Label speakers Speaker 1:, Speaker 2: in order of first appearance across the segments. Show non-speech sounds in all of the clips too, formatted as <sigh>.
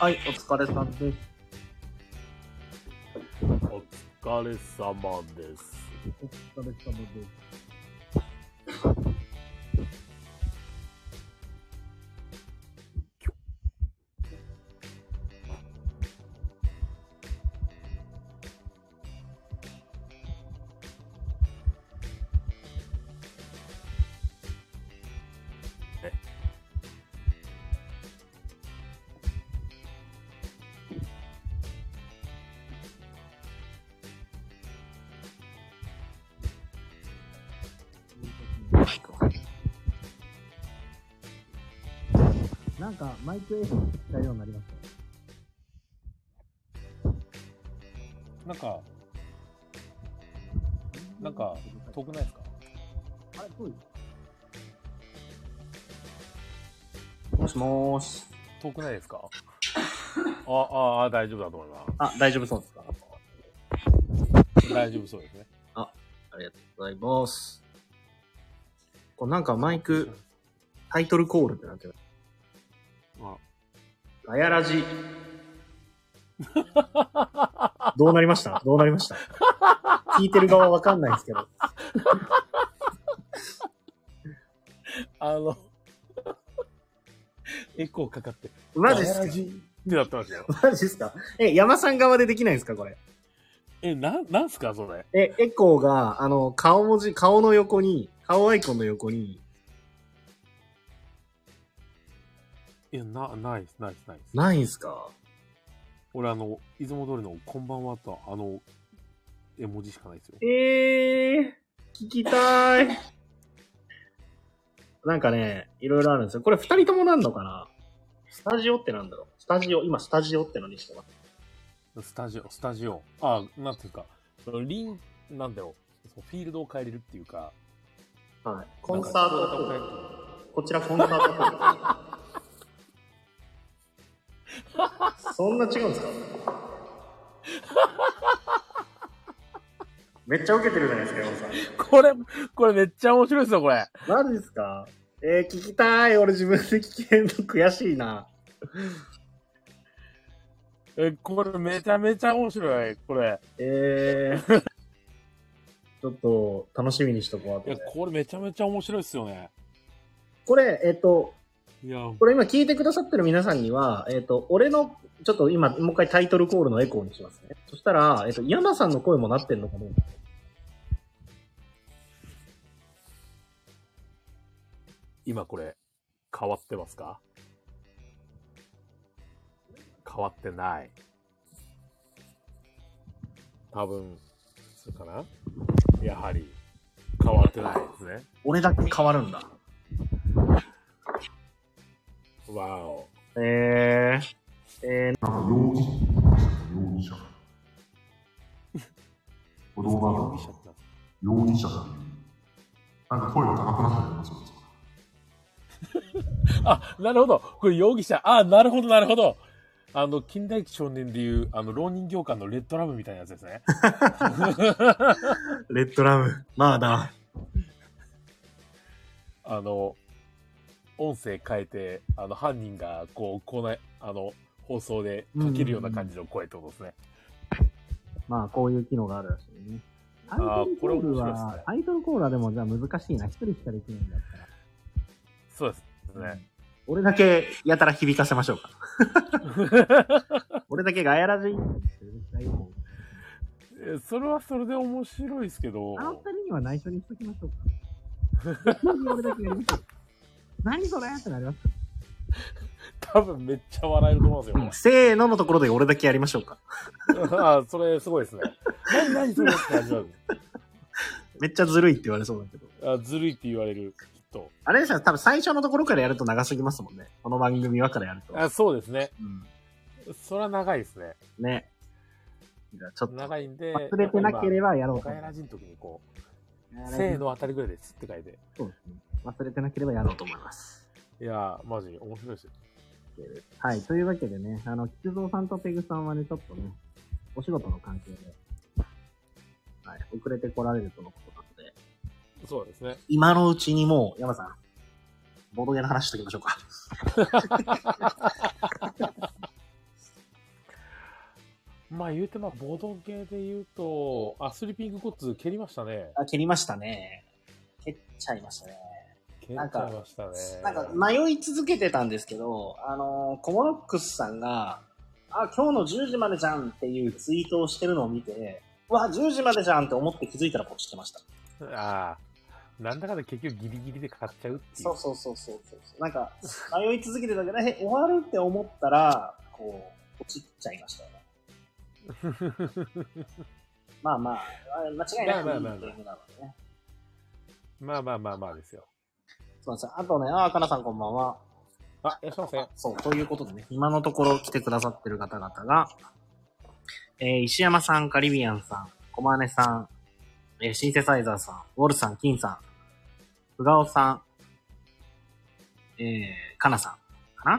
Speaker 1: はい、お疲れさんです。
Speaker 2: お疲れ様です。
Speaker 1: お疲れ様です。なんか、マイクエフしたようになりまし
Speaker 2: なんか、
Speaker 1: た。
Speaker 2: なんか、遠くないですか
Speaker 1: あれ、そうです
Speaker 3: もしもーし。
Speaker 2: 遠くないですかああ、あ、大丈夫だと思いま
Speaker 3: あ、大丈夫そうですか
Speaker 2: す。大丈夫そうですね。
Speaker 3: ありがとうございます。こうなんかマイク、タイトルコールってなってる。
Speaker 2: あ
Speaker 3: ガヤラジ。どうなりましたどうなりました聞いてる側わかんないですけど。
Speaker 2: あの、 <laughs> エコーかかって。
Speaker 3: マジっす
Speaker 2: ガヤ
Speaker 3: か
Speaker 2: ラジってなってましたよ。
Speaker 3: マジっすかえ、山さん側でできないんですかこれ。
Speaker 2: え、なん、なんすかそれ。
Speaker 3: え、エコーが、あの、顔文字、顔の横に、顔アイコンの横に、
Speaker 2: いや、な、ないです、ないです、ないです。
Speaker 3: ないんすか
Speaker 2: 俺、あの、いつも通りの、こんばんはと、あの、絵文字しかないですよ。
Speaker 3: ええー、聞きたい。 <laughs> なんかね、いろいろあるんですよ。これ二人ともなんのかなスタジオってなんだろうスタジオ、今スタジオってのにしてます。
Speaker 2: スタジオ、スタジオ。あ、なんていうか、そのリン、なんだろう、そのフィールドを変えれるっていうか、
Speaker 3: はい。コンサートホールこちらコンサートホ <laughs> ール。そんな違うんですかめっちゃ受けてるじゃないですか、山本
Speaker 2: これ、これめっちゃ面白いですよ、これ。
Speaker 3: さん。マジですかえー、聞きたい。俺自分で聞けんの悔しいな。
Speaker 2: え、これめちゃめちゃ面白い、これ。
Speaker 3: え <laughs> ー、ちょっと楽しみにしとこう後
Speaker 2: いや、
Speaker 3: で。
Speaker 2: これめちゃめちゃ面白いっすよね。
Speaker 3: これ、えっ、と、
Speaker 2: いや、
Speaker 3: これ今聞いてくださってる皆さんには、えっ、と、俺の、ちょっと今、もう一回タイトルコールのエコーにしますね。そしたら、えっ、と、山さんの声もなってんのかどうか。
Speaker 2: 今これ、変わってますか変わってない。多分、そうかなやはり、変わってないですね。
Speaker 3: 俺だけ変わるんだ。
Speaker 2: わお。
Speaker 3: えー、
Speaker 4: 容疑者。子供なのに容疑者だ。なんか声が高くなったりとかするんですか
Speaker 2: あ、なるほど。これ容疑者。あ、なるほど、なるほど。あの、近代少年でいう、あの、浪人業界のレッドラブみたいなやつで
Speaker 1: <laughs>
Speaker 2: すね。
Speaker 3: レッドラム、まあだ。
Speaker 2: あの、音声変えて、あの、犯人が、こう、こうな、あの、放送でかけるような感じの声ってことですね。
Speaker 1: まあ、こういう機能があるらしいね。タイ
Speaker 2: あ
Speaker 1: ト
Speaker 2: ー
Speaker 1: ルコール
Speaker 2: これ面白いっ
Speaker 1: は、
Speaker 2: すね
Speaker 1: タイトルコールはでもじゃあ難しいな。一人しかできないんだったら。
Speaker 2: そうですね。
Speaker 3: 俺だけやたら響かせましょうか。 <laughs> 俺だけガヤ <laughs> ラジ。
Speaker 2: えそれはそれで面白いですけど
Speaker 1: あ、の二人には内緒にしときましょう
Speaker 3: <laughs>
Speaker 1: か。俺だけやりましょう何それってなりますか
Speaker 2: 多分めっちゃ笑えると思いま
Speaker 3: せーののところで俺だけやりましょうか。
Speaker 2: すよ。 <laughs> あそれすごいですね。何、何それって感じなんで
Speaker 3: めっちゃずるいって言われそうだけど。
Speaker 2: あずるいって言われる、きっと。
Speaker 3: あれですよ、多分最初のところからやると長すぎますもんね。この番組はからやると。
Speaker 2: あそうですね。
Speaker 3: う
Speaker 2: それは長いですね。
Speaker 3: ん、ね。じゃあちょっと、
Speaker 2: 長いんで。
Speaker 1: 忘れてなけれ
Speaker 2: ば。
Speaker 1: ばやろう
Speaker 2: ガ
Speaker 1: か
Speaker 2: ヤ。ラジの時にこう、
Speaker 1: ガヤラジ
Speaker 2: せーのあたりぐらいですって書いて。
Speaker 1: そうですね忘れてなければや
Speaker 3: や
Speaker 1: ろ
Speaker 3: ろう
Speaker 1: うと
Speaker 3: と。思います。
Speaker 2: いやー、マジ面白いですよ。
Speaker 1: はい。というわけでね、あの、吉蔵さんとペグさんはね、ちょっとね、お仕事の関係で、はい、遅れて来られるとのことなので、
Speaker 2: そうですね。
Speaker 3: 今のうちにもう、山さん、ボードゲーの話しときましょうか。
Speaker 2: まあ言うて、まあ、ボードゲーで言うと、あ、スリーピングゴッツ蹴りましたね。
Speaker 3: あ、蹴りましたね。蹴っちゃいましたね。
Speaker 2: 蹴っちゃいましたね。
Speaker 3: なんか迷い続けてたんですけど、あのーコモロックスさんが、あ、今日の10時までじゃんっていうツイートをしてるのを見て、うわ、10時までじゃんって思って気づいたらポチってました。
Speaker 2: ああ、なんだかんだ結局ギリギリで買っちゃうっていう。
Speaker 3: そうそうそうそうそう。なんか、迷い続けてたけど、え、終わるって思ったら、こう、落ちっちゃいました <laughs> よね。まあまあ、あ間違いなくいいゲームなのでね。
Speaker 2: まあまあまあまあですよ。
Speaker 3: そうなんですよ。あとね、あー、かなさんこんばんは。
Speaker 2: あ、いらっしゃいませ。
Speaker 3: そう、ということでね、今のところ来てくださってる方々が、えー、石山さん、カリビアンさん、コマネさん、えー、シンセサイザーさん、ウォルさん、キンさん、ふがおさん、えー、かなさん、かな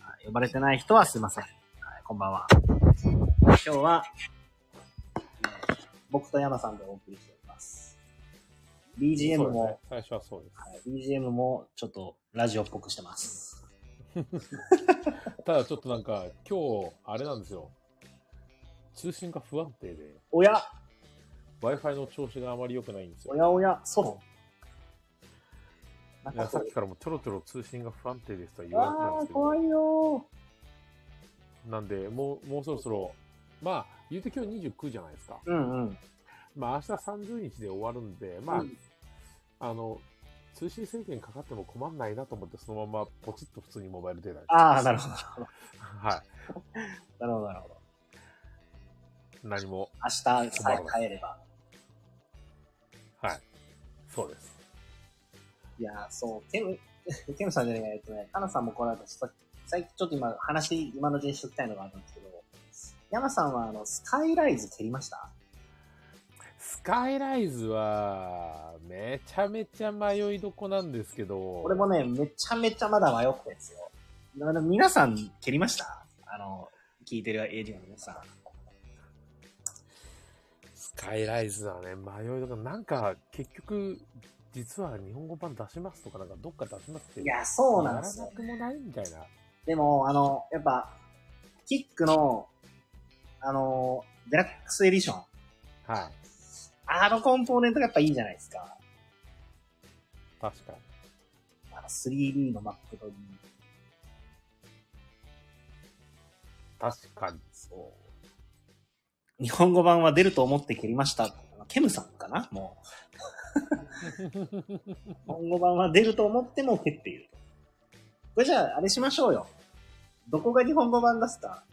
Speaker 3: はい呼ばれてない人はすいません。はい、こんばんは。今日は、えー僕と山さんでお送りしております。BGM
Speaker 2: そうです
Speaker 3: も
Speaker 2: ね、最初はそうです。
Speaker 3: はい BGM もちょっとラジオっぽくしてます。
Speaker 2: ただちょっとなんか、今日、あれなんですよ。通信が不安定で、
Speaker 3: おや
Speaker 2: Wi-Fi の調子があまり良くないんですよ
Speaker 3: お。やおや、そう。なん
Speaker 2: いや
Speaker 3: か
Speaker 2: さ
Speaker 3: そ
Speaker 2: っ
Speaker 3: う
Speaker 2: きからもちょろちょろ通信が不安定ですとは言われてたん
Speaker 3: あ
Speaker 2: で
Speaker 3: あ
Speaker 2: す
Speaker 3: ー、
Speaker 2: けど
Speaker 3: 怖、いよ
Speaker 2: なんで、もう、もうそろそろ、まあ、言うて今日29じゃないですか。
Speaker 3: ー。うんうん。
Speaker 2: まあ、明日30日で終わるんで、まあ、
Speaker 3: うん
Speaker 2: あの、通信制限かかっても困んないなと思って、そのままポチッと普通にモバイルデータに
Speaker 3: ああ、なるほど。
Speaker 2: は
Speaker 3: なるほど、なるほど。
Speaker 2: い。何も。
Speaker 3: 明日さえ帰れば。
Speaker 2: はい。そうです。
Speaker 3: いやー、そう。ケム、 <laughs> ケムさんじゃねえやえっとね、カナさんも来られたし、さ最近ちょっと今話、今のうちにしときたいのがあるんですけど、山さんはあの、スカイライズ蹴りました
Speaker 2: スカイライズは、めちゃめちゃ迷いどこなんですけど、
Speaker 3: 俺もね、めちゃめちゃまだ迷ってんですよ。だから皆さん蹴りましたあの、聞いてる AD の皆さん。
Speaker 2: スカイライズはね、迷いどころ、なんか、結局、実は日本語版出しますとか、なんかどっか出しますって。
Speaker 3: いや、そうなんです
Speaker 2: や
Speaker 3: よ
Speaker 2: らな。くもないみたいな。
Speaker 3: でも、あの、やっぱ、キックの、あの、デラックスエディション。
Speaker 2: はい。
Speaker 3: あのコンポーネントがやっぱいいんじゃないですか。
Speaker 2: 確かに。
Speaker 3: あの 3D のマップといい。
Speaker 2: 確かに。
Speaker 3: 日本語版は出ると思って蹴りました。ケムさんかなもう。 <laughs> 日本語版は出ると思っても蹴っていると。これじゃあ、あれしましょうよ。どこが日本語版出すか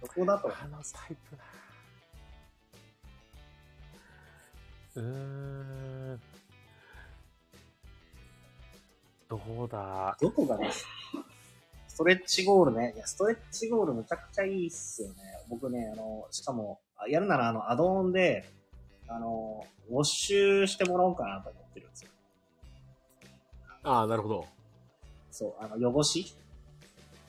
Speaker 3: どこだと
Speaker 2: あのタイプな。うーん。どうだ。
Speaker 3: どこがですストレッチゴールね。いや、ストレッチゴールむちゃくちゃいいっすよね。僕ね、あの、しかも、あやるならあの、アドオンで、あの、ウォッシュしてもらおうかなと思ってるんですよ。
Speaker 2: ああ、なるほど。
Speaker 3: そう、あの、汚し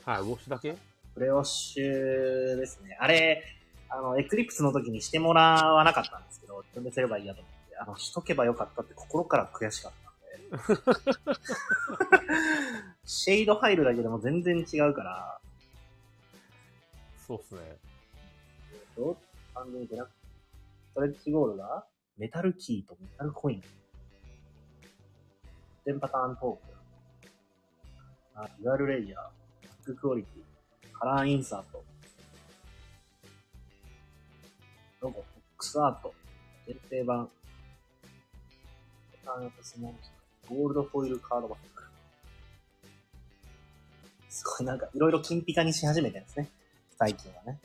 Speaker 2: はい、ウォッシュだけ
Speaker 3: プレウォッシュですね。あれ、あの、エクリプスの時にしてもらわなかったんですけど、自分ですればいいやと思って、あの、しとけばよかったって心から悔しかったんで。シェード入るだけでも全然違うから、
Speaker 2: そうっすね。
Speaker 3: と、完全にデラックス。ストレッチゴールが、メタルキーとメタルコイン。全パターントーク。あ、デュアルレイヤー、バッククオリティ、カラーインサート、ロゴ、ボックスアート、限定版、ボタンアップスモンジゴールドフォイルカードバック。すごいなんか、いろいろ金ピカにし始めてるんですね。最近はね。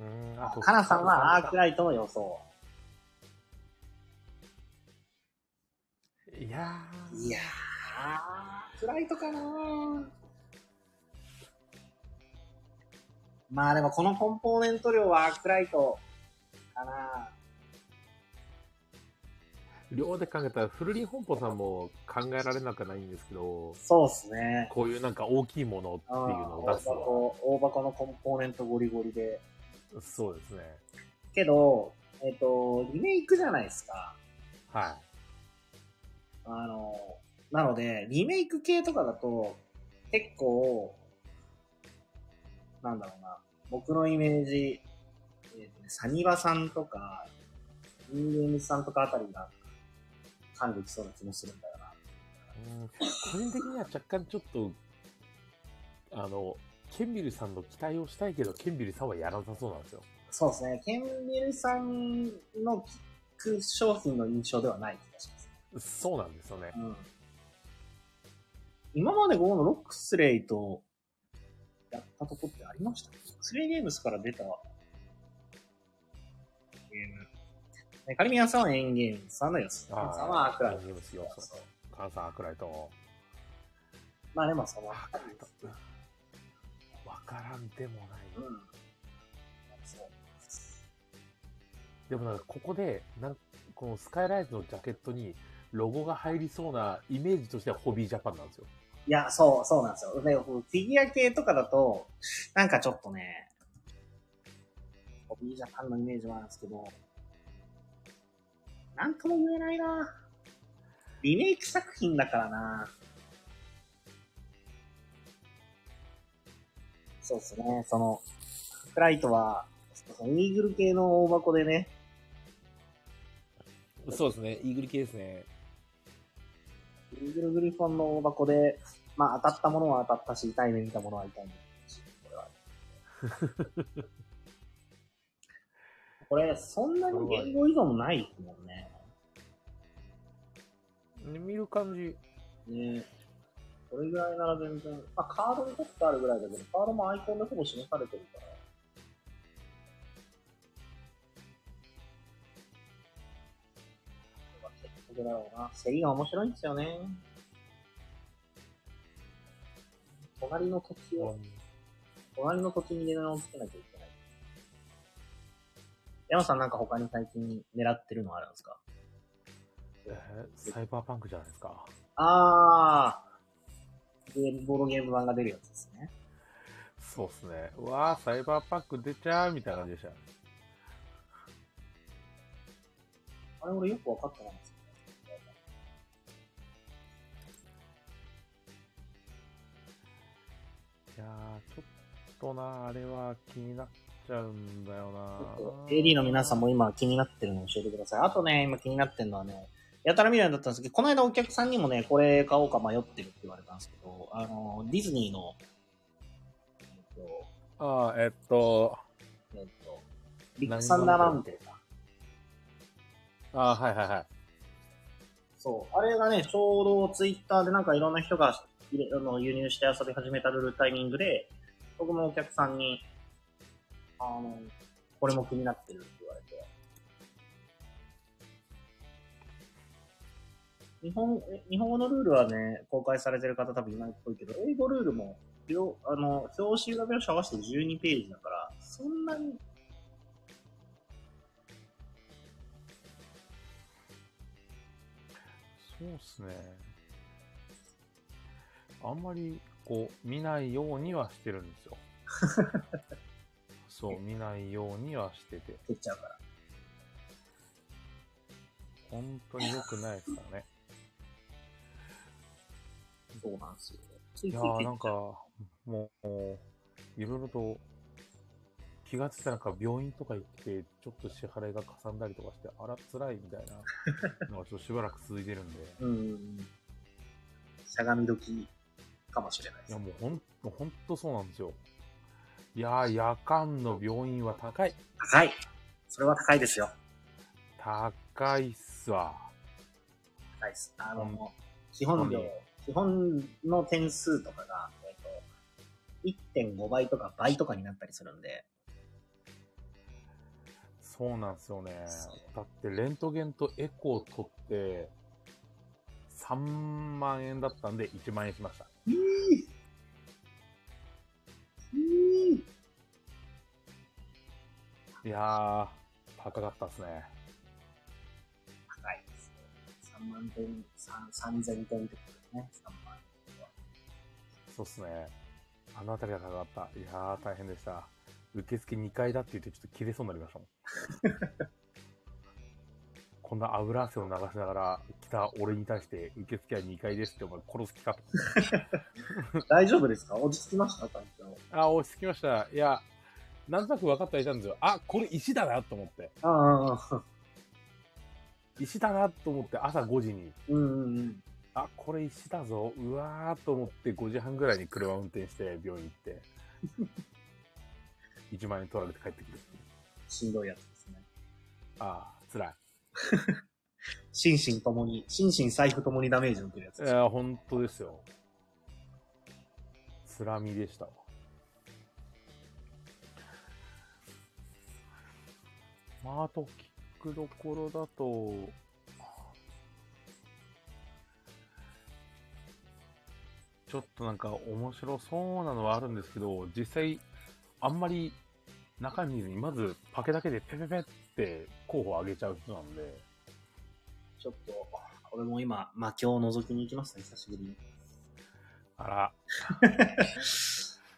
Speaker 2: うーん、あと。
Speaker 3: カナさんはアークライトの予想。
Speaker 2: いやー。
Speaker 3: いやー、アークライトかなーまあでもこのコンポーネント量はアークライトかな
Speaker 2: 量で考えたら、フルリン本舗さんも考えられなくはないんですけど、
Speaker 3: そうっすね。
Speaker 2: こういうなんか大きいものって
Speaker 3: あー
Speaker 2: いうのを
Speaker 3: 大
Speaker 2: 出すのは、
Speaker 3: 箱、大箱のコンポーネントゴリゴリで。
Speaker 2: そうですね。
Speaker 3: けど、えっ、と、リメイクじゃないですか。
Speaker 2: は
Speaker 3: あの、なので、リメイク系とかだと、結構、なんだろうな、僕のイメージ、えーとね、サニバさんとか、インゲームズさんとかあたりが管理きそうな気もするんだよな。
Speaker 2: うん個人的には若干ちょっと、あの、ケンビルさんの期待をしたいけど、ケンビルさんはやらなさそうなんですよ。
Speaker 3: そうですね、ケンビルさんのキック商品の印象ではない気がします。
Speaker 2: そうなんですよね。
Speaker 3: うん今までこのロックスレイとやったとこってありましたロックスレイゲームスから出たゲーム。ねカリミアンさんはエンゲームさんのよし。さんはアクライ
Speaker 2: ゲームスよ。
Speaker 3: そう
Speaker 2: 関さん、アクライト。
Speaker 3: まあでもその、
Speaker 2: アクライト。わからんでもない。
Speaker 3: うん。そう
Speaker 2: でもなんか、ここで、なんこのスカイライズのジャケットに、ロゴが入りそうなイメージとしてはホビージャパンなんですよ。
Speaker 3: いや、そう、そうなんですよ。で、フィギュア系とかだと、なんかちょっとね、ホビージャパンのイメージはあるんですけど、なんとも言えないなリメイク作品だからなそうですね、その、フライトは、そのイーグル系の大箱でね、
Speaker 2: そうですね。イーグル系ですね。
Speaker 3: イーグルグリフォンの大箱で、まあ当たったものは当たったし、痛い目見たものは痛い目見たし、これは。これ、そんなに言語依存ないもんね。
Speaker 2: 見る感じ。
Speaker 3: ねこれぐらいなら全然、まあカードにコストあるぐらいだけど、カードもアイコンでほぼ示されてるから。これは結局だろうな。セリが面白いんですよね。隣の土地を隣の土地に値段をつけなきゃいけない。山さんなんか他に最近狙ってるのあるんですか
Speaker 2: えーサイバーパンクじゃないですか。
Speaker 3: あー、ゲーム、ボードゲーム版が出るやつですね。
Speaker 2: そうですね。うわあ、サイバーパンク出ちゃうみたいな感じでした。
Speaker 3: あれ俺よく分かってないんですよね。
Speaker 2: いやー、ちょっとな、あれは気になっちゃうんだよ
Speaker 3: ち
Speaker 2: な
Speaker 3: ょっと AD の皆さんも今気になってるの教えてください。あとね、今気になってるのはね、やたら見るようになったんですけど、この間お客さんにもね、これ買おうか迷ってるって言われたんですけど、あの、ディズニーの、えっと、
Speaker 2: ああ、えっと、
Speaker 3: えっと、ビッグサンダーマウンテンか。
Speaker 2: ああ、はいはいはい。
Speaker 3: そう。あれがね、ちょうどツイッターでなんかいろんな人が入れあの輸入して遊び始めたるタイミングで、僕もお客さんに、あの、これも気になってるって言われて。日本、え日本語のルールはね、公開されてる方多分いないっぽいけど、英語ルールも、両あの、表紙裏表紙合わせて12ページだから、そんなに、
Speaker 2: そうっすね。あんまり、こう、見ないようにはしてる
Speaker 3: <laughs>
Speaker 2: んですよ。そう、見ないようにはしてて。
Speaker 3: 減っちゃうから。
Speaker 2: 本当に良くないですからね。
Speaker 3: そうなん <laughs> ですよね。つい
Speaker 2: い
Speaker 3: つ
Speaker 2: や
Speaker 3: い減っ
Speaker 2: ー
Speaker 3: ちゃ
Speaker 2: なん
Speaker 3: う
Speaker 2: か、もう、いろいろと、気がついたらなんか病院とか行って、ちょっと支払いがかさんだりとかして、あら、辛いみたいな
Speaker 3: <laughs>
Speaker 2: のがちょっとしばらく続いてるんで、
Speaker 3: うんうんうん。しゃがみ時かもしれないで
Speaker 2: い
Speaker 3: す
Speaker 2: や、。もうほん、もうほんとそうなんですよ。いやー、夜間の病院は高い。
Speaker 3: 高い。それは高いですよ。
Speaker 2: 高いっすわ。
Speaker 3: 高いです。あ
Speaker 2: うん
Speaker 3: の、基本料
Speaker 2: うん、
Speaker 3: 基本の点数とかが、えっと、1.5倍とか倍とかになったりするんで、
Speaker 2: そうなんですよね
Speaker 3: そう。
Speaker 2: だって、レントゲンとエコー取って、3万円だったんで1万円しました。いやー、高かったっすね。
Speaker 3: 高いですね。3万点、三3000点ってことですね。3万
Speaker 2: そうっすね。あの辺りが高かった。いやー、大変でした。受付2階だって言って、ちょっと切れそうになりましたもん。こんな油汗を流しながら来た俺に対して、受付は2階ですって、お前殺す気かと。
Speaker 3: 大丈夫ですか落ち着きました団長。
Speaker 2: あ、落ち着きました。いや、なんとなく分かってはいたんですよ。あ、これ石だなと思って。
Speaker 3: ああ、
Speaker 2: 石だなと思って、朝5時に。
Speaker 3: うんうんうん。
Speaker 2: あ、これ石だぞ。うわーと思って、5時半ぐらいに車運転して、病院行って。1万円取られて帰ってくる。
Speaker 3: しんどいやつですね。
Speaker 2: ああ、辛い。
Speaker 3: 心身ともに、心身財布ともにダメージを受けるやつ
Speaker 2: い。や、本当ですよ。辛みでしたわ。まあ、と聞くどころだと、ちょっとなんか面白そうなのはあるんですけど、実際、あんまり中身にまずパケだけでペペペって候補上げちゃう人なんで、
Speaker 3: ちょっと、俺も今、魔境を覗きに行きましたね、久しぶりに。
Speaker 2: あら、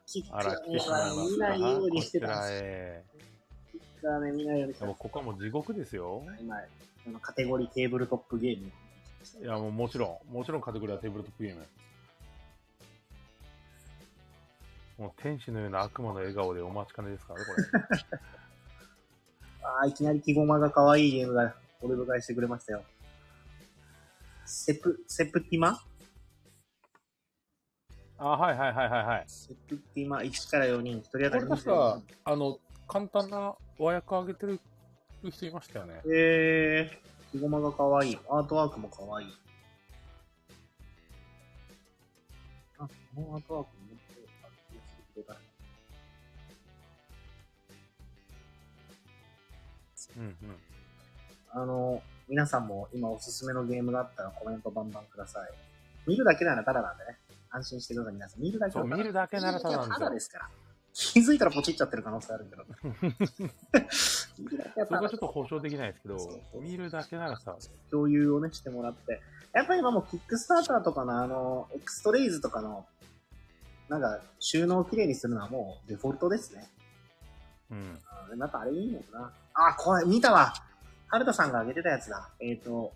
Speaker 3: キッ
Speaker 2: あ
Speaker 3: カ
Speaker 2: ら、来てし
Speaker 3: ー
Speaker 2: まいま
Speaker 3: は見
Speaker 2: した
Speaker 3: ないように
Speaker 2: こ
Speaker 3: して
Speaker 2: ち
Speaker 3: た。
Speaker 2: ら
Speaker 3: キ
Speaker 2: へ。
Speaker 3: ッカーね、見ないようにし
Speaker 2: い
Speaker 3: て
Speaker 2: やも
Speaker 3: た
Speaker 2: う。ここはもう地獄ですよ。
Speaker 3: 今、あのカテゴリーテーブルトップゲーム。
Speaker 2: いや、もうもちろん、もちろんカテゴリーはテーブルトップゲーム。もう天使のような悪魔の笑顔でお待ちかねですからね、こ <laughs> れ。
Speaker 3: ああ、いきなり木駒が可愛いゲームが、お出迎えしてくれましたよ。セプ、セプティマ
Speaker 2: あ、はいはいはいはいはい。
Speaker 3: セプティマ1から4人、1人当
Speaker 2: こ
Speaker 3: た
Speaker 2: れ
Speaker 3: り
Speaker 2: 確
Speaker 3: 24
Speaker 2: か、あの、簡単な和訳上げてる人いましたよね。
Speaker 3: えー、木駒が可愛い。アートワークも可愛い。あ、このアートワークもってあれだ
Speaker 2: うんうん。
Speaker 3: あの、皆さんも今おすすめのゲームがあったらコメントバンバンください。見るだけならただなんでね。安心してください、皆さん。見るだけ
Speaker 2: そう、見るだけならただなんです
Speaker 3: ただ
Speaker 2: よ
Speaker 3: で。すから。気づいたらポチっちゃってる可能性あるけ
Speaker 2: <laughs>
Speaker 3: ど。 <laughs> 見るだけはた
Speaker 2: それ
Speaker 3: だ
Speaker 2: がちょっと保証できないですけど、見るだけならさ、
Speaker 3: 共有をね、してもらって。やっぱり今もうキックスターターとかのあの、エクストレイズとかの、なんか、収納をきれいにするのはもうデフォルトですね。
Speaker 2: うん。
Speaker 3: あでもやっぱあれいいのかな。あ、怖い。見たわ。春田さんが上げてたやつだ。えっ、と、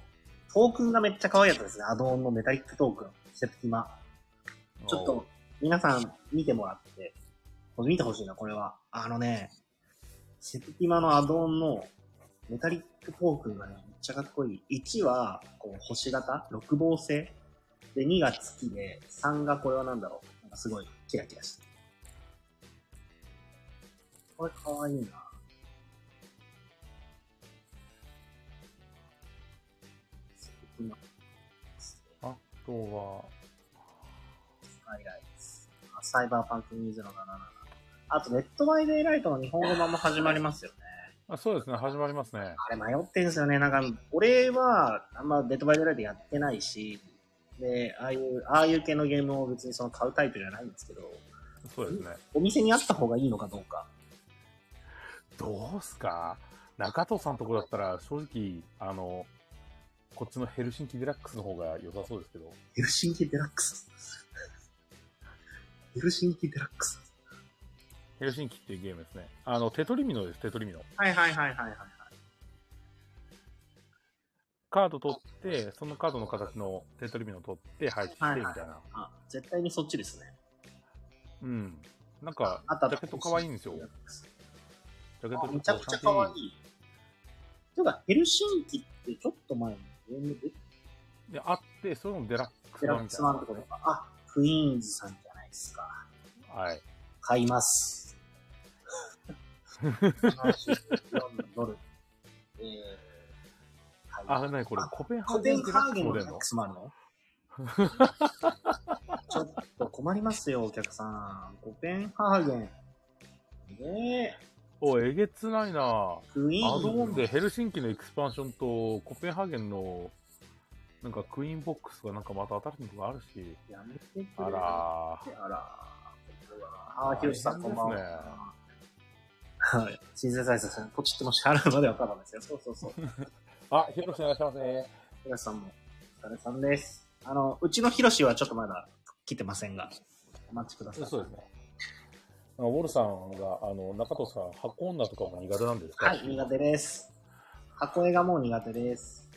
Speaker 3: トークンがめっちゃ可愛いやつですね。アドオンのメタリックトークン。セプティマ。ちょっと、皆さん見てもらって、見てほしいな、これは。あのね、セプティマのアドオンのメタリックトークンがね、めっちゃかっこいい。1は、こう、星型、六芒星。で、2が月で、3がこれはなんだろう。なんかすごい、キラキラしてる。これかわいいな。セプティマ。
Speaker 2: あとは、
Speaker 3: スカイライツ。あサイバーパンク2077。あと、ネットバイデイライトの日本語版も始まりますよね。
Speaker 2: あそうですね、始まりますね。
Speaker 3: あれ迷ってんですよね。なんか、俺は、あんまネットバイデイライトやってないし、で、ああいう、ああいう系のゲームを別にその買うタイプじゃないんですけど、
Speaker 2: そうですね。
Speaker 3: お店にあった方がいいのかどうか。
Speaker 2: どうすか中藤さんとこだったら正直、あの、こっちのヘルシンキデラックスの方が良さそうですけど、
Speaker 3: ヘルシンキデラックス。 <laughs> ヘルシンキデラックス。
Speaker 2: ヘルシンキっていうゲームですね。あの、テトリミノです、テトリミノ。
Speaker 3: はいはいはいはいはい。
Speaker 2: カード取って、そのカードの形のテトリミノ取って配置して、み
Speaker 3: は
Speaker 2: た
Speaker 3: い
Speaker 2: いな。
Speaker 3: はいあ、絶対にそっちですね。
Speaker 2: うん。なんか、
Speaker 3: あったあっ
Speaker 2: ジ
Speaker 3: た
Speaker 2: ャケット可愛いんですよ。ジャケッ
Speaker 3: あ
Speaker 2: ト
Speaker 3: めちゃくちゃ可愛
Speaker 2: い。
Speaker 3: い。ていうか、ヘルシンキってちょっと前にゲームで
Speaker 2: で、あって、それもデラックス
Speaker 3: デ
Speaker 2: 版
Speaker 3: ラ
Speaker 2: みたいな。
Speaker 3: ックス版ってことか。あ、クイーンズさんじゃないですか。
Speaker 2: はい。
Speaker 3: 買い <laughs> ます。74ドル。えー、はい。
Speaker 2: あ、なにこれ、コペンハ
Speaker 3: コ
Speaker 2: ー
Speaker 3: ペ
Speaker 2: ゲ
Speaker 3: ン
Speaker 2: ンデラ
Speaker 3: ハ
Speaker 2: ッ
Speaker 3: ー
Speaker 2: ク
Speaker 3: ゲンの
Speaker 2: スも出
Speaker 3: デラッ
Speaker 2: るの
Speaker 3: クスもある <laughs> のちょっと困りますよ、お客さん。コペンハーゲン。ねえ、
Speaker 2: お、えげつないなぁ。
Speaker 3: クイーン。
Speaker 2: アドオンでヘルシンキのエクスパンションとコペンハーゲンのなんかクイーンボックスがなんかまた新しいのがあるし、
Speaker 3: やめてく
Speaker 2: あ
Speaker 3: れ。
Speaker 2: ら
Speaker 3: あら。あー、ひろしさん、こんばん
Speaker 2: 大変ですね
Speaker 3: は。はい。シンセサイザーさん、ポチっても支払うまではただですよ。そうそうそう。ひ
Speaker 2: ー。あ、ヒロシいらっしゃいませ。
Speaker 3: ろしさんも、お疲れさんです。あの、うちのひろしはちょっとまだ来てませんが、お待ちください。
Speaker 2: そうですね。あウォルさんが、あの、中藤さん、箱女とかも苦手なんですか
Speaker 3: はい、苦手です。箱絵がもう苦手です。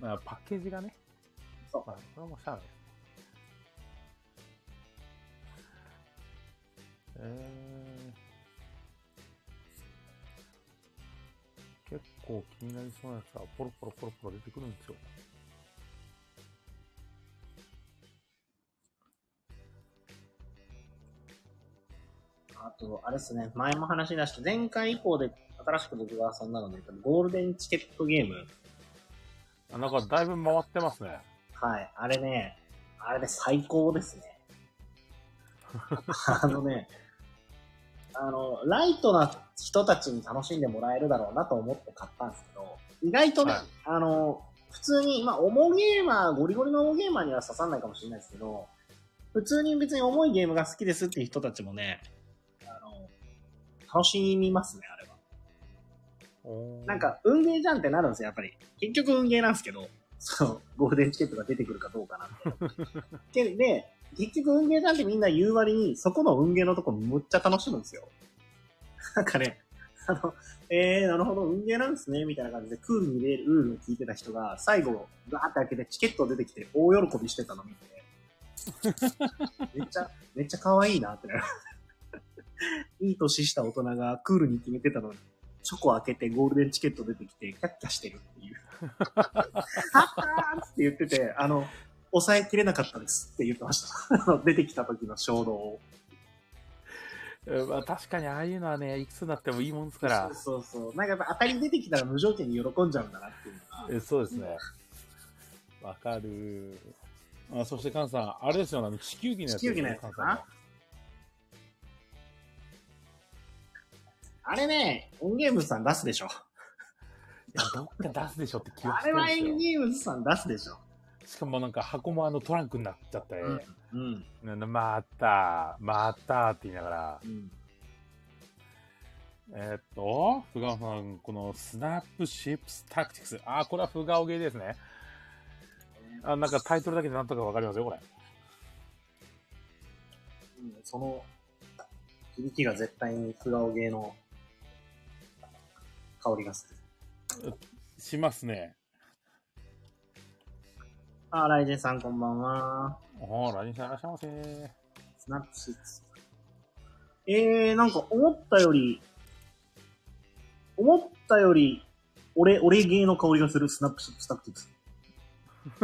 Speaker 2: まあ、パッケージがね。
Speaker 3: そう
Speaker 2: まあ、これはもうしゃあない。えー、結構気になりそうなやつがポロポロポロポロ出てくるんですよ。
Speaker 3: あと、あれですね、前も話し出した、前回以降で新しく僕が遊んだので、ゴールデンチケットゲーム。
Speaker 2: あなんかだいぶ回ってますね。
Speaker 3: はい。あれね、あれね、最高です
Speaker 2: <laughs>
Speaker 3: ね。あのね、あの、ライトな人たちに楽しんでもらえるだろうなと思って買ったんですけど、意外とね、
Speaker 2: はい
Speaker 3: あの、普通に、まあ、重ゲーマー、ゴリゴリの重ゲーマーには刺さんないかもしれないですけど、普通に別に重いゲームが好きですっていう人たちもね、あの、楽しみますね、あれは。
Speaker 2: おー
Speaker 3: なん、か、運ゲーじゃんってなるんですよ、やっぱり。結局運ゲーなんですけど、その、ゴールデンチケットが出てくるかどうかなんて。でで、結局運ゲーじゃんってみんな言う割に、そこの運ゲーのとこむっちゃ楽しむんですよ。なんかね、あの、えー、なるほど、運ゲーなんですね、みたいな感じで、クールにルールを聞いてた人が、最後、ガーって開けてチケット出てきて、大喜びしてたの見て、めっちゃ、めっちゃ可愛いなってなる。いい年した大人がクールに決めてたのに、チョコ開けてゴールデンチケット出てきて、キャッキャしてるっていう。はっはーって言ってて、あの、抑えきれなかったですって言ってました。 <laughs> あの出てきた時の衝動を。
Speaker 2: えまあ、確かにああいうのはね、いくつになってもいいもんですから。
Speaker 3: そうそうそう。なんかやっぱ当たり出てきたら無条件に喜んじゃうんだなっていうのが。
Speaker 2: えそうですね。わかる。あそして、カンさん、あれですよね、あの地球儀のやつ、
Speaker 3: 地球儀のやつかな
Speaker 2: カンさんの
Speaker 3: あれね、エンゲームズさん出すでしょ。
Speaker 2: いや、どっか出すでしょって気が
Speaker 3: あ
Speaker 2: して
Speaker 3: れ
Speaker 2: る
Speaker 3: はエン
Speaker 2: んです
Speaker 3: ゲームズさん出すでしょ。
Speaker 2: よ。しかもなんか箱もあのトランクになっちゃって、
Speaker 3: うん。
Speaker 2: ななまた、またって言いながら、
Speaker 3: うん。
Speaker 2: えーっと、フガオさん、このスナップシップスタクティクス。あー、これはフガオゲーですね。あなんかタイトルだけでなんとかわかりますよ、これ。
Speaker 3: うんその、響きが絶対にクラオゲーの香りがする。
Speaker 2: しますね。
Speaker 3: あ、ライジンさんこんばんは。
Speaker 2: おー、ラニーさんいらっしゃいませ。
Speaker 3: スナップシッツ。えー、なんか思ったより、思ったより、俺、俺芸の香りがするスナップシッツ、スナップ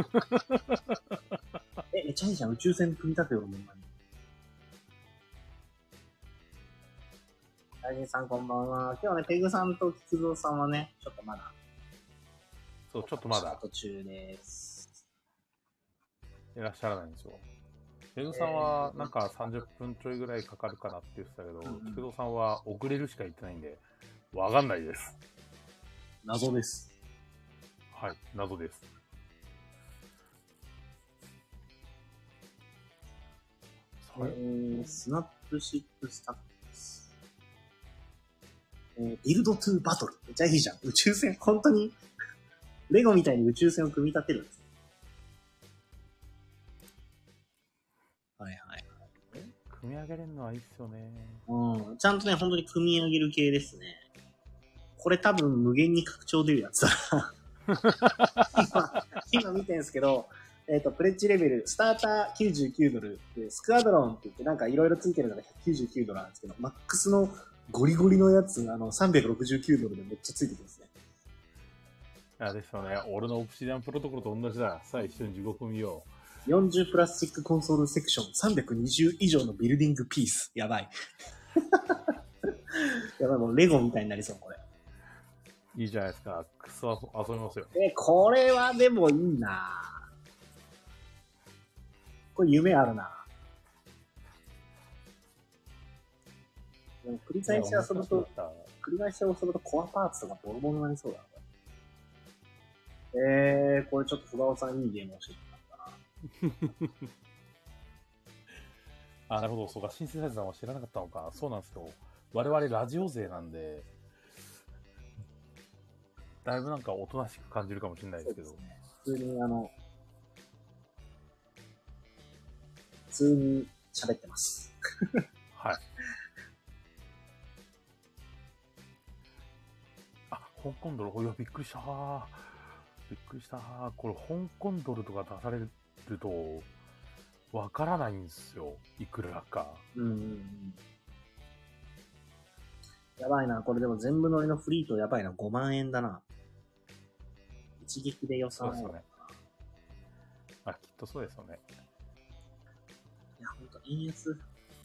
Speaker 3: シッツ。
Speaker 2: <laughs>
Speaker 3: え、めっちゃいいじゃん。宇宙船組み立てよ、ほんまに。大臣さんこんばんは。今日はね、ペグさんと菊蔵さんはね、ちょっとまだ、
Speaker 2: そう、ちょっとまだ
Speaker 3: 途中です。
Speaker 2: いらっしゃらないんですよ。ペグさんはなんか30分ちょいぐらいかかるかなって言ってたけ
Speaker 3: う
Speaker 2: ど
Speaker 3: ん、
Speaker 2: 菊、蔵、さんは遅れるしか言ってないんで、わかんないです。
Speaker 3: 謎です。
Speaker 2: はい、謎です。そ
Speaker 3: え
Speaker 2: れ
Speaker 3: ー、スナップシップスタックス。えー、ビルドトゥーバトル。めっちゃいいじゃん。宇宙船、本当に、レゴみたいに宇宙船を組み立てるんです。はいはい。
Speaker 2: 組み上げれるのはいいっすよね。
Speaker 3: うん。ちゃんとね、本当に組み上げる系ですね。これ多分無限に拡張出るやつだな。今、今見てんすけど、えっ、と、プレッジレベル、スターター99ドル、でスクアドロンって言ってなんかいろいろついてるのが199ドルなんですけど、マックスのゴリゴリのやつ、あの、369ドルでめっちゃついてきますね。
Speaker 2: あれですよね。俺のオプシディアンプロトコルと同じだ。さあ、一緒に地獄見よ
Speaker 3: 40プラスチックコンソールセクション320以上のビルディングピース。やばい。やばい、もうレゴみたいになりそう、これ。
Speaker 2: う。いいじゃないですか。クソ遊びますよ。
Speaker 3: え、これはでもいいなこれ夢あるなでも繰り返し遊ぶと、繰り返し遊ぶとコアパーツとかボロボロになりそうだな。これえー、これちょっと不顔さんいいゲーム教えてもらったな。
Speaker 2: あ、なるほど。そうか。シンセサイズさんは知らなかったのか。そうなんですよ。我々ラジオ勢なんで、だいぶなんかおとなしく感じるかもしれないですけど。
Speaker 3: ね。普通にあの、普通に喋ってます。
Speaker 2: はい。あ、香港ドル、いや、びっくりした。びっくりした。これ、香港ドルとか出されると、わからないんですよ。いくらか。
Speaker 3: うんうんうん。やばいな。これでも全部乗りのフリートやばいな。5万円だな。一撃で予
Speaker 2: そう
Speaker 3: 算を。
Speaker 2: ですよね。あ、きっとそうですよね。
Speaker 3: いや、ほんと、円安。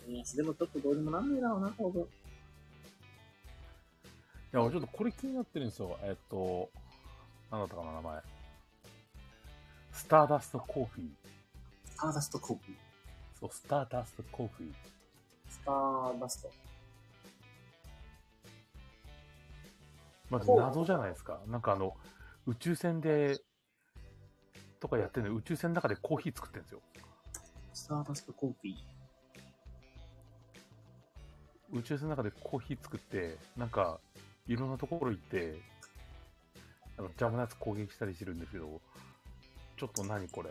Speaker 3: 円安。でもちょっとどうにもなんねえだろうな、多分。
Speaker 2: いや、俺ちょっとこれ気になってるんですよ。えっと、なんだったかな、名前。スターダストコーヒー。
Speaker 3: スターダストコーヒー。
Speaker 2: そう、スターダストコーヒー。
Speaker 3: スターダスト。
Speaker 2: まず
Speaker 3: ほう
Speaker 2: 謎じゃないですか。なんかあの、宇宙船で、とかやってるのに宇宙船の中でコーヒー作ってるんですよ。
Speaker 3: スターダストコーヒー。
Speaker 2: 宇宙船の中でコーヒー作って、なんか、いろんなところ行って、あの、ジャムナッツ攻撃したりしてるんですけど、ちょっと何これ、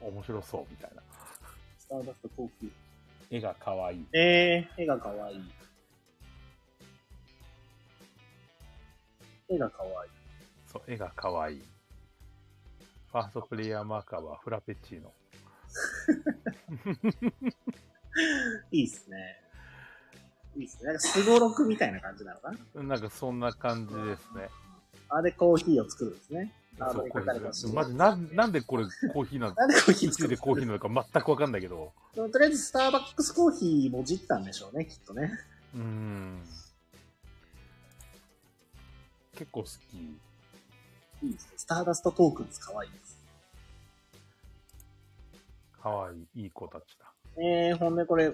Speaker 2: 面白そうみたいな。
Speaker 3: スターダストコーヒー。
Speaker 2: 絵が可愛い。
Speaker 3: えー、絵がかわいい。絵がかわいい。
Speaker 2: そう、絵が可愛い。ファーストプレイヤーマーカーはフラペチーノ。
Speaker 3: いいっすね。いいっすね。なんか、すごろくみたいな感じなのかな
Speaker 2: なんかそんな感じですね。
Speaker 3: あれ、コーヒーを作るんですね。あ
Speaker 2: そう
Speaker 3: で
Speaker 2: コーヒ
Speaker 3: 書かれてます
Speaker 2: ーマジなんなんでこれコーヒーなの
Speaker 3: なんでコーヒー
Speaker 2: 宇宙
Speaker 3: 作る
Speaker 2: でコーヒーなのか全くわかんないけど。
Speaker 3: でもとりあえず、スターバックスコーヒーもじったんでしょうね、きっとね。
Speaker 2: うーん。結構好き。
Speaker 3: いいですね。スターダストトークンズかわいいです。
Speaker 2: かわいい、いい子たちだ。
Speaker 3: えー、ほんでこれ、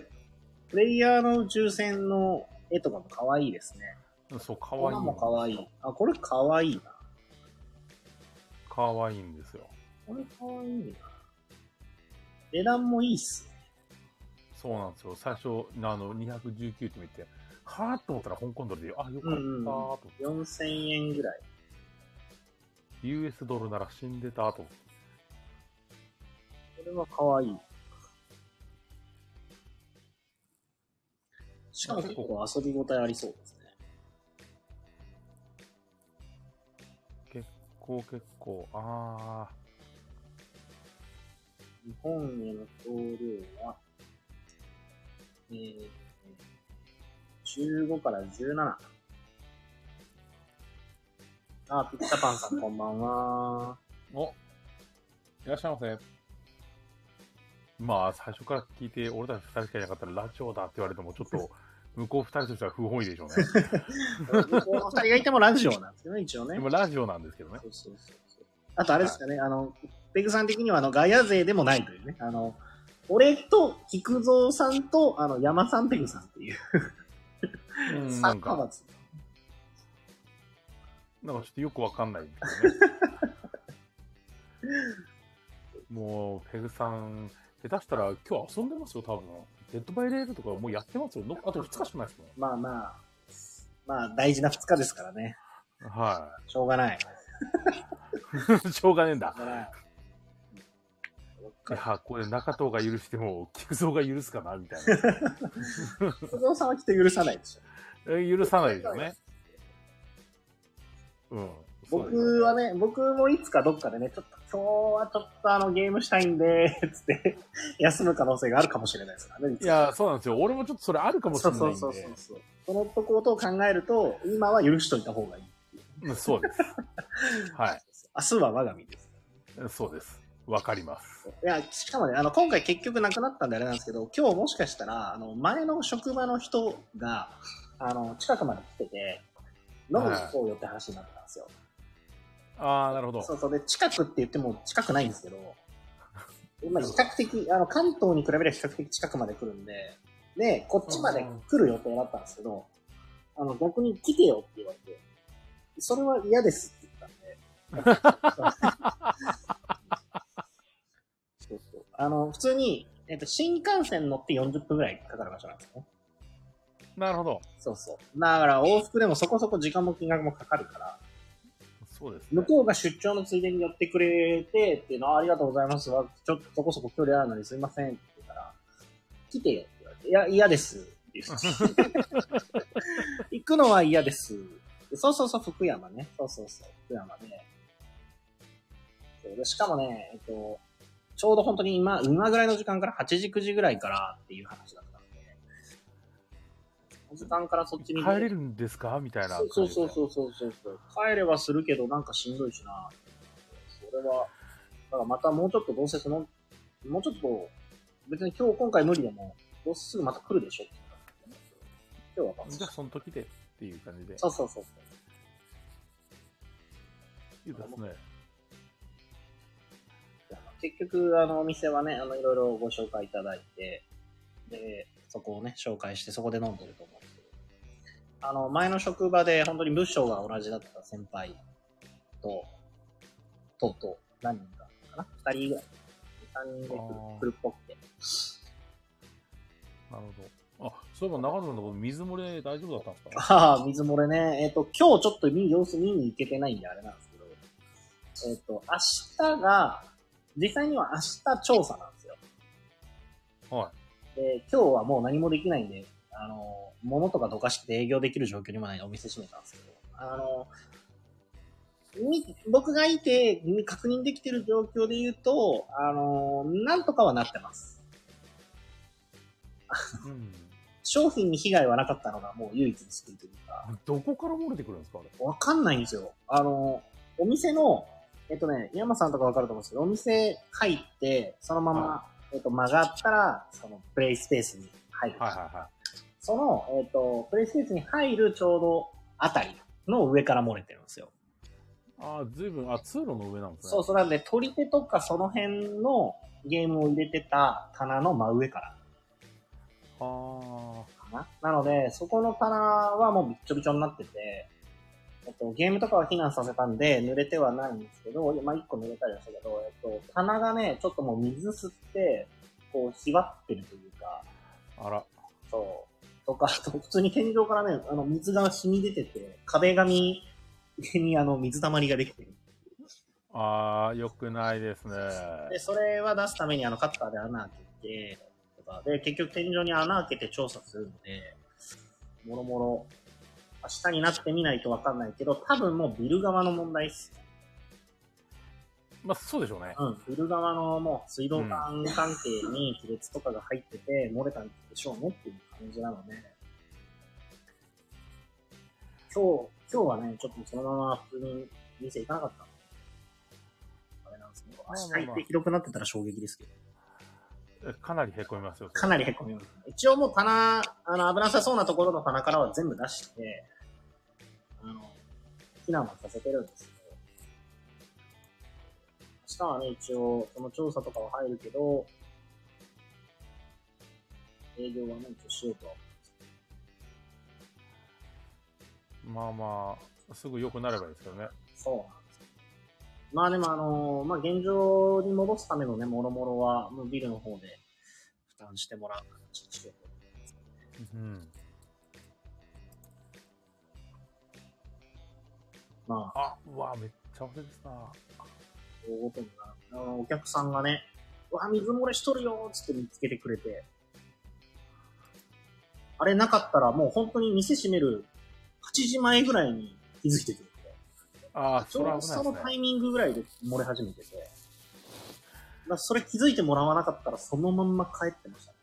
Speaker 3: プレイヤーの宇宙船の絵とかもかわいいですね。
Speaker 2: うんそう、か
Speaker 3: こ
Speaker 2: わ
Speaker 3: ん
Speaker 2: いい
Speaker 3: な
Speaker 2: の。
Speaker 3: んもかわいい。あ、これかわいいな。
Speaker 2: かわいいんですよ。
Speaker 3: これかわいいな。値段もいいっすね。
Speaker 2: そうなんですよ。最初、あの、219って見て、はぁと思ったら香港ドルで、あ、よかったーと思って。
Speaker 3: 4000円ぐらい。
Speaker 2: US ドルなら死んでたと思って。
Speaker 3: これはかわいい。しかも結構遊び応えありそうですね。
Speaker 2: 結構結構、あ
Speaker 3: 日本への送料は、えー、15から17。あ、ピッタパンさんこんばん
Speaker 2: <laughs>
Speaker 3: は。
Speaker 2: ー。おいらっしゃいませ。まあ、最初から聞いて、俺たち二人しかいなかったらラジオだって言われても、ちょっ <laughs> と、向こう二人としては不本意でしょうね。
Speaker 3: この二人がいてもラジオなんですけどね、一応ね。
Speaker 2: でもラジオなんですけどね。
Speaker 3: そうそうそうそうあとあれですかね、あの、ペグさん的にはあのガヤ勢でもないというね。あの、俺と菊蔵さんとあの山さんペグさんっていう、
Speaker 2: うん、
Speaker 3: 三
Speaker 2: なん
Speaker 3: 派
Speaker 2: か、
Speaker 3: 閥。
Speaker 2: なんかちょっとよくわかんないんですけどね。もう、ペグさん、下手したら今日遊んでますよ、多分。デッドバイレールとかもうやってますよ。のあと2日しかないですも
Speaker 3: まあまあ、まあ大事な二日ですからね。
Speaker 2: ん。はい。
Speaker 3: しょうがない。
Speaker 2: <laughs> しょうがねえんだ。
Speaker 3: だから
Speaker 2: いや、これ中藤が許しても、菊蔵が許すかなみたいな。
Speaker 3: 不動さんはきっと許さないでしょ。
Speaker 2: え許さないですよね。うん。そうです
Speaker 3: 僕はね、僕もいつかどっかでね、ちょっと今日はちょっとあのゲームしたいんで、つって休む可能性があるかもしれないですからね。
Speaker 2: いや、そうなんですよ。俺もちょっとそれあるかもし
Speaker 3: そ
Speaker 2: れ
Speaker 3: う
Speaker 2: ないん
Speaker 3: そ
Speaker 2: で。
Speaker 3: うそうそうそう。そのことを考えると、今は許しといた方がいい。
Speaker 2: うんそうです。はい。
Speaker 3: 明日は我が身です。
Speaker 2: そうです。わかります。
Speaker 3: いや、しかもね、あの、今回結局なくなったんであれなんですけど、今日もしかしたら、あの、前の職場の人が、あの、近くまで来てて、飲みに行こうよって話になったんですよ。
Speaker 2: ああ、なるほど。
Speaker 3: そうそう。で、近くって言っても近くないんですけど、まあ比較的、あの、関東に比べれば比較的近くまで来るんで、で、こっちまで来る予定だったんですけど、あの、逆に来てよって言われて、それは嫌ですって言った <laughs> んで。そうそう。あの、普通に、えっと、新幹線乗って40分ぐらいかかる場所なんですね。
Speaker 2: なるほど。
Speaker 3: そうそう。だから往復でもそこそこ時間も金額もかかるから、
Speaker 2: そうです、ね
Speaker 3: 向。こうが出張のついでに寄ってくれてっていうのはありがとうございますわ。ちょっとそこそこ距離あるのにすいませんって言ったら、来てよって言われて、いや、嫌です <laughs> って言って。行くのは嫌です。でそうそうそう、福山ね。そうそうそう、福山で。そうでしかもね、えっと、ちょうど本当に今、今ぐらいの時間から8時、9時ぐらいからっていう話だったので、この時間からそっちに
Speaker 2: 帰れるんですかみたいな感じで。
Speaker 3: そうそうそうそうそうそう。帰れはするけど、なんかしんどいしな。それは、だからまたもうちょっとどうせその、もうちょっと、別に今日今回無理でも、どうせすぐまた来るでしょって言ったんだけどね。今日はま
Speaker 2: じゃあ、その時でっていう感じで。
Speaker 3: そうそうそうそう。
Speaker 2: いいですね。
Speaker 3: 結局、あの、お店はね、あの、いろいろご紹介いただいて、で、そこをね、紹介して、そこで飲んでると思うんですけど、あの、前の職場で、本当に部署が同じだった先輩と、と、と、何人かかな二人ぐらい。三人で来る
Speaker 2: あー
Speaker 3: 来るっぽくて。
Speaker 2: なるほど。あ、そういえば長野さんのとこ水漏れ大丈夫だったんですか
Speaker 3: ああ、水漏れね。えっ、と、今日ちょっと見様子見に行けてないんで、あれなんですけど、えっ、と、明日が、実際には明日調査なんですよ。
Speaker 2: は
Speaker 3: で、今日はもう何もできないんで、あの、物とかどかして営業できる状況にもないんでお店閉めたんですけど、あの、み僕がいてみ確認できてる状況で言うと、あの、なんとかはなってます。
Speaker 2: い。うん。
Speaker 3: 商品に被害はなかったのがもう唯一の救いというか、
Speaker 2: どこから漏れてくるんですかあれ。
Speaker 3: わかんないんですよ。あの、お店の、えっとね、山さんとかわかると思うんですけど、お店入って、そのまま、
Speaker 2: は
Speaker 3: えっと、曲がったら、そのプレイスペースに入る。
Speaker 2: はいはいはい。
Speaker 3: その、えっ、と、プレイスペースに入るちょうどあたりの上から漏れてるんですよ。
Speaker 2: ああ、ずいぶん、あ、通路の上なんですね。
Speaker 3: そうそう、なんで、取り手とかその辺のゲームを入れてた棚の真上から
Speaker 2: は
Speaker 3: かな。なので、そこの棚はもうびっちょびちょになってて、えっと、ゲームとかは避難させたんで、濡れてはないんですけど、まあ、一個濡れたりはしたけど、えっと、棚がね、ちょっともう水吸って、こう、ひばってるというか、
Speaker 2: あ。あら。
Speaker 3: そう。とか、あと普通に天井からね、あの、水が染み出てて、壁紙にあの、水たまりができてる。
Speaker 2: ああ、良くないですね。
Speaker 3: で、それは出すためにあの、カッターで穴開けて、とか、で、結局天井に穴開けて調査するので、もろもろ、明日になってみないとわかんないけど、多分もうビル側の問題っす。
Speaker 2: まあ、そうでしょうね。
Speaker 3: うん、ビル側のもう水道管関係に亀裂とかが入ってて、漏れたんでしょうねっていう感じなので、今日、今日はね、ちょっとそのまま普通に店行かなかったのあれなんですけど、明日行ってひどくなってたら衝撃ですけど、
Speaker 2: かなり凹みますよ。
Speaker 3: かなり凹みます。一応もう棚、あの、危なさそうなところの棚からは全部出して、あの、避難はさせてるんですけど、明日はね、一応、その調査とかは入るけど、営業はね、一応しようとは思
Speaker 2: まあまあ、すぐ良くなればいいですけどね。
Speaker 3: う。そうなんですよまあでもあの、まあ現状に戻すためのね、もろもろは、もうビルの方で負担してもらう形にしようと思います。
Speaker 2: うん。
Speaker 3: まあ、
Speaker 2: あ、うわ、めっちゃ忘れですな。
Speaker 3: 大ごとになあのお客さんがね、うわ、水漏れしとるよーっつって見つけてくれて、あれなかったらもう本当に店閉める8時前ぐらいに気づいてくれて、
Speaker 2: ああ、
Speaker 3: ち
Speaker 2: そ
Speaker 3: ょう
Speaker 2: れは
Speaker 3: ど
Speaker 2: 危ない
Speaker 3: そ
Speaker 2: で
Speaker 3: の
Speaker 2: す
Speaker 3: タ
Speaker 2: ね。
Speaker 3: イミングぐらいで漏れ始めてて、だからそれ気づいてもらわなかったらそのまんま帰ってましたね。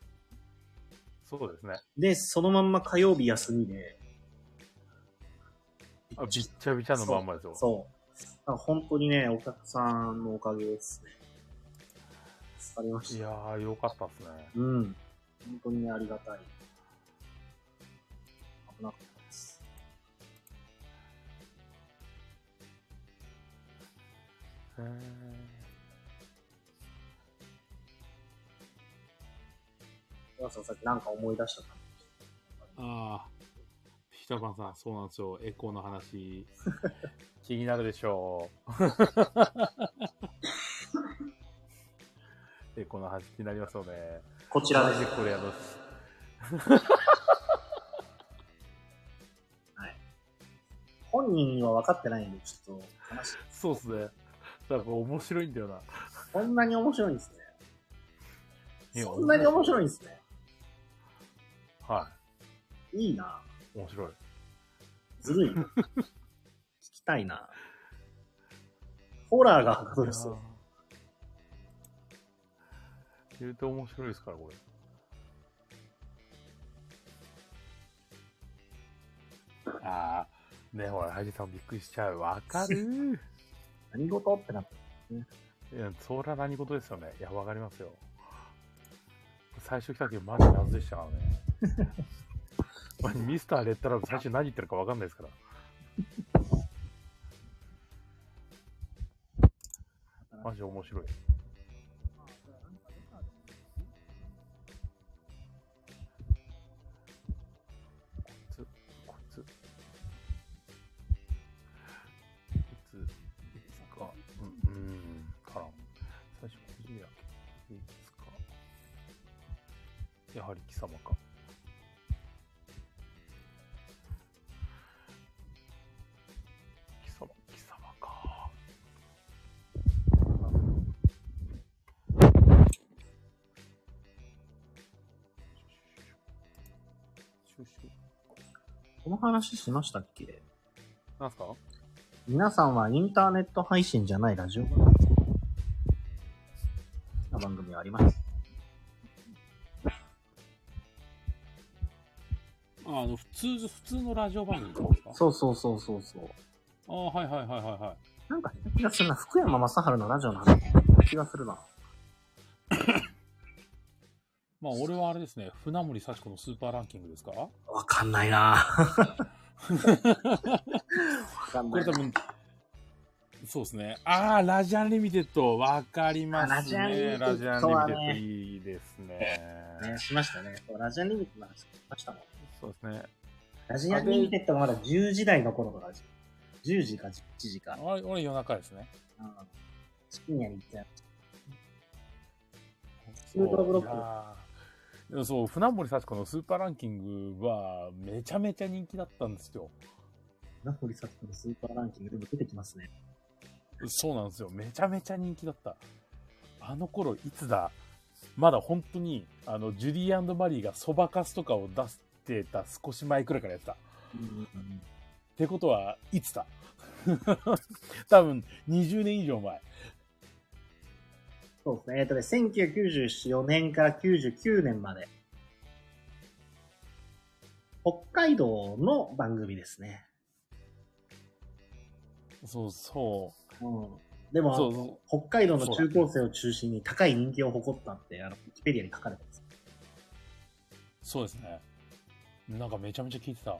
Speaker 2: そうですね。
Speaker 3: で、そのまんま火曜日休みで、
Speaker 2: あ、びっちゃびちゃのまんまですよ。
Speaker 3: そう。だから本当にね、お客さんのおかげですね。助かりました
Speaker 2: い。やー、良かったですね。
Speaker 3: うん。本当にありがたい。危なかったです。
Speaker 2: へー
Speaker 3: 岩佐さん、なんか思い出したか
Speaker 2: ああ、ピタパンさん、そうなんですよ。エコーの話、気になるでしょ <laughs> う。エコーの話気になりますよね。
Speaker 3: こちらで
Speaker 2: マジ
Speaker 3: す。
Speaker 2: これあの、
Speaker 3: 本人には分かってないんで、ちょっと話して、
Speaker 2: そうっすね。だからこれ面白いんだよな。
Speaker 3: そんなに面白いんです
Speaker 2: い
Speaker 3: ね。
Speaker 2: や
Speaker 3: そんなに面白いんですね。
Speaker 2: はい
Speaker 3: いな。
Speaker 2: い。面白い。
Speaker 3: ずるいな。聞きたいな。ホラーがはかどるっすよ。
Speaker 2: いやー知ると面白いですから、これ。ああ、ねほら、ハジさんびっくりしちゃう。わかるー
Speaker 1: 何事ってなって。
Speaker 2: いや、そら何事ですよね。いや、わかりますよ。最初来た時、マジ謎でしたからね。マジミスターレッドラブ、最初何言ってるかわかんないですから。マジ面白い。こいつ、こいつ。こいつ、いつか、うん、うん、からん。最初、こじやけ、いつか。やはり貴様か。貴様、貴様か。シュシュ
Speaker 3: この話しましたっけ
Speaker 2: なんすか
Speaker 3: 皆さんはインターネット配信じゃないラジオな番組はあります。
Speaker 2: ああの、普通、普通のラジオ番組ですか
Speaker 3: そうそうそうそうそう。
Speaker 2: ああ、はいはいはいはいはい。
Speaker 3: なんかした気がするな。福山雅治のラジオの話した気がするな。
Speaker 2: まあ、俺はあれですね、船森幸子のスーパーランキングですかこ
Speaker 3: わかんないなわかんな
Speaker 2: れ
Speaker 3: い
Speaker 2: 多
Speaker 3: な。
Speaker 2: 分、そうですね。ああ、ラジアンリミテッド、わかりますね。
Speaker 3: あラジアンリミテッドはね
Speaker 2: ラジアンリミテッドいいですね。
Speaker 3: ね、しましたね。そうラジアンリミットの話しましたもん。
Speaker 2: そうですね。
Speaker 3: ラジアンリミテッドがまだ10時台の頃からです10時か11時か。
Speaker 2: 俺、俺夜中ですね。
Speaker 3: うん深夜に行っちゃう。
Speaker 2: そ
Speaker 3: ウルトラブロック
Speaker 2: いやーそう、船森幸子のスーパーランキングは、めちゃめちゃ人気だったんですよ。
Speaker 3: ナポリサッカのスーパーランキングでも出てきますね。
Speaker 2: そうなんですよ。めちゃめちゃ人気だった。あの頃、いつだまだ本当に、あの、ジュリーマリーがそばかすとかを出してた少し前くらいからやってた。ってことは、いつだ <laughs> 多分、20年以上前。
Speaker 3: そうですね。えっ、とね、1994年から99年まで。北海道の番組ですね。
Speaker 2: そうそう。
Speaker 3: うん。でも、
Speaker 2: そうそ
Speaker 3: 北海道の中高生を中心に高い人気を誇ったって、あの、ウィキペディアに書かれてます。
Speaker 2: そうですね。なんかめちゃめちゃ聞いてた。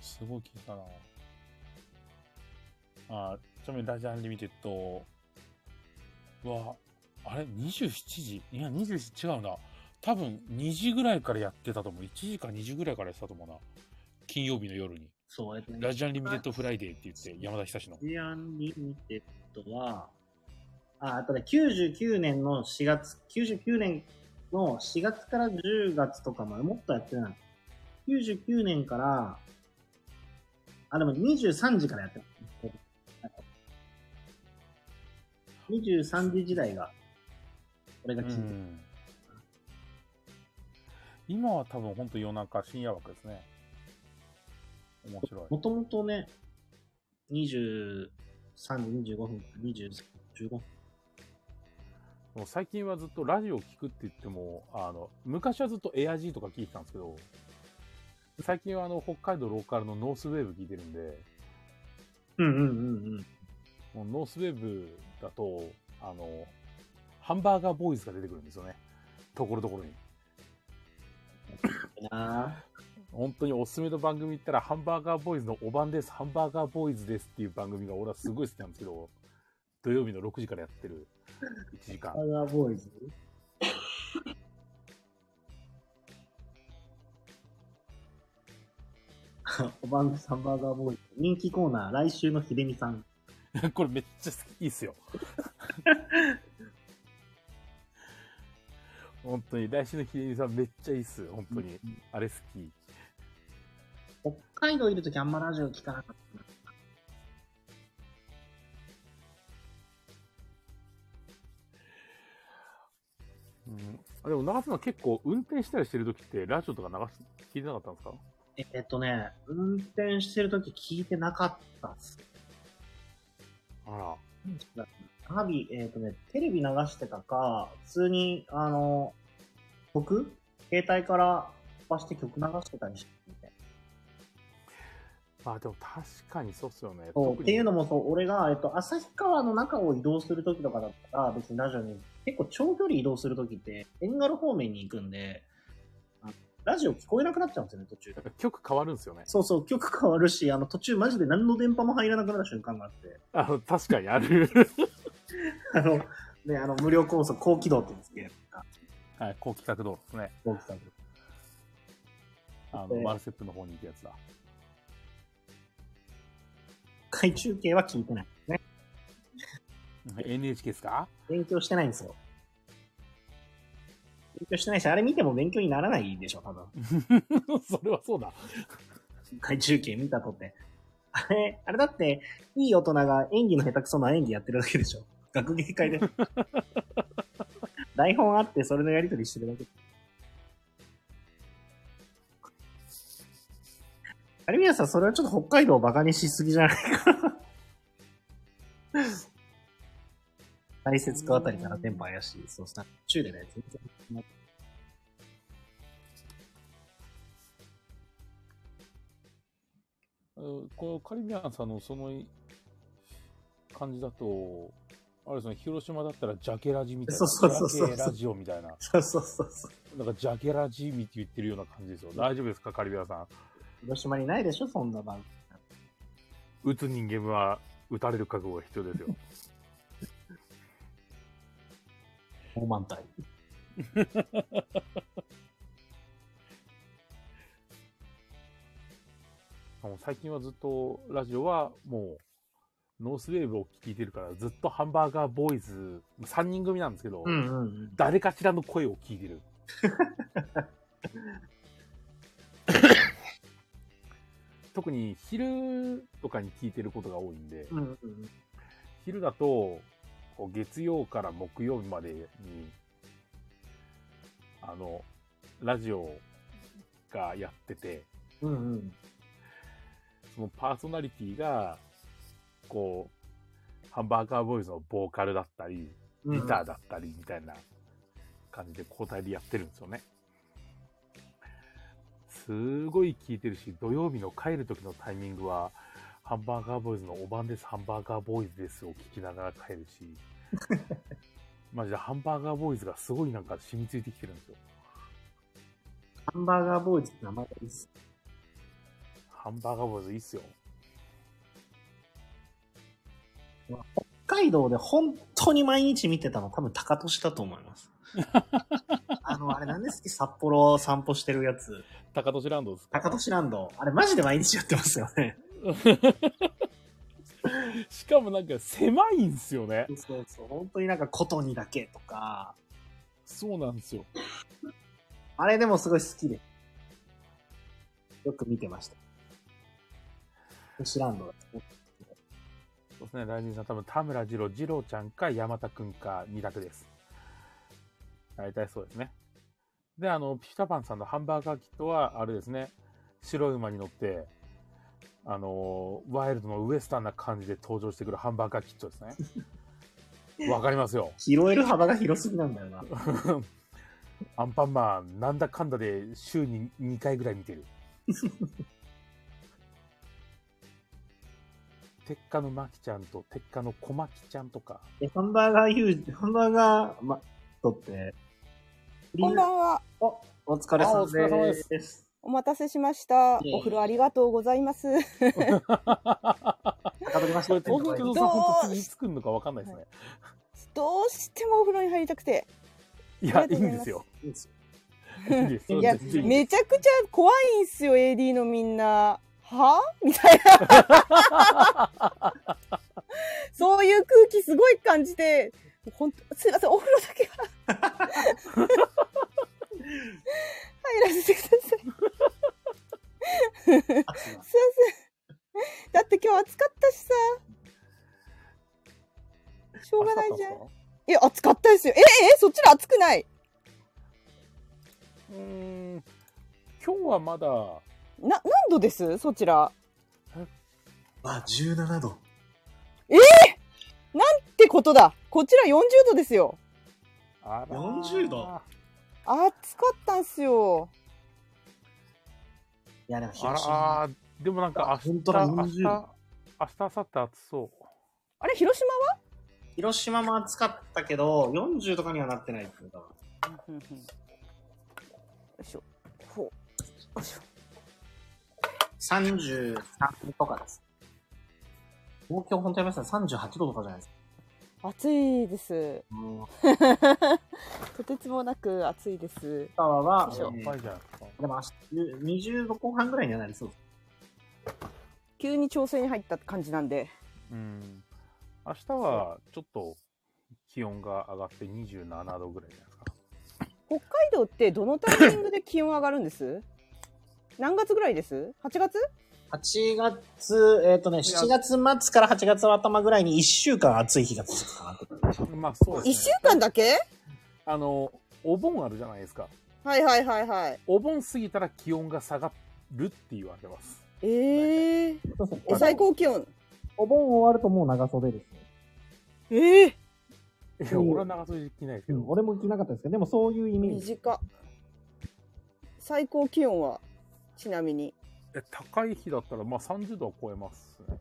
Speaker 2: すごい聞いてたな。あ、ちなみにラジアンリミテッドは、あれ ?27 時いや、27時違うな。多分2時ぐらいからやってたと思う。1時か2時ぐらいからやってたと思うな。金曜日の夜に。
Speaker 3: そう、えっ、とね、
Speaker 2: ラジアンリミテッドフライデーって言って、山田久志の。
Speaker 3: ジアンリミテッドは、あ、あとね、99年の4月、99年の4月から10月とかまでもっとやってない。99年から、あ、でも23時からやってます。23時時代が、これが聞いてる、
Speaker 2: うん今は多分本当夜中深夜枠ですね。面白い。
Speaker 3: もともとね、23時25分から23時15分。
Speaker 2: もう最近はずっとラジオを聞くって言っても、あの、昔はずっとエアジーとか聞いてたんですけど、最近はあの、北海道ローカルのノースウェーブ聞いてるんで、
Speaker 3: うんうんうんうん。
Speaker 2: もうノースウェーブだと、あの、ハンバーガーボーイズが出てくるんですよね。ところどころに。
Speaker 3: な
Speaker 2: 本当におすすめの番組言ったら、ハンバーガーボーイズのお番です、ハンバーガーボーイズですっていう番組が俺はすごい好きなんですけど、土曜日の6時からやってる1時間
Speaker 3: <laughs> ぁ。。ワーボーイズおばんぐサンバーガーボーイズ。人気コーナー、来週のひでみさん。
Speaker 2: これめっちゃ好き、いいっすよ。本当に、来週のひでみさんめっちゃいいっす、本当に。あれ好き。
Speaker 3: 北海道いるときあんまラジオ聞かなかったな。
Speaker 2: うん、あでも流すのは結構運転したりしてる時ってラジオとか流し聞いてなかったんですか
Speaker 3: えっとね、運転してるとき聞いてなかったっす。
Speaker 2: あら。
Speaker 3: だ花火、えっ、とね、テレビ流してたか、普通に、あの、曲携帯から飛ばして曲流してたりしてて。
Speaker 2: まあでも確かにそうっすよね。
Speaker 3: そう
Speaker 2: 特に
Speaker 3: っていうのもそう、俺が、えっと、旭川の中を移動するときとかだったら、別にラジオに、結構長距離移動するときって、ベンガル方面に行くんで、あのラジオ聞こえなくなっちゃうんですよね、途中
Speaker 2: なん。か曲変わるんですよね。
Speaker 3: そうそう、曲変わるし、あの、途中マジで何の電波も入らなくなる瞬間があって、 <laughs>
Speaker 2: あの確かにある。
Speaker 3: あの、ね、あの、無料高速、高軌道って言うんですけど、
Speaker 2: はい、高規格道路ですね。
Speaker 3: 高軌道
Speaker 2: あ
Speaker 3: え
Speaker 2: の、
Speaker 3: ー
Speaker 2: マルセップの方に行くやつだ。
Speaker 3: 回中継は聞いてない。
Speaker 2: NHK ですか
Speaker 3: 勉強してないんですよ。勉強してないし、あれ見ても勉強にならないでしょ、多分。
Speaker 2: <laughs> それはそうだ。
Speaker 3: 回中継見たとって。あれ、あれだって、いい大人が演技の下手くそな演技やってるだけでしょ。学芸会で。台本あって、それのやりとりしてるだけ。あれ、皆さん、それはちょっと北海道をバカにしすぎじゃないかな。大雪川あたりから電波怪しい。そうした。中でね、全然。
Speaker 2: うんこのカリビアンさんのその感じだと、あれですね、広島だったらジャケラジみたいな。
Speaker 3: そうそうそうそう
Speaker 2: ジャケラジオみたいな。
Speaker 3: そうそうそうそう。
Speaker 2: なんかジャケラジみって言ってるような感じですよ。大丈夫ですか、カリビアンさん。
Speaker 3: 広島にないでしょ、そんな番組。
Speaker 2: 撃つ人間は撃たれる覚悟が必要ですよ。
Speaker 3: 大満体。
Speaker 2: <laughs> もう最近はずっとラジオはもうノースウェーブを聞いてるからずっとハンバーガーボーイズ3人組なんですけど、
Speaker 3: うんうんうん。
Speaker 2: 誰かしらの声を聞いてる。特に昼とかに聞いてることが多いんで、
Speaker 3: うんうんうん。
Speaker 2: 昼だとこう月曜から木曜日までにあのラジオがやってて、
Speaker 3: うんうん。
Speaker 2: そのパーソナリティが、こう、ハンバーガーボーイズのボーカルだったり、ギターだったりみたいな感じで交代でやってるんですよね。すごい聴いてるし、土曜日の帰る時のタイミングは、ハンバーガーボーイズのおばんです、ハンバーガーボーイズですを聞きながら帰る <laughs> し、マジでハンバーガーボーイズがすごいなんか染みついてきてるんですよ。
Speaker 3: ハンバーガーボーイズって名前がいいっす。
Speaker 2: ハンバーガーボーイズいいっすよ。
Speaker 3: 北海道で本当に毎日見てたの多分高俊だと思い <laughs> ます。あの、あれ何ですっけ札幌を散歩してるやつ。
Speaker 2: 高俊ランドですか
Speaker 3: 高俊ランド。あれマジで毎日やってますよね。
Speaker 2: しかもなんか狭いんですよね。
Speaker 3: そうそう。本当になんかことにだけとか。
Speaker 2: そうなんですよ。
Speaker 3: あれでもすごい好きで。よく見てました。高俊ランド。
Speaker 2: そうですね、ライジンさん、多分田村二郎、二郎ちゃんか山田くんか二択です。大体そうですね。で、あの、ピピタパンさんのハンバーガーキットは、あれですね、白い馬に乗って、あのー、ワイルドのウエスタンな感じで登場してくるハンバーガーキットですね。わかりますよ。
Speaker 3: 拾える幅が広すぎなんだよな。
Speaker 2: アンパンマン、なんだかんだで週に2回ぐらい見てる。鉄火のマキちゃんと鉄火の小マキちゃんとか。
Speaker 3: で、ハンバーガーユー、ハンバーガー、ま、とって、
Speaker 5: こんばんは。
Speaker 3: お、お疲れ
Speaker 2: あ
Speaker 3: 様
Speaker 2: お疲れ様
Speaker 3: で
Speaker 2: ですす。
Speaker 5: お待たせしました
Speaker 3: いえい。え
Speaker 5: お風呂ありがとうございます。 <laughs>
Speaker 3: 高取りまし
Speaker 2: こ
Speaker 3: た
Speaker 2: れ、東京
Speaker 5: ど
Speaker 2: 都
Speaker 5: う
Speaker 2: さん、本当次いつ来るのかわかんないですね。
Speaker 5: どうしてもお風呂に入りたくて。
Speaker 2: い、
Speaker 5: あ
Speaker 2: や、い
Speaker 5: りが
Speaker 2: いんで
Speaker 5: とうございます
Speaker 2: すよ。
Speaker 3: いいですよ
Speaker 2: いいんですよ。
Speaker 5: いや
Speaker 2: 全然いい
Speaker 5: めちゃくちゃ怖いんすよ、AD のみんな。はみたいな。そういう空気すごい感じて、ほんとすいません、お風呂だけは。入らせてください。
Speaker 3: 暑いな
Speaker 5: すいません。だって今日暑かったしさ。しょうがないじゃん。え、暑かったですよ。え、え、そっちら暑くない。
Speaker 2: うーん。今日はまだ、
Speaker 5: な、何度ですそちら。
Speaker 3: あ、17度。
Speaker 5: ってってことだ。こちら40度ですよ。
Speaker 2: あら
Speaker 3: 40度
Speaker 5: 暑かったんすよ。
Speaker 3: いや、でも
Speaker 2: あら
Speaker 3: 広島。
Speaker 2: あーでもなんか明
Speaker 3: 本
Speaker 2: 日、
Speaker 3: 当だ
Speaker 2: 明日、
Speaker 3: 40
Speaker 2: 明日、明後日暑そう。
Speaker 5: あれ、広島は
Speaker 3: 広島も暑かったけど、40とかにはなってないってことは
Speaker 5: よいしょ。ほう。よいしょ。
Speaker 3: 33とかです。東京本当やめました38度とかじゃないですか。
Speaker 5: 暑いです。
Speaker 3: もう、
Speaker 5: とてつもなく暑いです。
Speaker 3: 北は、
Speaker 5: そう
Speaker 3: え
Speaker 2: やばいじゃないですか。
Speaker 3: ーでも明日20度後半ぐらいにはなりそうです。
Speaker 5: 急に調整に入った感じなんで。
Speaker 2: うん。明日はちょっと気温が上がって27度ぐらいじゃないですか。
Speaker 5: 北海道ってどのタイミングで気温上がるんです <laughs> 何月ぐらいです ?8 月
Speaker 3: 8月、えっ、とね、7月末から8月の頭ぐらいに1週間暑い日が続くか
Speaker 1: <laughs>
Speaker 3: なって。
Speaker 2: まあそうで
Speaker 5: ?1
Speaker 2: す
Speaker 5: 週
Speaker 2: ね。
Speaker 5: 間だけ
Speaker 2: あの、お盆あるじゃないですか。
Speaker 5: はいはいはいはい。
Speaker 2: お盆過ぎたら気温が下がるって言われてます。
Speaker 5: ええー。え最高気温。
Speaker 1: お盆終わるともう長袖ですね。
Speaker 5: え
Speaker 2: い
Speaker 5: え
Speaker 2: や、俺は長袖着ないですけ
Speaker 1: う
Speaker 2: ど、
Speaker 1: ん、俺も着なかったですけど、でもそういうイメージ。
Speaker 5: 短っ最高気温はちなみに
Speaker 2: え高い日だったら、まあ30度は超えますね。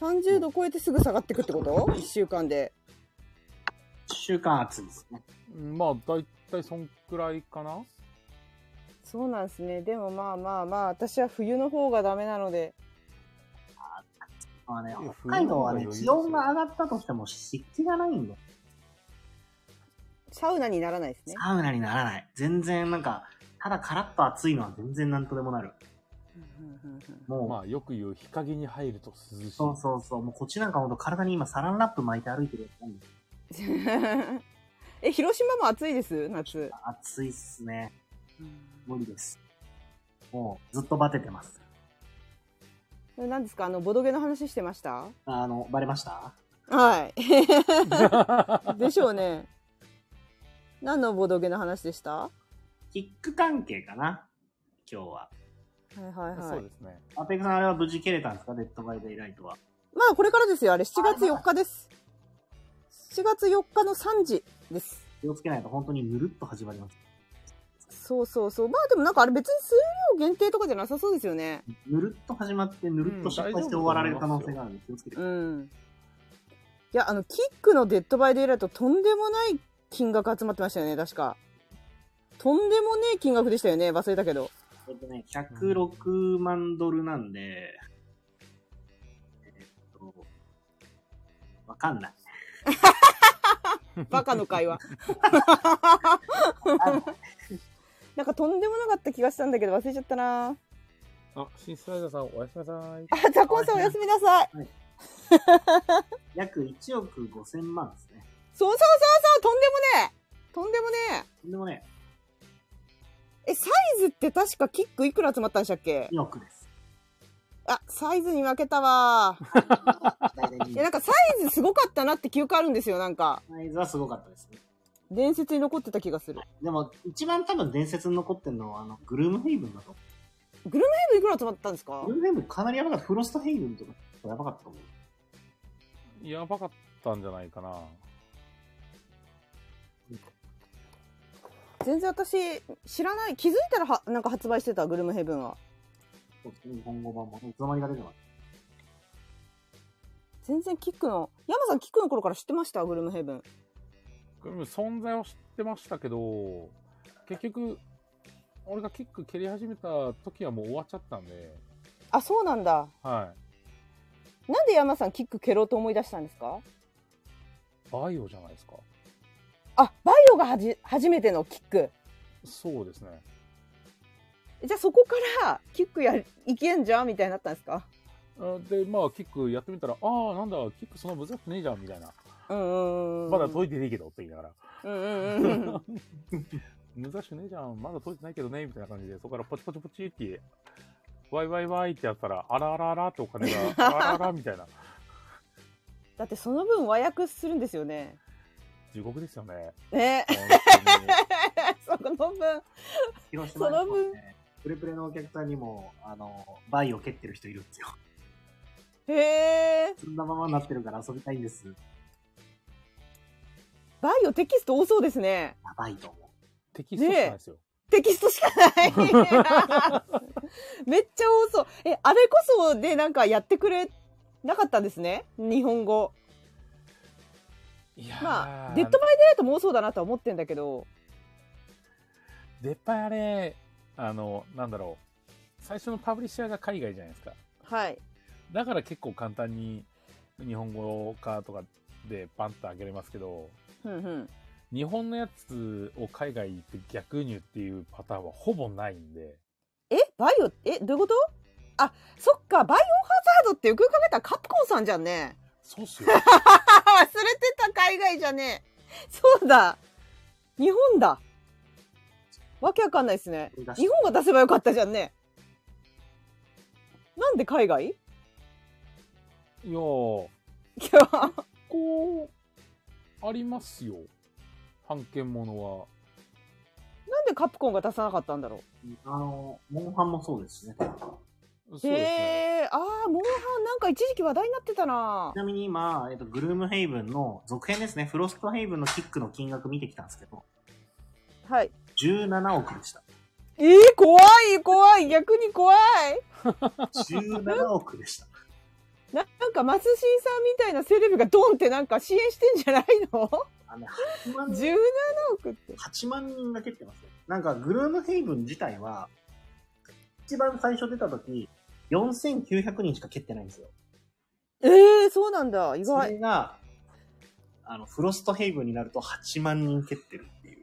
Speaker 5: 30度超えてすぐ下がってくってこと ?1 週間で。
Speaker 3: 1週間暑いですね。
Speaker 2: うんまあ、だいたいそんくらいかな。
Speaker 5: そうなんですね。でもまあまあまあ、私は冬の方がダメなので。
Speaker 3: まあね
Speaker 2: いや、
Speaker 3: 北海道はね
Speaker 2: 冬の方が余裕、です
Speaker 3: 気
Speaker 2: よ
Speaker 3: 温が上がったとしても湿気がないんで、
Speaker 5: サウナにならないですね。
Speaker 3: サウナにならない。全然なんか、ただカラッと暑いのは全然なんとでもなる。もう、
Speaker 2: まあ、よく言う日陰に入ると涼しい。
Speaker 3: そう
Speaker 2: <laughs>
Speaker 3: そうそう。もうこっちなんかほんと体に今サランラップ巻いて歩いてるやつなんですよ
Speaker 5: え、広島も暑いです夏。
Speaker 3: 暑いっすね。無理です。もう、ずっとバテてます。
Speaker 5: 何ですかあの、ボドゲの話してました
Speaker 3: あの、バレました
Speaker 5: はい。でしょう <laughs> ね。何のボドゲの話でしたは
Speaker 3: キック関係かな今日は。
Speaker 5: いはいは
Speaker 2: そ。
Speaker 5: いう
Speaker 2: ですね。
Speaker 3: アペクさんあれは無事蹴れたんですかデッドバイデイライトは。
Speaker 5: まあこれからですよ。あれ7月4日です。7月4日の3時です。
Speaker 3: 気をつけないと本当にぬるっと始まります。
Speaker 5: そうそうそう。まあでもなんかあれ別に数量限定とかじゃなさそうですよね。
Speaker 3: ぬるっと始まって、ぬるっと失敗して終わられる可能性があるんで気をつけて
Speaker 5: う。ん。いや、あの、キックのデッドバイデイライトとんでもない金額集まってましたよね、確か。とんでもねえ金額でしたよね、忘れたけ <laughs> ど。
Speaker 3: えっとね、106万ドルなんで、えっと、わかんない。
Speaker 5: バカの会話。 <laughs> なんかとんでもなかった気がしたんだけど忘れちゃったな
Speaker 2: あ、シンセサイザーさん、おやすみなさい。
Speaker 5: あ、ザコンさんおやすみなさい。
Speaker 3: 約1億5000万ですね。
Speaker 5: そうそうそうそう、とんでもねえとんでもねえ
Speaker 3: でもね、
Speaker 5: え、サイズって確かキックいくら集まったんでしたっけ
Speaker 3: 2億です。
Speaker 5: あ、サイズに負けたわ。
Speaker 3: 大体
Speaker 5: い
Speaker 3: 2
Speaker 5: や、なんかサイズすごかったなって記憶あるんですよ、なんか。
Speaker 3: サイズはすごかったですね。
Speaker 5: 伝説に残ってた気がする。
Speaker 3: でも、一番多分伝説に残ってるのは、あの、グルームヘイブンだと思
Speaker 5: サイズいくら集まったんですか
Speaker 3: う。グルームヘイブンかなりやばかった。フロストヘイブンとか、やばかったと思う。
Speaker 2: やばかったんじゃないかな。
Speaker 5: 全然私、知らない。気づいたらは、なんか発売してた、グルムヘブンは。
Speaker 3: そうですね日本語版も。いつの間にか出てます。
Speaker 5: 全然キックの、山さんキックの頃から知ってましたグルムヘブン。
Speaker 2: でも存在は知ってましたけど、結局、俺がキック蹴り始めた時はもう終わっちゃったんで、
Speaker 5: あ、そうなんだ。
Speaker 2: は
Speaker 5: なんで山さんキック蹴ろうと思い出したんですか
Speaker 2: い。バイオじゃないですか。
Speaker 5: あ、バイオがはじ、初めてのキック。
Speaker 2: そうですね。
Speaker 5: えじゃあそこから、キックや、いけんじゃんみたいになったんですか
Speaker 2: あで、まあ、キックやってみたら、ああ、なんだ、キックそんな難しくねえじゃん、みたいな。
Speaker 5: うんうんうん。
Speaker 2: まだ解いてねえけど、って言いなが <laughs> ら。
Speaker 5: うんうんうん
Speaker 2: <laughs>
Speaker 5: うん。
Speaker 2: 難しくねえじゃん、まだ解いてないけどね、みたいな感じで、そこからポチポチポチって、ワイワイワイってやったら、あらあらあらってお金が、 <laughs> あらあらあらみたいな。
Speaker 5: だってその分和訳するんですよね。
Speaker 2: 地獄ですよね。
Speaker 5: ね
Speaker 2: 本当に
Speaker 5: <laughs> その分。
Speaker 3: 広島にも
Speaker 5: その分
Speaker 3: ね、プレプレのお客さんにも、あの、バイを蹴ってる人いるんですよ。
Speaker 5: へえ。
Speaker 3: <laughs> そんなままになってるから遊びたいんです。
Speaker 5: バイオテキスト多そうですね。
Speaker 3: やばいと思
Speaker 2: テキストしかないですよ。
Speaker 5: テキストしかない。めっちゃ多そう。え、あれこそでなんかやってくれなかったんですね。日本語。
Speaker 2: いやー
Speaker 5: まあ、デッドバイデイライトも多そうだなとは思ってんだけど。
Speaker 2: でっぱいあれ、あの、なんだろう。最初のパブリッシャーが海外じゃないですか。
Speaker 5: はい。
Speaker 2: だから結構簡単に日本語化とかでパンと上げれますけど、
Speaker 5: ふんふん。
Speaker 2: 日本のやつを海外行って逆輸入っていうパターンはほぼないんで、
Speaker 5: え、バイオ、え、どういうことあ、そっか、バイオハザードってよくよく考えたらカプコンさんじゃんね。
Speaker 2: そうっすよ。
Speaker 5: あ忘れてた海外じゃねえ。そうだ。日本だ。わけわかんないですね。
Speaker 3: う。
Speaker 5: 日本が出せばよかったじゃんね。なんで海外い
Speaker 2: いやー、
Speaker 5: や、
Speaker 2: こう、ありますよ。判件ものは。
Speaker 5: なんでカプコンが出さなかったんだろ
Speaker 3: あの、モンハンもそうですしね。
Speaker 2: そうです
Speaker 5: う。へ
Speaker 2: ね。
Speaker 5: え、ああ、モンハンなんか一時期話題になってたな
Speaker 3: ち。なみに今、えっと、グルームヘイブンの続編ですね、フロストヘイブンのキックの金額見てきたんですけど、
Speaker 5: はい。
Speaker 3: 17億で
Speaker 5: <laughs>
Speaker 3: した。
Speaker 5: えー、怖い、怖い、逆に怖い。
Speaker 3: 17億で
Speaker 5: <laughs>
Speaker 3: した。
Speaker 5: ななんか、マスシンさんみたいなセレブがドンってなんか支援してんじゃないの
Speaker 3: あの、8万人、
Speaker 5: ?17 億って。
Speaker 3: 8万人が蹴ってますね。なんか、グルームヘイブン自体は、一番最初出た時、4900人しか蹴ってないんですよ。
Speaker 5: ええー、そうなんだ、意
Speaker 3: そ
Speaker 5: 外。
Speaker 3: れが、あの、フロストヘイブンになると8万人蹴ってるってい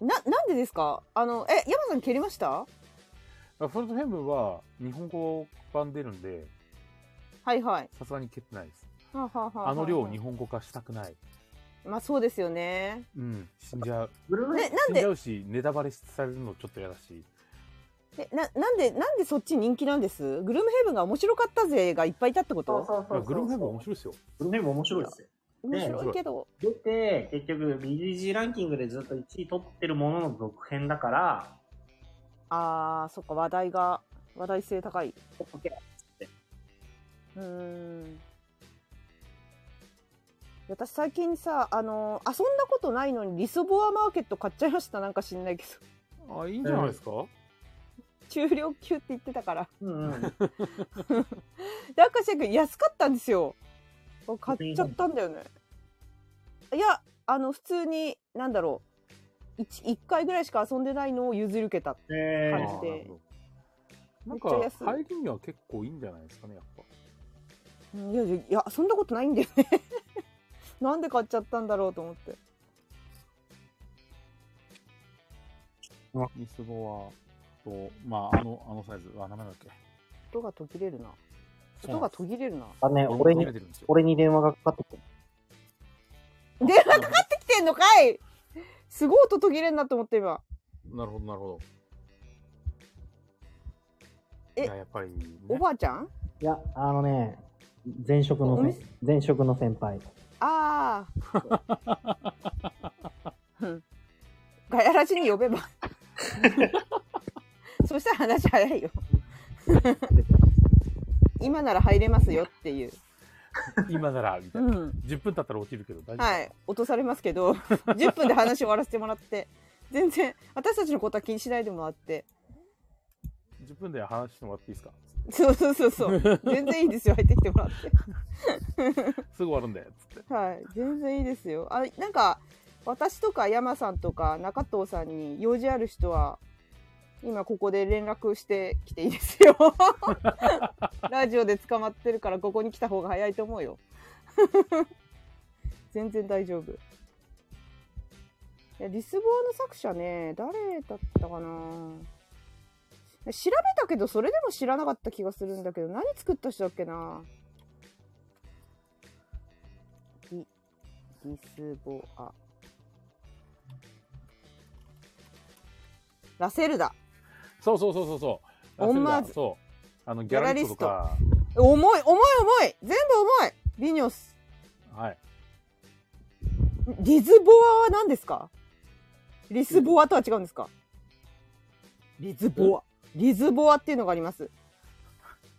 Speaker 3: う。
Speaker 5: な、なんでですかあの、え、山さん蹴りました
Speaker 2: フロントヘムは日本語版出るんで、
Speaker 5: はいはい。
Speaker 2: さすがに蹴ってないです。
Speaker 5: はははは
Speaker 2: あの量を日本語化したくない。
Speaker 5: まあそうですよね。
Speaker 2: うん、死んじゃう。
Speaker 3: グルームヘイ
Speaker 5: ね、なん
Speaker 2: 死んじゃ
Speaker 5: で、
Speaker 2: うし、ネタバレされるのちょっと嫌だし。
Speaker 5: えな、なんで、なんでそっち人気なんですグルームヘイブンが面白かった勢がいっぱいいたって
Speaker 3: ブ
Speaker 5: こ
Speaker 3: ンそ
Speaker 5: と
Speaker 3: うそうそうそう
Speaker 2: グルームヘム面白いですよ。
Speaker 3: グルームヘイブン面白いですよ。
Speaker 5: 面
Speaker 3: ね
Speaker 5: 白いけど。
Speaker 3: 出て、結局 BGG ランキングでずっと1位取ってるものの続編だから、
Speaker 5: あー、そっか、話題が、話題性高い。
Speaker 3: ちょっとけ
Speaker 5: うーん。私最近さ、あのー遊んだことないのにリソボアマーケット買っちゃいました。なんか知んないけど。 <laughs>
Speaker 2: あ、いいんじゃないですか、
Speaker 5: 中量級って言ってたから。
Speaker 3: <laughs> うんうん。
Speaker 5: で、赤ちゃん安かったんですよ。買っちゃったんだよね。いや、あの、普通に、なんだろう。一一回ぐらいしか遊んでないのを譲り受けた。
Speaker 3: え
Speaker 5: 感
Speaker 2: あー
Speaker 5: じ
Speaker 2: なる
Speaker 5: で
Speaker 2: ほどなん
Speaker 5: めっちゃ
Speaker 2: か
Speaker 5: 安い
Speaker 2: 入りには結構いいんじゃないですかねやっぱ
Speaker 5: うんいや、いやいや、そんなことないんだよね。 <laughs> なんで買っちゃったんだろうと思って。
Speaker 2: ミスボアとまああのあのサイズあ名前だっけ
Speaker 5: 音が途切れるな。
Speaker 2: そう
Speaker 5: 音
Speaker 2: なん
Speaker 5: が
Speaker 2: です
Speaker 5: 途切れるな。
Speaker 3: あね、
Speaker 2: 俺
Speaker 3: 俺
Speaker 2: に
Speaker 3: に
Speaker 2: れ、てるんですよ
Speaker 3: 俺に電話がかかってくる。
Speaker 5: 電話かかってきてんのかいすごい音途切れんなと思って今。
Speaker 2: なるほどなるほど
Speaker 5: え
Speaker 2: いややっぱり、ね、
Speaker 5: おばあちゃん
Speaker 3: いや、あのね、前職の
Speaker 5: お店、
Speaker 3: 前職の先輩。
Speaker 5: あ
Speaker 2: <laughs>
Speaker 5: あ。うんガヤラジに呼べば。そしたら話早
Speaker 2: <laughs>
Speaker 5: いよ。今なら入れますよっていう。
Speaker 2: 今ならみた
Speaker 5: う
Speaker 2: いな、
Speaker 5: ん。
Speaker 2: 10分経ったら落ちるけど大丈夫、
Speaker 5: はい。落とされますけど、10分で <laughs> 話終わらせてもらって。全然、私たちのことは気にしないでもらって。
Speaker 2: 10分で話してもらっていいですか
Speaker 5: そうそうそうそう。全然いいですよ。入ってきてもらって。
Speaker 2: すぐ終わるんでつって
Speaker 5: はい、全然いいですよ。あ、なんか、私とか山さんとか中藤さんに用事ある人は、今ここで連絡してきていいですよ。ラジオで捕まってるからここに来た方が早いと思うよ。 <laughs> 全然大丈夫。いやリスボアの作者ね、誰だったかな調べたけど、それでも知らなかった気がするんだけど、何作った人だっけなリスボア。ラセルダ。
Speaker 2: そうそうそうそうそう
Speaker 5: オンマーズ
Speaker 2: あそうだそうあのギャラリストとか
Speaker 5: 重い、重い、重い全部重いビニョス。
Speaker 2: はい
Speaker 5: リズボアは何ですかリスボアとは違うんですかリズボア。リズボアっていうのがあります。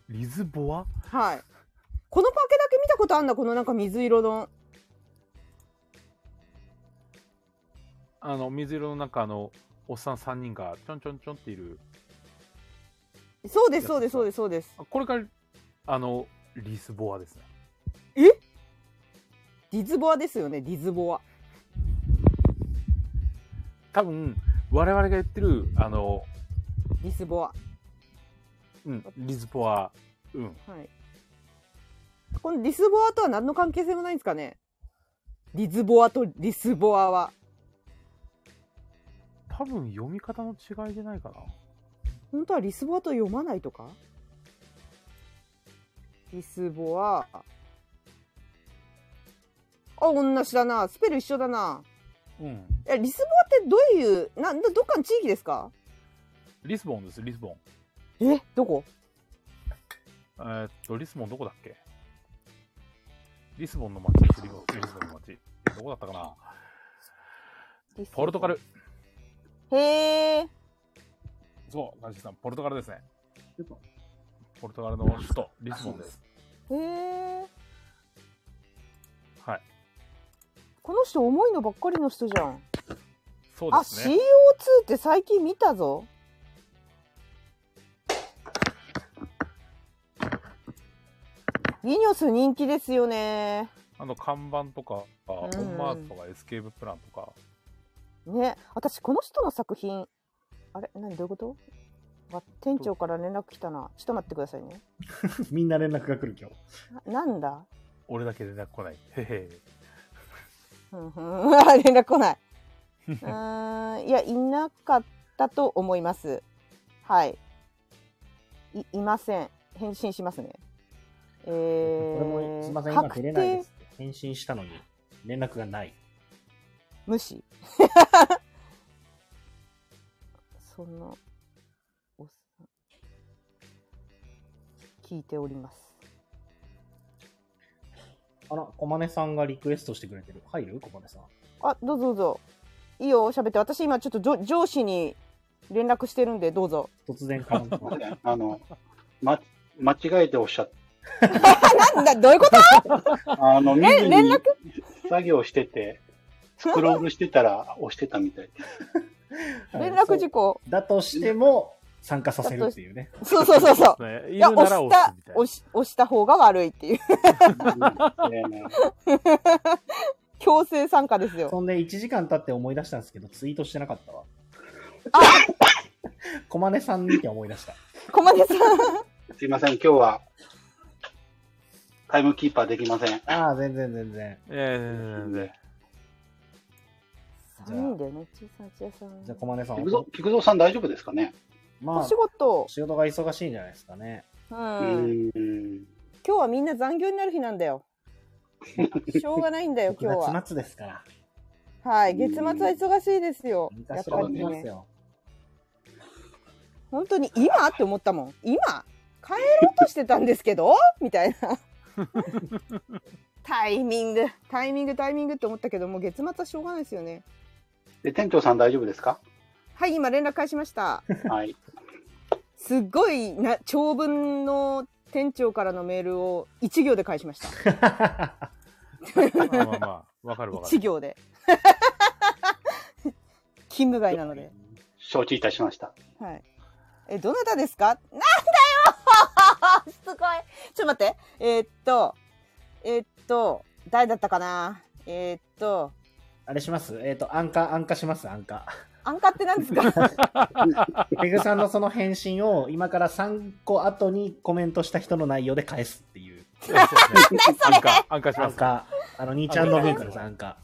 Speaker 2: リズボア
Speaker 5: はい。このパケだけ見たことあんだ、このなんか水色の。
Speaker 2: あの、水色の中のおっさん3人がちょんちょんちょんっている。
Speaker 5: そうです、そうです、そうです、そうです。
Speaker 2: あこれから、あの、リズボアですね。
Speaker 5: ディズボアですよね、ディズボア。
Speaker 2: 多分、我々が言ってる、あの、
Speaker 5: ディスボア。
Speaker 2: うん、リズボア、うん。
Speaker 5: はい。このディスボアとは何の関係性もないんですかねディズボアとディスボアは。
Speaker 2: 多分読み方の違いじゃないかな。
Speaker 5: 本当はリスボアと読まないとかリスボア。あ、同じだな。スペル一緒だな。
Speaker 2: うん。
Speaker 5: え、リスボアってどういう、な、どっかの地域ですか
Speaker 2: リスボンです、リスボン。
Speaker 5: え、どこ
Speaker 2: えーっと、リスボンどこだっけリスボンの街、リスボンリスボンの街。どこだったかなポルトガル。。
Speaker 5: へえ。
Speaker 2: そう、ナジさん、ポルトガルですね。
Speaker 1: ちょっと、
Speaker 2: ポルトガルの首都、リスボンです。
Speaker 5: へえ。
Speaker 2: はい。
Speaker 5: この人重いのばっかりの人じゃん。
Speaker 2: そう
Speaker 5: あ、
Speaker 2: ですね
Speaker 5: CO2。って最近見たぞ。ギニョス人気ですよね。
Speaker 2: あの、看板とか、オンマーズとか、エスケーププランとか、
Speaker 5: ね、私この人の作品。あれ、何どういうこと？あ、店長から連絡来たな。ちょっと待ってくださいね。
Speaker 3: <laughs> みんな連絡が来る今日。
Speaker 5: ななんだ。
Speaker 2: 俺だけ連絡来ない。へへ。
Speaker 5: うんうんあ連絡来ない。うーん、いや、いなかったと思います。はい。い、いません。返信しますね。え
Speaker 3: これも、
Speaker 5: ー、
Speaker 3: すいません、今
Speaker 5: 確
Speaker 3: 出れないで
Speaker 5: 定
Speaker 3: すって。返信したのに、連絡がない。
Speaker 5: 無視。その、おっさん。聞いております。
Speaker 3: あら、小金さんがリクエストしてくれてる。入る小金さん。
Speaker 5: あ、どうぞどうぞ。いいよ、喋って。私今ちょっと上上司に連絡してるんで、どうぞ。
Speaker 3: 突然かな
Speaker 6: あの、ま、間違えておっしゃっ
Speaker 5: なんだ、どういうこと
Speaker 6: た。あの、見ず
Speaker 5: 連
Speaker 6: に
Speaker 5: 絡
Speaker 6: 作業し
Speaker 5: <laughs>
Speaker 6: てて、スクロールしてたら押してたみたい。
Speaker 5: <laughs>
Speaker 6: <laughs>
Speaker 5: 連絡事項。
Speaker 3: だとしても、参加させるっていうね。
Speaker 5: そうそうそうそう。
Speaker 2: ね、
Speaker 5: い
Speaker 2: <laughs> い
Speaker 5: や、
Speaker 2: るな
Speaker 5: 押
Speaker 2: ら
Speaker 5: し
Speaker 2: 押す
Speaker 5: た
Speaker 2: みた、いな
Speaker 5: 押。し、押した方が悪いっていう。 <laughs>
Speaker 6: いやいや
Speaker 5: 強制参加ですよ。
Speaker 3: そんで、1時間経って思い出したんですけど、ツイートしてなかったわ。
Speaker 5: あ
Speaker 3: <laughs> 小金さん見て思い出した。
Speaker 5: 小金 <laughs> さん。
Speaker 6: すいません、今日は、タイムキーパーできません。
Speaker 3: ああ、全然全然。
Speaker 2: ええ
Speaker 6: ね
Speaker 3: じゃあ
Speaker 5: 3人だよね。小さな小さ
Speaker 3: じゃあ、
Speaker 5: な。
Speaker 3: 小金さん
Speaker 6: 菊。蔵菊蔵さん大丈夫ですかね
Speaker 3: ま
Speaker 5: お
Speaker 3: あ
Speaker 5: 仕、事、
Speaker 3: 仕事が忙しいんじゃないですかね。
Speaker 5: うん、
Speaker 6: う
Speaker 5: 今
Speaker 6: ーん。
Speaker 5: 日はみんな残業になる日なんだ <laughs> よ。しょうがないんだよ、
Speaker 3: 9
Speaker 5: 今日は。
Speaker 3: 月末ですから。
Speaker 5: はい、月末は忙しいですよ。やっ
Speaker 3: 昔か
Speaker 5: ぱ
Speaker 3: ら
Speaker 5: り
Speaker 3: 来ます
Speaker 5: ね。
Speaker 3: よ。
Speaker 5: 本当に今って思ったもん。今帰ろうとしてたんですけ <laughs> どみたいな。タイミング、タイミング、タイミングって思ったけど、もう月末はしょうがないですよね。
Speaker 6: で、店長さん大丈夫ですか
Speaker 5: はい、今連絡返しました。
Speaker 6: はい。
Speaker 5: すっごいな長文の店長からのメールを1行で返しま <laughs> した
Speaker 2: まあまあまあ、わかるわか
Speaker 5: 1
Speaker 2: る。
Speaker 5: 行で <laughs> 勤務外なので、
Speaker 6: 承知いたしました。
Speaker 5: はい、えどなたですかなん <laughs> だよしつこいちょっと待ってえーっとえーっと誰だったかなえーっと
Speaker 3: <laughs> あれしますえっ、と、安価、安価します、安価。
Speaker 5: アンカーって何ですか
Speaker 3: ペグさんのその返信を、今から3個後にコメントした人の内容で返すっていう。
Speaker 2: そうですね安価、安価しま
Speaker 3: 安
Speaker 2: す。
Speaker 3: 価。あの、兄ちゃんの文化です、安価。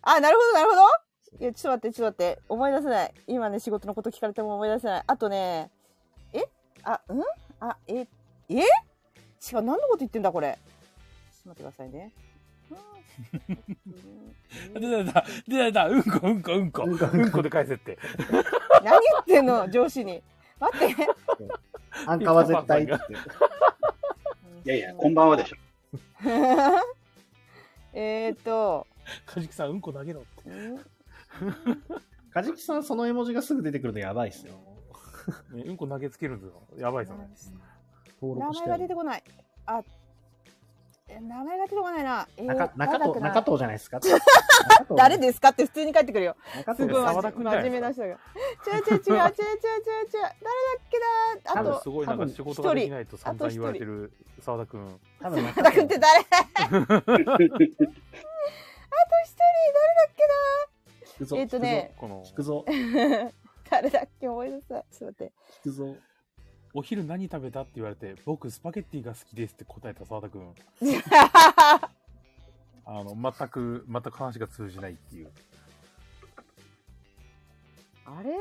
Speaker 5: あなるほどなるほどいやちょっと待ってちょっと待って思い出せない今ね仕事のこと聞かれても思い出せないあとねえあうんあええ違う何のこと言ってんだこれちょっと待ってくださいねうんうん
Speaker 2: 出た出た出たうんこうんこうんこうんこで返せって
Speaker 5: 何言ってんの上司に待って
Speaker 3: 安価は絶対って。
Speaker 6: いやいや、こんばんはでしょ。 <laughs>
Speaker 5: <laughs> えーっと
Speaker 2: カジキさんうんこ投げろって
Speaker 5: うん
Speaker 3: カジキさん、その絵文字がすぐ出てくるのやばいっすよ。
Speaker 2: ねうんこ投げつけるんですよやばいですよね
Speaker 7: 登
Speaker 5: 名
Speaker 7: 録し
Speaker 5: 前
Speaker 7: て
Speaker 5: が
Speaker 7: あ
Speaker 5: 出て
Speaker 7: る。
Speaker 5: こない。あ、え名前が出てこないな。えー
Speaker 3: 中中
Speaker 5: なんだっ
Speaker 3: 藤
Speaker 5: けな
Speaker 3: 中藤じゃないですか。
Speaker 5: <laughs> 誰ですかって普通に帰ってくるよ。
Speaker 7: 中
Speaker 5: す
Speaker 7: 藤
Speaker 5: ご
Speaker 7: です
Speaker 5: い真
Speaker 2: 沢田君じゃない
Speaker 5: 面
Speaker 2: ですか
Speaker 5: 目な人 <laughs> が。違う違う違う違う違う違う違う。誰だっけだ
Speaker 2: 多
Speaker 5: あ
Speaker 2: 分
Speaker 5: と、
Speaker 2: すごいなん
Speaker 3: 多
Speaker 2: か
Speaker 3: 分
Speaker 2: 仕事がで
Speaker 5: 一
Speaker 2: き
Speaker 5: 人
Speaker 2: ないと散々言われてる澤田君。
Speaker 3: 多分
Speaker 5: 田中君って誰 <laughs> あと一
Speaker 7: 聞く
Speaker 5: 人、
Speaker 7: ぞ
Speaker 5: 誰だっけなえっとね、
Speaker 2: この
Speaker 7: 聞くぞ、
Speaker 5: <laughs> 誰だっけ思い出せない。ちょっと待って。
Speaker 7: 聞くぞ。
Speaker 2: お昼何食べたって言われて僕スパゲッティが好きですって答えた澤田君。あの全く全く話が通じないっていう。
Speaker 5: <laughs> あれ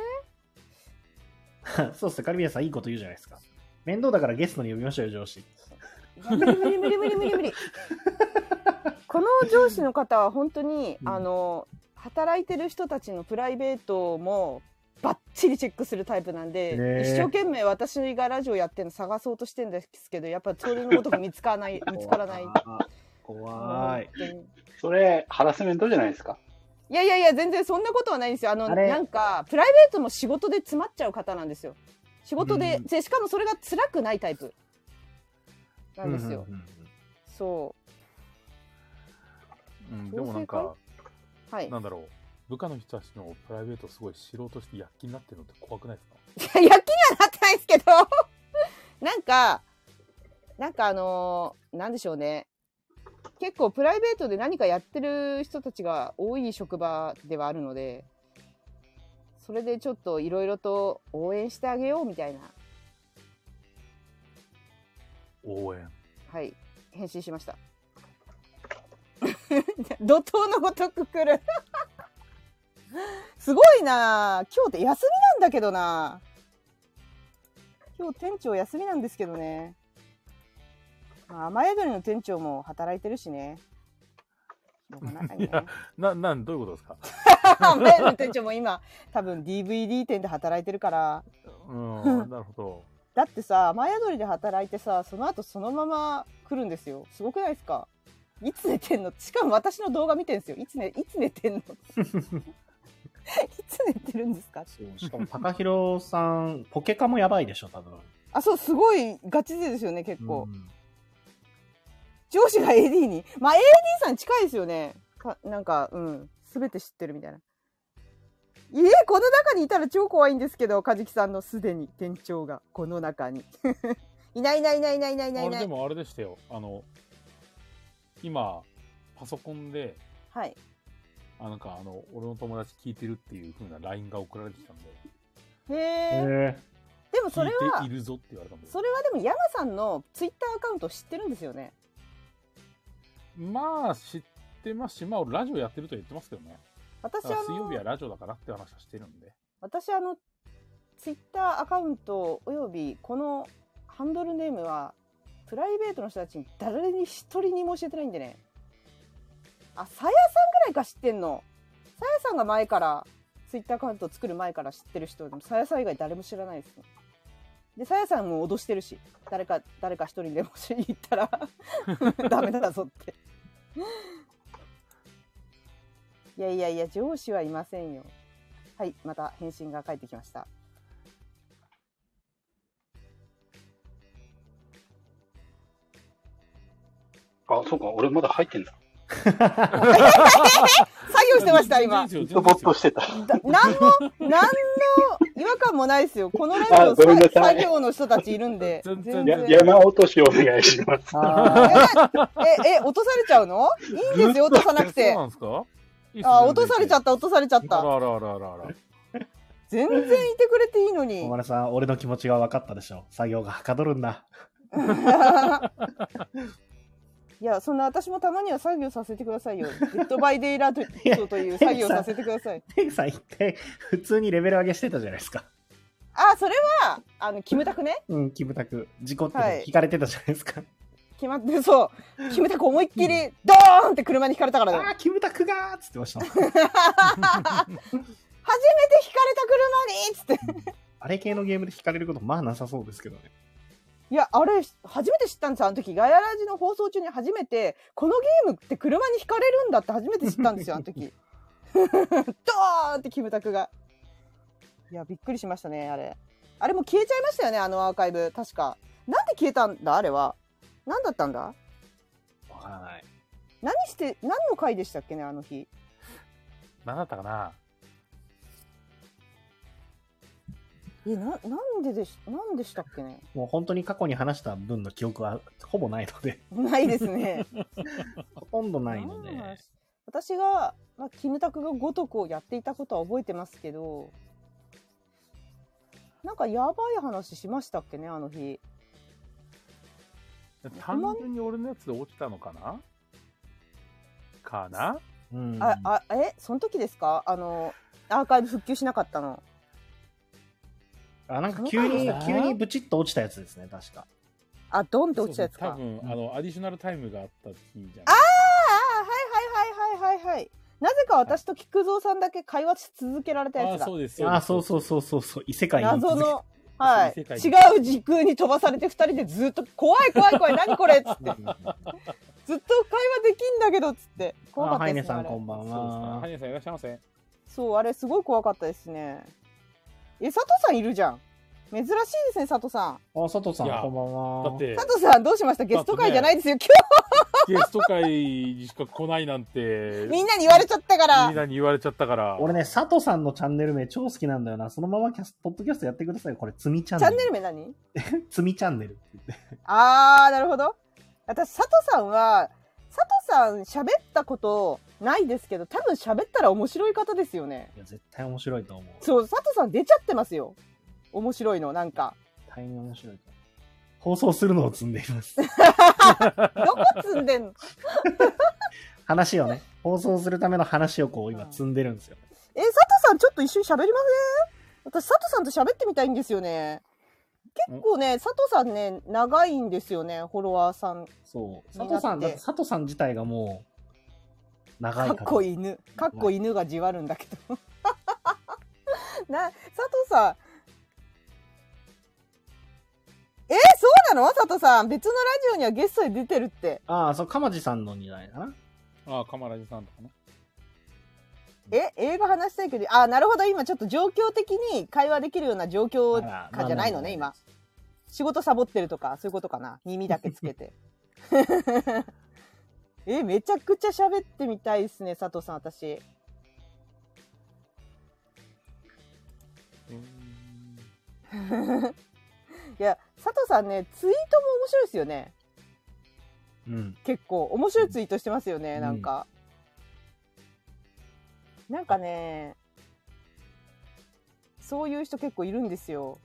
Speaker 3: <laughs> そうっすね、カリビアンさんいいこと言うじゃないですか。面倒だからゲストに呼びましょうよ、上司。
Speaker 5: いや無理無理無理無理無理無理この上司の方は本当に、
Speaker 3: うん
Speaker 5: あの働いてる人たちのプライベートもバッチリチェックするタイプなんで、
Speaker 3: ねえ
Speaker 5: 一生懸命私がラジオやってるの探そうとしてるんですけどやっぱそれのごとく見つからない
Speaker 3: <laughs>
Speaker 5: 見つからない
Speaker 3: 怖い。
Speaker 5: 本当に
Speaker 6: それ、ハラスメントじゃないですか。
Speaker 5: いやいやいや全然そんなことはないんですよあの
Speaker 3: あれ
Speaker 5: なんかプライベートも仕事で詰まっちゃう方なんですよ仕事で,、
Speaker 3: うん
Speaker 5: でしかもそれが辛くないタイプなんですよ、
Speaker 3: うんうん
Speaker 5: そ
Speaker 2: うん、でもなんか、
Speaker 5: う <laughs> はい
Speaker 2: なんだろう。部下の人たちのプライベートをすごい知ろうとして躍起になってるのって怖くないですか
Speaker 5: いや、焼きにはなってないですけど、 <laughs> なんか、なんかあのーなんでしょうね。結構プライベートで何かやってる人たちが多い職場ではあるので、それでちょっといろいろと応援してあげようみたいな、
Speaker 2: 応援。
Speaker 5: はい、返信しました。 <laughs> 怒涛のごとく来る。 <laughs> すごいなあ今日って休みなんだけどな今日店長休みなんですけどね。まあ、雨宿りの店長も働いてるしね。しょうがない
Speaker 2: い
Speaker 5: ね
Speaker 2: やな、なん、どういうことですか
Speaker 5: <laughs> 雨宿りの店長も今、多分 DVD 店で働いてるから。 <laughs>
Speaker 2: うん、なるほど。
Speaker 5: だってさ、雨宿りで働いてさ、その後そのまま来るんですよ。すごくないですかいつ寝てんのしかも私の動画見てんですよ。いつ寝、いつ寝
Speaker 2: <laughs>
Speaker 5: てんのいつ寝てるんですか
Speaker 3: そうしかも、高弘さん、ポケカもやばいでしょ、多分。
Speaker 5: あ、そう、すごいガチ勢ですよね、結構。
Speaker 3: うん
Speaker 5: 上司が AD に。まあ、AD さん近いですよね。かなんか、うん。すべて知ってるみたいな。いえ、この中にいたら超怖いんですけど、カジキさんのすでに店長がこの中に。 <laughs> いないいないいないいないいないい
Speaker 2: あれ
Speaker 5: な
Speaker 2: で
Speaker 5: い。
Speaker 2: もあれでしたよ。あの、今、パソコンで、
Speaker 5: はい。
Speaker 2: あなんかあの、俺の友達聞いてるっていう風な LINE が送られてきたんで、
Speaker 5: へ
Speaker 3: へ
Speaker 5: え。
Speaker 3: え
Speaker 5: でもそ
Speaker 2: 聞
Speaker 5: れはい
Speaker 2: てい、るぞって言われたんで。
Speaker 5: それはでも山さんのツイッターアカウント知ってるんですよね。
Speaker 2: まあ、知ってますし、まあ、俺ラジオやってると言ってますけどね。
Speaker 5: 私
Speaker 2: だ
Speaker 5: あ
Speaker 2: から水曜日は
Speaker 5: の、
Speaker 2: ラジオだからって話はしてるんで。
Speaker 5: 私あの、ツイッターアカウントおよびこのハンドルネームは、プライベートの人たちに誰に一人にも教えてないんでね。あ、さやさんぐらいか知ってんの。さやさんが前から、ツイッターアカウント作る前から知ってる人、でもさやさん以外誰も知らないですね。で、さやさんも脅してるし、誰か、誰か一人にでもし行ったら、 <laughs> ダメだぞって。いやいやいや、上司はいませんよ。はい、また返信が返ってきました。
Speaker 6: あ、そうか、俺まだ入ってんだ。
Speaker 5: 作業してました、今。だ
Speaker 6: ずっとぼっとしてた。
Speaker 5: 何も、何の違和感もないですよ。このライ
Speaker 6: あ
Speaker 5: ブ
Speaker 6: ごめんな
Speaker 5: の
Speaker 6: さ
Speaker 5: 作
Speaker 6: い
Speaker 5: 業の人たちいるんで。
Speaker 2: 全然
Speaker 5: 全
Speaker 6: や
Speaker 5: 然。
Speaker 6: 山落としお願いします。
Speaker 3: あー
Speaker 5: え、え、落とされちゃうのいいんですよ、落とさなく
Speaker 2: そう
Speaker 5: て。
Speaker 2: なんですかいいっすね
Speaker 5: あ、落とされちゃった、落とされちゃっ
Speaker 2: あ
Speaker 5: た。
Speaker 2: らあらあらあらあら。
Speaker 5: 全然いてくれていいのに
Speaker 3: 小。丸さん、俺の気持ちが分かったでしょ。作業がはかどるんだ。
Speaker 5: いや、そんな私もたまには作業させてくださいよ。デッドバイデイライトという作業させてください。
Speaker 3: ペグさん、一回、普通にレベル上げしてたじゃないですか。
Speaker 5: あ、それは、あの、キムタクね。
Speaker 3: うん、キムタク。事故って
Speaker 5: はい
Speaker 3: 聞かれてたじゃないですか。
Speaker 5: 決まって、そう。キムタク思いっきり、ドーンって車にひかれたからだよ
Speaker 3: ああ、キムタクがーっつってました。
Speaker 5: 初めて引かれた車にっつって。
Speaker 3: あれ系のゲームで聞かれること、まあなさそうですけどね。
Speaker 5: いや、あれ、初めて知ったんですよ。あの時、ガヤラジの放送中に初めて、このゲームって車に引かれるんだって初めて知ったんです
Speaker 3: <laughs>
Speaker 5: よ、あの時。 <laughs> ドーンってキムタクが。いや、びっくりしましたね、あれ。あれもう消えちゃいましたよね、あのアーカイブ。確か。なんで消えたんだあれは。なんだったんだ
Speaker 3: わからない。
Speaker 5: 何して、何の回でしたっけね、あの日。
Speaker 2: 何だったかな
Speaker 5: え、な、なんででし、なんでしたっけね。
Speaker 3: もう本当に過去に話した分の記憶はほぼないので、
Speaker 5: ないですね。
Speaker 3: ほとんどないので
Speaker 5: 何、の話私が、まあ、キムタクがごとくをやっていたことは覚えてますけど、なんかやばい話しましたっけね、あの日。
Speaker 2: 単純に俺のやつで落ちたのかなかな
Speaker 3: うん、
Speaker 5: あ、あ、え、その時ですかあの、アーカイブ復旧しなかったの。
Speaker 3: あなんか急に
Speaker 2: そうか、
Speaker 3: 急にブチッと落ちたやつですね、確か。
Speaker 5: あ、ドンって落ちたやつか。
Speaker 2: 多分、あの、アディショナルタイムがあった日じゃん。
Speaker 5: ああ、はいはいはいはいはいはい。なぜか私と菊蔵さんだけ会話し続けられたや
Speaker 2: あ
Speaker 5: つだ。
Speaker 2: そうです。
Speaker 3: あ、そうそうそうそうそう、異世界に行き
Speaker 5: 謎
Speaker 3: 続け <laughs>
Speaker 5: の、はい。
Speaker 2: そう
Speaker 5: 違
Speaker 2: 異世界
Speaker 5: う時空に飛ばされて二人でずっと、怖い怖い
Speaker 3: <laughs>
Speaker 5: 怖い、何これっつって。ずっと会話できんだけどっつって。怖か
Speaker 3: あ
Speaker 5: った
Speaker 3: ハイ
Speaker 5: で
Speaker 3: ネ
Speaker 5: すね。
Speaker 3: さ
Speaker 5: あ
Speaker 3: んこ
Speaker 5: れ
Speaker 3: んばん
Speaker 2: ハ
Speaker 3: は。
Speaker 2: ニさんいらっしゃいませ。
Speaker 5: そう、あれすごい怖かったですね。え、佐藤さんいるじゃん。珍しいですね、佐藤さん。
Speaker 3: あ、佐藤さん
Speaker 2: いや
Speaker 3: こんばんは。
Speaker 2: だ <laughs> って、
Speaker 5: 佐藤さんどうしましたゲスト会じゃないですよ。今
Speaker 2: ゲスト会にしか来ないなんて、
Speaker 5: 日みんなに言われちゃったから。
Speaker 2: みんなに言われちゃったから。
Speaker 3: 俺ね、佐藤さんのチャンネル名超好きなんだよな。そのままキャスポッドキャストやってくださいよ。これ、つみチャン
Speaker 5: チ
Speaker 3: ネ
Speaker 5: ャ
Speaker 3: ル。
Speaker 5: ンネル名何
Speaker 3: つみチャンネルって言って。
Speaker 5: あー、なるほど。私、佐藤さんは、佐藤さん喋ったことないですけど、多分喋ったら面白い方ですよね。
Speaker 3: いや、絶対面白いと思う。絶
Speaker 5: そう、佐藤さん出ちゃってますよ。面白いの、なんか。
Speaker 3: 対に面白いと思う。放送するのを積んでいます。
Speaker 5: <laughs> どこ積んでんの
Speaker 3: 話をね、放送するための話をこう、今積んでるんですよ。
Speaker 5: え、佐藤さんちょっと一緒に喋りません私、佐藤さんと喋ってみたいんですよね。結構ね、佐藤さんね、長いんですよね、フォロワーさん。
Speaker 3: そう。佐藤さん、だって佐藤さん自体がもう、長い
Speaker 5: かっこ
Speaker 3: い。
Speaker 5: いい犬。かっこいい犬がじわるんだけど。な、佐藤さん。えーそうなの佐藤さん。別のラジオにはゲストで出てるって。
Speaker 3: ああ、そう、かまじさんの二代かな。
Speaker 2: ああ、カマラジさんとかね。
Speaker 5: え、映画話したいけど、あー、なるほど。今ちょっと状況的に会話できるような状況
Speaker 3: あら
Speaker 5: かじゃないの
Speaker 3: まあ
Speaker 5: ね、今。仕事サボってるとか、そういうことかな。耳だけつ
Speaker 3: <laughs>
Speaker 5: けて。え、めちゃくちゃ喋ってみたいですね、佐藤さん、私。 <laughs> いや、佐藤さんね、ツイートも面白いですよね。
Speaker 3: うん。
Speaker 5: 結構。面白いツイートしてますよね、なんか。なんかね、そういう人結構いるんですよ。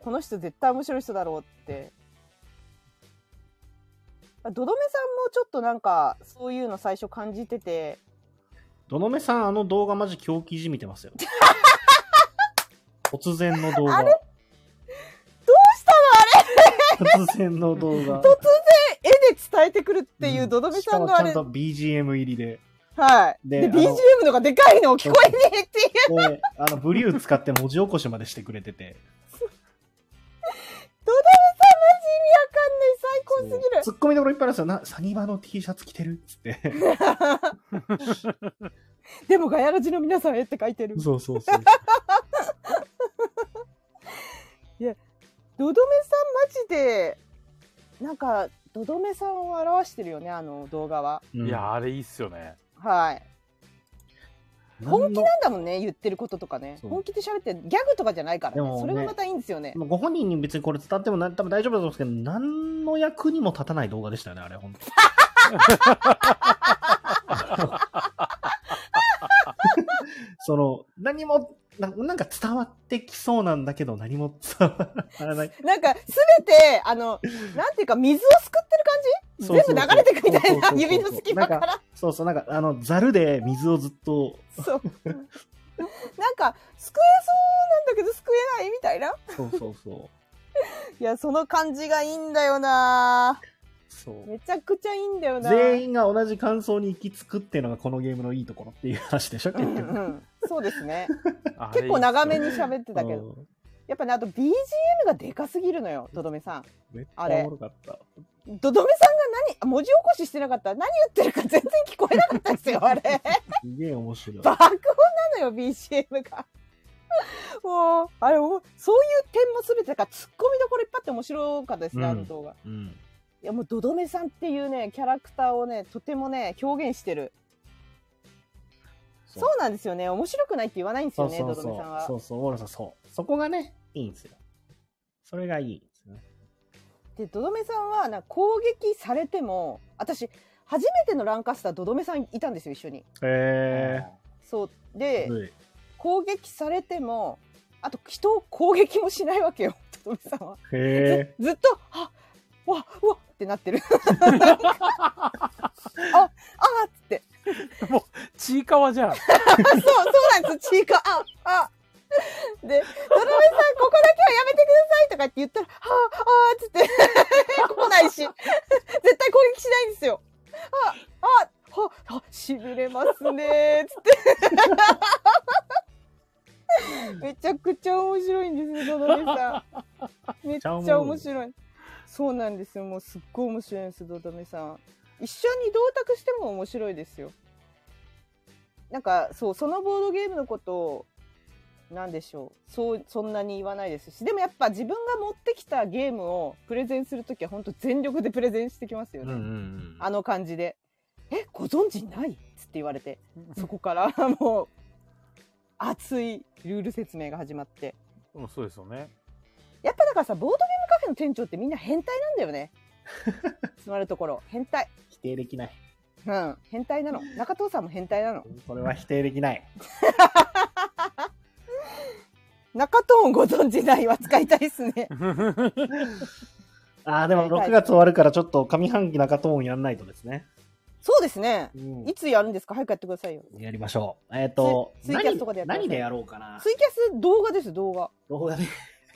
Speaker 5: この人絶対面白い人だろうって。あどどめさんもちょっとなんか、そういうの最初感じてて、
Speaker 3: どのめさん、あの動画マジ狂気じみて
Speaker 5: <laughs>
Speaker 3: ますよ。突然の動画。
Speaker 5: あ
Speaker 3: どうした
Speaker 5: <laughs>
Speaker 3: のあれ突然の動画。突
Speaker 5: 絵で伝えてくるっていうどどめさんのあれ、
Speaker 3: ちゃんと BGM 入り
Speaker 5: <laughs>
Speaker 3: で。
Speaker 5: はい。
Speaker 3: であ
Speaker 5: で、
Speaker 3: の
Speaker 5: BGM のがでかいの聞こえねえっていう。
Speaker 3: で、あの、ブリュー使って文字起こしまでしてくれて
Speaker 5: <laughs>
Speaker 3: て。
Speaker 5: どどめさんマジ意味わかんない。最高すぎる。
Speaker 3: ツッコミどころいっぱいあるんですよ。な、サニバの T シャツ着てるっつって。
Speaker 5: でもガヤラジの皆さんへって書いてる。
Speaker 3: そうそうそう。
Speaker 5: どどめさんマジで、なんか、どどめさんを表してるよね、あの動画は。
Speaker 3: うん
Speaker 2: いや、、あれいいっすよ <laughs> ね。
Speaker 5: はい。本気
Speaker 3: だ
Speaker 5: なんだもんね、言ってることとかね。
Speaker 3: そう
Speaker 5: 本気で喋ってる、ギャグとかじゃないから
Speaker 3: で
Speaker 5: ね。
Speaker 3: もね
Speaker 5: それがまたいいんですよね。
Speaker 3: ご本人に別にこれ伝ってもな多分大丈夫だと思うんですけど、何の役にも立たない動画でしたよね、あれ、本当 <laughs> その、何もな、なんか伝わってきそうなんだけど、何も伝わらない。
Speaker 5: なんか、すべて、あの、なんていうか、水をすくってる感じ
Speaker 3: そうそうそう
Speaker 5: 全部流れてくみたいな
Speaker 3: そうそうそうそう
Speaker 5: 指の隙間か
Speaker 3: なん
Speaker 5: ら
Speaker 3: そうそう、なんか、あの、ざるで水をずっと、
Speaker 5: そう。 <laughs> なんか、すくえそうなんだけど、すくえないみたいな。
Speaker 3: そうそうそう。
Speaker 5: いや、その感じがいいんだよな
Speaker 3: そう。
Speaker 5: <laughs> めちゃくちゃいいんだよな
Speaker 3: 全員が同じ感想に行き着くっていうのがこのゲームのいいところっていう話でしょ、
Speaker 5: う
Speaker 3: 結
Speaker 5: <laughs> ん
Speaker 3: 局。
Speaker 5: うん、そうですね。
Speaker 2: あれいいっすよね
Speaker 5: 結構長めに喋ってたけど。
Speaker 3: うん
Speaker 5: やっぱね、あと BGM がでかすぎるのよ、どどめさん。
Speaker 3: めっち
Speaker 5: あれ
Speaker 3: ゃおもろかった。
Speaker 5: どどめさんが何、文字起こししてなかった何言ってるか全然聞こえなかったですよ、あれ。
Speaker 3: すげえ面白い。
Speaker 5: 爆音なのよ、BGM が。もう、あれ、おそういう点もすべて、だからツッコミどころいっぱいあって面白かったですね、あの動画。
Speaker 3: うん。
Speaker 5: いや、もう、ドドメさんっていうね、キャラクターをね、とてもね、表現してる。そうなんですよね。面白くないって言わないんです
Speaker 3: そ
Speaker 5: よ
Speaker 3: う
Speaker 5: ね、
Speaker 3: そ
Speaker 5: ド
Speaker 3: う
Speaker 5: ド
Speaker 3: そ
Speaker 5: メさん
Speaker 3: う。
Speaker 5: は
Speaker 3: そ。うそう、ウォルさん、そう。そこがね、いいんですよ。それがいいんですよね。
Speaker 5: で、ドドメさんは、なんか攻撃されても、私、初めてのランカスター、ドドメさんいたんですよ、一緒に。
Speaker 3: へ
Speaker 5: そう。
Speaker 3: え
Speaker 5: で、
Speaker 3: ー。
Speaker 5: 攻撃されても、あと、人を攻撃もしないわけよ、 <laughs> ドドメさんは。
Speaker 3: へ
Speaker 5: ずっと、あわ、うわってなってる。あ、あーっつって。
Speaker 2: ちいかわじゃん。
Speaker 5: そう、そうなんです。チーカー、あ、あ。で、ドラメさん、ここだけはやめてくださいとかって言ったら、はあ、あーっつって、 <laughs> 来ないし、絶対攻撃しないんですよ。あ、あ、は、あ、しびれますねーっつって。 <laughs> めちゃくちゃ面白いんですよ、ドラメさん。めっちゃ面白い。そうなんですよ。もうすっごい面白いんですよ、ドドメさん。一緒に同卓しても面白いですよ。なんか、そう、そのボードゲームのことを、なんでしょう。そう、そんなに言わないですし。でもやっぱ自分が持ってきたゲームをプレゼンするときは本当全力でプレゼンしてきますよ
Speaker 3: うん
Speaker 5: ね。
Speaker 3: うんうん。
Speaker 5: あの感じで。え、ご存知ないっつって言われて、そこからもう、熱いルール説明が始まって。
Speaker 2: うん、そうですよね。 <laughs>
Speaker 5: やっぱだからさ、ボードゲームカフェの店長ってみんな変態なんだ
Speaker 3: <laughs>
Speaker 5: よね。つまるところ。変態。
Speaker 3: 否定できない。
Speaker 5: うん。変態なの。中藤さんも変態なの。
Speaker 3: これは否定できない。
Speaker 5: 中藤をご存知ないは使いたいっすね。
Speaker 3: ああ、でも
Speaker 5: はい
Speaker 3: 6月終わるからちょっと上半期中トーンやんないとですね。
Speaker 5: そうですね。
Speaker 3: うん
Speaker 5: いつやるんですか早くやってくださいよ。
Speaker 3: やりましょう。えっ、と、
Speaker 5: ツイツイキャスとかでやって
Speaker 3: 何
Speaker 5: くださ
Speaker 3: 何
Speaker 5: い
Speaker 3: でやろうかな
Speaker 5: ツ。イキャス動画です、動画。
Speaker 3: 動画で。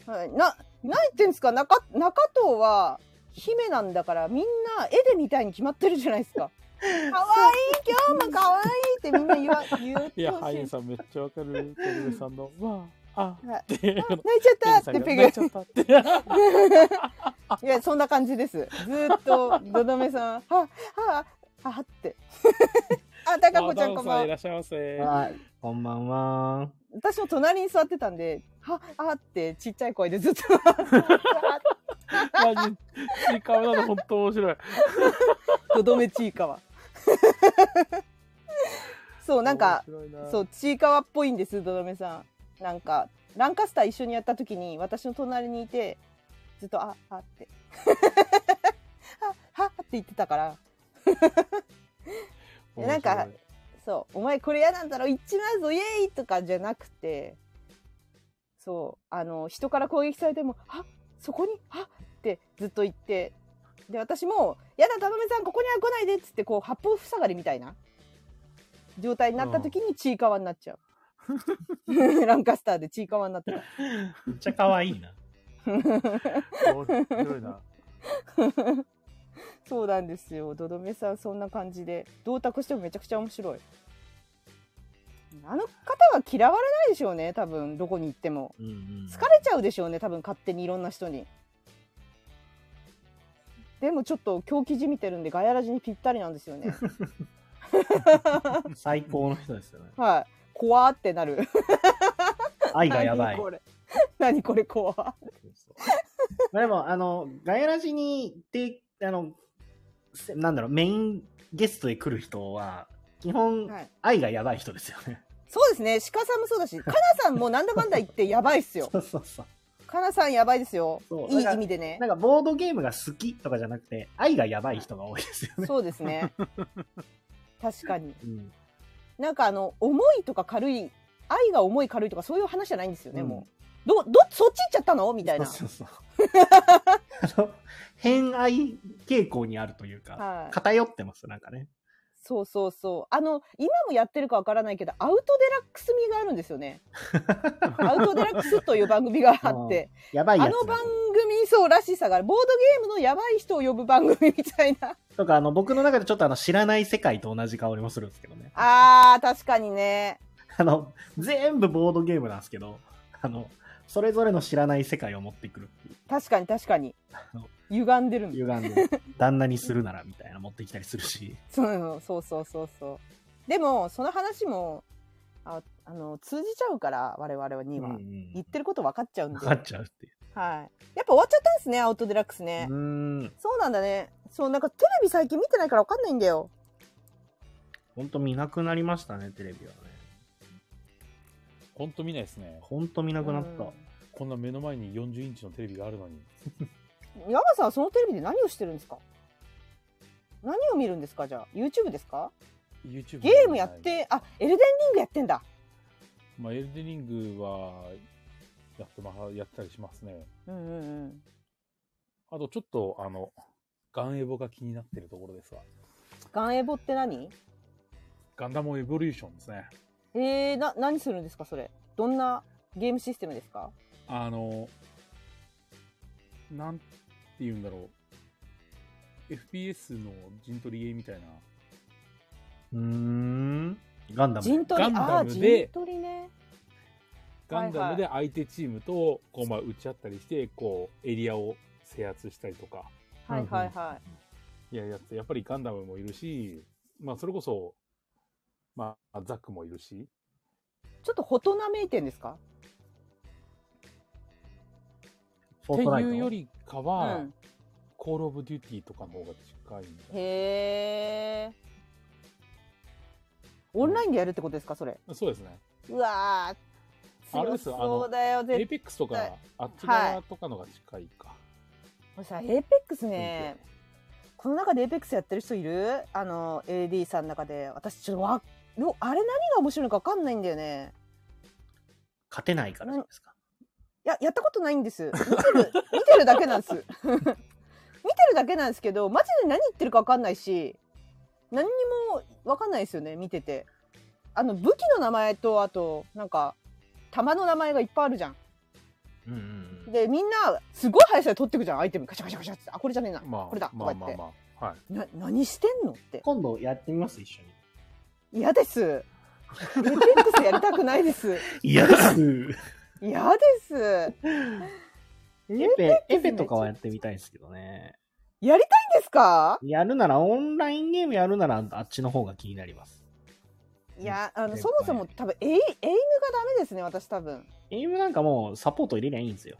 Speaker 5: はい、な、何言ってんですか中、中藤は姫なんだから、みんな絵で見たいに決まってるじゃないで
Speaker 8: <laughs>
Speaker 5: すか。可愛い今日も可愛いってみんな言わ、言ってほしい。
Speaker 8: いや、ハインさんめっちゃわかる。ペグさんの、わあ、あ、
Speaker 5: はい
Speaker 8: って、あの
Speaker 5: 泣いちゃったっ
Speaker 8: さん
Speaker 5: て
Speaker 8: が
Speaker 5: ペ
Speaker 8: 泣いち
Speaker 5: グ
Speaker 8: ゃ。ったって。あ
Speaker 5: いや、そんな感じです。ずーっと、どどめさん、は、は、は、はって。 <laughs> あ、たかこちゃんこんば
Speaker 8: ダオさ
Speaker 5: んは
Speaker 8: いら。っしゃいませ。
Speaker 2: <laughs>
Speaker 3: はい。こんばんは。
Speaker 5: 私も隣に座ってたんで、は、あってちっちゃい声でず
Speaker 8: <laughs>
Speaker 5: っと、はは
Speaker 8: マジ、ちいかわなの本当面白い。
Speaker 5: <laughs> とどめちいかわ。そう、なんか、
Speaker 8: 面白いな
Speaker 5: そう、ちいかわっぽいんです、どどめさん。なんか、ランカスター一緒にやった時に、私の隣にいて、ずっと、あ、あって。 <laughs> は、はって言ってたから、
Speaker 8: 面白い
Speaker 5: なんかそう、お前これ嫌なんだろ、行っちまうぞ、イエーイとかじゃなくて、そう、あの、人から攻撃されても、あそこに、あってずっと言って、で、私も、やだ、たのめさん、ここには来ないでっつって、こう、八方塞がりみたいな状態になった時に、ちいかわになっちゃう。ランカスターでちいかわになってた。
Speaker 3: めっちゃ可愛い
Speaker 5: <laughs>
Speaker 3: な。
Speaker 2: 面白いな。
Speaker 5: そうなんですよ。どどめさん、そんな感じで。同卓してもめちゃくちゃ面白い。あの方は嫌われないでしょうね、多分、どこに行っても。
Speaker 3: うんうん
Speaker 5: 疲れちゃうでしょうね多分勝手にいろんな人にでもちょっと狂気じみてるんでガヤラジにぴったりなんですよ
Speaker 3: <laughs>
Speaker 5: ね
Speaker 3: 最高の人ですよね。
Speaker 5: はい怖ってなる
Speaker 3: 愛がやばい
Speaker 5: 何。これ何これ怖
Speaker 3: そうそうでも、あの、ガヤラジにで、あの、せなんだろう、メインゲストで来る人は、基本、
Speaker 5: はい
Speaker 3: 愛がやばい人ですよね。
Speaker 5: そうですね鹿さんもそうだ
Speaker 3: <laughs>
Speaker 5: しかなさんもなんだかんだ言ってやばいっすよ
Speaker 3: そうそうそう。
Speaker 5: かなさんやばいですよ
Speaker 3: そう
Speaker 5: いい
Speaker 3: だから
Speaker 5: 意味でね
Speaker 3: なんか、ボードゲームが好きとかじゃなくて、愛がやばい人が多いですよね。
Speaker 5: そうです
Speaker 3: <laughs>
Speaker 5: ね確かに
Speaker 3: うん
Speaker 5: なんかあの重いとか軽い愛が重い軽いとかそういう話じゃないんですよね、
Speaker 3: うん
Speaker 5: もうどどそっち行っちゃったのみたいな
Speaker 3: そうそうそう。あの、偏愛傾向にあるというか、
Speaker 5: はい
Speaker 3: 偏ってます、なんかね。
Speaker 5: そうそうそう。あの、今もやってるかわからないけど、アウトデラックス味があるんです
Speaker 3: <laughs>
Speaker 5: よね。アウトデラックスという番組があって、
Speaker 3: やばい
Speaker 5: あ
Speaker 3: や
Speaker 5: の
Speaker 3: つだ
Speaker 5: 番組そうらしさがある。ボードゲームのやばい人を呼ぶ番組みたいな。
Speaker 3: とか、あの、僕の中でちょっとあの、知らない世界と同じ香りもするんですけどね。
Speaker 5: あー、確かにね。
Speaker 3: あの、全部ボードゲームなんですけど、あの、それぞれの知らない世界を持ってくるっていう。
Speaker 5: 確かに確かに
Speaker 3: の。
Speaker 5: 歪んでるんだ。
Speaker 3: 歪 <laughs> んで、旦那にするならみたいな持ってきたりするし。
Speaker 5: そうそうそうそうそう。でも、その話も、あああの通じちゃうから我々には、言ってること分かっちゃうんで
Speaker 3: 分かっちゃうっていう。
Speaker 5: はい。やっぱ終わっちゃったんですね、アウトデラックスね。
Speaker 3: うん。
Speaker 5: そうなんだね。そう、なんかテレビ最近見てないからわかんないんだよ。
Speaker 3: ほんと見なくなりましたね、テレビはね。
Speaker 2: ほんと見ないですね。
Speaker 3: ほんと見なくなった。
Speaker 2: こんな目の前に40インチのテレビがあるのに。
Speaker 5: 山さんはそのテレビで何をしてるんですか何を見るんですかじゃあ、YouTube ですか
Speaker 2: YouTube
Speaker 5: ゲームやって、あ、エルデンリングやってんだ。
Speaker 2: まあ、エルデンリングは、やってま、やったりしますね。
Speaker 5: うんうんうん。
Speaker 2: あと、ちょっと、あの、ガンエボが気になってるところですわ。
Speaker 5: ガンエボって何
Speaker 2: ガンダムエボリューションですね。
Speaker 5: えー、な、何するんですかそれ。どんなゲームシステムですか
Speaker 2: あの、なんて言うんだろう。FPS の陣取りゲーみたいな。
Speaker 3: うーん。ガンダム。
Speaker 5: 陣取り、
Speaker 2: ガン
Speaker 5: あ
Speaker 2: ダ
Speaker 5: あー、
Speaker 2: ム
Speaker 5: 陣
Speaker 2: で
Speaker 5: 取りね。
Speaker 2: ガンダム
Speaker 5: はい
Speaker 2: で相手チームと、こう、まあ、打ち合ったりして、こう、エリアを制圧したりとか。
Speaker 5: はいはいはい。
Speaker 2: いや、やって、やっぱりガンダムもいるし、まあ、それこそ、まあ、ザックもいるし、
Speaker 5: ちょっとほとなめいてんですか
Speaker 3: フォ
Speaker 2: って
Speaker 3: ートナイト。
Speaker 2: いうよりかは、
Speaker 5: うん
Speaker 2: コールオブデューティーとかの方が近いんだ
Speaker 5: へえ。オンラインでやるってことですか、それ。
Speaker 2: そうですね。
Speaker 5: うわー。
Speaker 2: あれ
Speaker 5: 強
Speaker 2: ですよ
Speaker 5: そうだよ、
Speaker 2: エイ
Speaker 5: 絶
Speaker 2: ペックスとか
Speaker 5: 対、
Speaker 2: あっち側とかのが近いか。
Speaker 5: 対。さ、エイペックスね。この中でエイペックスやってる人いるあの、AD さんの中で。私、ちょっとわ、のあれ何が面白いのかわかんないんだよね。
Speaker 3: 勝てないからじゃないですか。
Speaker 5: いや、やったことないんです。
Speaker 2: <laughs>
Speaker 5: 見てる、見てるだけなんです。見 <laughs> てるだけなんですけど、マジで何言ってるかわかんないし、何にもわかんないですよね、見てて。あの、武器の名前と、あと、なんか、弾の名前がいっぱいあるじゃん。
Speaker 3: うんうんうん。
Speaker 5: で、みんな、すごい速さで取ってくじゃん、アイテム。カシャカシャカシャって。あ、これじゃねえな。
Speaker 2: まあ、
Speaker 5: これだ。と
Speaker 2: ま
Speaker 5: か
Speaker 2: あ
Speaker 5: 言
Speaker 2: ま
Speaker 5: っ
Speaker 2: あ
Speaker 5: て。
Speaker 2: まあ。はい。
Speaker 5: な、何してんのって。
Speaker 3: 今度やってみます、一緒に。
Speaker 5: 嫌です。エイペックスやりたくないです。
Speaker 3: いやです。
Speaker 5: 嫌です。
Speaker 3: エ <laughs> ペ、エペとかはやってみたいですけどね。
Speaker 5: やりたいんですか
Speaker 3: やるなら、オンラインゲームやるなら、あっちの方が気になります。
Speaker 5: いや、あの、
Speaker 3: 先
Speaker 5: そもそも
Speaker 3: 輩
Speaker 5: 多分、エイ、エイムがダメですね、私多分。
Speaker 3: エイムなんかもう、サポート入れりゃいいんですよ。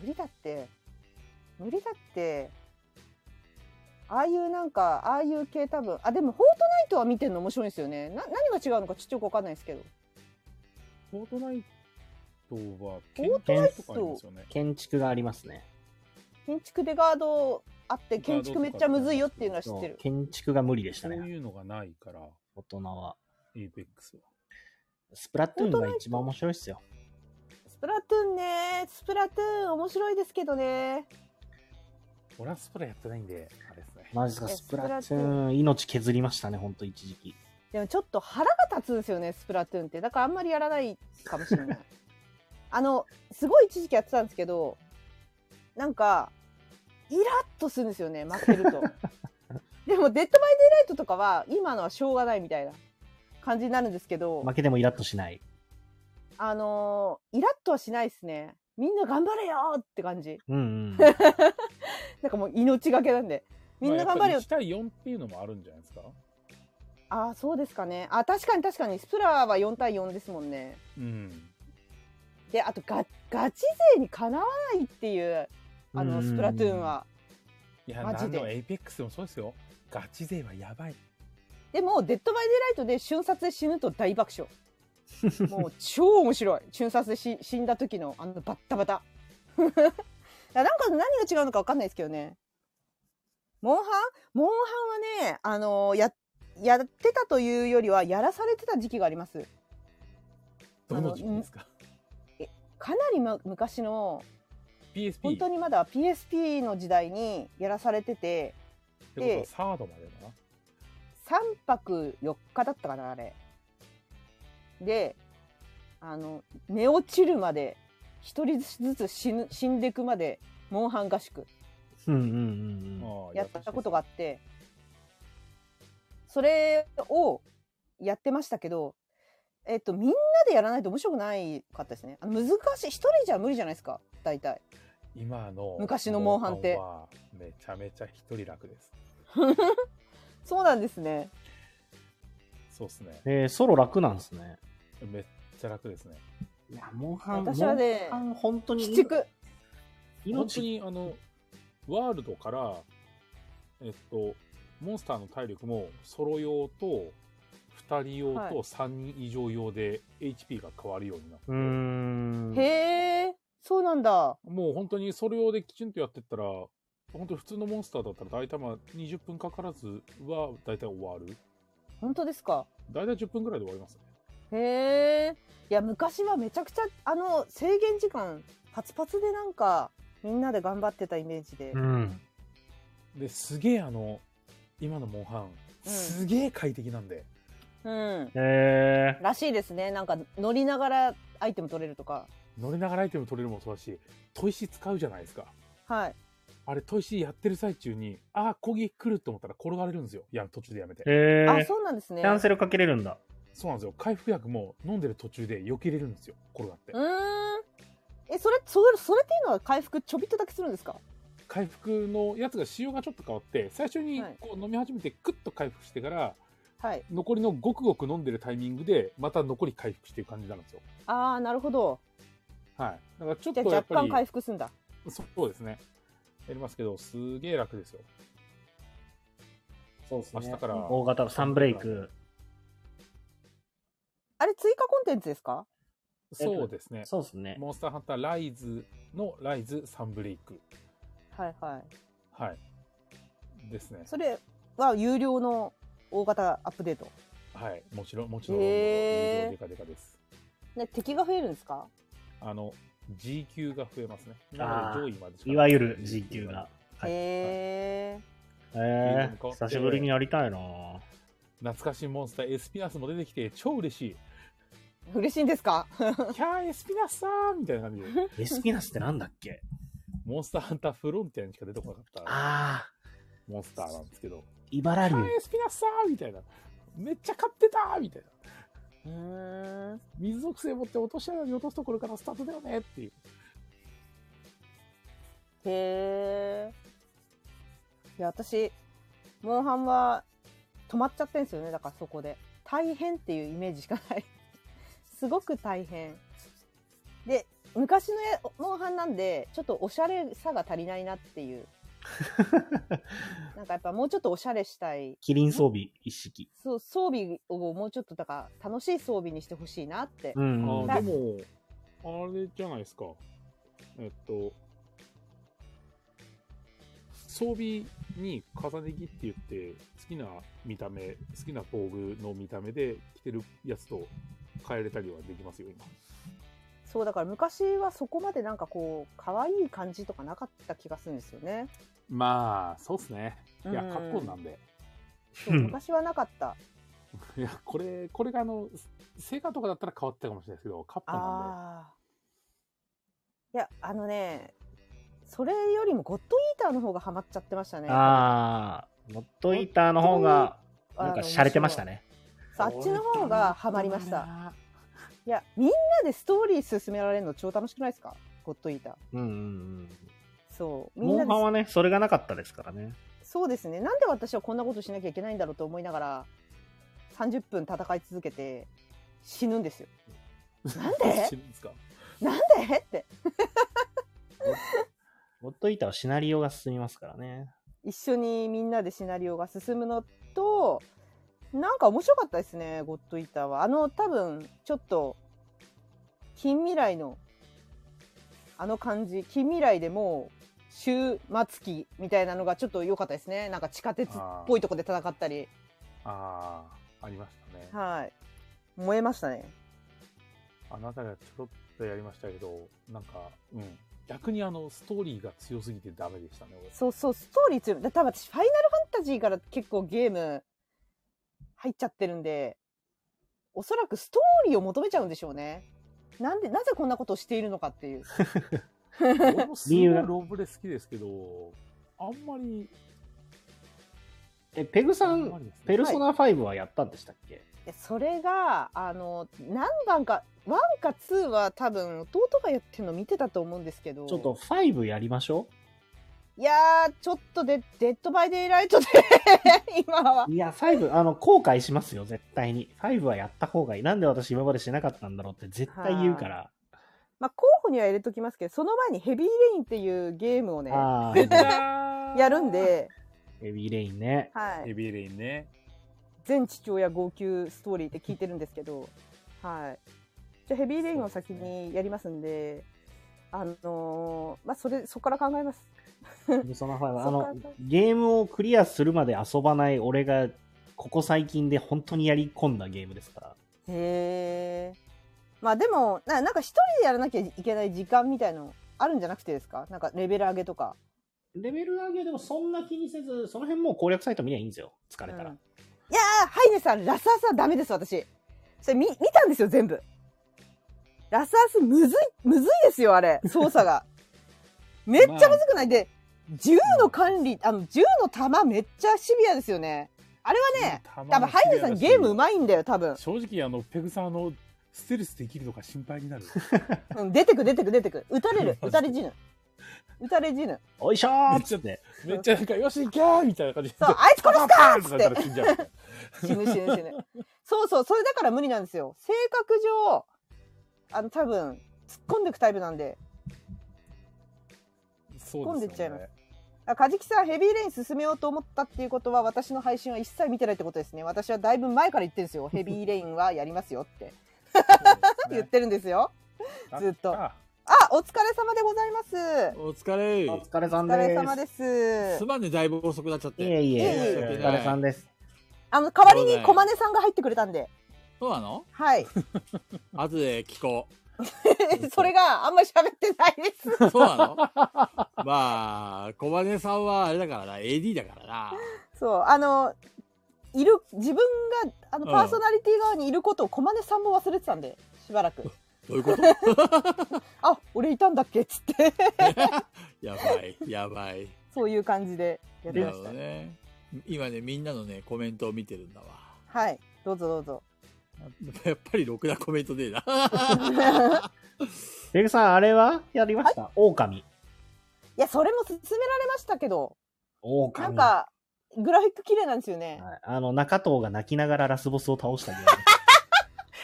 Speaker 5: 無理だって無理だってああいうなんかああいう系多分あでも「フォートナイト」は見てるの面白いんですよねな何が違うのかちょっとよくわかんないですけど
Speaker 2: フォートナイトは、
Speaker 5: フ
Speaker 2: 建
Speaker 5: ォー
Speaker 3: トナイ
Speaker 2: 築とかありますよね。
Speaker 3: 建築がありますね。
Speaker 5: 建築でガードあって建築めっちゃむずいよっていうのは知
Speaker 3: そ
Speaker 5: っ
Speaker 3: う
Speaker 5: てる
Speaker 3: 建築が無理でした
Speaker 2: そう
Speaker 3: ね、
Speaker 2: いうのがないから、
Speaker 3: 大人は。
Speaker 2: エイペックスは。
Speaker 3: スプラトゥーンが一番面白いっすよ。
Speaker 5: スプラトゥーンねスプラトゥーン面白いですけどね
Speaker 2: 俺はスプラやってないんで、あれですね。
Speaker 3: マジですか、
Speaker 5: え
Speaker 3: スプラト
Speaker 5: ス
Speaker 3: ゥ
Speaker 5: プラト
Speaker 3: ーン、命削りましたね、ほんと一時期。
Speaker 5: でもちょっと腹が立つんですよねスプラトゥーンってだからあんまりやらないかもしれない <laughs> あのすごい一時期やってたんですけどなんかイラッとするんですよね負けるとでも「デッド・バイ・デイ・ライト」とかは今のはしょうがないみたいな感じになるんですけど、
Speaker 3: 負けてもイラッとしない。
Speaker 5: あのーイラッとはしないですねみんな頑張れよーって感じ
Speaker 3: うんうん。
Speaker 5: <laughs> なんかもう命がけなんでみんな頑張れ
Speaker 2: まあや
Speaker 5: よ
Speaker 2: っぱり1対4っていうのもあるんじゃないですか
Speaker 5: ああそうですかねあ確かに確かにスプラは4対4ですもんね
Speaker 2: うん。
Speaker 5: であとガガチ勢にかなわないっていうあ
Speaker 3: うんうんう
Speaker 5: の
Speaker 3: ん
Speaker 5: スプラトゥーンは、
Speaker 2: いや、
Speaker 5: マジ
Speaker 2: なん
Speaker 5: で
Speaker 2: でもエイペックスもそうですよ。ガチ勢はやばい。
Speaker 5: でも「デッド・バイ・デイ・ライト」で瞬殺で死ぬと大爆
Speaker 3: <laughs>
Speaker 5: 笑もう超面白い瞬殺でし死んだ時のあのバッタバタ <laughs> いやなんか何が違うのか分かんないですけどねモンハンモンハンはねあのややってたというよりはやらされてた時期があります
Speaker 2: どの時期ですか
Speaker 5: かなり、ま、昔の
Speaker 2: ?PSP。
Speaker 5: 本当にまだ PSP の時代にやらされてて
Speaker 2: ってことはサードまでだな。
Speaker 5: 3泊4日だったかなあれであの寝落ちるまで一人ずつ死ぬ死んでいくまでモンハン合宿
Speaker 3: うんうんうんうん。
Speaker 2: ああ
Speaker 5: やったことがあってそれをやってましたけどえっとみんなでやらないと面白くないかったですねあの難しい一人じゃ無理じゃないですか大体
Speaker 2: 今の
Speaker 5: 昔のモンハンって
Speaker 2: モンハンはめちゃめちゃ一人楽です
Speaker 5: そうなんですね
Speaker 2: そうっすね
Speaker 3: えー、ソロ楽なんですね。
Speaker 2: めっちゃ楽ですね。
Speaker 3: いや、モンハン、
Speaker 5: 私はね
Speaker 3: モンハン本当に
Speaker 5: 鬼畜。
Speaker 2: 本当にあのワールドからえっとモンスターの体力もソロ用と2人用
Speaker 5: はい
Speaker 2: と3人以上用で HP が変わるようになって、
Speaker 3: うーん。
Speaker 5: へえ、そうなんだ。
Speaker 2: もう本当にソロ用できちんとやってったら本当普通のモンスターだったら大体まあ20分かからずは大体終わる
Speaker 5: 本当ですか。
Speaker 2: 大体10分ぐらいで終わりますね
Speaker 5: へえ。いや、昔はめちゃくちゃ、あの、制限時間、パツパツでなんか、みんなで頑張ってたイメージで。
Speaker 3: うん。
Speaker 2: ですげえあの今のモンハン
Speaker 5: うん
Speaker 2: すげえ快適なんで、
Speaker 5: うん。
Speaker 3: へ
Speaker 5: らしいですね。なんか、乗りながらアイテム取れるとか。
Speaker 2: 乗りながらアイテム取れるもそうだし砥石使うじゃないですか
Speaker 5: はい。
Speaker 2: あれ、砥石やってる最中に、ああ、攻撃来ると思ったら転がれるんですよ。いや、途中でやめて
Speaker 3: え。。へ
Speaker 5: あ、
Speaker 3: え。
Speaker 5: そうなんですね。
Speaker 3: キャンセルかけれるんだ。
Speaker 2: そうなんですよ。回復薬も飲んでる途中で避けれるんですよ。転がって
Speaker 5: う。ーん。え、それ、それ、それっていうのは回復ちょびっとだけするんですか
Speaker 2: 回復のやつが仕様がちょっと変わって、最初に
Speaker 5: はい
Speaker 2: こう飲み始めてクッと回復してから、
Speaker 5: はい。
Speaker 2: 残りのごくごく飲んでるタイミングで、また残り回復してる感じなんですよ。
Speaker 5: ああ、なるほど。
Speaker 2: はい。だからちょっ
Speaker 5: じ
Speaker 2: と
Speaker 5: ゃあ
Speaker 2: やっ
Speaker 5: 若
Speaker 2: ぱ
Speaker 5: 干回
Speaker 2: り、
Speaker 5: 復すんだ。
Speaker 2: そそうですね。やりますけど、すげえ楽ですよ。
Speaker 3: そうです
Speaker 2: 明日から
Speaker 3: 大型、サンブレイク。
Speaker 5: あれ、追加コンテンツですか
Speaker 2: そうですね。
Speaker 3: そうですね。
Speaker 2: モンスターハンターライズのライズサンブレイク。
Speaker 5: はいはい。
Speaker 2: はい。ですね。
Speaker 5: それは有料の大型アップデート。
Speaker 2: はい、もちろん、もちろん、
Speaker 5: へー
Speaker 2: でかでかです。
Speaker 5: ね、敵が増えるんですか
Speaker 2: あの、G 級が増えますね。
Speaker 3: あ
Speaker 2: な
Speaker 3: ー
Speaker 2: ので上位までしか
Speaker 3: いわゆる G 級が。はい
Speaker 5: へえ。
Speaker 3: へえ
Speaker 2: 変わって
Speaker 3: 久しぶりにやりたいな
Speaker 2: 懐かしいモンスター、エスピナスも出てきて、超嬉し
Speaker 3: <laughs>
Speaker 2: い。
Speaker 5: 嬉しいんですか
Speaker 2: キャー、エスピナスさんみたいな感じで。
Speaker 3: エスピナスってなんだっけ
Speaker 2: モンスターハンターフロンティアにしか出てこなかった
Speaker 3: ああ、
Speaker 2: モンスターなんですけど、
Speaker 3: 茨
Speaker 2: キャ
Speaker 3: 城。
Speaker 2: ー、エスピナスさんみたいな。めっちゃ買ってたみたいな。
Speaker 5: うーん。
Speaker 2: 水属性持って落とし穴に落とすところからスタートだよねっていう。
Speaker 5: へえ。いや、私、モンハンは止まっちゃってんですよね。だからそこで。大変っていうイメージしかない。 <laughs> すごく大変。で、昔のやモンハンなんで、ちょっとおしゃれさが足りないなって <laughs> いう。なんかやっぱもうちょっとおしゃれしたい。
Speaker 3: キリン装備一式。
Speaker 5: そう、装備をもうちょっとだから楽しい装備にしてほしいなっ
Speaker 3: ん
Speaker 5: て。
Speaker 2: あーでも、あれじゃないですか。えっと、装備に重ね着って言って、好きな見た目、好きな防具の見た目で着てるやつと変えれたりはできますよ、今。
Speaker 5: そうだから昔はそこまでなんかこう可愛い感じとかなかった気がするんですよね。
Speaker 2: まあ、そうっすね。いや、
Speaker 5: うん
Speaker 2: カプコンなんで。
Speaker 3: <laughs>
Speaker 5: そう
Speaker 3: うん
Speaker 5: 昔はなかった。
Speaker 2: いや、これ、これがあの、セガとかだったら変わってたかもしれないですけど、カプコンなんで。
Speaker 5: ああ。いやあのね、それよりもゴッドイーターの方がハマっちゃってましたね。
Speaker 3: ああ、ノットイーターの方が、
Speaker 5: あの
Speaker 3: なんか洒落てました。ね。
Speaker 5: そうあっちの方がハマりました。
Speaker 2: た。
Speaker 5: いやみんなでストーリー進められるの超楽しくないですか？ゴッドイーター。
Speaker 3: うんうん
Speaker 5: そう
Speaker 3: うん。
Speaker 5: み
Speaker 3: モ
Speaker 5: んな
Speaker 3: ン
Speaker 5: で
Speaker 3: ハンはね、それがなかったですからね。
Speaker 5: そうですね。なんで私はこんなことしなきゃいけないんだろうと思いながら、30分戦い続けて死ぬんですよ。なんで
Speaker 2: <laughs> 知るんですか
Speaker 5: なんでって。
Speaker 3: ノットイーターはシナリオが進みますからね。
Speaker 5: 一緒にみんなでシナリオが進むのと、なんか面白かったですね、ゴッドイーターは。あの、多分、ちょっと、近未来の、あの感じ、近未来でもう、終末期みたいなのがちょっと良かったですね。なんか地下鉄っぽいとこで戦ったり。
Speaker 2: ああ、ありましたね。
Speaker 5: はい。燃えましたね。
Speaker 2: あなたがちょろっとやりましたけど、なんか、うん。逆にあの、ストーリーが強すぎてダメでした
Speaker 5: <laughs>
Speaker 2: ね、俺。
Speaker 5: そうそう、ストーリー強い。だ多分私、ファイナルファンタジーから結構ゲーム入っちゃってるんで、おそらくストーリーを求めちゃうんでしょうね。なんで、なぜこんなことをしているのかっていう。
Speaker 2: 俺もすご
Speaker 3: 理
Speaker 2: い
Speaker 3: 由が
Speaker 2: ロブレ好きですけど、あんまり、
Speaker 3: え、ペグ
Speaker 2: あ
Speaker 3: さ
Speaker 2: んま
Speaker 3: ん、
Speaker 2: りですね
Speaker 3: ペルソナ5はやったんでしたっけ、
Speaker 5: でそれが、あの、何番か、1か2は多分弟がやってるの見てたと思うんですけど、
Speaker 3: ちょっと5やりましょ
Speaker 5: いやー、ちょっとで、デッドバイデイライトで、 <laughs> 今は。
Speaker 3: いや、5、あの、後悔しますよ、絶対に。5はやった方がいい。なんで私今までしなかったんだろうって絶対言うから。
Speaker 5: まあ、候補には入れときますけど、その前にヘビーレインっていうゲームをね、
Speaker 3: あ
Speaker 5: やるんで、
Speaker 3: ヘビーレインね。
Speaker 5: はい。
Speaker 9: ビーレインね。
Speaker 5: 全父親号泣ストーリーって聞いてるんですけど、はい。じゃあヘビーレインを先にやりますんで、あのーまあ、それ、そこから考えます。
Speaker 3: ペルソナ5あ
Speaker 5: そ
Speaker 3: の
Speaker 5: っか
Speaker 3: ゲームをクリアするまで遊ばない俺がここ最近で本当にやり込んだゲームですから
Speaker 5: へえ。まあでもな、なんか一人でやらなきゃいけない時間みたいのあるんじゃなくてですかなんかレベル上げとか。
Speaker 3: レベル上げでもそんな気にせずその辺もう攻略サイト見りゃいいんですよ疲れたら、
Speaker 5: いやー、ハイネさん、ラスアスはダメです、私。それ見、見たんですよ、全部。ラスアス、むずい、むずいですよ、あれ、操
Speaker 2: <laughs>
Speaker 5: 作が。めっちゃむずくないで、銃の管理、あの、銃の弾めっちゃシビアですよね。あれはね、
Speaker 2: 弾
Speaker 5: 多分、ハイネ
Speaker 2: シビ
Speaker 5: さん
Speaker 2: アだし
Speaker 5: ゲームうまいんだ
Speaker 2: <laughs>
Speaker 5: よ、多分。
Speaker 2: 正直、あの、ペグさん、あの、ステルスできるのか心配になる。
Speaker 5: うん、出てく、出てく、出てく。撃たれる、撃たれ死ぬ。撃たれ死ぬ。
Speaker 3: おいしょーっつって
Speaker 2: <laughs> めっちゃなんか、よし、行けーみたいな感じで。
Speaker 5: そう、あいつ殺すかーっつって。
Speaker 2: 死んじゃう
Speaker 5: 死ぬ死ぬ死ぬ。そうそう、それだから無理なんですよ。性格上、あの、多分、突っ込んでいくタイプなんで。
Speaker 2: そ
Speaker 5: 突っ込んでっちゃいますあカジキさん、ヘビーレイン進めようと思ったっていうことは、私の配信は一切見てないってことですね。私はだいぶ前から言ってるんですよ。ヘビーレインはやりますよって。言ってるんですよ。 <laughs> ずっと。あ、お疲れ様でございます。
Speaker 10: お疲れ。
Speaker 3: お疲れ
Speaker 5: お
Speaker 3: さんで
Speaker 5: 疲れ様
Speaker 3: す
Speaker 5: です
Speaker 10: す。まんね、だいぶ遅くなっちゃって。
Speaker 3: いえいえ
Speaker 10: 申し
Speaker 3: お
Speaker 10: 訳ない
Speaker 3: 疲れさんです
Speaker 5: あの、代わりに小金さんが入ってくれたんで。
Speaker 10: そうなの
Speaker 5: <laughs> はい。
Speaker 10: 後で聞こ
Speaker 5: それがあんまり喋ってないです。
Speaker 10: う。そうなの <laughs> まあ、小金さんはあれだからな、AD だからな。
Speaker 5: そう、あの、いる、自分が、あの、
Speaker 10: うん
Speaker 5: パーソナリティ側にいることを、駒根さんも忘れてたんで、しば
Speaker 3: <laughs>
Speaker 5: らく。
Speaker 10: どういうこと
Speaker 5: <laughs> あ、俺いたんだっけっつって、 <laughs>
Speaker 10: やばい、やばい。
Speaker 5: そういう感じでやり
Speaker 10: な
Speaker 5: ま
Speaker 10: る
Speaker 5: し
Speaker 10: ほ
Speaker 5: た
Speaker 10: ど。ね。今ね、みんなのね、コメントを見てるんだわ。
Speaker 5: はい、どうぞどうぞ。
Speaker 10: やっぱりろくなコメントねえな。
Speaker 3: ペグさんあれはやりました狼
Speaker 5: いや、それも勧められましたけど、
Speaker 3: 狼
Speaker 5: なんか、グラフィック綺麗なんですよね。
Speaker 3: あの中藤が泣きながらラスボスを倒したゲーム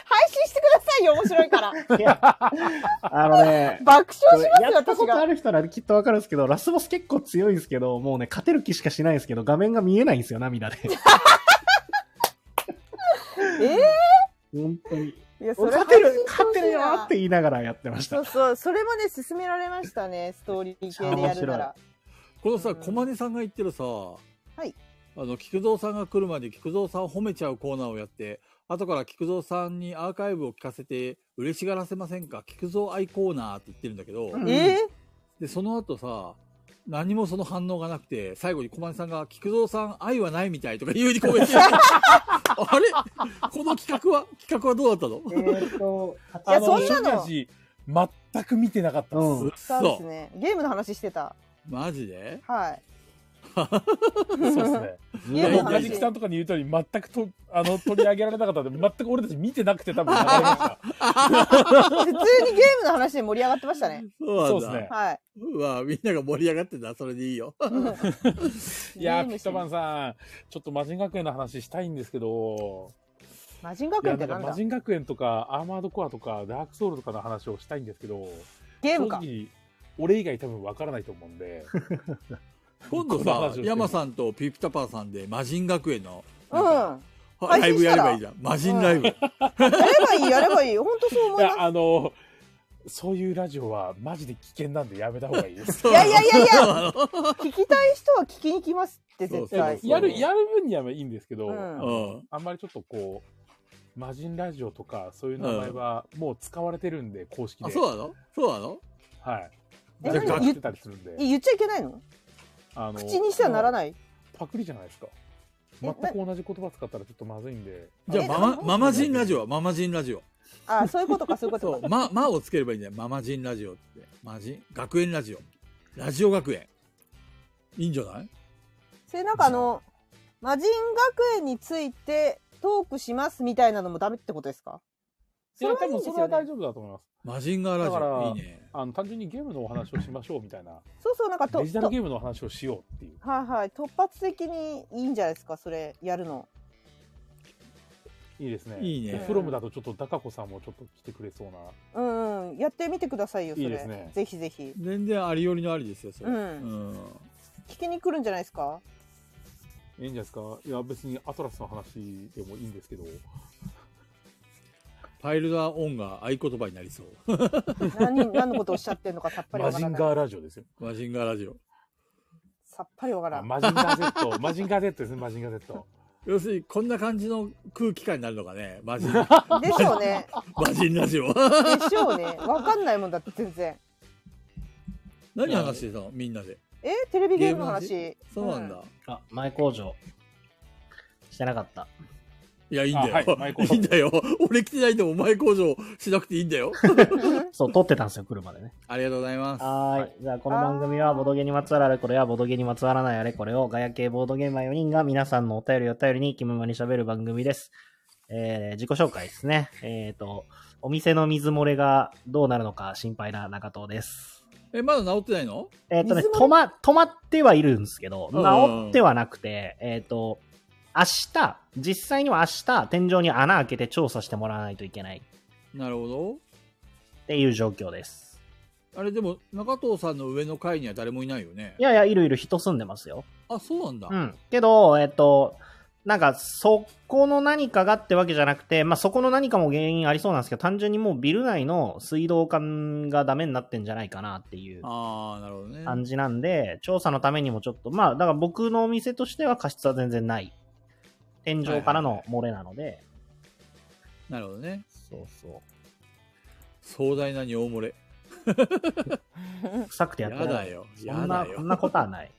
Speaker 5: 配信してくださいよ、面白い
Speaker 3: <laughs>
Speaker 5: から。 <laughs>
Speaker 3: あのね
Speaker 5: 爆笑します
Speaker 3: や
Speaker 5: よ、
Speaker 3: ったこ
Speaker 5: 私
Speaker 3: とあ
Speaker 5: が。
Speaker 3: る人ならきっとわかるんですけど、ラスボス結構強いんですけど、もうね、勝てる気しかしないんですけど、画面が見えないんですよ、涙で。
Speaker 5: え
Speaker 3: 本当に。
Speaker 5: えいや、それ
Speaker 3: 勝てる、
Speaker 5: 配信
Speaker 3: 勝
Speaker 5: し
Speaker 3: て
Speaker 5: てほし
Speaker 3: る
Speaker 5: い
Speaker 3: よ
Speaker 5: な
Speaker 3: って言いながらやってました。
Speaker 5: そうそう、それもね、勧められましたね、ストーリー系でやるなら。
Speaker 10: このさ、駒根さんが言ってるさ、
Speaker 5: い
Speaker 10: あの、菊蔵さんが来るまで菊蔵さんを褒めちゃうコーナーをやって、後から菊蔵さんにアーカイブを聞かせて嬉しがらせませんか菊蔵愛コーナーって言ってるんだけど、
Speaker 5: ええ
Speaker 10: で、その後さ、何もその反応がなくて、最後に駒根さんが、菊蔵さん愛はないみたいとか言うにコメントあれこの企画は企画はどうだったの
Speaker 3: えー、と、
Speaker 5: いや、
Speaker 2: あの
Speaker 5: そんなの、
Speaker 2: 正直全く見てなかったです。
Speaker 3: うん
Speaker 5: そうです
Speaker 10: そう。
Speaker 5: ね。ゲームの話してた。
Speaker 10: マジで
Speaker 5: はい。
Speaker 2: そうですね。
Speaker 5: ゲームの
Speaker 2: ガジキ
Speaker 5: 話
Speaker 2: さんとかに言うとり全くと <laughs> あの取り上げられなかったので全く俺たち見てなくて多分流れました。
Speaker 5: 普通にゲームの話で盛り上がってましたね。
Speaker 10: そ
Speaker 2: そうん
Speaker 10: うな
Speaker 2: で
Speaker 10: だ。
Speaker 2: すね
Speaker 5: は
Speaker 10: うわみんなが盛り上がってんだ。それでいいよ。
Speaker 5: い。
Speaker 2: いやー
Speaker 5: ゲ
Speaker 2: ピ
Speaker 5: ム
Speaker 2: ッ
Speaker 5: して
Speaker 2: トマンさんちょっと魔人学園の話したいんですけど。
Speaker 5: 魔人学
Speaker 2: い
Speaker 5: 園
Speaker 2: や
Speaker 5: っ
Speaker 2: な
Speaker 5: て
Speaker 2: んか
Speaker 5: なんだ
Speaker 2: 魔人学園とかアーマードコアとかダークソウルとかの話をしたいんですけど。
Speaker 5: ゲームか。
Speaker 2: 正直俺以外多分わからないと思うんで。
Speaker 10: 今度
Speaker 2: こんな話を
Speaker 10: さ
Speaker 2: して、る
Speaker 10: 山さんとピピタパンさんで魔人学園の、
Speaker 5: うん。や
Speaker 10: はライ
Speaker 5: 配信
Speaker 10: ブ
Speaker 5: した
Speaker 10: や
Speaker 5: ら
Speaker 10: ればいいじゃん。魔人ライブ。
Speaker 5: ればいい、やればいい。ほんとそう
Speaker 2: い
Speaker 5: 思い
Speaker 2: や
Speaker 5: ま
Speaker 2: あのそういうラジオはマジで危険なんでやめた方がいいです。
Speaker 5: す。いやいやいや
Speaker 2: <laughs>
Speaker 5: いや、聞きたい人は聞きに来ますって、絶対。
Speaker 10: そう
Speaker 2: やるやる分にはいいんですけど、
Speaker 5: うん
Speaker 2: あ
Speaker 10: う
Speaker 2: の
Speaker 10: ん。
Speaker 2: あんまりちょっとこう魔人ラジオとかそういう名前はもう使われてるんで、公式
Speaker 10: あ、
Speaker 2: で
Speaker 10: そうなのそうなの
Speaker 2: はい
Speaker 5: え
Speaker 2: じゃあ
Speaker 10: 何
Speaker 2: 使ってたりするんで
Speaker 5: え言っちゃいけないの
Speaker 2: あの
Speaker 5: 口にしてはなら
Speaker 2: い
Speaker 5: ない。
Speaker 2: パクリじゃないですか
Speaker 5: え
Speaker 2: 全
Speaker 5: な
Speaker 2: く同じ言葉使ったらちょっとまずいんで
Speaker 10: じゃあ、
Speaker 5: え
Speaker 10: マ
Speaker 5: なん
Speaker 10: マ、
Speaker 5: か
Speaker 10: ママジンラジオはママジンラジオ。
Speaker 5: あ、そういうことか、そういうこと
Speaker 10: そ
Speaker 5: か。
Speaker 10: う、ま、まをつければいいんだよ。ママジンラジオって。マジン、学園ラジオ。ラジオ学園。いいんじゃない
Speaker 5: それなんかあの、魔人学園についてトークしますみたいなのもダメってことですか
Speaker 2: いや、多分それは大丈夫だと思います。
Speaker 10: マジンガーラジ
Speaker 2: だから
Speaker 10: オ。いいね。
Speaker 2: あの、単純にゲームのお話をしましょうみたいな。
Speaker 5: そうそうなんかと
Speaker 2: デジタルゲームのお話をしようっていう。
Speaker 5: はいはい突発的にいいんじゃないですかそれやるの
Speaker 2: いいですね。
Speaker 10: いいね
Speaker 2: でフロムだとちょっとダカ子さんもちょっと来てくれそうな。
Speaker 5: うんうんやってみてくださいよそれ
Speaker 2: いいですね
Speaker 5: ぜひぜひ
Speaker 10: 全然ありよりのありですよ、それ。
Speaker 5: うん
Speaker 10: うん
Speaker 5: 聞きに来るんじゃないですか
Speaker 2: いいんじゃないですかいや、別にアトラスの話でもいいんですけど。
Speaker 10: ファイルダーオンが合言葉になりそう。 <laughs>
Speaker 5: 何何のことをおっしゃってるのかさっぱりわ
Speaker 2: マ
Speaker 5: か
Speaker 2: ジ
Speaker 5: ら
Speaker 2: ン
Speaker 5: ない
Speaker 2: ガーラジオですよ。
Speaker 10: マジンガーラジオ。
Speaker 5: さっぱりわから
Speaker 2: あ
Speaker 5: ん
Speaker 2: マジンガー Z。マジ <laughs> ンガー Z ですね、マジンガー Z。
Speaker 10: 要するに、こんな感じの空気感になるのかね。マジン、
Speaker 5: でしょ
Speaker 2: <laughs>
Speaker 5: うね
Speaker 10: マジンラジオ。
Speaker 5: でしょうねわかんないもんだって全然
Speaker 10: <laughs> 何話してたのみんなで。
Speaker 5: えテレビゲームの話
Speaker 10: ゲそうなんだ。
Speaker 3: あ、前工場。してなかった。
Speaker 10: いや、いいんだ
Speaker 2: あ
Speaker 10: よ。
Speaker 2: はい前工場
Speaker 10: いいんだよ。 <laughs> 俺来てないでも前工場しなくていいんだよ。
Speaker 3: そう、撮ってたんですよ、車でね。
Speaker 10: <laughs> ありがとうございます。
Speaker 3: はーい。じゃあ、この番組は、ボードゲにまつわるあれこれや、ボードゲにまつわらないあれこれを、ガヤ系ボードゲーマー4人が皆さんのお便りお便りに気ままに喋る番組です。えー、自己紹介ですね。えっ、ー、と、お店の水漏れがどうなるのか心配な中藤です。
Speaker 10: え、まだ治ってないの
Speaker 3: えっ、とね、
Speaker 5: 水漏れ
Speaker 3: 止ま、止まってはいるんですけど、
Speaker 10: うん
Speaker 3: 治ってはなくて、えっ、と、明日、実際には明日、天井に穴開けて調査してもらわないといけない
Speaker 10: なるほど。
Speaker 3: っていう状況です。
Speaker 10: あれ、でも、中藤さんの上の階には誰もいないよね
Speaker 3: い。やいや、いるいる人住んでますよ。
Speaker 10: あ、そうなんだ。
Speaker 3: うん。けど、えっと、なんか、そこの何かがってわけじゃなくて、まあ、そこの何かも原因ありそうなんですけど、単純にもうビル内の水道管がダメになってんじゃないかなっていう
Speaker 10: ああ、なるほどね。
Speaker 3: 感じなんで、調査のためにもちょっと、まあ、だから僕のお店としては過失は全然ない。天井からの漏れなので、
Speaker 10: なるほどね。
Speaker 3: そうそ
Speaker 10: 壮大な尿漏れ。
Speaker 3: う。臭くてや
Speaker 10: や
Speaker 3: ってな
Speaker 10: だ
Speaker 3: い。
Speaker 10: よ。
Speaker 3: そ
Speaker 10: や
Speaker 3: んな
Speaker 10: だ、
Speaker 3: そんな
Speaker 10: よ。
Speaker 3: ことはない。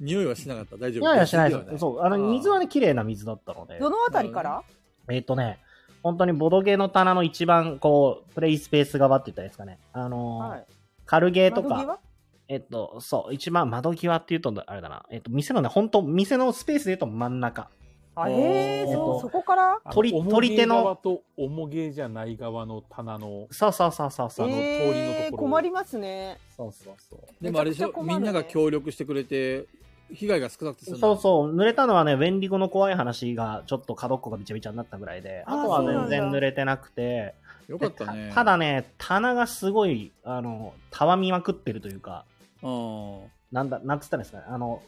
Speaker 10: 匂いはしなかった。大
Speaker 3: い
Speaker 10: 丈夫。
Speaker 3: やいや、しない
Speaker 10: 匂
Speaker 3: です。そう、あの、水はね、綺麗な水だったので。
Speaker 5: <laughs> どのあたりから
Speaker 3: えっ、とね、本当にボドゲの棚の一番、こう、プレイスペース側って言ったらいいですかね。あのー
Speaker 5: はい
Speaker 3: カルゲーと
Speaker 5: 窓際
Speaker 3: か、えっ、と、そう、一番窓際って言うと、あれだな、えっ、と、店のね、本当店のスペースで言うと真ん中。
Speaker 5: あ
Speaker 10: おー
Speaker 5: えー、
Speaker 3: えっ
Speaker 5: そう
Speaker 3: と
Speaker 5: そこから
Speaker 2: あの
Speaker 3: 取り取り手の
Speaker 2: 重げ側と重げじゃない側の棚の、
Speaker 3: そうそうそうそうそう。
Speaker 2: の通りのところ
Speaker 5: えー、困りますね
Speaker 3: そうそうそう。
Speaker 10: でもあれでし
Speaker 5: め
Speaker 10: ょ
Speaker 5: ちゃ、くちゃ困
Speaker 10: み
Speaker 5: る
Speaker 10: ん
Speaker 5: ね
Speaker 10: なが協力してくれて、被害が少なくて済んだ。
Speaker 3: そうそう、濡れたのはね、ウェンディゴの怖い話が、ちょっと角っこがびちゃびちゃになったぐらいで、
Speaker 5: あー
Speaker 3: あとは
Speaker 5: そうな
Speaker 3: 全
Speaker 5: んだ
Speaker 3: 然濡れてなくて、
Speaker 10: う。よかったね
Speaker 3: で。ただね、棚がすごい、あの、たわみまくってるというか、
Speaker 10: うん。は
Speaker 3: なんだ、なんつったらいいんですかね、あの、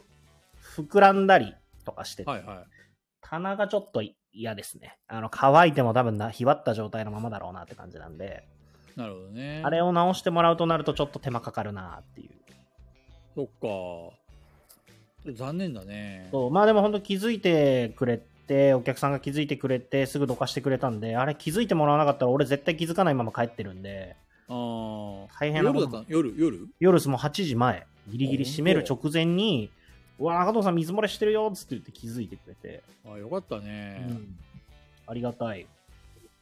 Speaker 3: 膨らんだりとかして
Speaker 10: い
Speaker 3: て、
Speaker 10: は
Speaker 3: 棚がちょっと嫌ですね。あの、乾いても多分な、ひばった状態のままだろうなって感じなんで、
Speaker 10: い。なるほどね。
Speaker 3: あれを直してもらうとなるとちょっと手間かかるなっていう。
Speaker 10: そっか。残念だね。
Speaker 3: そうまあでも本当気づいてくれて、お客さんが気づいてくれて、すぐどかしてくれたんで、あれ気づいてもらわなかったら俺絶対気づかないまま帰ってるんで、
Speaker 10: ああ。
Speaker 3: 大変な
Speaker 10: 夜
Speaker 3: こ
Speaker 10: だ
Speaker 3: と
Speaker 10: っ
Speaker 3: も
Speaker 10: たの夜夜
Speaker 3: 夜ですもう8時前、ギリギリ
Speaker 10: あ
Speaker 3: 閉める
Speaker 10: 本
Speaker 3: 直前に、うわ、中藤さん水漏れしてるよっつって言って気づいてくれて、
Speaker 10: あよかった
Speaker 3: う
Speaker 10: ね。
Speaker 3: ん、ありがたい。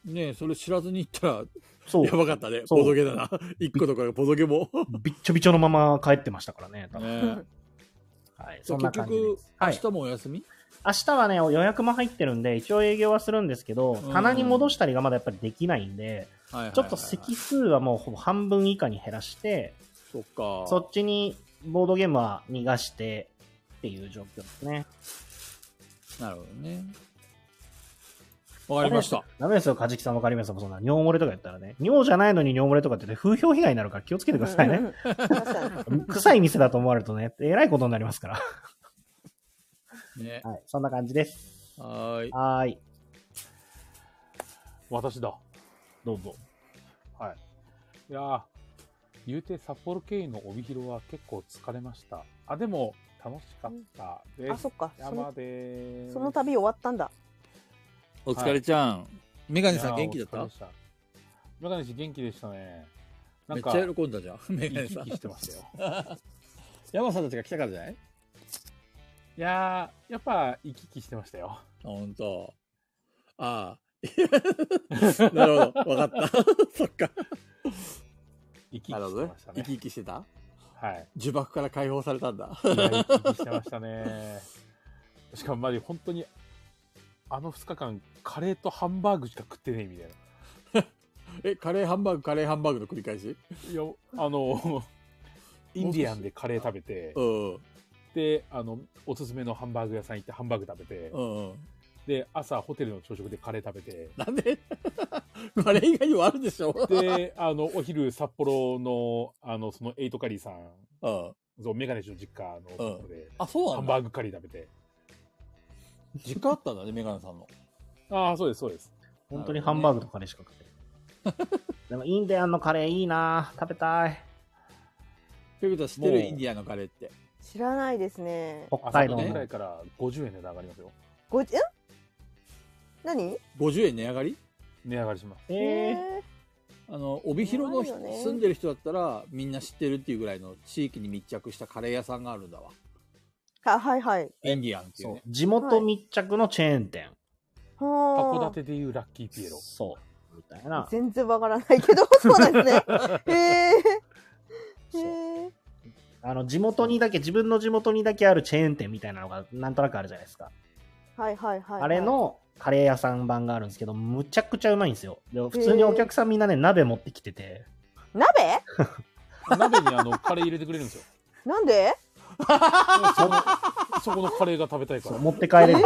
Speaker 10: ねえそれ知らずに行ったら、
Speaker 3: そう。
Speaker 10: やばかったね。
Speaker 3: そう
Speaker 10: ボドゲだな。 <laughs> 一個とかがボドゲも。
Speaker 3: びっちょびちょのまま帰ってましたからね。多分
Speaker 10: ねえ
Speaker 3: はい、
Speaker 10: じ
Speaker 3: <laughs> そ
Speaker 10: ゃあ
Speaker 3: んな
Speaker 10: 結
Speaker 3: 感じで
Speaker 10: 局、
Speaker 3: は
Speaker 10: 明
Speaker 3: い
Speaker 10: 日もお休み
Speaker 3: 明日はね、予約も入ってるんで、一応営業はするんですけど、
Speaker 10: うん
Speaker 3: 棚に戻したりがまだやっぱりできないんで、
Speaker 10: はいはいはい。
Speaker 3: ちょっと席数はもうほぼ半分以下に減らして、
Speaker 10: そっか。
Speaker 3: そっちにボードゲームは逃がしてっていう状況ですね。
Speaker 10: なるほどね。わかりました。
Speaker 3: ダメですよ、カジキさんわかりますよ、そんな。尿漏れとか言ったらね。尿じゃないのに尿漏れとかって言って風評被害になるから気をつけてくださいね。
Speaker 5: 確かに
Speaker 3: <laughs> 臭い店だと思われるとね、えらいことになりますから。
Speaker 10: ね。
Speaker 3: <laughs> はい、そんな感じです。
Speaker 10: はーい。
Speaker 3: はーい、
Speaker 2: 私だ。
Speaker 3: どうぞ。
Speaker 2: はい。いやー言うて札幌経由の帯広は結構疲れました。あ、でも楽しかったです。
Speaker 5: あそっかそ
Speaker 2: 山
Speaker 5: の
Speaker 2: でーす。
Speaker 5: その旅終わったんだ
Speaker 10: お疲れちゃん。メガネさん元気だっ
Speaker 2: いやーお疲れ
Speaker 10: た
Speaker 2: でしたメガネ氏元気でしたね。な
Speaker 10: め
Speaker 2: ん
Speaker 10: っ
Speaker 2: か、
Speaker 10: ちゃ喜んだじゃん。 <laughs> メ
Speaker 2: 生
Speaker 10: ガネ
Speaker 2: き
Speaker 10: さ
Speaker 2: 生
Speaker 10: ん
Speaker 2: き。してましたよ。
Speaker 10: 山さんたちが来たからじゃない
Speaker 2: いやーやっぱ生き生きしてましたよ。
Speaker 10: ほんと。あ <laughs> あ。なるほど。わかった。 <laughs> そっか。
Speaker 2: 生き生
Speaker 10: な
Speaker 2: きして
Speaker 10: るほどね
Speaker 2: ました。
Speaker 10: 生き
Speaker 2: ね。
Speaker 10: 生きしてた
Speaker 2: はい。
Speaker 10: 呪縛から解放されたんだ。
Speaker 2: いや生き生きしてましたね。しかもマジ本当にあの2日間カレーとハンバーグしか食ってねえみたいな。
Speaker 10: え、カレーハンバーグ、カレーハンバーグの繰り返し
Speaker 2: いや、あの、 <laughs> インディアンでカレー食べて、
Speaker 10: うん。
Speaker 2: で、あの、おすすめのハンバーグ屋さん行ってハンバーグ食べて、
Speaker 10: うん。
Speaker 2: で、朝ホテルの朝食でカレー食べて、
Speaker 10: なんで <laughs> カレー以外にもあるでしょ
Speaker 2: で、 <laughs> あの、お昼札幌の、あの、そのエイトカリーさん、
Speaker 10: うん。
Speaker 2: そう、メガネ氏の実家のところで、
Speaker 10: あ、そう
Speaker 2: ハ
Speaker 10: なん
Speaker 2: ン
Speaker 10: だ。
Speaker 2: バーグカリー食べて、
Speaker 10: 実家あったんだね、メガネさんの。
Speaker 2: ああ、そうです、そうです。
Speaker 3: 本当にハンバーグとカレーしか食ってない。 <laughs> でも、インディアンのカレーいいなぁ食べたい。
Speaker 10: ペグタ知ってる
Speaker 2: もう
Speaker 10: インディアンのカレーって。
Speaker 5: 知らないですね。
Speaker 10: 北
Speaker 2: 朝
Speaker 10: 海
Speaker 2: の
Speaker 10: 道
Speaker 2: ぐら
Speaker 10: の
Speaker 2: いから50円値段上がりますよ。
Speaker 5: ごじ、ん何
Speaker 10: 50円値上がり
Speaker 2: 値上がりします。
Speaker 10: え
Speaker 5: え
Speaker 10: あの、帯広の
Speaker 5: うまい
Speaker 10: 人
Speaker 5: よね
Speaker 10: 住んでる人だったらみんな知ってるっていうぐらいの地域に密着したカレー屋さんがあるんだわ。
Speaker 5: ー。あ、はいはい。
Speaker 10: インディアンっていう
Speaker 3: そ
Speaker 10: ね
Speaker 3: う。。地元密着のチェーン店。
Speaker 5: は
Speaker 2: 函
Speaker 5: あ。
Speaker 2: 館でいうラッキーピエロ。
Speaker 3: そう。みたいな。
Speaker 5: 全然わからな
Speaker 3: <laughs>
Speaker 5: いけど、そうなんですね。へえ。
Speaker 3: そう
Speaker 5: へえ。
Speaker 3: あの、地元にだけ、自分の地元にだけあるチェーン店みたいなのがなんとなくあるじゃないですか。
Speaker 5: はいはいはいはい。
Speaker 3: あれのカレー屋さん版があるんですけど、むちゃくちゃうまいんですよ。で普通にお客さんみんなね、鍋持ってきてて、
Speaker 5: 鍋
Speaker 2: 鍋にあの、カレー入れてくれるん <laughs> ですよ。
Speaker 5: なんで
Speaker 2: そのそこのカレーが食べたいか
Speaker 3: そう
Speaker 2: ら。
Speaker 3: 持って帰れる。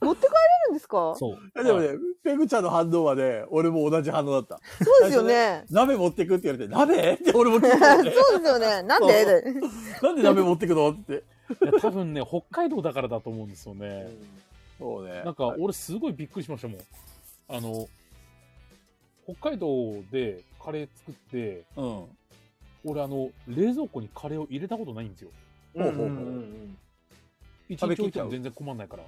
Speaker 5: 持って帰れるんですかそ
Speaker 3: そう。
Speaker 10: でもね、ペグちゃんの反応はね、俺も同じ反応だった。
Speaker 5: うですよね。
Speaker 10: 鍋持ってくって言われて、鍋 <laughs> って俺も聞いて、
Speaker 5: <laughs> そうですよね。なんで
Speaker 10: なんで鍋持ってくのって。
Speaker 2: いや多分ね、北海道だからだと思うんですよね。
Speaker 10: そうね。
Speaker 2: なんか、俺すごいびっくりしましたもん。あの、北海道でカレー作って、
Speaker 10: うん。
Speaker 2: 俺あの、冷蔵庫にカレーを入れたことないんですよ。
Speaker 10: ほうほうほう
Speaker 3: うんうんうん
Speaker 2: 一
Speaker 10: 食べ
Speaker 2: 日
Speaker 10: き
Speaker 2: 置
Speaker 10: っ
Speaker 2: い
Speaker 10: ち
Speaker 2: て
Speaker 10: ゃう
Speaker 2: も全然困んないから。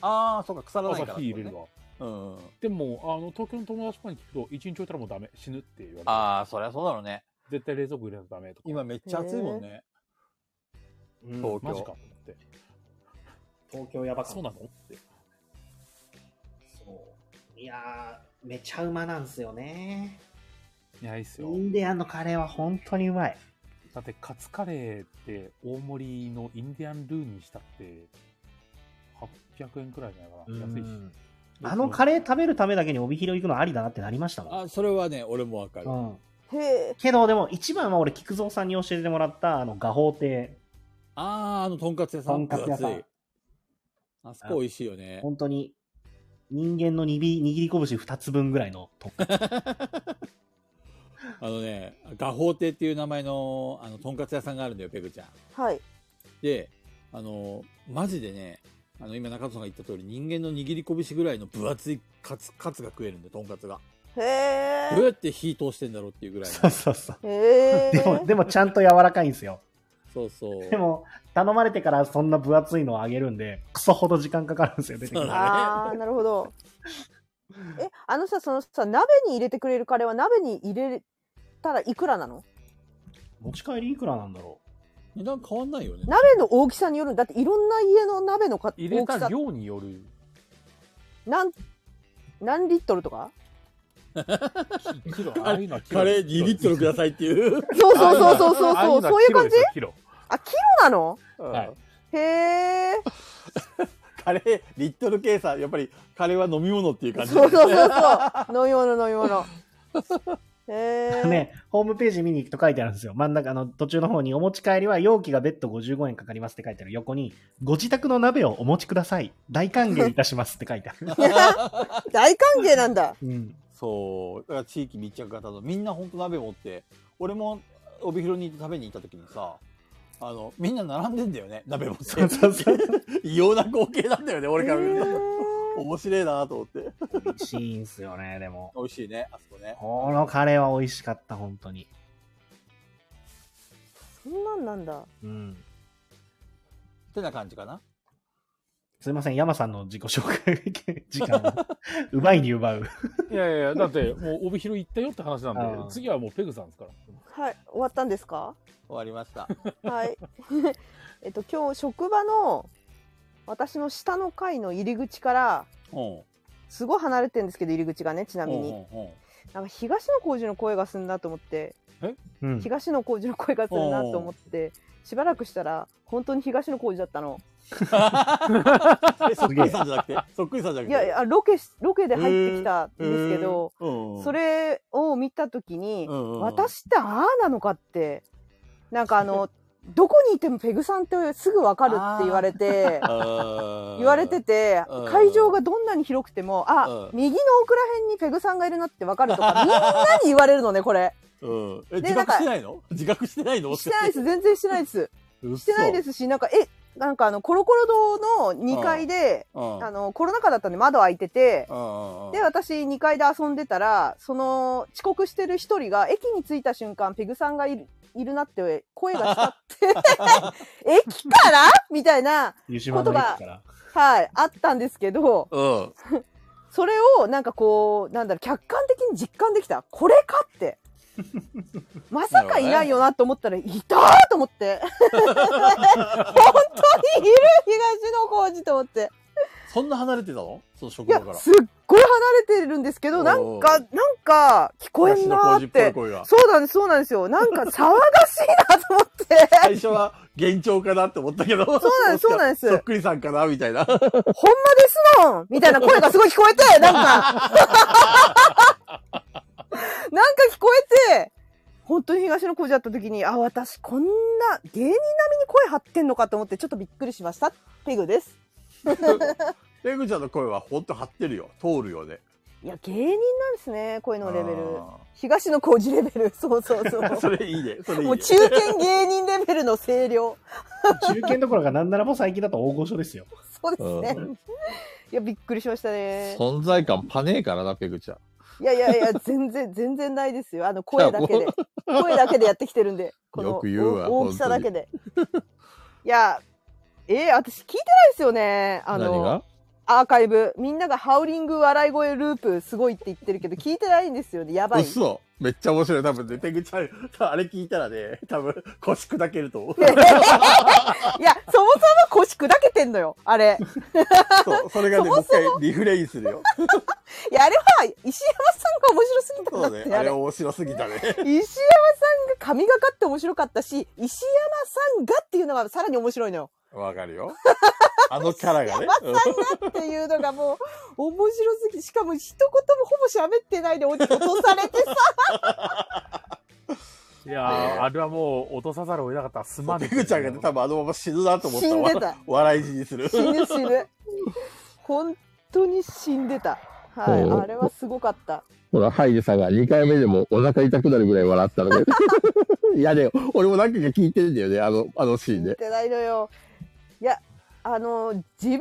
Speaker 10: ああ、そうか、腐らないか
Speaker 2: 朝
Speaker 10: ら。
Speaker 2: 火入れるわ。
Speaker 10: うん。
Speaker 2: でも、あの、東京の友達とかに聞くと、一日置いたらもうダメ、死ぬって言われて。
Speaker 10: ああ、そりゃそうだろうね。
Speaker 2: 絶対冷蔵庫入れないとダメとか。
Speaker 10: 今めっちゃ暑いもんね。
Speaker 3: うん
Speaker 10: 東
Speaker 2: マジかと。思
Speaker 10: 京
Speaker 2: って。
Speaker 3: 東京やば
Speaker 2: あ、
Speaker 3: かった
Speaker 2: そうなのって。
Speaker 3: そういやー、めちゃうまなんですよね。
Speaker 2: いや、いいっす
Speaker 3: イ
Speaker 2: よ。
Speaker 3: ンディアンのカレーは本当にうまい。
Speaker 2: だってカツカレーって大盛りのインディアンルーにしたって800円くらいじゃないかな安いし
Speaker 3: うんあのカ
Speaker 2: レ
Speaker 3: レー食べるためだけに帯広行くのありだなってなりましたもん。
Speaker 10: あ、それはね、俺もわかる。
Speaker 3: うん、
Speaker 5: でへえ。
Speaker 3: けど、でも一番は俺、菊蔵さんに教えてもらった、あの、画法亭。
Speaker 10: ああ、あの、とんかつ屋さん。
Speaker 3: とんかつ屋さん
Speaker 10: 分厚いあそこ美味しいよね。
Speaker 3: 本当に、人間の握り握り拳2つ分ぐらいのとんかつ。
Speaker 10: あのね、画法亭っていう名前の、あの、とんかつ屋さんがあるんだよ、ペグちゃん。
Speaker 5: はい。
Speaker 10: で、あの、マジでね、あの、今中野さんが言った通り、人間の握り拳ぐらいの分厚いカツ、カツが食えるんだよ、とんかつが。
Speaker 5: へ
Speaker 10: ど
Speaker 5: え。
Speaker 10: うやって火通してんだろうっていうぐらい
Speaker 3: <laughs> そ
Speaker 10: の。
Speaker 3: うそうそう。
Speaker 5: へえ。
Speaker 3: でも、でもちゃんと柔らかいんですよ。
Speaker 10: そうそう。
Speaker 3: でも、頼まれてからそんな分厚いのをあげるんで、クソほど時間かかるんですよ、出てくるの
Speaker 10: そうだね
Speaker 5: ああ、なるほど。え、あのさ、そのさ、鍋に入れてくれるカレーは鍋に入れたらいくらなの
Speaker 3: 持ち帰りいくらなんだろ
Speaker 10: 値段変わんないよね。
Speaker 5: 鍋の大きさによるんだっていろんな家の鍋のか
Speaker 2: 入
Speaker 5: 大
Speaker 2: れ
Speaker 5: き
Speaker 2: た
Speaker 5: さ
Speaker 2: 量による
Speaker 5: なん何リットルとか
Speaker 2: キロあ
Speaker 10: あ
Speaker 2: あいうのはキロ
Speaker 10: カレー2リットルくださいっていう。
Speaker 5: そうそうそうそうそう
Speaker 2: ああい
Speaker 5: そうう
Speaker 2: の
Speaker 5: そう
Speaker 2: は
Speaker 5: いう
Speaker 2: キロ
Speaker 5: 感
Speaker 2: で
Speaker 5: じ
Speaker 2: すよキロ
Speaker 5: あキロなの
Speaker 2: はい
Speaker 5: へえ
Speaker 10: <laughs> カレー、リットル計算、やっぱりカレーは飲み物っていう感じ。
Speaker 5: そうそうそうそう飲み物飲み物へえ
Speaker 3: う。ね、ホームページ見に行くと書いてあるんですよ。真ん中の途中の方に、お持ち帰りは容器が別途55円かかりますって書いてある横に、ご自宅の鍋をお持ちください。大歓迎いたしますって書いてあ
Speaker 10: <laughs>
Speaker 3: る。
Speaker 5: <laughs> 大歓迎なんだ
Speaker 3: うん。
Speaker 10: そう。だから地域密着型の、みんなほんと鍋持って、俺も帯広に行って食べに行った時にさ、あの、みんな並んでんだよね、鍋持って。
Speaker 3: そうそうそう。
Speaker 10: <laughs> 異様な光景なんだよね、俺
Speaker 5: へ
Speaker 10: から見ると。
Speaker 5: ー
Speaker 10: 面白いなと思って。
Speaker 3: 美味しいんすよね、でも。
Speaker 10: 美味しいね、あそこね。
Speaker 3: このカレーは美味しかった、本当に。
Speaker 5: そんなんなんだ
Speaker 3: うん。
Speaker 10: ってな感じかな。
Speaker 3: すいません、山さんの自己紹介時間
Speaker 10: <laughs>
Speaker 3: を奪いに奪う。
Speaker 2: いやいやいやだってもう帯広行ったよって話なんで
Speaker 3: あー
Speaker 2: 次はもうペグさんですから
Speaker 5: はい終わったんですか
Speaker 10: 終わりま <laughs> した。
Speaker 5: はい <laughs> えっと今日職場の私の下の階の入り口から
Speaker 10: ほ
Speaker 5: すごい離れてるんですけど入り口がねち
Speaker 10: う
Speaker 5: なみに
Speaker 10: ほうほ
Speaker 5: なんか東野幸治の声がすんなと思って
Speaker 3: うん。
Speaker 5: 東野幸治の声がするなと思ってしばらくしたら本当に東野幸治だったの
Speaker 10: うえそっくりさんじゃなくてそっくりさんじゃなく
Speaker 5: い
Speaker 10: て
Speaker 5: やいやロケしロケで入ってきたんですけど、
Speaker 10: へーうん
Speaker 5: それを見た時に、
Speaker 10: うんうん
Speaker 5: 私ってああなのかってなんかあの
Speaker 10: <laughs>
Speaker 5: どこにいてもペグさんってすぐわかるって言われて <laughs> 言
Speaker 10: 言
Speaker 5: われてて
Speaker 10: うん
Speaker 5: 会場がどんなに広くてもあ
Speaker 10: うん
Speaker 5: 右の奥ら辺にペグさんがいるなってわかると
Speaker 10: <laughs>
Speaker 5: かみんなに言われるのねこれ。
Speaker 10: うん、え
Speaker 5: で
Speaker 10: 自
Speaker 5: なんか
Speaker 10: 覚してないの自覚してないの
Speaker 5: してないです全然してないです。
Speaker 10: 嘘
Speaker 5: してないですしなんかえなんかあのコロコロ堂の2階で
Speaker 10: うんうん
Speaker 5: あのコロナ禍だったんで窓開いてて
Speaker 10: うんうんうん
Speaker 5: で私2階で遊んでたらその遅刻してる1人が駅に着いた瞬間ペグさんがいるいるなって声がしたって
Speaker 10: <laughs>
Speaker 5: <laughs> 駅からみたいな
Speaker 11: 湯
Speaker 5: こ
Speaker 11: 島の駅
Speaker 5: とが
Speaker 11: から。
Speaker 5: はいあったんですけど
Speaker 10: うん
Speaker 5: それをなんかこうなんだろう客観的に実感できたこれか
Speaker 10: <laughs>
Speaker 5: って。まさかいないよなと思ったら、いたーと思
Speaker 10: <laughs>
Speaker 5: って。本当にいる東野浩二と思って。
Speaker 10: そんな離れてたのその職
Speaker 5: いや
Speaker 10: 場から、
Speaker 5: すっごい離れてるんですけど、なんか、なんか、聞こえんなーっ
Speaker 10: 東野幸治
Speaker 5: て
Speaker 10: っぽい声が
Speaker 5: そうなんです、そうなんですよ。なんか、騒がしいなと思って。
Speaker 10: 最初は幻聴かなって思ったけどそう
Speaker 5: なんですそうなんです
Speaker 10: <laughs> そっくりさんかなみたいな <laughs>
Speaker 5: ほんまですのんみたいな声がすごい聞こえて、なんか。 <laughs> なんか聞こえて、本当に東野浩二だった時に、あ、私こんな芸人並みに声張ってんのかと思ってちょっとびっくりしました。ペグです。
Speaker 10: ペグちゃんの声はほんと張ってるよ通るよね
Speaker 5: いや、芸人なんですね、声のレベル。東野浩二レベル。 <laughs> そうそうそう。
Speaker 10: <laughs> それいいねそれいいね
Speaker 5: もう中堅芸人レベルの声量。
Speaker 3: 中堅どころかなんならもう最近だと大御所ですよ。
Speaker 5: そうですね
Speaker 3: うん。
Speaker 5: いや、びっくりしましたね。
Speaker 12: 存在感パネえからな、ペグちゃん。
Speaker 5: いやいやいや、全然、全然ないですよ。あの、声だけで。声だけでやってきてるんで。この
Speaker 12: よく言うわ
Speaker 5: お大きさだけで。いや、えー、私聞いてないですよね。あ
Speaker 12: 何が
Speaker 5: の、アーカイブ。みんながハウリング笑い声ループすごいって言ってるけど、聞いてないんですよね。やばい。
Speaker 10: 嘘めっちゃ面白い多分ねペグちゃん <laughs> あれ聞いたらね多分腰砕けると思う
Speaker 5: いや、そもそも腰砕けてんのよ。あれ。
Speaker 10: そうそれがね
Speaker 5: そもそも
Speaker 10: もう一回リフレインするよ
Speaker 5: いや、あれは石山さんが面白すぎたんだ
Speaker 10: そ
Speaker 5: っ
Speaker 10: う
Speaker 5: て。
Speaker 10: ねあれ面白す
Speaker 5: <laughs>
Speaker 10: ぎたね
Speaker 5: 石山さんが神がかって面白かったし、石山さんがっていうのがさらに面白いのよ。
Speaker 10: わかるよあのキャラがね
Speaker 5: 山さんがっていうのがもう面白すぎ、しかも一言もほぼ喋ってないで落とされてさ、
Speaker 11: いやー、あれはもう落とさざるを得なかった。すまんね。
Speaker 10: ペグちゃんがね多分あのまま死ぬなと思ったわ
Speaker 5: 死ん
Speaker 12: <laughs>
Speaker 5: でた
Speaker 10: 笑い死にする
Speaker 5: 死ぬ死ぬ。本当に死んでた。はい、
Speaker 12: おう
Speaker 5: あれはすごかった。
Speaker 12: ほら、ハイジさんが2回目でもお腹痛くなるぐらい笑ってた
Speaker 5: <laughs>
Speaker 12: ので。いやね、俺も何回か聞いてるんだよね、あの、あのシーン
Speaker 5: 言っ
Speaker 12: で。
Speaker 5: てないのよ。いや、あの、自分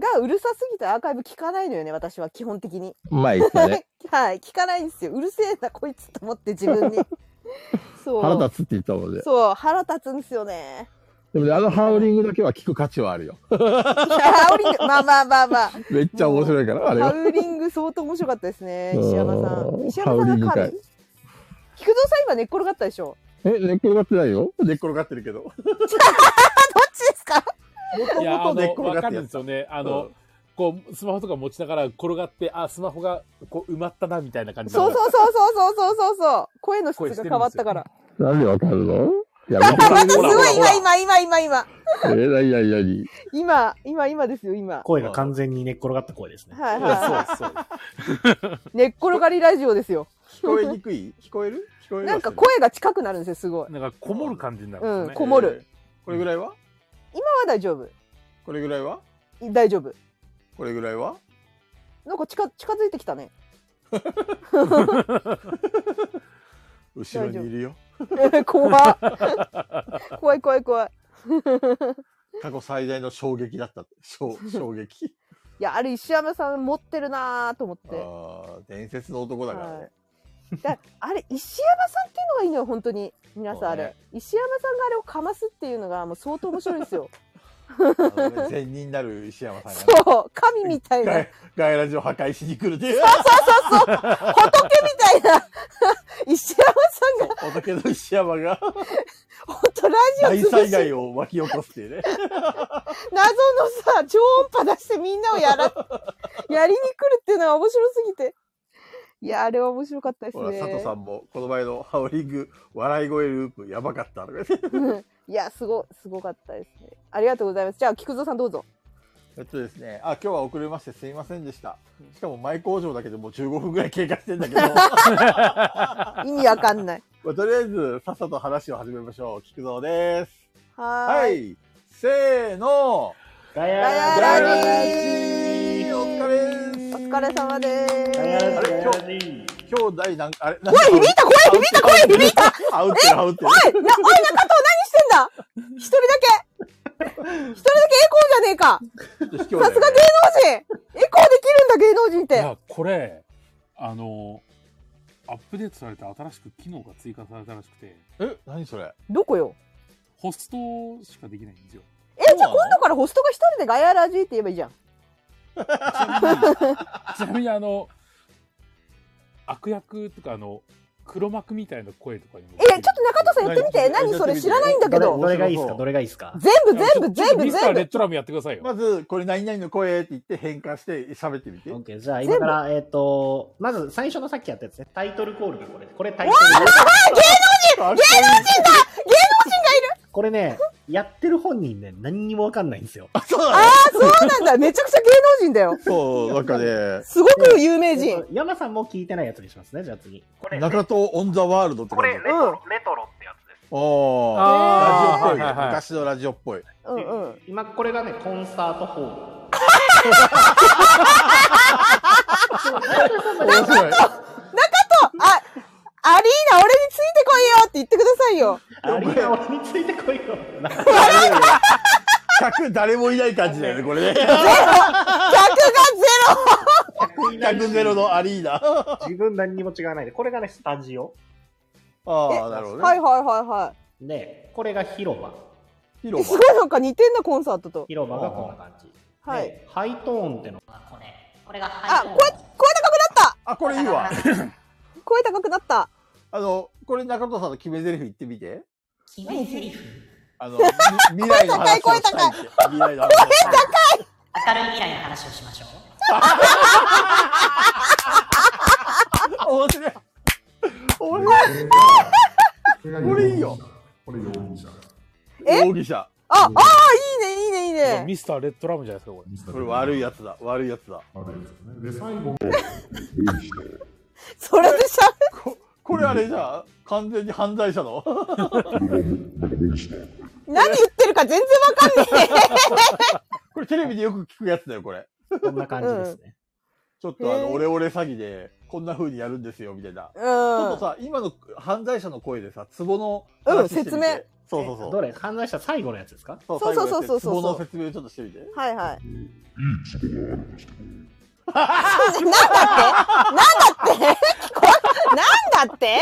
Speaker 5: がうるさすぎてアーカイブ聞かないのよね、私は基本的に。
Speaker 12: 前言ってたね。
Speaker 5: <laughs> はい、聞かないんですよ。うるせえな、こいつと思って自分に。そ
Speaker 12: <laughs>
Speaker 5: う。
Speaker 12: 腹立つって言ったもんね。
Speaker 5: そう、腹立つんですよね。
Speaker 12: でもね、あのハウリングだけは聞く価値はあるよ。
Speaker 5: ハウリング、まあまあまあまあ。
Speaker 12: めっちゃ面白いから、あれ
Speaker 5: ハ
Speaker 12: は。
Speaker 5: ウリング相当面白かったですね、石山さん。石
Speaker 12: ハ
Speaker 5: 山
Speaker 12: ウリ
Speaker 5: さ
Speaker 12: ン
Speaker 5: ん
Speaker 12: グ
Speaker 5: が神。
Speaker 12: 会
Speaker 5: 菊。蔵さん今寝っ転がったでしょ。
Speaker 12: え、寝っ転がってないよ
Speaker 10: 寝っ転がってるけど。
Speaker 5: も
Speaker 2: いや、あ
Speaker 10: 元々寝っ
Speaker 2: の、
Speaker 10: 転が
Speaker 2: わ
Speaker 10: ってやつ
Speaker 2: かるんですよね。あの、
Speaker 10: うん
Speaker 2: こう、スマホとか持ちながら転がって、あ、スマホがこう埋まったな、みたいな感じ
Speaker 5: そうそうそうそうそうそうそう。声の質
Speaker 2: 声して
Speaker 5: が
Speaker 2: るんです
Speaker 5: 変
Speaker 2: よ
Speaker 5: わったから。
Speaker 12: なんでわかる
Speaker 5: <laughs>
Speaker 12: のや
Speaker 5: あ
Speaker 12: め
Speaker 5: す
Speaker 12: て。
Speaker 5: ごい今今今今今
Speaker 12: えー、なになになに
Speaker 5: 今今今ですよ今。
Speaker 3: 声が完全に寝っ転がった声ですね。
Speaker 5: はいはいはい。寝っ転がりラジオですよ。
Speaker 10: 聞こえにくい聞こえる聞こえる
Speaker 5: なんか声が近くなるんですよすごい。
Speaker 11: なんかこもる感じになるんです
Speaker 5: う
Speaker 11: ね
Speaker 5: ん。こもる。
Speaker 10: これぐらいは
Speaker 5: 今は大丈夫。
Speaker 10: これぐらいは
Speaker 5: 大丈夫。
Speaker 10: これぐらいは
Speaker 5: なんか近近づいてきたね。 <laughs>
Speaker 10: 後ろにいるよ。
Speaker 5: 怖っ怖い怖い怖い。
Speaker 10: 過去最大の衝撃だったって。
Speaker 5: <laughs>
Speaker 10: 衝衝撃。
Speaker 5: いや、あれ石山さん持ってるなぁと思って。
Speaker 10: ああ、伝説の男だからね。
Speaker 5: だあれ、石山さんっていうのがいいのよ、本当に。皆さん、あれ。石山さんがあれをかますっていうのが、もう相当面白い
Speaker 10: <laughs>
Speaker 5: ですよ。
Speaker 10: あのね善人なる石山さんがね。
Speaker 5: そう、神みたいな。
Speaker 10: ガイガイラジを破壊しに来るで。
Speaker 5: 仏みたいな。 <laughs> 石山さんが、
Speaker 10: <laughs> おたけの石山が
Speaker 5: 本当ラ
Speaker 10: 大
Speaker 5: ジオ潰
Speaker 10: 災
Speaker 5: し、
Speaker 10: 害を巻き起こすっ
Speaker 5: <laughs>
Speaker 10: ていうね。
Speaker 5: 謎のさ、超音波出してみんなを
Speaker 10: <laughs>
Speaker 5: やら、やりに来るっていうのが面白すぎて。いや、あれは面白かったです
Speaker 10: ほら、
Speaker 5: ね。 <laughs>
Speaker 10: 佐藤さんも、この前のハウリング、笑い声ループ、やばかったとか言って。
Speaker 5: うんいや、すご、すごかったですね。ありがとうございます。じゃあ、菊蔵さんどうぞ。
Speaker 10: えっとですね、あ、今日は遅れましてすいませんでした。しかも前工場だけでもう15分ぐらい経過して
Speaker 5: <laughs>
Speaker 10: んだけど。
Speaker 5: 意味わかんない。
Speaker 10: <laughs> まあとりあえず、さっさと話を始めましょう。菊蔵です。
Speaker 5: は
Speaker 10: は
Speaker 5: ーい。
Speaker 10: い。せーの。ガ
Speaker 5: ヤ
Speaker 10: ガ
Speaker 5: ラジ
Speaker 10: ーお疲れ
Speaker 5: お疲れ様で
Speaker 10: あれ、今日、今日第何、あれ、何
Speaker 5: おい、響いた声響いた声響いた
Speaker 10: あ、打ってる、あ、打って
Speaker 5: おいな、おい、中藤何してんだ一人だけ一人だけエコーじゃねえか
Speaker 10: さ
Speaker 5: が
Speaker 10: す
Speaker 5: 芸能人エコーできるんだ、芸能人っ
Speaker 2: い
Speaker 5: て
Speaker 2: やこれあのアップデートされて新しく機能が追加されたらしくて
Speaker 10: え何それ
Speaker 5: どこよ
Speaker 2: ホストしかできないんですよ
Speaker 5: え、じゃあ今度からホストが一人でガヤラジって言えばいいじゃん。
Speaker 2: ちなみにあの悪役とかあの黒幕みたいな声とかにも
Speaker 5: え、ちょっと中藤さん言ってみて。何それ知らないんだけど。
Speaker 10: どれがいいですか
Speaker 5: 全部全部全部
Speaker 2: ミスターレ
Speaker 5: 全
Speaker 2: ッドラムやってくださいよ
Speaker 10: まず、これ何々の声って言って変換して喋ってみて。オッ
Speaker 3: ケー、じゃあ今から、えっ、と、まず最初のさっきやったやつね。タイトルコールがこれ。これタイトルコール。
Speaker 5: 芸能人芸能人だ芸能人がいる
Speaker 3: これね、やってる本人ね、何にもわかんないんですよ。
Speaker 5: ああ、そうなんだ。めちゃくちゃ芸能人だよ。
Speaker 10: そう、なんかね。
Speaker 5: すごく有名人。
Speaker 3: 山さんも聞いてないやつにしますね、じゃあ次。これ、
Speaker 10: 中東オンザワールドってこれ、レトロ、
Speaker 3: レ
Speaker 10: トロってやつです。おー。ラジオっぽいね。昔のラジオっぽい。
Speaker 5: うんうん。
Speaker 3: 今、これがね、コンサートホール。
Speaker 5: 中藤中藤あ、アリーナ俺についてこいよって言ってくださいよ。
Speaker 3: アリーナ俺についてこいよ。
Speaker 10: 客誰もいない感じだよね、これね。
Speaker 3: 客
Speaker 10: がゼロ客ゼロのアリーナ。
Speaker 3: <laughs> 自分何にも違わないで。これがね、スタジオ。
Speaker 10: ああ、なるほどね。
Speaker 5: はいはいはいはい。
Speaker 3: で、これが広場。
Speaker 5: えすごいなんか似てんなコンサートと。
Speaker 3: 広場がこんな感じ。
Speaker 5: はい。
Speaker 3: ハイトーンってのが、
Speaker 5: これがあ、声、声高くなった
Speaker 10: あ、これいいわ。
Speaker 5: 声高くなった。
Speaker 10: あの、これ中藤さんの決め台詞言ってみて。
Speaker 5: 決め台詞
Speaker 10: あの、み未来の話をしたいって。未来の話をしたい。
Speaker 13: 明るい未来の話をしましょう。
Speaker 10: 面白い。面白い。これいいよ。
Speaker 4: これ容疑者。
Speaker 10: 容疑者。
Speaker 5: あ、ああ、いいね、いいね、いいね。
Speaker 2: ミスターレッドラムじゃないですかこれ
Speaker 10: これ悪いやつだ。悪いやつだ。
Speaker 4: で、最後、
Speaker 5: それでしゃ
Speaker 10: <laughs> これあれじゃん完全に犯罪者の。 <laughs>
Speaker 5: 何言ってるか全然わかんね
Speaker 10: これテレビでよく聞くやつだよ、これ。
Speaker 3: こんな感
Speaker 5: じです
Speaker 3: ね。
Speaker 10: ちょっとあ
Speaker 5: へー
Speaker 10: の、オレオレ詐欺で、こんな風にやるんですよ、みたいな。ち
Speaker 5: うん
Speaker 10: ょっとさ、今の犯罪者の声でさ、ツボの
Speaker 5: うん
Speaker 10: 話してみて。
Speaker 5: 説明
Speaker 10: そうそうそう。
Speaker 3: どれ犯罪者最後のやつですか
Speaker 10: そう
Speaker 5: そうそうそうそう
Speaker 10: 最後のやつツボの説明をちょっとしてみて。
Speaker 5: え。はいはい。 <laughs> なんだって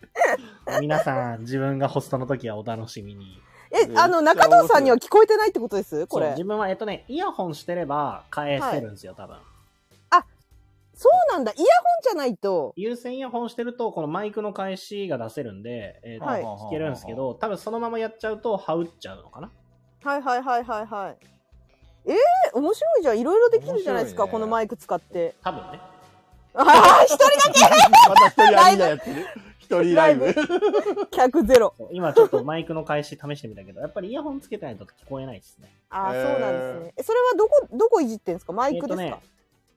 Speaker 3: <laughs> 皆さん、自分がホストの時はお楽しみに。
Speaker 5: え、あの、中藤さんには聞こえてないってことですこ
Speaker 3: そう
Speaker 5: れ
Speaker 3: 自。分は、えっとね、イヤホンしてれば返せるんですよ、多分。
Speaker 5: そうなんだ。イヤホンじゃないと。
Speaker 3: 有線イヤホンしてると、このマイクの返しが出せるんで、えーと
Speaker 5: はい
Speaker 3: 聞けるんですけど、多分そのままやっちゃうと、はうっちゃうのかな。
Speaker 5: はいはいはいはいはい。えー、面白いじゃん。いろいろできるじゃないですか、
Speaker 3: 面白いね
Speaker 5: このマイク使って。
Speaker 3: 多分ね。
Speaker 5: ああ、一人だけ
Speaker 10: また一人ライブやってる。一人ライブ。
Speaker 5: 客ゼロ。
Speaker 3: 今ちょっとマイクの返し試してみたけど、やっぱりイヤホンつけてないと聞こえないですね。
Speaker 5: ああ、そ
Speaker 3: へ
Speaker 5: う
Speaker 3: ー
Speaker 5: なんですね。え、それはどこ、どこいじってんですかマイクですか、
Speaker 3: えっとね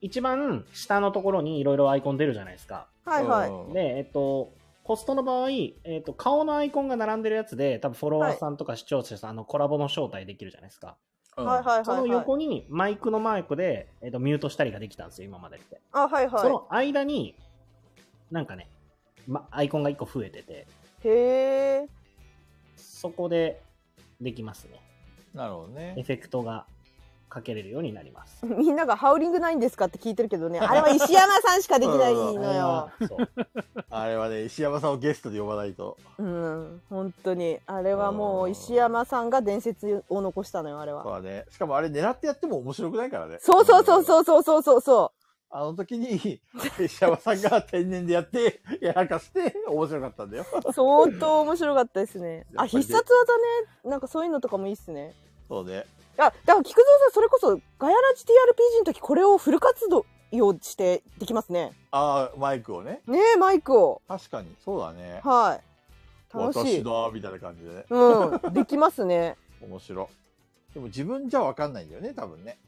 Speaker 3: 一番下のところにいろいろアイコン出るじゃないですか。
Speaker 5: はいはい
Speaker 3: うんで、えっと、ホストの場合、えっと、顔のアイコンが並んでるやつで、多分フォロワーさんとか視聴者さん、あのコラボの招待できるじゃないですか。
Speaker 5: はいはいはいはい
Speaker 3: その横にマイクのマイクで、えっと、ミュートしたりができたんですよ、今までって。
Speaker 5: あ、はい
Speaker 3: その
Speaker 5: は
Speaker 3: 間に、なんかね、ま、アイコンが一個増えてて、
Speaker 5: い。へえ。
Speaker 3: そこでできますね。
Speaker 10: なるほどね
Speaker 3: エフェクトがかけれるようになります。
Speaker 5: <laughs> みんながハウリングないんですかって聞いてるけどね、あれは石山さんしかできないのよ。 <laughs>
Speaker 10: あれはね、石山さんをゲストで呼ばないと。
Speaker 5: うん、本当に。あれはもう石山さんが伝説を残したのよ、あれ
Speaker 10: そう
Speaker 5: は。
Speaker 10: だね。しかもあれ狙ってやっても面白くないからね。
Speaker 5: そうそうそうそうそうそうそうそ
Speaker 10: あの時
Speaker 5: <laughs>
Speaker 10: に、石山さんが天然でやって、やらかして、面白かったんだよ。
Speaker 5: う。相当面白かったですね。
Speaker 10: や
Speaker 5: あ、
Speaker 10: っぱりね
Speaker 5: 必殺技ね。なんかそういうのとかもいいっすね。
Speaker 10: そうね。
Speaker 5: あ、だから菊蔵さん、それこそガヤラジ TRPG の時これをフル活動してできますね。
Speaker 10: ああ、マイクをね。
Speaker 5: ねえ、マイクを。
Speaker 10: 確かに、そうだね。
Speaker 5: は楽しい
Speaker 10: 私だみたいな感じでね。
Speaker 5: うんできますね
Speaker 10: 面白い。でも自分じゃわかんないんだよね、多分ね。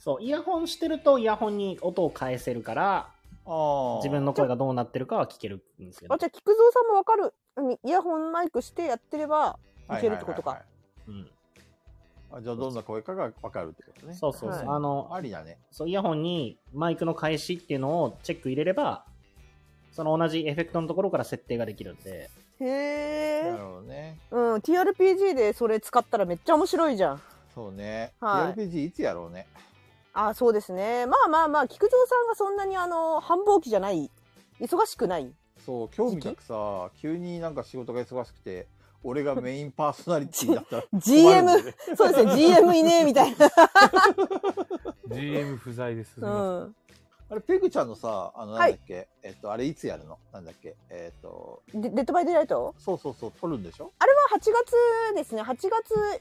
Speaker 3: そう、イヤホンしてるとイヤホンに音を返せるから、自分の声がどうなってるかは聞けるんですけど
Speaker 5: あ。じゃあ菊蔵さんもわかるうんイヤホンマイクしてやってればいけるってことか、
Speaker 10: はいはいはいはい。うん。あじゃあどんな声かがわかるってことね。
Speaker 3: そうそうそう。
Speaker 10: あ
Speaker 3: あの、
Speaker 10: ありだね。
Speaker 3: そう、イヤホンにマイクの開始っていうのをチェック入れれば、その同じエフェクトのところから設定ができるんで、
Speaker 5: へえ
Speaker 10: なるほどね。
Speaker 5: うん TRPG でそれ使ったらめっちゃ面白いじゃん
Speaker 10: そうね。
Speaker 5: はい
Speaker 10: TRPG いつやろうね。
Speaker 5: あそうですねまあまあまあ菊蔵さんがそんなにあの繁忙期じゃない忙しくない
Speaker 10: そう、今日みたくさ、急になんか仕事が忙しくて、俺がメインパーソナリティだったら
Speaker 5: GM <laughs> そうです
Speaker 10: <laughs>
Speaker 5: ね GM いねえみたいな
Speaker 14: GM 不在です。
Speaker 5: うん
Speaker 10: あれ、ペグちゃんのさ、あの、なんだっけ、えっと、あれいつやるのなんだっけえっと、
Speaker 5: デデッドバイデイライト
Speaker 10: そうそうそう、撮るんでしょ
Speaker 5: あれは8月ですね8月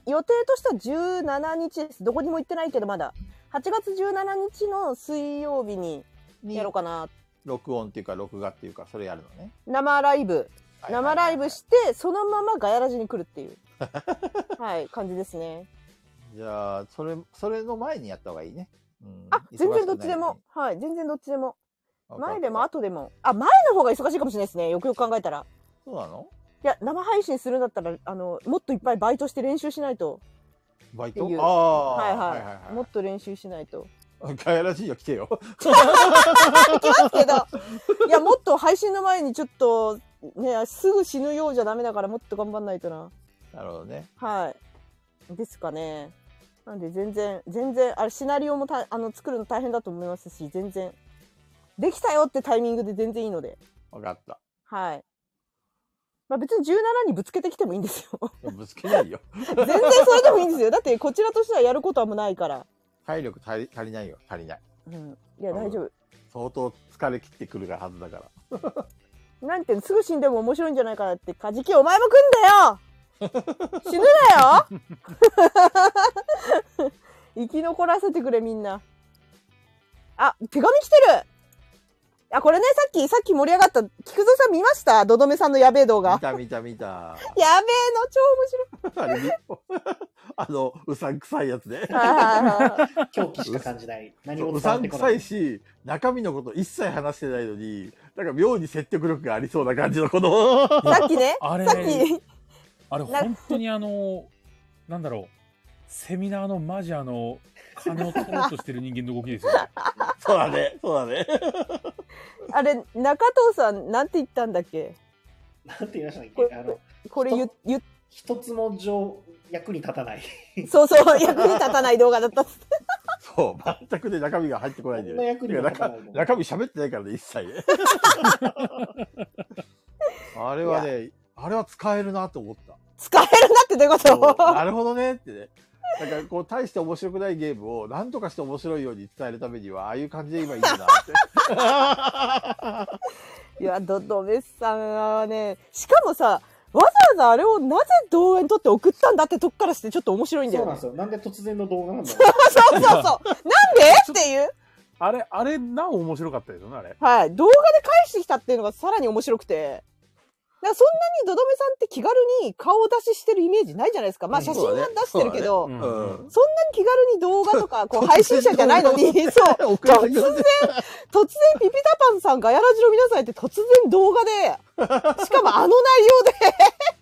Speaker 5: 予定としては17日ですどこにも行ってないけどまだ8月17日の水曜日にやろうかな
Speaker 10: 録音っていうか、録画っていうか、それやるのね。
Speaker 5: 生ライブ生ライブしてそのままガヤラジに来るって
Speaker 10: <laughs>
Speaker 5: いうはい感じですね
Speaker 10: じゃあ、それ、それの前にやった方がいいね。
Speaker 5: あ全然どっちでもはい全然どっちでも
Speaker 10: わかった
Speaker 5: 前でも後でもあ前の方が忙しいかもしれないですねよくよく考えたら
Speaker 10: そうなの
Speaker 5: いや生配信するんだったらあのもっといっぱいバイトして練習しないと
Speaker 10: バイ
Speaker 5: って
Speaker 10: ト
Speaker 5: いう
Speaker 10: ああ、
Speaker 5: はいはい、
Speaker 10: はいはい
Speaker 5: もっと練習しないと
Speaker 10: ガヤらしいよ、来てよ。
Speaker 5: 行きますけどいやもっと配信の前にちょっとねすぐ死ぬようじゃダメだからもっと頑張んないとな
Speaker 10: なるほどね。
Speaker 5: はいですかねなんで全然全然あれシナリオもたあの作るの大変だと思いますし全然できたよってタイミングで全然いいので
Speaker 10: わかった。
Speaker 5: はいまあ別に17にぶつけてきてもいいんですよ <laughs>
Speaker 10: ぶつけないよ。
Speaker 5: 全然それでもいいんですよだってこちらとしてはやることはもうないから
Speaker 10: 体力足り足りないよ、足りない。
Speaker 5: うんいや大丈夫
Speaker 10: 相当疲れ切ってくるはずだから。
Speaker 5: なんていうのすぐ死んでも面白いんじゃないかなってカジキお前も
Speaker 2: <laughs>
Speaker 5: 来んだよ死ぬなよ生き残らせてくれみんなあ手紙来てるあこれねさっきさっき盛り上がった菊蔵さん見ましたどどめさんのやべえ動画
Speaker 10: 見た見た見た。
Speaker 5: やべえの超面白い
Speaker 10: あれ見 <laughs> あの、うさんくさいやつね。
Speaker 2: <laughs>
Speaker 5: はいはい
Speaker 3: 狂気しか感じない何
Speaker 10: そう
Speaker 3: 事
Speaker 10: う
Speaker 3: も
Speaker 10: さ
Speaker 3: 伝わっ
Speaker 10: ん
Speaker 3: て
Speaker 10: く
Speaker 3: こ
Speaker 10: さ
Speaker 3: ない
Speaker 10: いし、中身のこと一切話してないのに、なんか妙に説得力がありそうな感じの
Speaker 5: <laughs>
Speaker 10: この。
Speaker 5: さっきね
Speaker 2: あれ
Speaker 5: さっき
Speaker 2: あれ、本当にあの、なんだろう、セミナーのマジあの、金を取ろうとしてる人間の動きですよね。
Speaker 10: そうだね、そうだね。
Speaker 5: あれ中藤さんなんて言ったんだっけ
Speaker 3: なんて言いましたっけあの、
Speaker 5: これ言言
Speaker 3: 一つも上役に立たない。
Speaker 5: そうそう役に立たない動画だった
Speaker 10: そう、全くね、中身が入ってこないんだよ
Speaker 3: こんな役
Speaker 10: ね。
Speaker 3: にも立た
Speaker 10: 中
Speaker 3: ない
Speaker 10: 中身喋ってないからね、一
Speaker 5: <laughs>
Speaker 10: 切ね。あれはね、あれは使えるなと
Speaker 5: <laughs>
Speaker 10: 思った。
Speaker 5: 使えるなってどういうこと
Speaker 10: なるほどねってね。だからこう、大して面白くないゲームを、なんとかして面白いように伝えるためには、ああいう感じで今いいんだなって。
Speaker 5: いや、ドドメさんはね、しかもさ、わざわざあれをなぜ動画に撮って送ったんだってとこからしてちょっと面白いんだ
Speaker 3: そう
Speaker 5: よ
Speaker 3: なん
Speaker 5: ね。
Speaker 3: ですよ。なんで突然の動画なんだろう
Speaker 5: そうそう <laughs> そうなんでっていう。
Speaker 14: <laughs> あれ、あれ、なお面白かったですよね、あれ。
Speaker 5: はい。動画で返してきたっていうのがさらに面白くて。だからそんなにドドメさんって気軽に顔を出ししてるイメージないじゃないです <laughs> か。まあ写真は出してるけど、そ,、
Speaker 10: そうだねう
Speaker 5: ん
Speaker 10: ん
Speaker 5: なに気軽に動画とかこう配信者じゃないのに、 <laughs> そう、突然、突然ピピタパンさんガヤラジの皆さんって突然動画で、しかもあの内容で、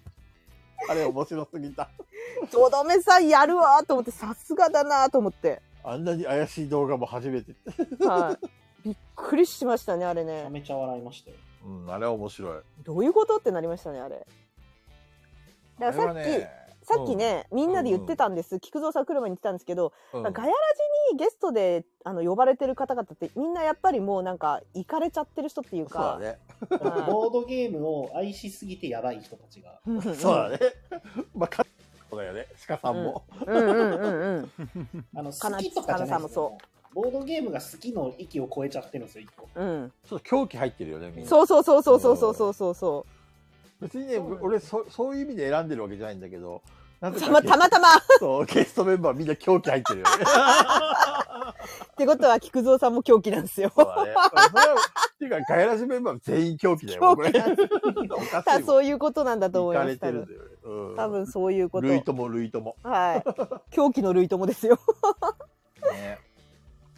Speaker 10: <laughs> あれ面白すぎた。
Speaker 5: とどめさんやるわーと思ってさすがだなーと思って、
Speaker 10: あんなに怪しい動画も初めて。
Speaker 5: はい、 <laughs> びっくりしましたねあれね
Speaker 3: めちゃ笑いましたよ
Speaker 10: うん、あれは面白い。
Speaker 5: どういうことってなりましたねあれだからさっき、
Speaker 10: あれはね
Speaker 5: さっきね、みんなで言ってたんです、菊蔵さん来る前に言ってたんですけど、
Speaker 10: うん
Speaker 5: ガヤラジにゲストであの呼ばれてる方々ってみんなやっぱりもうなんか行かれちゃってる人っていうか
Speaker 10: ね。
Speaker 3: ボードゲームを愛しすぎてやばい人たちが。
Speaker 10: そうだね。 <laughs> まあ、かそうだよね。鹿さんも。
Speaker 5: うんうんうんうん。
Speaker 3: あの、
Speaker 5: かな
Speaker 3: 好きとかじゃ
Speaker 5: かなさ
Speaker 3: なんい
Speaker 5: も
Speaker 3: ですよ。ボードゲームが好きの域を超えちゃってるんですよ、一個。
Speaker 5: うん。
Speaker 10: ちょっと狂気入ってるよね、みんな。
Speaker 5: そうそうそうそうそうそうそうそうそ
Speaker 10: 別にね、俺そ、そういう意味で選んでるわけじゃないんだけど、なぜ
Speaker 5: たまたまたま
Speaker 10: そう、ゲストメンバーみんな狂気入ってるよね。
Speaker 5: うってことは、菊蔵さんも狂気なんですよ。 <laughs> そう
Speaker 10: ていうか、ガイラジメンバー全員狂気だよ、
Speaker 5: 狂 <laughs>
Speaker 10: これ
Speaker 5: 気。なんですよ多分 <laughs> そういうことなんだと思い
Speaker 10: 行か
Speaker 5: ま
Speaker 10: れ
Speaker 5: す。
Speaker 10: て
Speaker 5: 多
Speaker 10: る
Speaker 5: 分
Speaker 10: んだよね。うん。
Speaker 5: 多分そういうこと。
Speaker 10: 類とも類とも。
Speaker 5: <laughs> はい。狂気の類ともですよ。
Speaker 10: ね。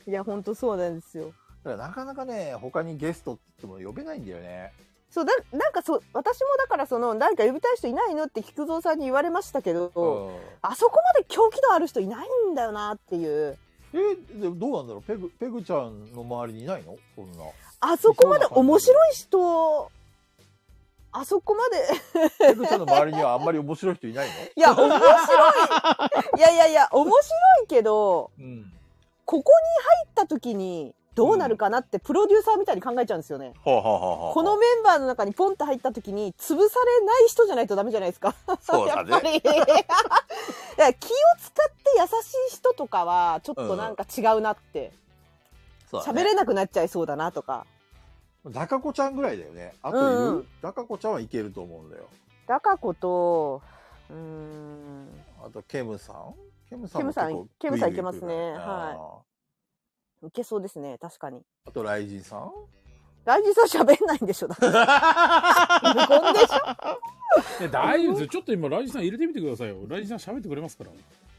Speaker 5: いや、ほんとそうなんですよ。
Speaker 10: だからなかなかね、他にゲストって言っても呼べないんだよね。
Speaker 5: そうだなんかそう私もだからそのなんか呼びたい人いないのって菊蔵さんに言われましたけど、あそこまで狂気度ある人いないんだよなっていう
Speaker 10: え、でもどうなんだろうペグ、ペグちゃんの周りにいないのそんな。
Speaker 5: あそこまで面白い人あそこまで <laughs>
Speaker 10: ペグちゃんの周りにはあんまり面白い人いないの
Speaker 5: いや面 <laughs> 白いいやいやいや面白いけど、ここに入った時にどうなるかなってプロデューサーみたいに考えちゃうんですよね、
Speaker 10: <laughs> はあ、はあはあはあ、
Speaker 5: このメンバーの中にポンと入った時に潰されない人じゃないとダメじゃないですか。
Speaker 10: そう
Speaker 5: <laughs> や
Speaker 10: だ
Speaker 5: っぱ
Speaker 10: ね <laughs>
Speaker 5: り。だから気を使って優しい人とかはちょっとなんか違うなって
Speaker 10: そうだ
Speaker 5: 喋、
Speaker 10: ね
Speaker 5: れなくなっちゃいそうだなとか。
Speaker 10: ダカ子ちゃんぐらいだよね。あとい
Speaker 5: うんう
Speaker 10: るダカ子ちゃんはいけると思うんだよ。
Speaker 5: だかことうーん
Speaker 10: あと、ケムさんケムさ
Speaker 5: ケ
Speaker 10: ん
Speaker 5: ム
Speaker 10: も
Speaker 5: さ
Speaker 10: 結
Speaker 5: ん
Speaker 10: 構
Speaker 5: ケムさんいけます
Speaker 10: グイグイ来
Speaker 5: ね。
Speaker 10: るから
Speaker 5: はい。いけそうですね確かに。
Speaker 10: あと、ライジン <laughs> さん
Speaker 5: 大事さん喋んないんでしょだ <laughs> って。無言でしょ
Speaker 2: え大丈夫ですよ。ちょっと今、ライジンさん入れてみてくださいよ。ライジンさん喋ってくれますから。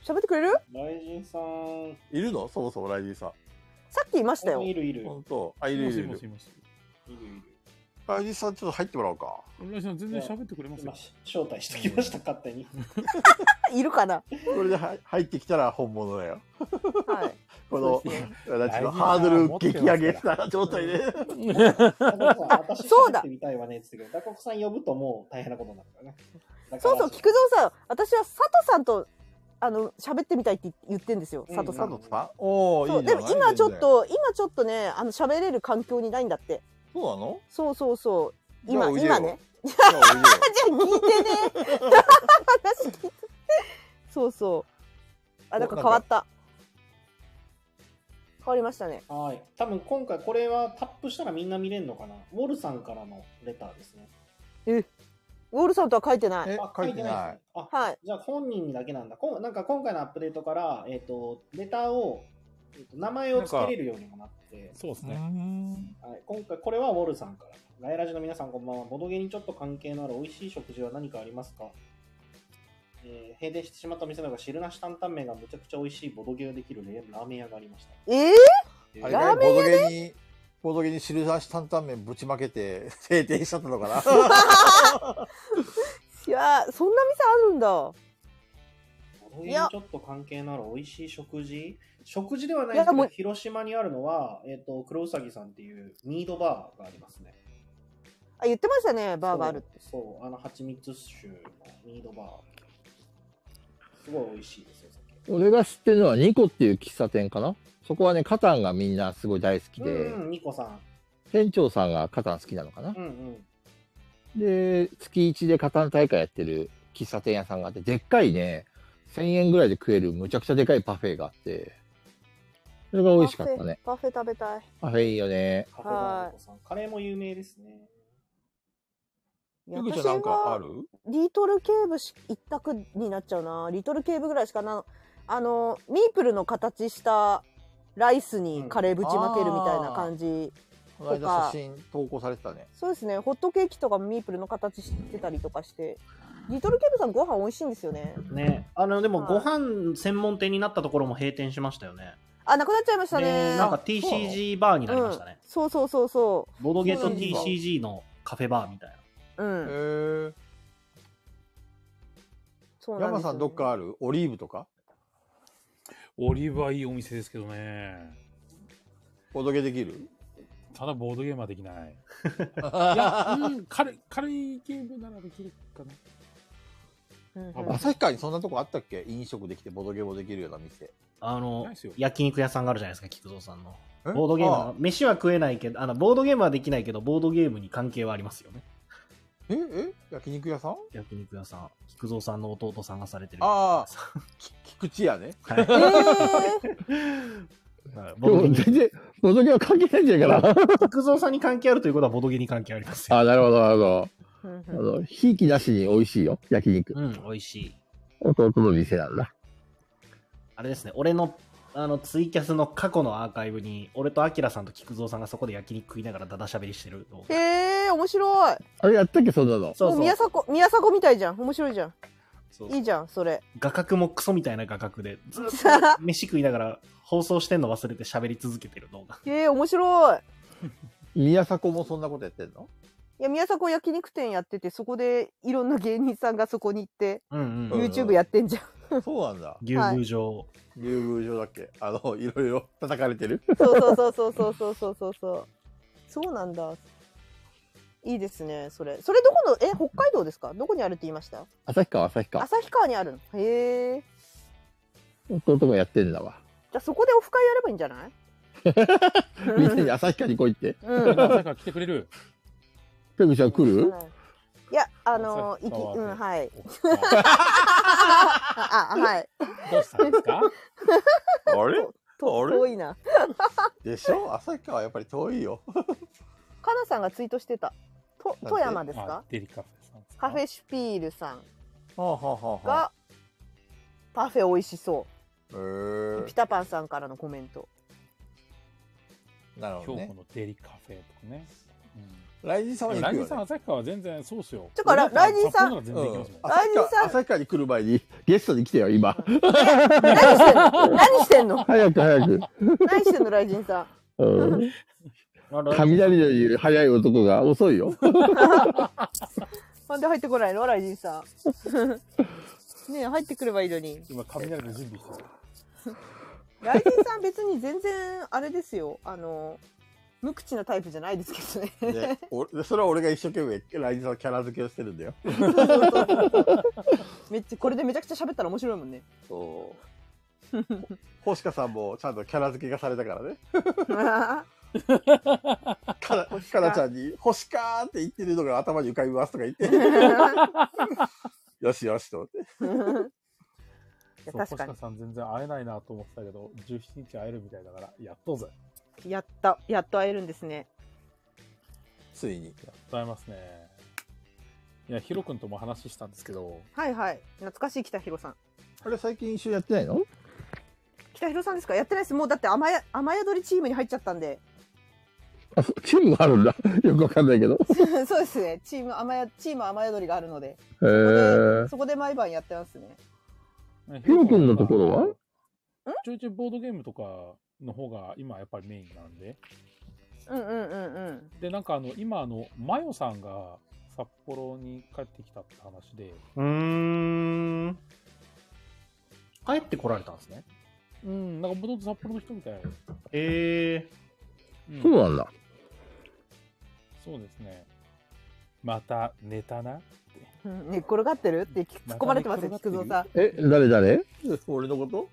Speaker 5: 喋ってくれる
Speaker 15: 雷神さん。
Speaker 10: いるのそもそもライジンさん。
Speaker 5: さっきいましたよ。
Speaker 15: いるいる。
Speaker 10: 本当あ、いるいるいる。ライジンさんちょっと入ってもらおうか。
Speaker 2: ライジンさん全然喋ってくれますよ。
Speaker 15: 招待してきました、勝手に。
Speaker 5: いるかな
Speaker 10: これで入入ってきたら本物だよ。
Speaker 5: はい。
Speaker 10: この、私の
Speaker 15: 大事な
Speaker 10: ハードル激上げした状態で。
Speaker 15: そうだ。みたいわねっつって言うけど、ダカ子さん呼ぶともう大変なことになるからね。
Speaker 5: そうそう、菊蔵さん、私は佐藤さんと、あの、喋ってみたいって言ってんですよ、佐藤さん。
Speaker 10: 佐藤さんおお、いい
Speaker 5: そう、
Speaker 10: じ
Speaker 5: で
Speaker 10: ゃな
Speaker 5: も
Speaker 10: い
Speaker 5: 今ちょっ。と、今ちょっとね、あの、喋れる環境にないんだって。
Speaker 10: そうなの
Speaker 5: そうそうそう。
Speaker 10: じゃあ
Speaker 5: 今、
Speaker 10: おいでよ
Speaker 5: 今ね。 <laughs> じゃ
Speaker 10: あ
Speaker 5: 聞いてね。 <laughs> 話聞いて。そうそう。あ、なんか変わった。変わりましたね。
Speaker 15: はい。多分今回これはタップしたらみんな見れるのかな。ウォルさんからのレターですね。
Speaker 5: え、ウォールさんとは書い
Speaker 3: <laughs>
Speaker 5: てない。
Speaker 15: あ書いてないですね。あ、
Speaker 5: はい。
Speaker 15: じゃあ本人にだけなんだ。こんなんか今回のアップデートから、えっ、と、レターを、えーと名前を付けれるようにもなって。
Speaker 2: そうですね。
Speaker 15: はい、今回これはウォルさんから。ガイラジの皆さんこんばんは。ボドゲにちょっと関係のある美味しい食事は何かありますか、えー閉店してしまった店のが汁なし担々麺がむちゃくちゃ美味しいボドゲができるラーメン屋がありました。
Speaker 5: え
Speaker 15: え
Speaker 10: あれ
Speaker 15: ー
Speaker 10: かいボドゲに、ボドゲに汁出し担々麺ぶちまけて、制定しちゃったのかな
Speaker 5: いやー、そんな店あるんだ。
Speaker 15: ボドゲ
Speaker 5: い
Speaker 15: に
Speaker 5: や
Speaker 15: ちょっと関係のある美味しい食事食事ではない
Speaker 5: い
Speaker 15: で
Speaker 5: や
Speaker 15: すけ
Speaker 5: も
Speaker 15: ど、
Speaker 5: う
Speaker 15: 広島にあるのは、えっ、と、黒うさぎさんっていうミードバーがありますね。
Speaker 5: あ、言ってましたね、バーがあるって。
Speaker 15: そうそう、あの蜂蜜酒のミードバー。すごい美味しいですよ。
Speaker 3: <laughs> 俺が知ってるのはニコっていう喫茶店かなそこはね、カタンがみんなすごい大好きで、
Speaker 15: うん、ニコさん。
Speaker 3: 店長さんがカタン好きなのかな
Speaker 15: うんうん。
Speaker 3: で、月1でカタン大会やってる喫茶店屋さんがあって、でっかいね、1000円ぐらいで食えるむちゃくちゃでかいパフェがあって、それが美味しかったね。
Speaker 5: パフェ食べたい。
Speaker 3: パフェいいよね。
Speaker 15: カフェバーニコさん。カレーも有名ですね。
Speaker 5: いや
Speaker 3: ゆぐちゃん
Speaker 5: 私は
Speaker 3: なんかある
Speaker 5: リトルケーブし一択になっちゃうな。リトルケーブぐらいしかな。あの、ミープルの形したライスにカレーぶちまけるみたいな感じ
Speaker 10: ことの間
Speaker 5: か。
Speaker 10: 写真投稿されてたね。
Speaker 5: そうですね。ホットケーキとかもミープルの形してたりとかして。リトルケーブさんご飯美味しいんですよね。
Speaker 15: ね、あのでもご飯専門店になったところも閉店しましたよね。
Speaker 5: あ、なくなっちゃいました
Speaker 15: ね
Speaker 5: ね。
Speaker 15: なんか TCG バーになりましたね。
Speaker 5: うんそうそうそうそう。
Speaker 15: ボドゲと
Speaker 5: そうなんですよ
Speaker 15: TCG のカフェバーみたいな。
Speaker 5: うん。
Speaker 10: へえ。
Speaker 5: そうなんで
Speaker 10: 山
Speaker 5: す
Speaker 10: さんどっかあるオリーブとか
Speaker 2: オリーブはいいお店ですけどね。
Speaker 10: ボードゲ
Speaker 3: <laughs>
Speaker 10: できる
Speaker 2: ただボードゲームはできない。いや、うん、軽い、軽いゲームならできるかな。
Speaker 10: 旭川にそんなとこあったっけ飲食できてボードゲもできるような店。
Speaker 15: あの
Speaker 10: ないっすよ、
Speaker 15: 焼肉屋さんがあるじゃないですか、菊蔵さんの。
Speaker 10: え
Speaker 15: ボードゲーム
Speaker 10: ああ
Speaker 15: は、飯は食えないけど、あの、ボードゲームはできないけど、ボードゲームに関係はありますよね。
Speaker 10: ええ焼肉屋さん
Speaker 15: 焼肉屋さん。菊蔵さんの弟さんがされてる。
Speaker 10: ああ、き菊池屋ね。
Speaker 15: はい
Speaker 10: <laughs>
Speaker 15: はいボードゲーム <laughs>
Speaker 3: 全然、ボドゲは関係ないんじゃないか
Speaker 10: <laughs>
Speaker 3: な。
Speaker 15: 菊蔵さんに関係あるということは、ボドゲに関係ありますよ。
Speaker 3: あ、なるほど、なるほど。あの、ひいきなしに美味しいよ、焼肉。
Speaker 15: うん、美味しい。
Speaker 3: 弟の店なんだ。
Speaker 15: あれですね、俺の
Speaker 3: あの、ツイキャスの過去のアーカイブに、俺とアキラさんと菊蔵さんがそこで焼肉食いながらダダ喋りしてるの。
Speaker 5: へえ、面白い。
Speaker 16: あれやったっけ、そんなの。
Speaker 3: そうそう
Speaker 5: も宮迫、宮迫みたいじゃん。面白いじゃん。
Speaker 3: そう
Speaker 5: いいじゃん、それ。
Speaker 3: 画角もクソみたいな画角で、ずっと飯食いながら放送してんの忘れて喋り続けてる動画。
Speaker 5: <laughs> へえ、面白い。
Speaker 10: 宮迫もそんなことやってんの
Speaker 5: いや、宮迫焼肉店やってて、そこでいろんな芸人さんがそこに行って、
Speaker 3: うんうん
Speaker 5: YouTube やってんじゃん。
Speaker 10: そうなんだ。
Speaker 3: 牛宮城、
Speaker 10: 竜宮城だっけあの、いろいろ叩かれてる。
Speaker 5: そうそうそうそうそうそうそうそう。そうなんだ。いいですね、それ。それどこの、え、北海道ですかどこにあるって言いました
Speaker 16: 旭川、旭川。
Speaker 5: 旭川にあるの。へえ。
Speaker 16: 弟がやってんだわ。
Speaker 5: じゃあそこでオフ会やればいいんじゃない
Speaker 16: みんなに旭川に来いって。
Speaker 5: うん旭
Speaker 2: 川来てくれ
Speaker 5: <laughs>
Speaker 2: る
Speaker 16: ペグちゃん来る
Speaker 5: いや、あのー、
Speaker 16: 旭川
Speaker 5: 行き、
Speaker 16: で
Speaker 5: うん、はい。あ、はい。
Speaker 2: どうしたんですか
Speaker 10: あれ
Speaker 5: と
Speaker 10: あれ
Speaker 5: 遠いな。
Speaker 10: でしょ旭川はやっぱり遠いよ。
Speaker 5: かなさんがツイートしてた。と富山ですか
Speaker 2: デリカフェさん。
Speaker 5: カフェシュピールさん
Speaker 10: はあはあはあはあ。
Speaker 5: が、パフェ美味しそ
Speaker 10: え
Speaker 5: う。
Speaker 10: ー
Speaker 5: ピタパンさんからのコメント。
Speaker 10: なるほど
Speaker 2: 京
Speaker 10: ね
Speaker 2: 都。のデリカフェとかね。
Speaker 10: ライジンさんは行くよ、ね。
Speaker 2: ライジンさん、旭川は全然そうっすよ。
Speaker 5: てかラライジンさ
Speaker 2: 札幌の
Speaker 5: ん
Speaker 2: 方が全然行きますもん
Speaker 10: うん旭川旭川に来る前にゲストに来てよ、今。
Speaker 5: 何してんの何してんの
Speaker 16: 早く早く。
Speaker 5: 何してんの、ライジンさん。
Speaker 16: うん。雷のいる早い男が遅いよ。
Speaker 5: なんで入ってこないのライジンさん。 <laughs> ねえ、入ってくればいいのに。
Speaker 2: 今、雷の準備してる。
Speaker 5: ライジンさん別に全然、あれですよ。あの、無口なタイプじゃないですけどね。
Speaker 10: ね、俺それは俺が一生懸命ライジンさんのキャラ付けをしてるんだよ。
Speaker 5: めっちゃ、これでめちゃくちゃ喋ったら面白いもんね。
Speaker 10: そう。星香さんもちゃんとキャラ付けがされたからね。かなかなちゃんに「星か」って言ってるのが頭に浮かびますとか言って <laughs> よしよしと思って
Speaker 2: そう、
Speaker 5: 確
Speaker 2: 星
Speaker 5: かに
Speaker 2: 川さん全然会えないなと思ってたけど、17日会えるみたいだから、やっとうぜ。
Speaker 5: <laughs> やった、やっと会えるんですね。
Speaker 10: ついに。
Speaker 2: ございますね。いや、ヒロ君とも話したんですけど、
Speaker 5: はいはい。懐かしい北広さん。
Speaker 10: あれ最近一緒やってないの
Speaker 5: 北広さんですかやってないです。もうだって雨や雨宿りチームに入っちゃったんで。
Speaker 16: あチームがあるんだ。よくわかんないけど。
Speaker 5: <laughs> そうですね。チーム雨や、チーム雨宿りがあるので。
Speaker 16: へー
Speaker 5: そこで毎晩やってますね。
Speaker 16: ヒロ君のところは
Speaker 2: ちょいちょいボードゲームとかの方が今やっぱりメインなんで。
Speaker 5: うんうんうんうん。
Speaker 2: で、なんかあの、今あの、マヨさんが札幌に帰ってきたって話で、
Speaker 3: うーん。帰ってこられたんですね。
Speaker 2: うん、なんかもともと札幌の人みたい。
Speaker 3: え
Speaker 2: え
Speaker 16: そうなんだ。
Speaker 2: そうですね。また寝たな。
Speaker 5: うん寝っ転がってるって突っ込まれてますよ、
Speaker 2: また
Speaker 5: 菊
Speaker 2: 寝っ
Speaker 5: 蔵
Speaker 2: 転
Speaker 5: さん。
Speaker 16: え、誰誰
Speaker 10: 俺の <laughs> こと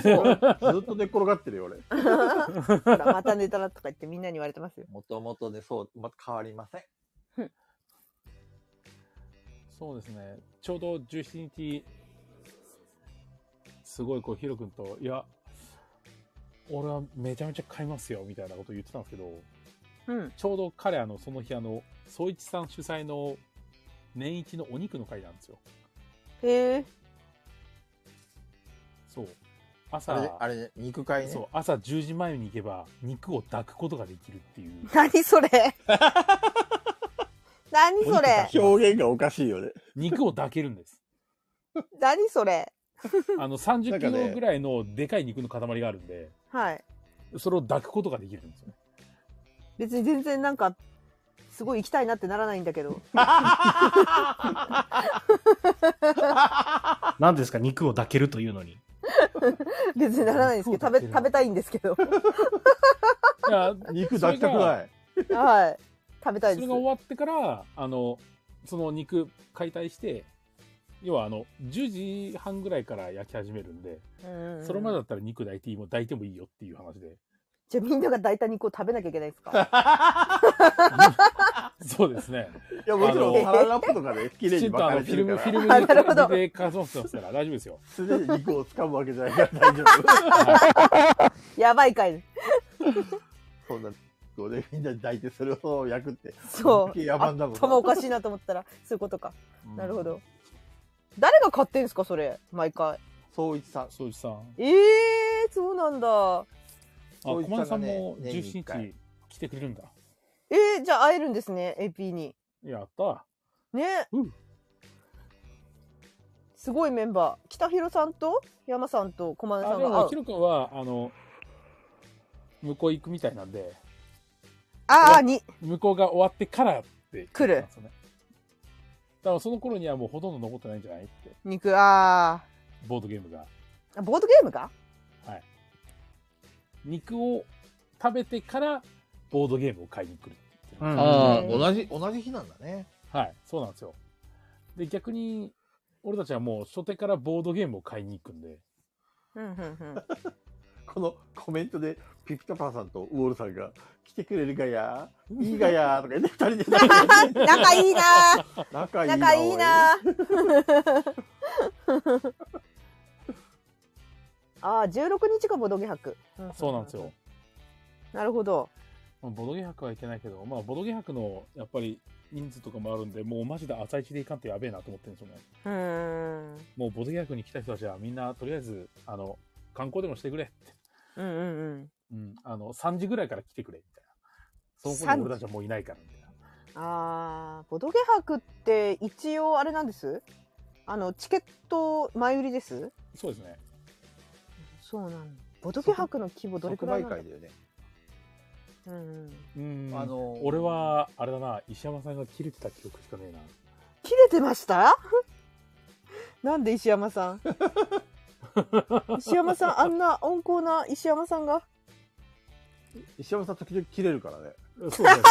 Speaker 5: そう
Speaker 10: ずっと寝っ転がってるよ俺
Speaker 5: ほら、また寝たなとか言ってみんなに言われてますよ。
Speaker 10: もともとでそうまた変わりません
Speaker 2: そうですね。ちょうど17日、すごいこう、ヒロ君と、いや、俺はめちゃめちゃ買いますよ、みたいなこと言ってたんですけど、
Speaker 5: うん。
Speaker 2: ちょうど彼、あの、その日、あの、総一さん主催の年一のお肉の会なんですよ。
Speaker 5: へえ。
Speaker 2: そう。
Speaker 10: あれ
Speaker 2: 朝、
Speaker 10: あれね肉会ね
Speaker 2: そう、朝10時前に行けば、肉を抱くことができるっていう。
Speaker 5: 何そ <laughs> れ何それ
Speaker 10: 表現がおかしいよね
Speaker 2: 肉を抱けるんです。
Speaker 5: 何それ
Speaker 2: あの、30キ
Speaker 10: なんか
Speaker 2: ロ
Speaker 10: ね
Speaker 2: ぐらいのでかい肉の塊があるんで、
Speaker 5: はい。
Speaker 2: それを抱くことができるん
Speaker 5: <laughs>
Speaker 2: ですよね。
Speaker 5: 別に全然なんか、すごい行きたいなってならないんだけど。 <laughs>
Speaker 3: ー、なんですか、肉を抱けるというのに。
Speaker 5: 別にならないんですけど、食べ、食べたいんですけど。
Speaker 2: いや、肉。
Speaker 10: 抱きたくない
Speaker 5: はい。食べたい
Speaker 2: そ
Speaker 5: で
Speaker 2: れ
Speaker 5: す
Speaker 2: が。終わってから、あの、その肉解体して、要はあの、10時半ぐらいから焼き始めるんで、
Speaker 5: うんうん
Speaker 2: それまでだったら肉抱いていいも抱いてもいいよっていう話で。
Speaker 5: じゃあみんなが大体肉を食べなきゃいけないですか
Speaker 2: そうですね。
Speaker 10: いやもちろん
Speaker 2: あ
Speaker 10: サ
Speaker 2: の
Speaker 10: ランラップとかで綺麗
Speaker 2: きち
Speaker 10: に
Speaker 2: んと
Speaker 10: 巻
Speaker 2: あ
Speaker 10: か
Speaker 2: の
Speaker 10: れ
Speaker 2: フ
Speaker 10: て
Speaker 2: ィルム、
Speaker 10: る
Speaker 2: フ
Speaker 10: か
Speaker 2: ィル
Speaker 10: ら
Speaker 2: ム
Speaker 5: <laughs> あなるほど
Speaker 2: にで乾燥してますから大丈夫です
Speaker 5: <laughs>
Speaker 2: よ。
Speaker 10: 素手で肉を掴むわけじゃないから大丈夫
Speaker 5: やばいかい。
Speaker 10: そんなこうねみんなに抱いてそれを焼くって
Speaker 5: そう。
Speaker 10: 野蛮だもんな
Speaker 5: 頭おかしいなと思ったら、そういうことか。なるほど。誰が買ってんすか、それ。毎回。
Speaker 10: 総一さん
Speaker 2: 総一さん
Speaker 5: ええー、そうなんだ。
Speaker 2: あ、
Speaker 5: そうい
Speaker 2: 小
Speaker 5: った
Speaker 2: 松さん
Speaker 5: のね
Speaker 2: も
Speaker 5: 年に一
Speaker 2: 17日来てくれるんだ。
Speaker 5: えー、じゃあ会えるんですね、AP に。
Speaker 2: やった。
Speaker 5: ね。すごいメンバー。北広さんと山さんと駒根さ
Speaker 2: あ、
Speaker 5: ん
Speaker 2: で
Speaker 5: が
Speaker 2: も、
Speaker 5: 会
Speaker 2: ひ
Speaker 5: う。
Speaker 2: ろくんは、あの、向こう行くみたいなんで、
Speaker 5: ああ、に。
Speaker 2: 向こうが終わってからって。
Speaker 5: 来る。
Speaker 2: だからその頃にはもうほとんど残ってないんじゃないって、
Speaker 5: 肉、あ
Speaker 2: ボードゲームが。
Speaker 5: あ。ボードゲームか
Speaker 2: はい。肉を食べてから、ボードゲームを買いに来るっていう。
Speaker 17: ああ、同じ、同じ日なんだね。
Speaker 2: はい、そうなんですよ。で、逆に、俺たちはもう初手からボードゲームを買いに行くんで、
Speaker 5: うんうんうん。
Speaker 10: このコメントでピピタパンさんとウォールさんが来てくれるがや、いいがやとか言って二人で
Speaker 5: <laughs> 仲いいな
Speaker 10: 仲いいな。
Speaker 5: 仲いいな <laughs> ああ、16日がボドゲ博。
Speaker 2: そうなんですよ。
Speaker 5: なるほど。
Speaker 2: まあボドゲ博はいけないけど、まあ、ボドゲ博のやっぱり人数とかもあるんで、もうマジで朝一で行かんとやべえなと思ってるんですよね。
Speaker 5: うーん。
Speaker 2: もうボドゲ博に来た人たちはみんなとりあえず、あの、観光でもしてくれって。
Speaker 5: うんうん
Speaker 2: うん。あの、3時ぐらいから来てくれ、みたいな。その頃に俺たちはもういないから、みたいな。
Speaker 5: うん。ああ、ボドゲ博って一応あれなんですあの、チケット前売りです
Speaker 2: そうですね。
Speaker 5: そうなんだボドゲ博の規模どれくらいなんだ
Speaker 17: よね。
Speaker 5: うんうん。
Speaker 2: うん。
Speaker 17: あのー
Speaker 2: 俺は、あれだな、石山さんが切れてた記憶しかねえな。
Speaker 5: 切れてました <laughs> なんで石山さん <laughs> 石山さん、あんな温厚な石山さんが。
Speaker 10: 石山さん時々切れるからね。
Speaker 2: そうだよ。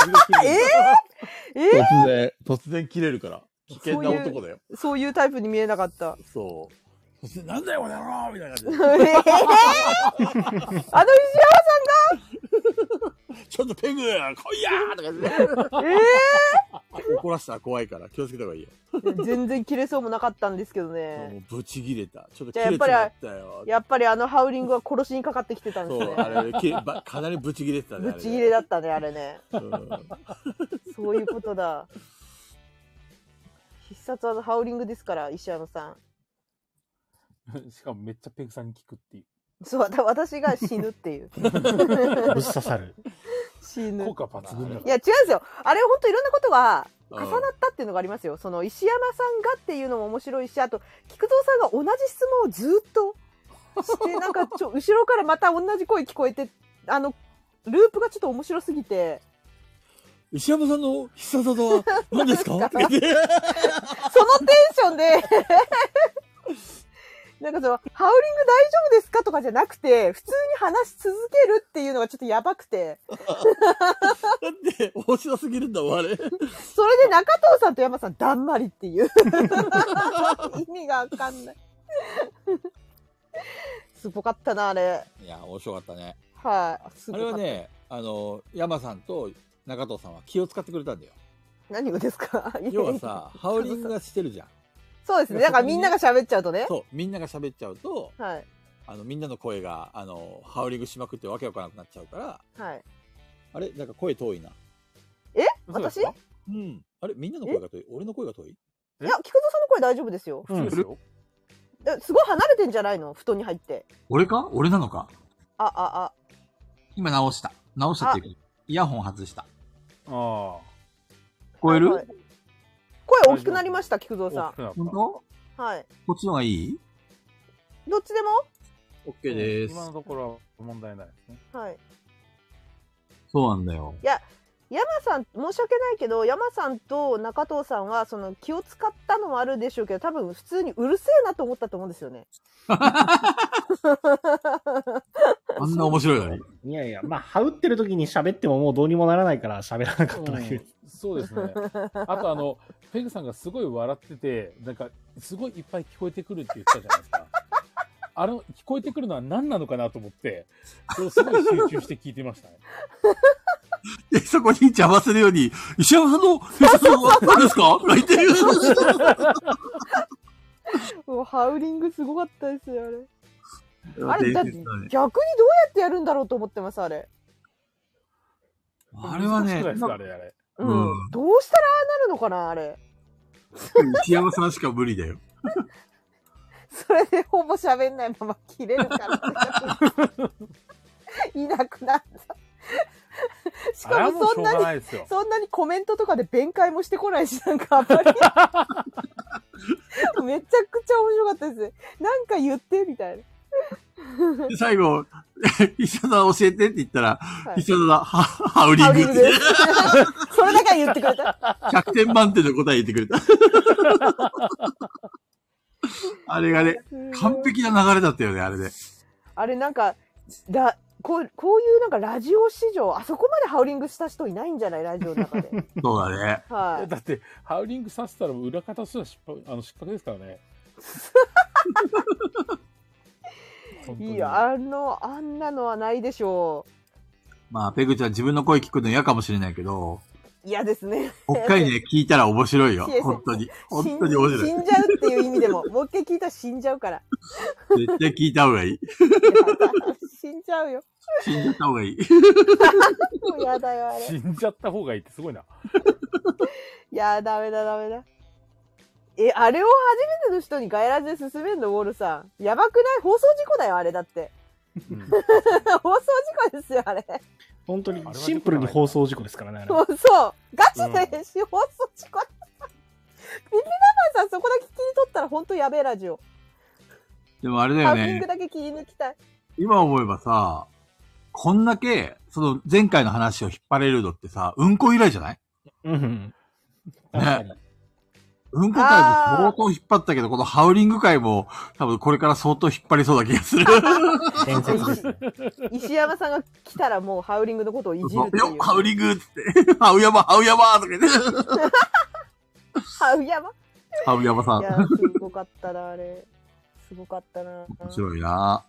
Speaker 5: えー、えー
Speaker 10: 突然、突然切れるから。危険な男だよ。
Speaker 5: そういうタイプに見えなかった。
Speaker 10: そう。突然なんだよ、この野郎みたいな
Speaker 5: え <laughs>
Speaker 10: 感
Speaker 5: ー、
Speaker 10: じ
Speaker 5: あの石山さんが
Speaker 10: で。ちょっとペグ、来いやーとか言って。怒らせたら怖いから気をつけた方がいいよ。
Speaker 5: 全然切れそうもなかったんですけどね。
Speaker 10: もうブチ切れた。ちょっ
Speaker 5: じ
Speaker 10: と
Speaker 5: ゃ
Speaker 10: 切
Speaker 5: あや
Speaker 10: れ
Speaker 5: っ
Speaker 10: ちま
Speaker 5: ぱ
Speaker 10: ったよ
Speaker 5: り、。やっぱりあのハウリングは殺しにかかってきてたんです
Speaker 10: そう、
Speaker 5: ね。
Speaker 10: あれ、きばかなりブチ切れてたね。
Speaker 5: ぶ
Speaker 10: あ
Speaker 5: っ
Speaker 10: れ
Speaker 5: ちぎれだったね、あれね。
Speaker 10: うん
Speaker 5: そういうことだ。必殺技ハウリングですから、石山さん。
Speaker 2: <laughs> しかもめっちゃペグさんに聞くっていう。
Speaker 5: そう、わた私が死ぬっていう。
Speaker 2: ぶっ刺さる。
Speaker 5: 死ぬ。
Speaker 2: 効果抜群だ
Speaker 5: いや、違うんですよ。あれ、本当いろんなことが重
Speaker 2: うん
Speaker 5: なったっていうのがありますよ。その、石山さんがっていうのも面白いし、あと、菊蔵さんが同じ質問をずっとして、なんかちょ、後ろからまた同じ声聞こえて、あの、ループがちょっと面白すぎて、
Speaker 18: 石山さんの必殺技は何ですかって言
Speaker 10: <laughs>
Speaker 18: って
Speaker 5: そのテンションで、 <laughs> なんかその、ハウリング大丈夫ですかとかじゃなくて、普通に話し続けるっていうのがちょっとやばくて、
Speaker 18: で面白すぎるんだもん、あれ。
Speaker 5: それで中藤さんと山さん、だんまりっていう。 <laughs> 意味がわかんない。すごかったな、あれ。
Speaker 18: いや、面白かったね。
Speaker 5: はい。す
Speaker 18: あ
Speaker 5: ご
Speaker 18: れ
Speaker 5: かっ
Speaker 18: は
Speaker 5: た。
Speaker 18: ね、あの、山さんと中藤さんは気を使ってくれたんだよ。
Speaker 5: 何がですか
Speaker 18: 要はさ、ハウリングがしてるじゃん。
Speaker 5: <laughs> そうですね。だからみんなが喋っちゃうとね。
Speaker 18: そう、みんなが喋っちゃうと、
Speaker 5: はい。
Speaker 18: あの、みんなの声が、あの、ハウリングしまくってわけわからなくなっちゃうから、
Speaker 5: はい。
Speaker 18: あれなんか声遠いな。
Speaker 5: え
Speaker 18: そうです
Speaker 5: 私い
Speaker 18: かうん。あれみんなの声が遠い俺の声が遠い
Speaker 5: や、菊蔵さんの声大丈夫ですよ。
Speaker 18: 普通ですよ。
Speaker 5: だすごい離れてんじゃないの布団に入って。
Speaker 19: 俺か俺なのか
Speaker 5: あ、あ、あ。
Speaker 19: 今直した。直したっていうか、イヤホン外した。
Speaker 2: ああ。聞
Speaker 19: こえる
Speaker 5: はい声大きくなりました、菊蔵さん。
Speaker 19: 本
Speaker 5: はい。
Speaker 19: こっちの方がいい
Speaker 5: どっちで
Speaker 19: オッケーで
Speaker 2: 今のところは問題ないですね。
Speaker 5: もはい。
Speaker 19: そうなんだ
Speaker 5: <laughs>
Speaker 19: よ。
Speaker 5: いや、山さん、申し訳ないけど、山さんと中藤さんは、その気を使ったのもあるでしょうけど、多分普通にうるせえなと思ったと思うんですよね。
Speaker 19: あんな面白いのに。
Speaker 3: いやいや、まあ、羽打ってる時に喋ってももうどうにもならないから喋らなかっただけです。
Speaker 2: そうですね。あとあの、ペグさんがすごい笑ってて、なんか、すごいいっぱい聞こえてくるって言ったじゃないですか。あの、聞こえてくるのは何なのかなと思って、それをすごい集中して聞いてましたね。
Speaker 19: で、そこに邪魔するように、石山さんの必殺技は何ですかとか言ってる。
Speaker 5: もうハウリングすごかったですよ、あれ。あれ、
Speaker 19: 伝
Speaker 5: だっ
Speaker 19: 説
Speaker 5: て逆に
Speaker 19: だね
Speaker 5: どうやってやるんだろうと思ってます、あれ。
Speaker 19: あれはね、
Speaker 2: 難しくないですかあれあれ
Speaker 19: うん。
Speaker 5: どうしたらああなるのかな、あれ。
Speaker 19: 石山さんしか無理だよ。
Speaker 5: それでほぼ喋んないまま切れるから。
Speaker 19: <laughs>
Speaker 5: そんな
Speaker 2: しょうがない
Speaker 5: に
Speaker 2: ですよ、
Speaker 5: そんなにコメントとかで弁解もしてこない
Speaker 10: <laughs>
Speaker 5: し、なんかあんまり。 <laughs> めちゃくちゃ面白かったです。なんか言って、みたいな。
Speaker 10: で最後、 <laughs> 石田さん教えてって言ったら、
Speaker 5: い
Speaker 10: 石田さん、はハウリングって。
Speaker 5: ですそれだけは言ってくれ
Speaker 10: <laughs>
Speaker 5: た。
Speaker 10: 100点満点の答え言ってくれた。 <laughs> あれがね、完璧な流れだったよね、あれで。
Speaker 5: あれなんか、だこうこういうなんかラジオ史上、あそこまでハウリングした人いないんじゃないラジオの中
Speaker 10: <laughs>
Speaker 5: で。
Speaker 10: そうだね。
Speaker 5: はい。
Speaker 8: だって、ハウリングさせたら裏方すら失敗、あの、失格ですからね。本当
Speaker 5: い
Speaker 8: に
Speaker 5: いよ、あの、あんなのはないでしょ
Speaker 10: まあ、ペグちゃん自分の声聞くの嫌かもしれないけど、
Speaker 5: う。嫌ですね。
Speaker 10: 北海道で聞いたら面白いよ
Speaker 5: <laughs> いや。
Speaker 10: 本当に。
Speaker 5: 死ん
Speaker 10: <laughs> 本当に面白
Speaker 5: 死
Speaker 10: い
Speaker 5: ん。じゃうっていう意味でも、もう一回聞いたら死んじゃうから。 <laughs>
Speaker 10: 絶対聞いた方がいい。
Speaker 5: 死んじゃうよ。
Speaker 10: 死んじゃった方がいい。
Speaker 5: もうやだよ、あれ。
Speaker 8: 死んじゃった方がいいってすごいな。
Speaker 5: いやー、ダメだ、ダメだ。え、あれを初めての人にガイラジで進めるの、ウォルさん。やばくない放送事故だよ、あれだって。 <laughs> 放送事故ですよ、あれ。
Speaker 15: 本当にシンプルに放送事故ですからね。あれ
Speaker 5: そうそう。ガチで編集放送事故。ビビラマンさん、そこだけ切り取ったら本当やべえラジオ。
Speaker 10: でもあれだ
Speaker 5: ハ
Speaker 10: よ
Speaker 5: ウリン
Speaker 10: ね
Speaker 5: グ。だけ切り抜きたい。
Speaker 10: 今思えばさ、こんだけ、その前回の話を引っ張れるのってさ、うんこ以来じゃない
Speaker 15: うん。
Speaker 10: ね。うんこ会も相当引っ張ったけど、このハウリング会も多分これから相当引っ張りそうな気がする。
Speaker 5: 伝説です石山さんが来たらもうハウリングのことをいじるってい
Speaker 10: よ
Speaker 5: う。
Speaker 10: ハウリングっつって、 <laughs> ハウヤマ、ハウヤマとか言って、
Speaker 5: ハウヤマ
Speaker 10: ハウヤマさん
Speaker 5: い。や、すごかったな、あれ。すごかったな。
Speaker 10: 面白いな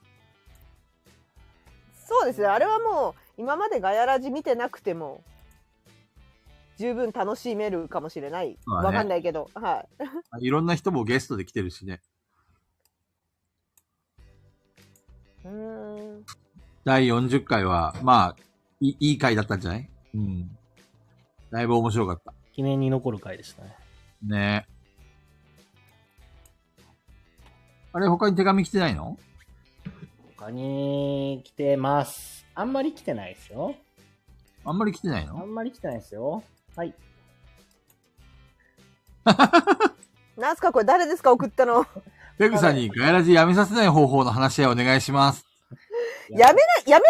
Speaker 5: そうですね。あれはもう、今までガヤラジ見てなくても、十分楽しめるかもしれない。
Speaker 10: まあ
Speaker 5: わ、
Speaker 10: ね
Speaker 5: かんないけど。はい。
Speaker 10: いろんな人もゲストで来てるしね。
Speaker 5: うーん。
Speaker 10: 第40回は、まあ、いいいい回だったんじゃないうん。だいぶ面白かった。
Speaker 15: 記念に残る回でしたね。
Speaker 10: ねあれ、他に手紙来てないの
Speaker 15: 他に来てます。あんまり来てないですよ。
Speaker 10: あんまり来てない
Speaker 15: あ
Speaker 10: の
Speaker 15: んまり来てないですよ。はい。
Speaker 5: なんすかこれ誰ですか送ったの。
Speaker 10: ペグさんにガヤラジやめさせない方法の話し合いお願いします。
Speaker 5: やめない、やめるつもりはない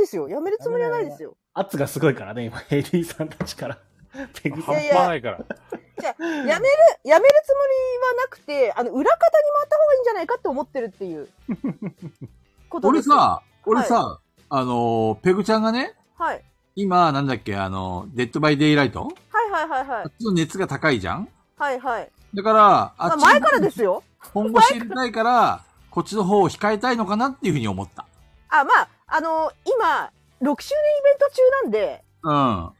Speaker 5: ですよ。やめるつもりはないですよ。
Speaker 15: 圧がすごいからね、今、ヘイリーさんたちから。ペグさん
Speaker 5: いやいや半端ない
Speaker 8: から。
Speaker 5: じゃあ、やめる、やめるつもりはなくて、あの、裏方に回った方がいいんじゃないかって思ってるって
Speaker 10: <laughs>
Speaker 5: いう。こと
Speaker 10: 俺
Speaker 5: です
Speaker 10: さ、俺さ、
Speaker 5: は
Speaker 10: あのー、ペグちゃんがね、
Speaker 5: はい。
Speaker 10: 今、なんだっけ、あの、デッドバイデイライト
Speaker 5: はいはいはいはい。
Speaker 10: の熱が高いじゃん
Speaker 5: はいはい。
Speaker 10: だから、
Speaker 5: ま
Speaker 10: あ
Speaker 5: あ、
Speaker 10: っち
Speaker 5: 前からですよ。
Speaker 10: 今後知りたいから、こっちの方を控えたいのかなっていうふうに思った。
Speaker 5: あ、まあ、あの今、6周年イベント中なんで、
Speaker 10: うん。
Speaker 5: 今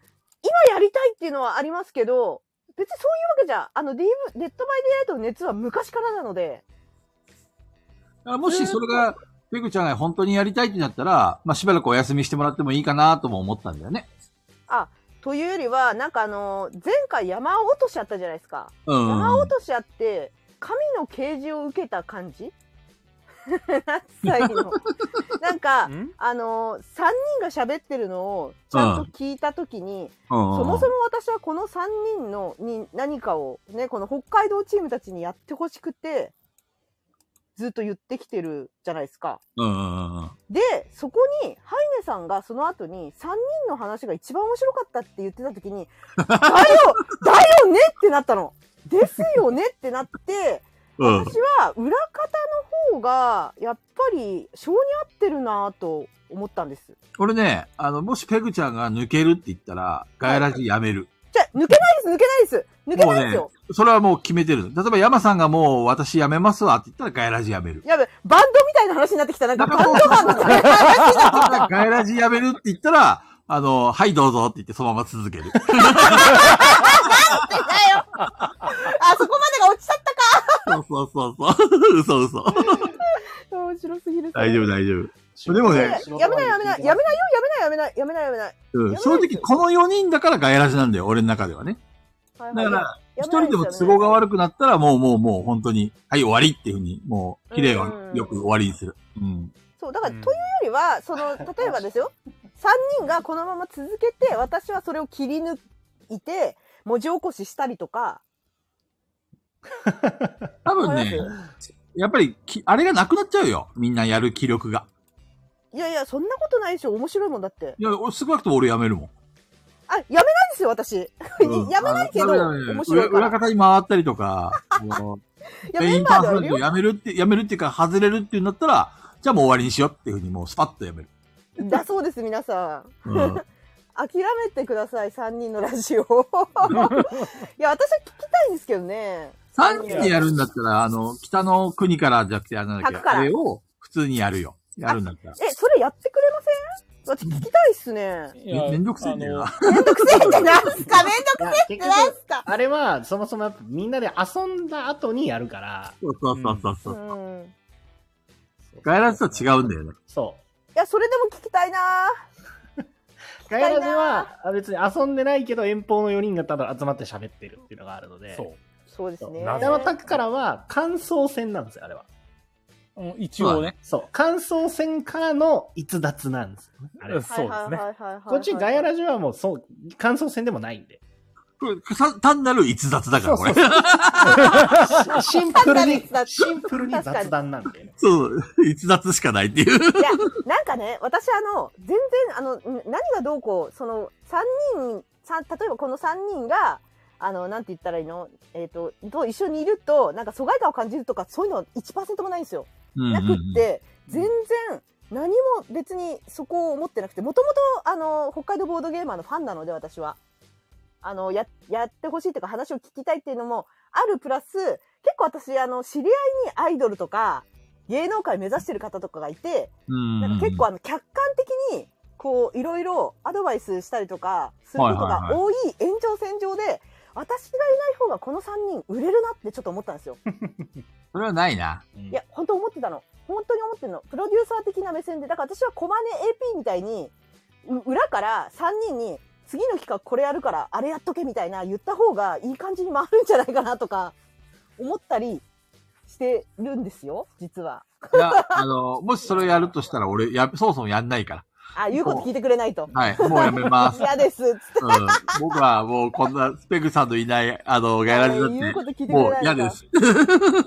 Speaker 5: やりたいっていうのはありますけど、別にそういうわけじゃ、あの、DV、デッドバイデイライトの熱は昔からなので、
Speaker 10: だからもしそれが、ペグちゃんが本当にやりたいってなったら、まあ、しばらくお休みしてもらってもいいかなとも思ったんだよね。
Speaker 5: あ、というよりは、なんかあの、前回山落としあったじゃないですか。
Speaker 10: うんうんうん
Speaker 5: 山落としあって、神の啓示を受けた感じ <laughs> 何歳
Speaker 10: <laughs>
Speaker 5: の。なんか、あの、3人が喋ってるのをちゃんと聞いたときに、
Speaker 10: うんうんうん
Speaker 5: そもそも私はこの3人のに何かをね、この北海道チームたちにやってほしくて、ずっと言ってきてるじゃないですか。
Speaker 10: うんうんうんうん。
Speaker 5: で、そこに、ハイネさんがその後に、3人の話が一番面白かったって言ってた時に、だよ <laughs> だよねってなったのですよねってなって、
Speaker 10: うん
Speaker 5: 私は裏方の方が、やっぱり、性に合ってるなぁと思ったんです。
Speaker 10: 俺ね、あの、もしペグちゃんが抜けるって言ったら、ガヤラジやめる。
Speaker 5: じゃあ、抜けないです抜けないです抜け
Speaker 10: もう
Speaker 5: ないです
Speaker 10: ね
Speaker 5: よ、
Speaker 10: それはもう決めてる。例えば山さんがもう私やめますわって言ったらガヤラジ
Speaker 5: <laughs>
Speaker 10: やめる。
Speaker 5: やべ、バンドみたいな話になってきた。なんかバンドマンみたい
Speaker 10: <laughs>
Speaker 5: な話になってきた。
Speaker 10: ガヤラジやめるって言ったら、あの、はいどうぞって言ってそのまま続ける。
Speaker 5: あ、そこまでが落ちちゃっ
Speaker 10: そうそうそうそう。 <laughs> 嘘嘘。
Speaker 5: たか面白すぎる。
Speaker 10: 大丈夫大丈夫。でも
Speaker 5: や
Speaker 10: ね、
Speaker 5: めないやめないやめないよやめないやめないやめないやめない。
Speaker 10: うん正直この4人だからガヤラジなんだよ、俺の中ではね。
Speaker 5: はいは
Speaker 10: だ
Speaker 5: い
Speaker 10: から、
Speaker 5: や
Speaker 10: 一
Speaker 5: めない
Speaker 10: 人
Speaker 5: す
Speaker 10: で
Speaker 5: よ
Speaker 10: も都合が悪くなったらもうもうもう本当に、はい終わりっていうふうに、もう綺麗はよく終わりにする。うん。 <laughs>
Speaker 5: そう、だから、というよりは、その、例えばですよ、 3人がこのまま続けて、私はそれを切り抜いて、文字起こししたりとか、
Speaker 10: 多分ね、やっぱりき、あれがなくなっちゃうよ。みんなやる気力が。
Speaker 5: いやいや、そんなことないでしょ。面白いもんだって。
Speaker 10: いや、俺少なくとも俺やめるもん。
Speaker 5: あ、やめないですよ、私。 <laughs> やめないけど、
Speaker 10: あのダメダメ
Speaker 5: 面白いか
Speaker 10: 裏裏
Speaker 5: ら。
Speaker 10: 方に回ったり
Speaker 5: <laughs>
Speaker 10: とか、もう
Speaker 5: や
Speaker 10: メイ
Speaker 5: メン
Speaker 10: ン
Speaker 5: バ
Speaker 10: パ
Speaker 5: ー
Speaker 10: ー
Speaker 5: で
Speaker 10: ソ
Speaker 5: は
Speaker 10: ナ
Speaker 5: いる
Speaker 10: リテ
Speaker 5: よ
Speaker 10: ィをやめるって、やめるっていうか、外れるっていうんだったら、じゃあもう終わりにしようっていうふうに、もうスパッとやめる。
Speaker 5: だそうです、皆さん。
Speaker 10: うん
Speaker 5: <laughs> 諦めてください、3人のラ
Speaker 15: <laughs>
Speaker 5: ジオ。いや、私は聞きたいんですけどね。
Speaker 10: 3人でやるんだったら、あの、北の国からじゃなくて、あれなんだっけ、
Speaker 5: 百から
Speaker 10: あれを普通にやるよ。やるんだったら。
Speaker 5: え、それやってくれません私聞きたいっすね。
Speaker 10: めめんどくせえんだよな。
Speaker 5: ってなんすかめんどくせえってなんすか
Speaker 15: あれは、そもそもやっぱみんなで遊んだ後にやるから、
Speaker 10: そうそうそうそうそうう。
Speaker 5: ん。い
Speaker 10: ガイラジと違うんだよね。
Speaker 15: そう。
Speaker 5: や、それでも聞きたいな
Speaker 15: ガヤラジは、あ別に遊んでないけど、遠方の4人がただ集まって喋ってるっていうのがあるので、そう。
Speaker 5: そうですね。
Speaker 15: 北の拓からは、感想戦なんですよ、あれは。
Speaker 8: 一応ね。
Speaker 15: そう。感想戦からの逸脱なんですよね。あれは
Speaker 8: そうですね
Speaker 5: はいはいはいはいはい。
Speaker 15: こっちガヤラジはもう、そう、感想戦でもないんで。
Speaker 10: 単単なる逸脱だから、これ。
Speaker 15: しシンプルに、シンプルに雑談なんで。
Speaker 10: そう、 <laughs> 逸脱しかないっていう。
Speaker 5: いや、なんかね、私あの、全然、あの、ん何がどうこう、その、三人、さ例えばこの三人が、あの、なんて言ったらいいのえっ、と、と一緒にいると、なんか疎外感を感じるとか、そういうのは1%もないんですよ。
Speaker 10: うんうんう
Speaker 5: <laughs>
Speaker 10: ん
Speaker 5: なくって、全然、何も別にそこを思ってなくて、もともと、あの、北海道ボードゲーマーのファンなので、私は。あの、や、やってほしいとか話を聞きたいっていうのもあるプラス、結構私、あの、知り合いにアイドルとか、芸能界目指してる方とかがいて、
Speaker 10: うん
Speaker 5: なんか結構あの、客観的に、こう、いろいろアドバイスしたりとか、することが多い延長線上で、私がいない方がこの3人売れるなってちょっと思ったんですよ。
Speaker 10: それはないな。
Speaker 5: いや、本当思ってたの。本当に思ってんの。プロデューサー的な目線で。だから私はコマネ AP みたいに、う裏から3人に、次の企画これやるから、あれやっとけみたいな言った方がいい感じに回るんじゃないかなとか、思ったりしてるんですよ、実は。
Speaker 10: いや、あの、もしそれをやるとしたら、俺、や、そもそもやんないから。
Speaker 5: あ、言うこと聞いてくれない
Speaker 10: <laughs>
Speaker 5: と。
Speaker 10: はいもうやめ
Speaker 5: <laughs>
Speaker 10: ます
Speaker 5: 嫌です。つって
Speaker 10: うん。僕はもうこんな、スペグさんのいない、あの、ガヤラジだ
Speaker 5: 言うこと
Speaker 10: っ
Speaker 5: 聞いて
Speaker 10: て、
Speaker 5: くれない
Speaker 10: も
Speaker 5: か
Speaker 10: う
Speaker 5: ら
Speaker 10: 嫌です。
Speaker 5: い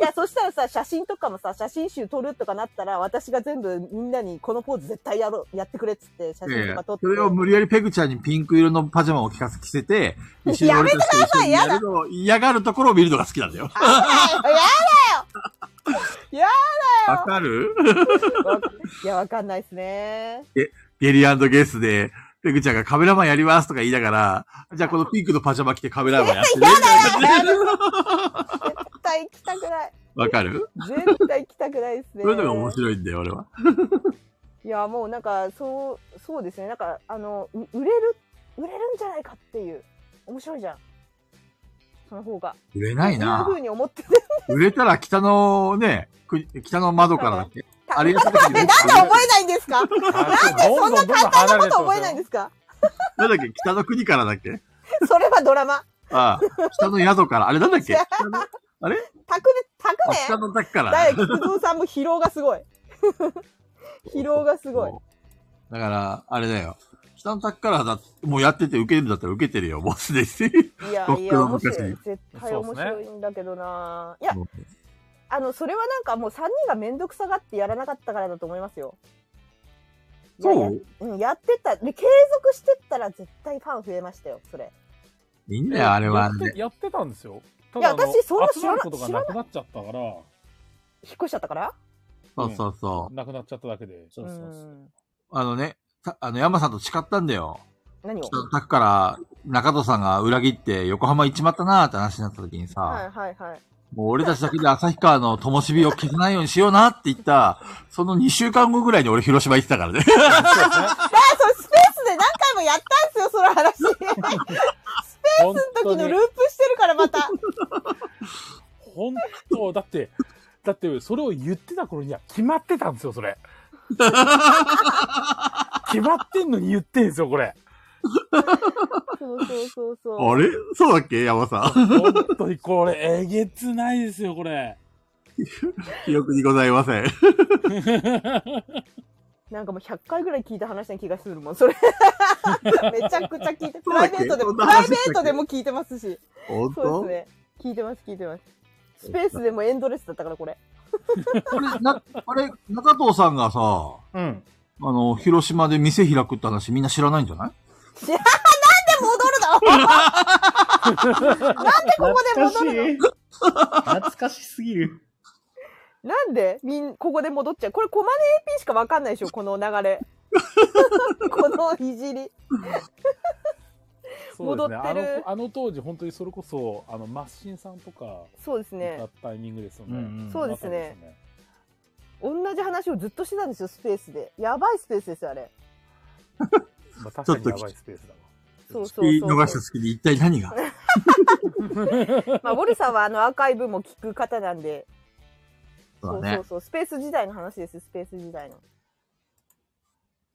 Speaker 5: や、そしたらさ、写真とかもさ、写真集撮るとかなったら、私が全部みんなにこのポーズ絶対やろう、やってくれっつって、写真と
Speaker 10: え
Speaker 5: か
Speaker 10: え
Speaker 5: 撮って。
Speaker 10: それを無理やりペグちゃんにピンク色のパジャマを着かせ着せて、一緒に
Speaker 5: やめ
Speaker 10: 俺
Speaker 5: て
Speaker 10: た
Speaker 5: く
Speaker 10: ちと
Speaker 5: だ
Speaker 10: 一
Speaker 5: さ
Speaker 10: 緒
Speaker 5: い
Speaker 10: に
Speaker 5: や
Speaker 10: や
Speaker 5: だ
Speaker 10: るのを嫌がるところを見るのが好きなんだよ。
Speaker 5: やだよや
Speaker 10: わかる
Speaker 5: だよいや、わかんないっすね。
Speaker 10: えゲリアンドゲスで、ペグちゃんがカメラマンやりますとか言いながら、じゃあこのピンクのパジャマ着てカメラマンやって
Speaker 5: <laughs>
Speaker 10: ね。
Speaker 5: やだ絶対行きたくない。
Speaker 10: わかる
Speaker 5: 絶対行きたくないっすね。
Speaker 10: そういうのが面白いんだよ、俺は。
Speaker 5: いや、もうなんか、そう、そうですね。なんか、あの、う売れる、売れるんじゃないかっていう。面白いじゃん。その方が。
Speaker 10: 売れないな
Speaker 5: そういうふうに思ってる。
Speaker 10: 売れたら北のね、く北の窓からだっけあれやった時
Speaker 5: なんで <laughs> 覚えないんですかなんでそんな簡単なこと覚えないんですか
Speaker 10: なんだっけ北の国からだっけ
Speaker 5: それはドラマ。
Speaker 10: ああ、北の宿から。あれなんだっけ
Speaker 5: た
Speaker 10: あれ
Speaker 5: くね、たく
Speaker 10: あ
Speaker 5: ね。
Speaker 10: 北の滝から。
Speaker 5: だよ、菊蔵さんも疲労がすごい。 <laughs> 疲労がすごい。
Speaker 10: だから、あれだよ。北の滝からだ、もうやってて受けるんだったら受けてるよ、もうすでに。
Speaker 5: いや、
Speaker 10: 僕
Speaker 5: いや、
Speaker 10: の
Speaker 5: 面
Speaker 10: 昔
Speaker 5: 白い。絶対面白いんだけどな、いや、あの、それはなんかもう3人がめんどくさがってやらなかったからだと思いますよ。
Speaker 10: そう
Speaker 5: うん、やってった、で、継続してったら絶対ファン増えましたよ、それ。
Speaker 10: みんなよあれは
Speaker 8: やっ
Speaker 10: ね
Speaker 8: て。やってたんですよ。
Speaker 5: いや
Speaker 8: ただあの
Speaker 5: 私そんな知
Speaker 8: 集
Speaker 5: ら
Speaker 8: ま
Speaker 5: な
Speaker 8: ることがなくなっちゃったから、
Speaker 5: 引っ越しちゃったから
Speaker 10: そうそうそう。
Speaker 8: なくなっちゃっただけで。そうそう
Speaker 10: あのね、たあの、山さんと誓ったんだよ。
Speaker 5: 何を
Speaker 10: 北の滝から中戸さんが裏切って横浜行っちまったなーって話になった時にさ、
Speaker 5: はいはいはい。
Speaker 10: もう俺たちだけで旭川の灯火を消さないようにしようなって言った、その2週間後ぐらいに俺広島行ってたからね。
Speaker 5: だからそれスペースで何回もやったんですよ、その話。スペースの時のループしてるから、また。
Speaker 8: 本当、だって、だって、それを言ってた頃には決まってたんですよ、それ。決まってんのに言ってんですよ、これ。
Speaker 5: そうそうそうそう。
Speaker 10: あれそうだっけ山さん。
Speaker 8: 本当にこれ、えげつないですよ、これ。
Speaker 10: 記憶にございません。
Speaker 5: なんかもう100回ぐらい聞いた話な気がするもん、それ。めちゃくちゃ聞いて、プ
Speaker 20: そうだ
Speaker 5: ライ
Speaker 20: っけ
Speaker 5: ベートでも、
Speaker 20: そん
Speaker 5: プ
Speaker 20: な
Speaker 5: ラ
Speaker 20: 話
Speaker 5: イベートでも聞いてますし。
Speaker 20: 本当
Speaker 5: そうですね。聞いてます、聞いてます。スペースでもエンドレスだったから、これ。
Speaker 10: これ、な、あれ、中藤さんがさ、
Speaker 21: うん。
Speaker 10: あの、広島で店開くって話みんな知らないんじゃない
Speaker 5: いやなんで戻るのなんでここで戻るの
Speaker 3: 懐かしすぎ
Speaker 15: <laughs>
Speaker 3: る。
Speaker 5: なんでみん、ここで戻っちゃう。これ、コマネ AP しかわかんないでしょ、この流れ。このいじり。
Speaker 2: そう
Speaker 5: 戻
Speaker 2: で
Speaker 5: っ
Speaker 2: す
Speaker 5: て
Speaker 2: ね。
Speaker 5: る
Speaker 2: あの、あの当時、本当にそれこそ、あの、マッシンさんとか、
Speaker 5: そうですね
Speaker 2: いたタイミングですよね。
Speaker 5: そうですね。同じ話をずっとしてたんですよ、スペースで。やばいスペースですよ、あれ。
Speaker 21: まあ、確かにやばいスペースだわ。
Speaker 5: そうそう
Speaker 10: 言い
Speaker 5: そう
Speaker 10: 逃した月に一体何が
Speaker 5: まあ、ウォルさんはあのアーカイブも聞く方なんで、
Speaker 10: <laughs> そうだ
Speaker 5: そ
Speaker 10: ね
Speaker 5: う。そう、スペース時代の話です、スペース時代の。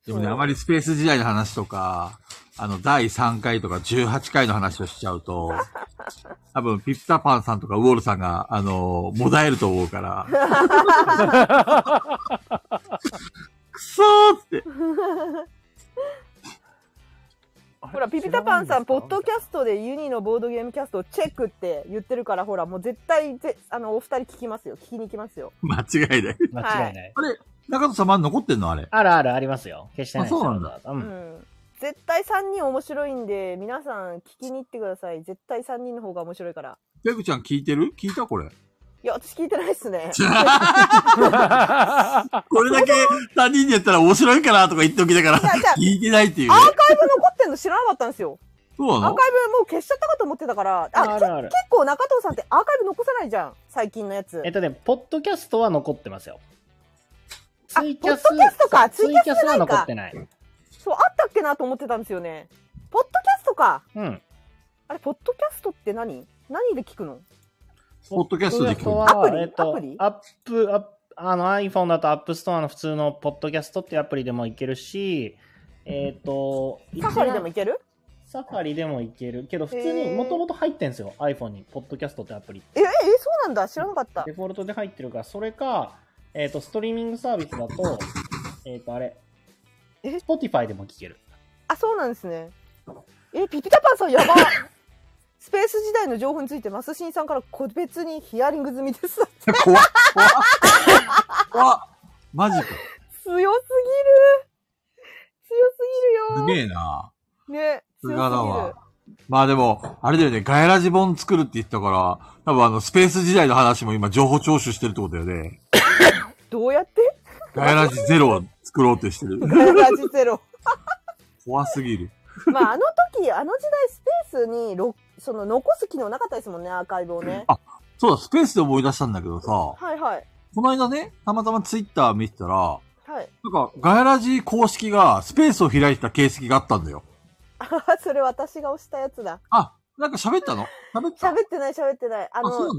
Speaker 10: でもね、あまりスペース時代の話とか、あの、第3回とか18回の話をしちゃうと、多分、ピピタパンさんとかウォールさんが、あの、もだえると思うから、くそーって。
Speaker 5: ほら、ピピタパンさん、ポッドキャストでユニのボードゲームキャストをチェックって言ってるから、ほら、もう絶対ぜ、あの、お二人聞きますよ。聞きに行きますよ。
Speaker 10: 間違いない。
Speaker 3: 間違いない。
Speaker 10: あれ、中戸様残ってんのあれ。
Speaker 3: あるあるありますよ。消してないですよ
Speaker 10: あそうなんだ
Speaker 3: う。
Speaker 5: うんん。絶対3人面白いんで、皆さん聞きに行ってください。絶対3人の方が面白いから。
Speaker 10: ペグちゃん聞いてる聞いたこれ。
Speaker 5: いや、私聞いてないっす
Speaker 10: <laughs>
Speaker 5: ね。
Speaker 10: これだけ他人でやったら面白いかなとか言っておきながら
Speaker 5: いやいや、
Speaker 10: 聞いてないっていうね
Speaker 5: アー。カイブ残ってんの知らなかったんですよ。
Speaker 10: そうなの
Speaker 5: アーカイブもう消しちゃったかと思ってたから、あ、
Speaker 3: あるある
Speaker 5: け結構中藤さんってアーカイブ残さないじゃん、最近のやつ。
Speaker 3: えっとね、ポッドキャストは残ってますよ。
Speaker 5: あ、ポッドキャストか、ツイ
Speaker 3: ツイ
Speaker 5: キ
Speaker 3: キ
Speaker 5: ャ
Speaker 3: ャ
Speaker 5: ス
Speaker 3: ス
Speaker 5: トな
Speaker 3: はい残
Speaker 5: か
Speaker 3: って。ない。
Speaker 5: そう、あったっけなと思ってたんですよね。ポッドキャストか。
Speaker 3: うん。
Speaker 5: あれ、ポッドキャストって何何で聞くの
Speaker 10: ポッドキャストで聞くの
Speaker 3: アプリえっ
Speaker 5: ア
Speaker 3: と
Speaker 5: プリ、
Speaker 3: アップ、アップあの iPhone だと App Store の普通のポッドキャストっていうアプリでもいけるし、えっと、
Speaker 5: サファリでもいける
Speaker 3: サファリでもいけるけど、普通
Speaker 5: へ
Speaker 3: に
Speaker 5: ー
Speaker 3: もともと入ってんすよ、iPhone に、ポッドキャストってアプリ。
Speaker 5: え、え、えそうなんだ。知らなかった。
Speaker 3: デフォルトで入ってるから、それか、えっ、と、ストリーミングサービスだと、えっ、と、あれ、Spotify でも聞ける。
Speaker 5: あ、そうなんですね。え、ピピタパンさんや
Speaker 10: <laughs>
Speaker 5: ばスペース時代の情報について、マスシンさんから個別にヒアリング済みです。
Speaker 10: 怖っ怖っマジか。
Speaker 5: 強すぎる。強
Speaker 10: す
Speaker 5: すぎる
Speaker 10: げ
Speaker 5: よ。
Speaker 10: えな。
Speaker 5: ね。
Speaker 10: さすがだわ。まあでも、あれだよね、ガヤラジ本作るって言ったから、多分あの、スペース時代の話も今情報聴取してるってことだよね。
Speaker 5: どうやって
Speaker 10: ガヤラジゼロは作ろうとしてる。
Speaker 5: ガヤラジゼロ。
Speaker 10: 怖すぎる。
Speaker 5: まあ、あの時、あの時代スペースにろ、その残す機能なかったですもんね、アーカイブをね。
Speaker 10: そうだ、スペースで思い出したんだけどさ、こ
Speaker 5: はいはい。
Speaker 10: の間ね、たまたまツイッター見てたら、
Speaker 5: はい。 <laughs>
Speaker 10: なんか、ガヤラジ公式がスペースを開いた形式があったんだよ。
Speaker 5: あははそれ私が押したやつだ。
Speaker 10: あ、なんか喋ったの喋った
Speaker 5: 喋ってない喋ってない。あの、
Speaker 10: あ
Speaker 5: ツ
Speaker 10: そう
Speaker 5: イッター
Speaker 10: なん
Speaker 5: の
Speaker 10: だ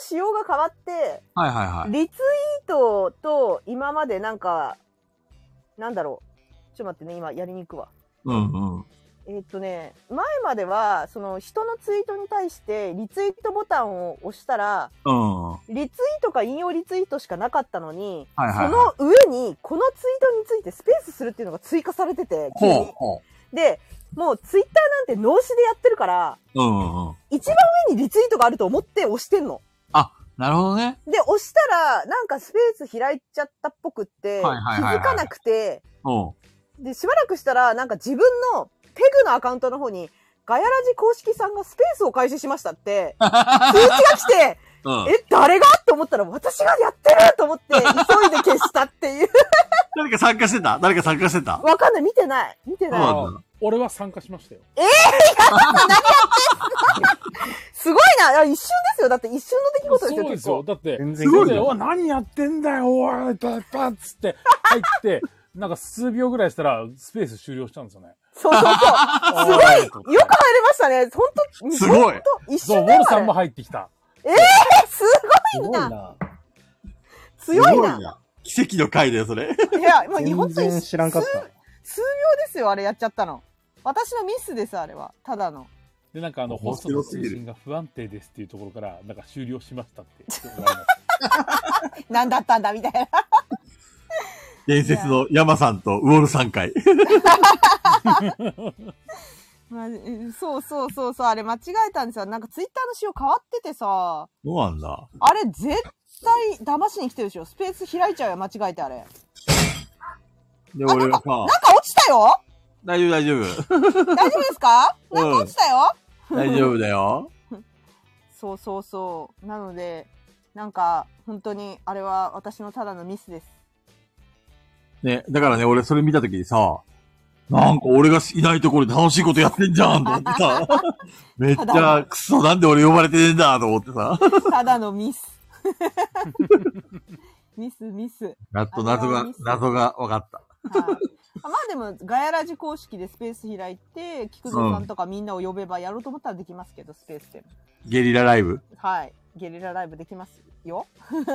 Speaker 5: 仕様が変わって、
Speaker 10: はいはいはい。
Speaker 5: リツイートと今までなんか、なんだろう。ちょっと待ってね、今やりに行くわ。
Speaker 10: うんうん。
Speaker 5: えーっとね、前までは、その人のツイートに対して、リツイートボタンを押したら、
Speaker 10: うん。
Speaker 5: リツイートか引用リツイートしかなかったのに、
Speaker 10: はいはいはい
Speaker 5: その上に、このツイートについてスペースするっていうのが追加されてて、急に
Speaker 10: ほうほ
Speaker 5: で、もうツイッターなんて脳死でやってるから、
Speaker 10: う。うんうんうん。
Speaker 5: 一番上にリツイートがあると思って押してんの。
Speaker 10: あ、なるほどね。
Speaker 5: で、押したら、なんかスペース開いちゃったっぽくって、気
Speaker 10: はいはいはいはい
Speaker 5: づかなくて、
Speaker 10: うん。
Speaker 5: で、しばらくしたら、なんか自分のペグのアカウントの方に、ガヤラジ公式さんがスペースを開始しました
Speaker 10: <laughs>
Speaker 5: って、通知が来て、
Speaker 10: うん
Speaker 5: え、誰がと思ったら、私がやってると思って、急いで消したっていう。 <laughs>
Speaker 10: 誰か参加してた誰か参加してた
Speaker 5: わかんない、見てない。見てない。
Speaker 10: そうなんだ
Speaker 2: 俺は参加しましたよ。
Speaker 5: ええー、やった何やってんのすごいな。いや一瞬ですよ。だって一瞬の出来事ですよ。
Speaker 2: そうですよ。だって、
Speaker 21: 全
Speaker 2: す
Speaker 21: 然
Speaker 2: ごい
Speaker 21: いい
Speaker 2: ね。
Speaker 21: よ
Speaker 2: おい何やってんだよ、おい、パッパッつって入
Speaker 10: <laughs>
Speaker 2: って、なんか数秒ぐらいしたら、スペース終了したんですよね。
Speaker 5: そうそうそう。すごい。よく入れましたね。本当
Speaker 2: すごい
Speaker 5: 本当一
Speaker 2: そう、ウォ
Speaker 5: 瞬だよ
Speaker 2: ル。さんも
Speaker 5: あ
Speaker 2: 入ってきた。
Speaker 5: れえー、すごいな。強
Speaker 10: す
Speaker 5: い
Speaker 10: ご
Speaker 5: な。
Speaker 10: 奇跡の回だよ、それ。 <laughs>
Speaker 5: いや、もう日本と
Speaker 3: 全然知らんかった。
Speaker 5: 数秒ですよ、あれやっちゃったの。私のミスです、あれは。ただの。
Speaker 2: で、なんかあの、ホストの通信が不安定ですっていうところから、なんか終
Speaker 5: <laughs>
Speaker 2: 了しましたって。
Speaker 5: 何だったんだ、みたいな。
Speaker 10: 伝説の山さんとウォールさん会。
Speaker 5: <laughs> まあ、うんそうそうそうそう、あれ間違えたんですよ。なんかツイッターの仕様変わっててさ、
Speaker 10: どうなんだ
Speaker 5: あれ絶対騙しに来てるでしょ。スペース開いちゃうよ、間違えてあれ。
Speaker 10: で、俺が
Speaker 5: なん
Speaker 10: さ、
Speaker 5: か落ちたよ
Speaker 10: 大丈夫大丈夫。
Speaker 5: <laughs> 大丈夫ですかなんか落ちたよ、
Speaker 10: 大丈夫だよ。
Speaker 5: そうそうそう。なので、なんか本当にあれは私のただのミ
Speaker 10: <laughs>
Speaker 5: スです。
Speaker 10: ね、だからね、俺それ見たときにさ、なんか俺がいないところで楽しいことやってんじゃんと思って
Speaker 5: <laughs>
Speaker 10: さ、めっちゃクソなんで俺呼ばれてねえんだと思っ
Speaker 5: <laughs>
Speaker 10: てさ、
Speaker 5: ただのミス。 <laughs> ミスミス。
Speaker 10: やっと謎
Speaker 5: あれは
Speaker 10: が
Speaker 5: ミス、
Speaker 10: 謎が分かった。
Speaker 5: あまあでも、ガヤラジ公式でスペース開いて、菊蔵さんとかみんなを呼べばやろうと思ったらできますけど、スペースでも。
Speaker 10: ゲリラライブ。
Speaker 5: はい。ゲリラライブできますよ。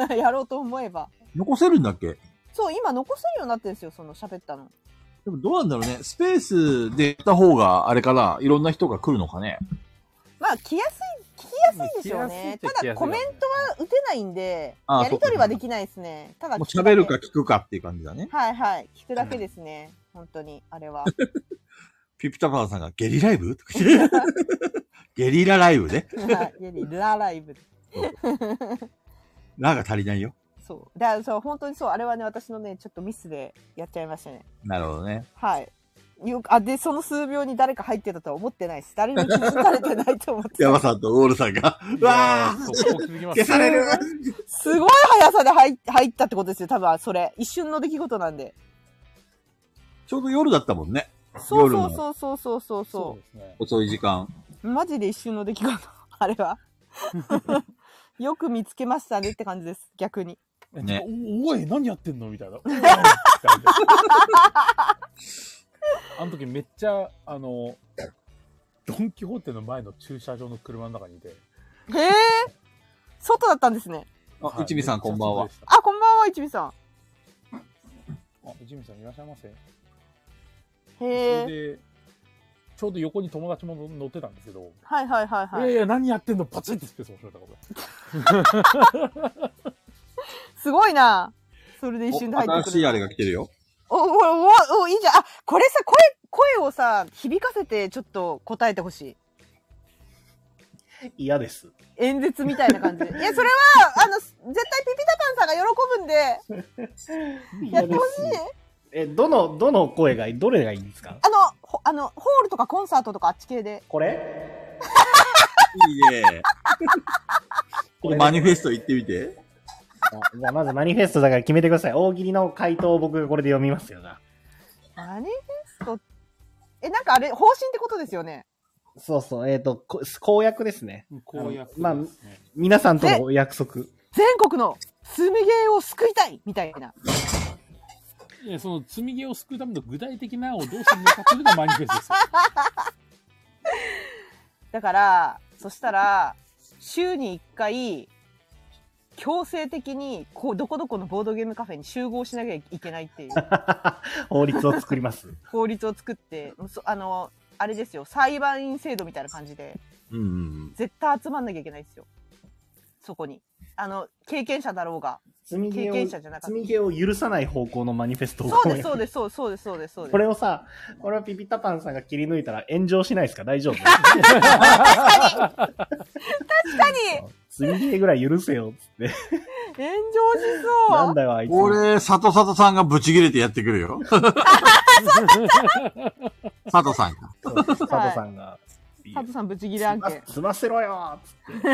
Speaker 5: <laughs> やろうと思えば。
Speaker 10: 残せるんだっけ
Speaker 5: そう、今残せるようになってるんですよ、その喋ったの。
Speaker 10: でもどうなんだろうね。スペースでやった方が、あれかな、いろんな人が来るのかね。
Speaker 5: まあ、来やすい、聞きやすいでしょうね。
Speaker 10: まあ聞
Speaker 5: た
Speaker 10: きや
Speaker 5: だ、
Speaker 10: すいっちゃ聞きやすいよね
Speaker 5: コメントは打てないんで、
Speaker 10: ああ
Speaker 5: やりとりはできないですね。ただ
Speaker 10: もう
Speaker 5: 聞くだけ、
Speaker 10: 喋るか聞くかっていう感じだね。
Speaker 5: はいはい。聞くだけですね。本当に、あれは。 <laughs>
Speaker 10: ピピタパンさんがゲリライブとか <laughs> 言ってゲリラライブね。
Speaker 5: はいゲリラライブ。
Speaker 10: ラが足りないよ。
Speaker 5: そう。だからそう、本当にそう、あれはね、私のね、ちょっとミスでやっちゃいましたね。
Speaker 10: なるほどね。
Speaker 5: はい。よあで、その数秒に誰か入ってたとは思ってないです。誰にも気づかれてないと
Speaker 10: <laughs>
Speaker 5: 思って。
Speaker 10: 山さんとウォールさんが、うわー消される
Speaker 5: すごい速さで入入ったってことですよ、多分それ。一瞬の出来事なんで。
Speaker 10: ちょうど夜だったもんね。
Speaker 5: そう
Speaker 10: 夜
Speaker 5: そう
Speaker 10: の
Speaker 5: そうそうそうそうそ
Speaker 10: 遅い時間。
Speaker 5: う。マジで一瞬の出来事、あれ
Speaker 10: <laughs>
Speaker 5: は。よく見つけましたねって感じです、逆に。
Speaker 10: ね。
Speaker 2: おおい、何やってんのみたい
Speaker 10: <laughs>
Speaker 2: な。あの時めっちゃ、あの、ドン・キホーテの前の駐車場の車の中にいて、
Speaker 5: へえ外だったんですね。
Speaker 10: あ、内海さんこんばんは。
Speaker 5: あ、こんばんは、一味さ
Speaker 2: あ、ジミーさんいらっしゃいませ。
Speaker 5: ん。へ
Speaker 2: そ
Speaker 5: え。
Speaker 2: れで、ちょうど横に友達も乗ってたんですけど、、
Speaker 5: はいはいはいはいい。
Speaker 2: やいや、何やってんのパチンってスペース押されたこと。
Speaker 5: すごいな。それで一瞬で入って
Speaker 10: 新
Speaker 5: くる。
Speaker 10: しいあれが来てるよ。
Speaker 5: お、お、お、お、いいじゃん。あ、これさ、声、声をさ、響かせて、ちょっと答えてほし
Speaker 3: 嫌です。
Speaker 5: い。演説みたいな感じで。いや、それは、あの、す絶対ピピタパンさんが喜ぶんで、やってほしい。
Speaker 3: え、どの、どの声がいいどれがいいんですか
Speaker 5: あの、ほあの、ホールとかコンサートとかあっち系で。
Speaker 3: これ
Speaker 10: いいね。マニフェスト行ってみて。
Speaker 3: じゃあまずマニフェストだから決めてください。大喜利の回答を僕がこれで読みますよな。
Speaker 5: マニフェストえ、なんかあれ、方針ってことですよね。
Speaker 3: そうそう、えっ、と、こ公約ですね。
Speaker 2: 公約
Speaker 3: あのまあ、皆さんとのお約束。
Speaker 5: 全国の、スミゲーを救いたいみたいな。
Speaker 2: いや、その積み毛を救うための具体的なをどうするのかっていうのがマニフェストですよ。
Speaker 5: だから、そしたら、週に1回、強制的にこう、どこどこのボードゲームカフェに集合しなきゃいけない
Speaker 3: <laughs>
Speaker 5: っていう
Speaker 3: 法律を作ります。
Speaker 5: 法律を作って、もうそあの、あれですよ、裁判員制度みたいな感じで、
Speaker 10: うんうん
Speaker 5: 絶対集まんなきゃいけないですよ。そこに。あの、経験者だろうが、
Speaker 3: 積み
Speaker 5: 経
Speaker 3: 毛を
Speaker 5: 験者じゃなかっ
Speaker 3: 積み毛を許さない方向のマニフェスト
Speaker 5: た。
Speaker 3: を
Speaker 5: そうです、そう
Speaker 3: で
Speaker 5: です、そうです、そうです、そうです。そうです
Speaker 3: これを、さ、これはピピタパンさんが切り抜いたら炎上しないですか大丈
Speaker 5: <laughs>
Speaker 3: 夫
Speaker 5: 確かに
Speaker 3: 積み毛ぐらい許せよ、つって。
Speaker 5: 炎上しそう
Speaker 3: なんだよ、あいつ。
Speaker 10: 俺、佐藤佐藤さんがブチ切れてやってく
Speaker 5: <laughs>
Speaker 10: るよ。佐藤さんが。
Speaker 3: そう佐藤さんが。
Speaker 5: 佐藤さん、ぶち切れ案件。
Speaker 3: 済ませろよつって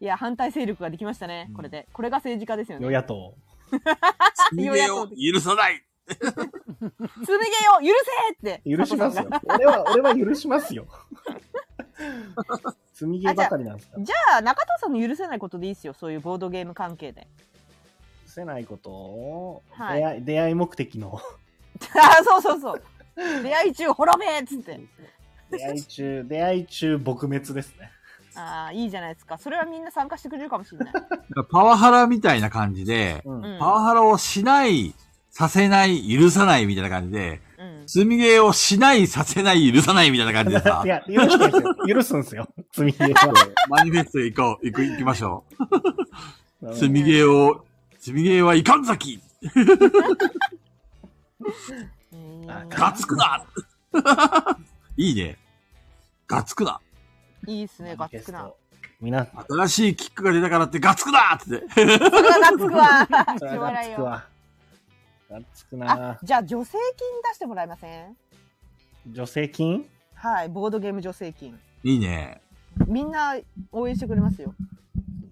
Speaker 5: いや、反対勢力ができましたね、これで。これが政治家ですよね。
Speaker 3: 与野党。
Speaker 5: 与野党
Speaker 10: 許さない
Speaker 5: すね毛を許せって。
Speaker 3: 許しますよ
Speaker 5: 佐藤さん。が
Speaker 3: 俺は、俺は許します
Speaker 5: <laughs>
Speaker 3: よ。積み毛ばかりなんですか
Speaker 5: じゃあ、中藤さんの許せないことでいいですよ。そういうボードゲーム関係 <laughs> で。
Speaker 3: 許せないことを、
Speaker 5: はい
Speaker 3: 出会い出会い目的
Speaker 5: <laughs>
Speaker 3: の、
Speaker 5: あそうそう <laughs> そう。出会い中、滅べっつって。
Speaker 3: 出会い中、出会い中撲滅ですね。
Speaker 5: ああ、いいじゃないですか。それはみんな参加してくれるかもしれない。
Speaker 10: パワハラみたいな感じで、
Speaker 5: ん
Speaker 10: パワハラをしない、させない、許さないみたいな感じで、積みゲーをしない、させない、許さないみたいな感じでさ
Speaker 3: <laughs> い、や、許してですよ。許すんですよ。積み毛は。
Speaker 10: マニフェスト行こう、行く、行きましょう。積みゲーを、積みゲーはいかんざきガツくな <laughs> いいね。ガツくな。
Speaker 5: いいっす <laughs> ね、ガッツくな。
Speaker 10: みな。新しいキックが出たからってガツくなって。
Speaker 5: それは <laughs> ガッツくわ。し
Speaker 3: そ
Speaker 5: ょ
Speaker 3: れ
Speaker 5: う
Speaker 3: はガ
Speaker 5: がない
Speaker 3: ッツく
Speaker 5: よ。
Speaker 3: わ。ガッツく
Speaker 5: あ
Speaker 3: な、。
Speaker 5: じゃあ助成金出してもらえません
Speaker 3: 助成金
Speaker 5: はい、ボードゲーム助成金。
Speaker 10: いいね。
Speaker 5: みんな応援してくれますよ。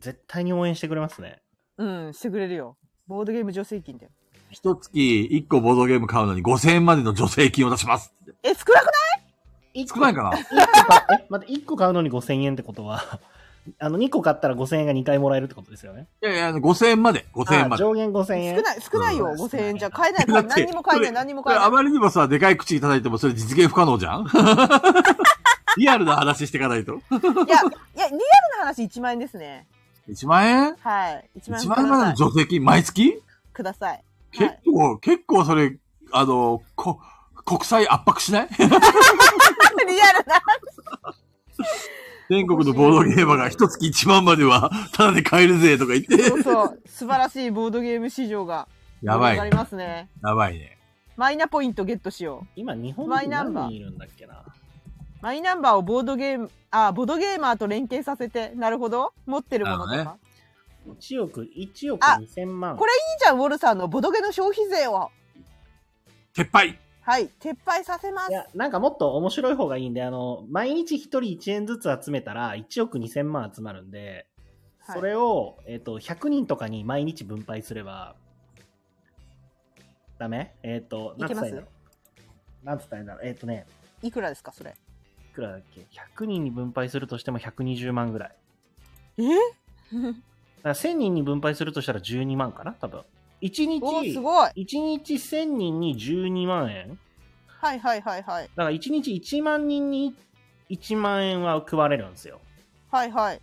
Speaker 3: 絶対に応援してくれますね。
Speaker 5: うん、してくれるよ。ボードゲーム助成金だよ。
Speaker 10: 一月1個ボードゲーム買うのに5000円までの助成金を出します。
Speaker 5: え、少なく
Speaker 3: ない
Speaker 10: 少ないかな
Speaker 3: <laughs> え、待って、1個買うのに5000円ってことは、あの、2個買ったら5000円が2回もらえるってことですよね。
Speaker 10: いやいや、5000円まで、5000円まで。
Speaker 3: 上限5000円。
Speaker 5: 少ない、少ないよ、5000円じゃ。買えない、
Speaker 10: だ
Speaker 5: 買えない
Speaker 10: って
Speaker 5: 何にも買えない、何にも買えない
Speaker 10: あ。まりにもさ、でかい口叩いてもそれ実現不可能じゃん <laughs> リアルな話していかないと。
Speaker 5: いや、いや、リアルな話1万円ですね。
Speaker 10: 1万円
Speaker 5: はい。1万
Speaker 10: ?1
Speaker 5: 円
Speaker 10: 万円までの助成金毎月
Speaker 5: ください。 <laughs>
Speaker 10: 結構、結構それ、あの、こ、国際圧迫しない <laughs>
Speaker 5: リアルな。
Speaker 10: 全国のボードゲーマーが一月1万までは、ただで買えるぜとか言って。
Speaker 5: <laughs> そうそう。素晴らしいボードゲーム市場が。
Speaker 10: やばいね
Speaker 5: ありますね。
Speaker 10: やばいね。
Speaker 5: マイナポイントゲットしよう。
Speaker 3: 今、日本
Speaker 5: マイナンバ
Speaker 3: 何人い
Speaker 5: ー。
Speaker 3: るんだっけな。
Speaker 5: マイナンバーをボードゲーム、あ、ボードゲーマーと連携させて、なるほど。持ってるものとか。
Speaker 3: なるほ1億、1億
Speaker 5: あ
Speaker 3: 2000万。
Speaker 5: これいいじゃん、ウォルさんのボドゲの消費税を。
Speaker 10: 撤廃
Speaker 5: はい、撤廃させます。
Speaker 3: なんかもっと面白い方がいいんで、あの、毎日一人1円ずつ集めたら1億2000万集まるんで、それを、えっ、と、100人とかに毎日分配すれば、ダメえっ、と、
Speaker 5: いけます
Speaker 3: つったらいいんだろうなんつったらいいんだろうえっ、とね、
Speaker 5: いくらですか、それ。
Speaker 3: いくらだっけ ?100 人に分配するとしても120万ぐらい。
Speaker 5: え
Speaker 3: だから1000人に分配するとしたら12万かな多分。1日、
Speaker 5: おすごい
Speaker 3: 1日1000人に12万円
Speaker 5: はいはいはいはい。
Speaker 3: だから1日1万人に1万円は配れるんですよ。
Speaker 5: はいはい。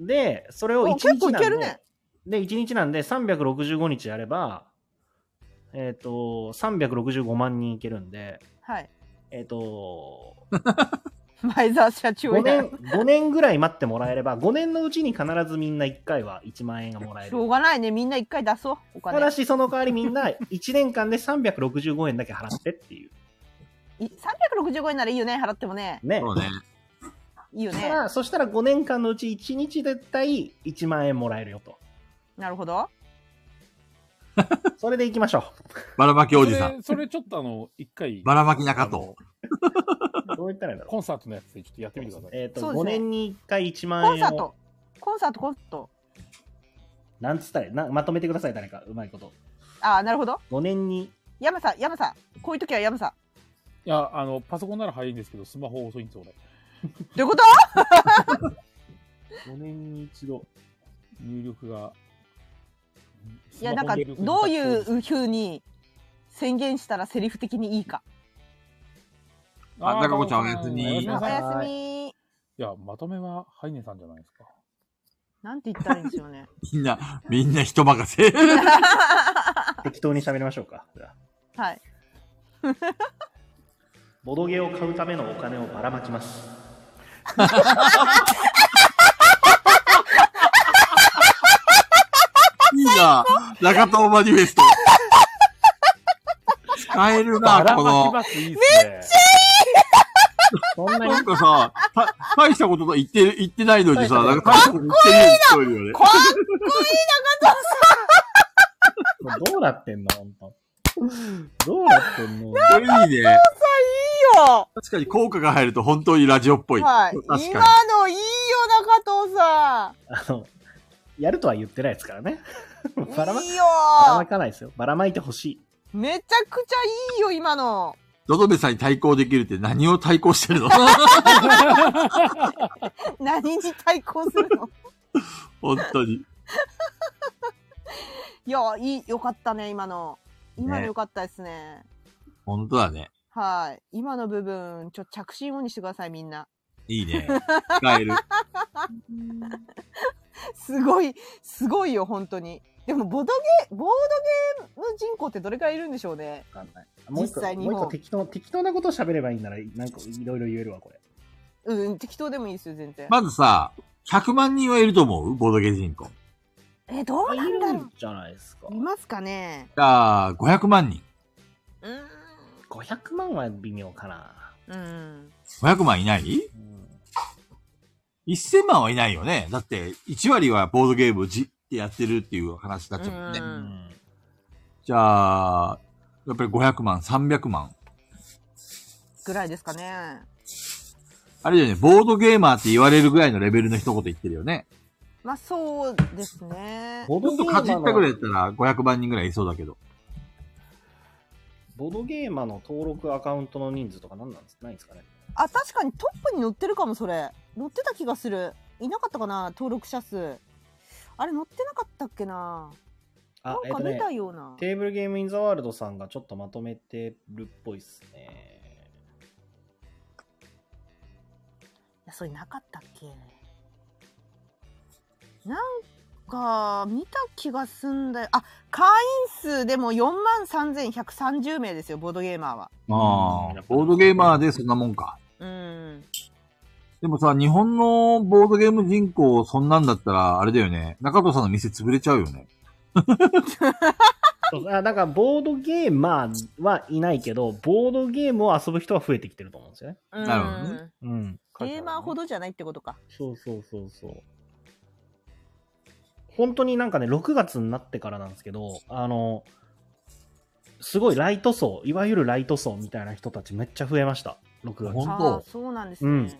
Speaker 3: で、それを1
Speaker 5: お
Speaker 3: 日なんで
Speaker 5: 結構いけるね
Speaker 3: で、1日なんで365日やれば、えっ、と、365万人いけるんで、
Speaker 5: はい。
Speaker 3: えっ、と、
Speaker 5: 前澤社長
Speaker 3: 5
Speaker 5: や
Speaker 3: 年、5年ぐらい待ってもらえれば、5年のうちに必ずみんな1回は1万円がもらえ
Speaker 5: し
Speaker 3: る。
Speaker 5: ょうがないね。みんな一回出そう。お金。
Speaker 3: ただし、その代わりみん
Speaker 5: <laughs>
Speaker 3: な1年間で365円だけ払ってっていう。
Speaker 5: い365円ならいいよね。払ってもね。
Speaker 3: ね。
Speaker 5: いいよ
Speaker 3: そ
Speaker 5: ね
Speaker 3: した。らそしたら5年間のうち1日絶対1万円もらえるよと。
Speaker 5: なるほど。
Speaker 3: それでいきましょ
Speaker 10: ばらまきおじさん。
Speaker 2: それちょっとあの、一回。
Speaker 10: ばらまき中と。
Speaker 3: う。どう言ったらいいんだろう。
Speaker 2: コンサートのやつでちょっとやってみてください。
Speaker 3: えっ、と、
Speaker 5: そうで
Speaker 3: 5
Speaker 5: すね
Speaker 3: 年に1回1
Speaker 5: コ
Speaker 3: 万
Speaker 5: ン
Speaker 3: 円
Speaker 5: サー
Speaker 3: を
Speaker 5: ト。。コンサート、コンサート。
Speaker 3: なんつったらいいなまとめてください、誰か。うまいこと。
Speaker 5: ああ、なるほど。
Speaker 3: 5年に。
Speaker 5: 山さん、山さん。こういう時は山さん。
Speaker 2: いや、あの、パソコンなら早いんですけど、スマホ遅いんですよ、俺。
Speaker 5: どういうこと
Speaker 2: 5年に一度、入力が。
Speaker 5: いや、なんか、どういうふうに宣言したらセリフ的にいいか。
Speaker 10: あ中子ちゃんおやすみ
Speaker 2: おやすみな
Speaker 5: お
Speaker 2: さい
Speaker 5: やすみ。
Speaker 2: いや、まとめはハイネさんじゃないですか。
Speaker 5: なんて言ったらいいんですよね。
Speaker 10: みんな、みんな人
Speaker 5: <laughs>
Speaker 10: 任せ。
Speaker 3: 適当に喋りましょうか。じゃあ
Speaker 5: はい。
Speaker 3: ボドゲを買うためのお金をばらまきます。
Speaker 10: いいな中東マニフェ
Speaker 5: <laughs>
Speaker 10: スト。使えるな、この。
Speaker 2: めっ
Speaker 10: ち
Speaker 3: ゃいい
Speaker 10: なんかさ、た大したこと言って、言ってないのにさ、なんか大したこと言ってるように聞こえるよね。
Speaker 5: かっこ
Speaker 3: どうなってんの本当。どうなってん
Speaker 5: <laughs>
Speaker 3: の
Speaker 10: これいいね。
Speaker 5: いいよ
Speaker 10: 確かに効果が入ると本当にラジオっぽい。
Speaker 5: はい。
Speaker 10: 確
Speaker 5: 今
Speaker 10: かに。
Speaker 5: のいいよ、中藤さん。
Speaker 3: あの、やるとは言ってないですからね。 <laughs> ばらま
Speaker 5: いいよ
Speaker 3: ばらまかないですよ。ばらまいてほしい。
Speaker 5: めちゃくちゃいいよ、今の。
Speaker 10: ドドベさんに対抗できるって何を対抗して <laughs> るの
Speaker 5: 何に対抗するの
Speaker 10: 本当に。
Speaker 5: いや、いい、よかったね、今の。今の
Speaker 10: ね
Speaker 5: よかったですね。
Speaker 10: 本当だね。
Speaker 5: はい。今の部分、ちょ、着信音にしてください、みんな。 <laughs>
Speaker 10: いいね。使える。
Speaker 5: すごい、すごいよ、本当に。でも、ボドゲ、ボードゲーム人口ってどれくらいいるんでしょうね。
Speaker 3: わかんない。もう一個
Speaker 5: 実際日
Speaker 3: もう
Speaker 5: 本
Speaker 3: 一個適当、適当なこと喋ればいいなら、なんかいろいろ言えるわ、これ。
Speaker 5: うん、適当でもいいですよ、全然。
Speaker 10: まずさ、100万人はいると思うボードゲー人口。
Speaker 5: え、どうなんだろう。
Speaker 3: じゃないですか。
Speaker 5: いますかね。
Speaker 10: じゃあ、500万人。
Speaker 3: 500万は微妙かな。
Speaker 5: うん。
Speaker 10: 500万いない ?1000 万はいないよね。だって、1割はボードゲームをじってやってるっていう話だっちゃうもんね。じゃあ、やっぱり500万、300万。
Speaker 5: ぐらいですかね。
Speaker 10: あれだよね、ボードゲーマーって言われるぐらいのレベルの一言言ってるよね。
Speaker 5: まあ、そうですね。
Speaker 10: もっとかじったぐらいだったら500万人ぐらいいそうだけど。
Speaker 3: ボードゲーマーの登録アカウントの人数とか何なんですないんですかね。
Speaker 5: あ、確かにトップに乗ってるかも、それ。乗ってた気がする。いなかったかな、登録者数。あれ、乗ってなかったっけな。
Speaker 3: あ
Speaker 5: なんか見たような
Speaker 3: テーブルゲームインザワールドさんがちょっとまとめてるっぽいっすね。
Speaker 5: いや、それなかったっけなんか、見た気がすんだよ。あ、会員数でも4万3130名ですよ、ボードゲーマーは。
Speaker 10: ああ、ボードゲーマーでそんなもんか。
Speaker 5: うん。
Speaker 10: でもさ、日本のボードゲーム人口そんなんだったら、あれだよね。中藤さんの店潰れちゃうよね。
Speaker 3: そうあだから、ボードゲーマーはいないけど、ボードゲームを遊ぶ人は増えてきてると思うんですよね。
Speaker 5: うんなるほどね。
Speaker 3: うん。
Speaker 5: ゲーマーほどじゃないってことか。
Speaker 3: そうそうそうそう。本当になんかね、6月になってからなんですけど、あの、すごいライト層、いわゆるライト層みたいな人たちめっちゃ増えました。6月。
Speaker 5: ああ、そうなんですね。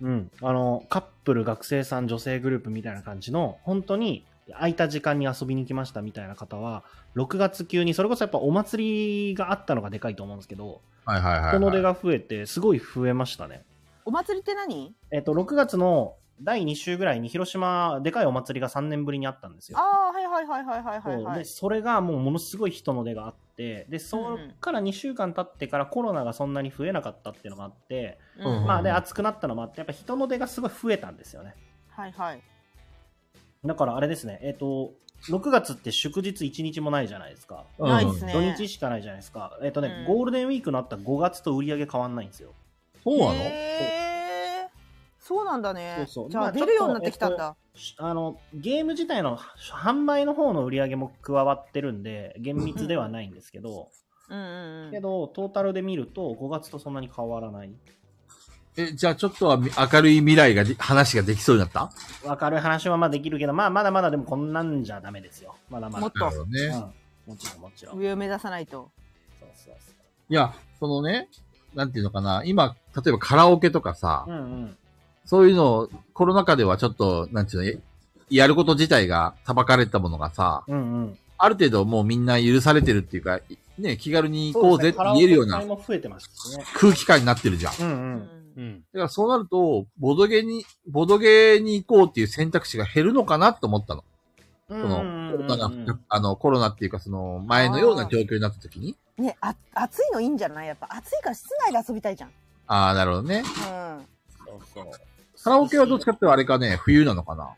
Speaker 3: うん。あの、カップル、学生さん、女性グループみたいな感じの、本当に空いた時間に遊びに来ましたみたいな方は、6月級に、それこそやっぱお祭りがあったのがでかいと思うんですけど、
Speaker 10: はいはいはい、はい。
Speaker 3: 人の出が増えて、すごい増えましたね。
Speaker 5: お祭りって何
Speaker 3: えっと、6月の第2週ぐらいに広島、でかいお祭りが3年ぶりにあったんですよ。
Speaker 5: ああ、はいはいはいはいはいはい、
Speaker 3: そう
Speaker 5: はい
Speaker 3: で。それがもうものすごい人の出があってでそっから2週間経ってからコロナがそんなに増えなかったっていうのがあって、
Speaker 5: うん
Speaker 3: まあ、で暑くなったのもあってやっぱ人の出がすごい増えたんですよね
Speaker 5: はいはい。
Speaker 3: だからあれですねえっ、と6月って祝日1日もないじゃないですか
Speaker 5: ないっすね
Speaker 3: 土日しかないじゃないですかえっ、とね、ゴールデンウィークのあった5月と売り上げ変わんないんですよ
Speaker 10: そうなの
Speaker 5: へえ。そうなんだね。
Speaker 3: そうそう
Speaker 5: じゃ
Speaker 3: ま
Speaker 5: あ
Speaker 3: あちょっ
Speaker 5: 出
Speaker 3: と
Speaker 5: るようになってきたんだ。
Speaker 3: あのゲーム自体の販売の方の売り上げも加わってるんで厳密ではないんですけど、
Speaker 5: うん <laughs> うんうん。
Speaker 3: けどトータルで見ると5月とそんなに変わらない
Speaker 10: え、じゃあちょっとはみ明るい未来がで、話ができそうになった
Speaker 3: 明るい話はまあできるけど、まあ、まだまだでもこんなんじゃダメですよまだまだ
Speaker 5: もっとなるほどね
Speaker 3: うんもちろんもちろん
Speaker 5: 上を目指さないと。
Speaker 3: そうそうそ
Speaker 10: いや、そのね、なんていうのかな、今、例えばカラオケとかさ、
Speaker 3: ううんうん
Speaker 10: そういうのを、コロナ禍ではちょっと、なんていうのや、やること自体が、たばかれたものがさ、
Speaker 3: うんうん
Speaker 10: ある程度もうみんな許されてるっていうか、ね、気軽に行こうぜって言えるような
Speaker 3: そうですねカラオケ会も増えてますしね
Speaker 10: 空気感になってるじゃん。
Speaker 3: う
Speaker 10: だか
Speaker 3: んうん
Speaker 22: うん。
Speaker 10: らそうなると、ボドゲに、ボドゲに行こうっていう選択肢が減るのかなと思ったの。
Speaker 5: う
Speaker 10: そ
Speaker 5: ん
Speaker 10: の、コロナが
Speaker 5: うんうん
Speaker 10: あの、コロナっていうかその、前のような状況になった時に、
Speaker 5: ね、あ暑いのいいんじゃないやっぱ暑いから室内で遊びたいじゃん。
Speaker 10: ああ、なるほど
Speaker 5: う
Speaker 10: ね。
Speaker 5: ん。
Speaker 3: そうそう
Speaker 10: カラオケはどっちかっていうとあれかね、冬なのかな。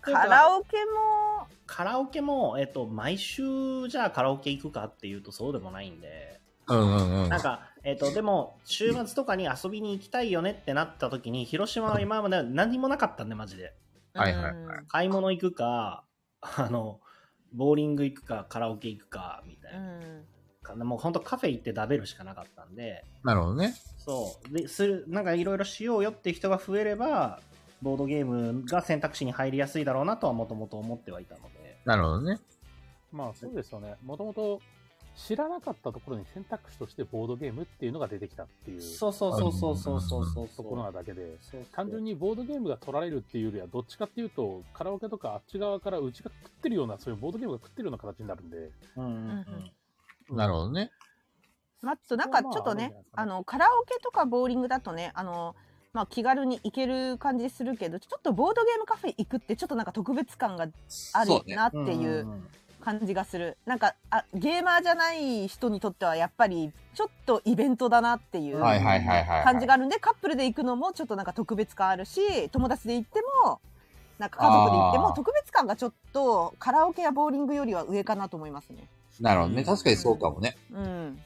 Speaker 5: カラオケも
Speaker 3: カラオケも、えっと、毎週じゃあカラオケ行くかっていうとそうでもないんで
Speaker 10: うんうんうん。
Speaker 3: なんか、えっとでも週末とかに遊びに行きたいよねってなった時に広島は今まで何もなかったんでマジで
Speaker 10: はいはい。
Speaker 3: 買い物行くか、あの、ボーリング行くか、カラオケ行くか、みたいな。もう本当カフェ行って食べるしかなかったんで、
Speaker 10: なるほどね。
Speaker 3: そう。で、する、なんかいろいろしようよって人が増えれば、ボードゲームが選択肢に入りやすいだろうなとはもともと思ってはいたので。
Speaker 10: なるほどね。
Speaker 2: まあそうですよね。もともと知らなかったところに選択肢としてボードゲームっていうのが出てきたっていう。
Speaker 3: そうそうそうそうそうそうそう
Speaker 2: ところなだけで、単純にボードゲームが取られるっていうよりは、どっちかっていうと、カラオケとかあっち側からうちが食ってるような、そういうボードゲームが食ってるような形になるんで。
Speaker 3: うんうん
Speaker 5: うん。
Speaker 10: なるほどね。
Speaker 5: まあ、となんかちょっとね、あのカラオケとかボーリングだとね、あの。まあ、気軽に行ける感じするけど、ちょっとボードゲームカフェ行くって、ちょっとなんか特別感があ
Speaker 23: そう
Speaker 5: る
Speaker 23: ね
Speaker 5: なって
Speaker 23: うん
Speaker 5: い
Speaker 23: うんう
Speaker 5: う感じがする。なんか、あ、ゲーマーじゃない人にとっては、やっぱりちょっとイベントだなっていう
Speaker 10: はいはいはいはいはい
Speaker 5: 感じがあるんで、カップルで行くのもちょっとなんか特別感あるし、友達で行っても。なんか家族で行って
Speaker 10: あ
Speaker 5: も、
Speaker 10: ー
Speaker 5: 特別感がちょっとカラオケやボーリングよりは上かなと思いますね。
Speaker 10: なるほどね。確かにそうかもね。
Speaker 5: うん、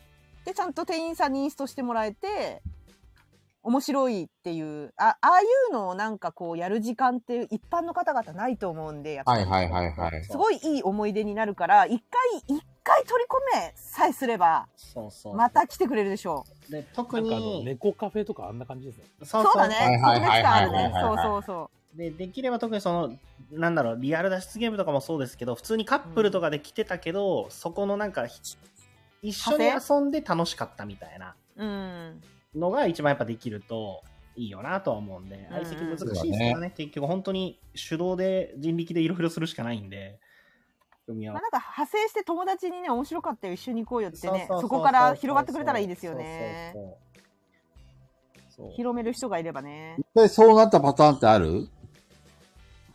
Speaker 5: でちゃんと店員さんにインストしてもらえて面白いっていう、あ、ああいうのをなんかこうやる時間って一般の方々ないと思うんで、やっぱ
Speaker 10: はい
Speaker 5: り
Speaker 10: はいはいはい。
Speaker 5: すごいいい思い出になるから、一回、一回取り込めさえすれば、
Speaker 3: そうそう。
Speaker 5: また来てくれるでしょう。
Speaker 3: で、特
Speaker 2: なんかあの、
Speaker 3: に、
Speaker 2: 猫カフェとかあんな感じですね。
Speaker 5: そうだね。そ
Speaker 3: はい
Speaker 5: んな
Speaker 3: はい
Speaker 5: 期間
Speaker 3: は
Speaker 5: あ
Speaker 3: い
Speaker 5: る
Speaker 3: はい
Speaker 5: ね。
Speaker 3: はい
Speaker 5: そ
Speaker 3: は
Speaker 5: う
Speaker 3: い
Speaker 5: そうそう。
Speaker 3: で、できれば特にその、なんだろう、リアル脱出ゲームとかもそうですけど、普通にカップルとかで来てたけど、そこのなんか、ひ一緒に
Speaker 5: カフ
Speaker 3: 遊んで楽しかったみたいな
Speaker 5: うん。
Speaker 3: のが一番やっぱできるといいよなとは思うんで、相席難しいですから
Speaker 10: そう
Speaker 3: ね
Speaker 10: だ、
Speaker 3: 結局本当に手動で人力でいろいろするしかないんで、組み合
Speaker 5: ま
Speaker 3: わ
Speaker 5: あなんか派生して友達にね、面白かったよ、一緒に行こうよって
Speaker 3: そ
Speaker 5: ね、
Speaker 3: うそうそうそう
Speaker 5: そこから広がってくれたらいいですよね。
Speaker 3: そう
Speaker 5: 広める人がいればね。
Speaker 10: で、そうなったパターンってある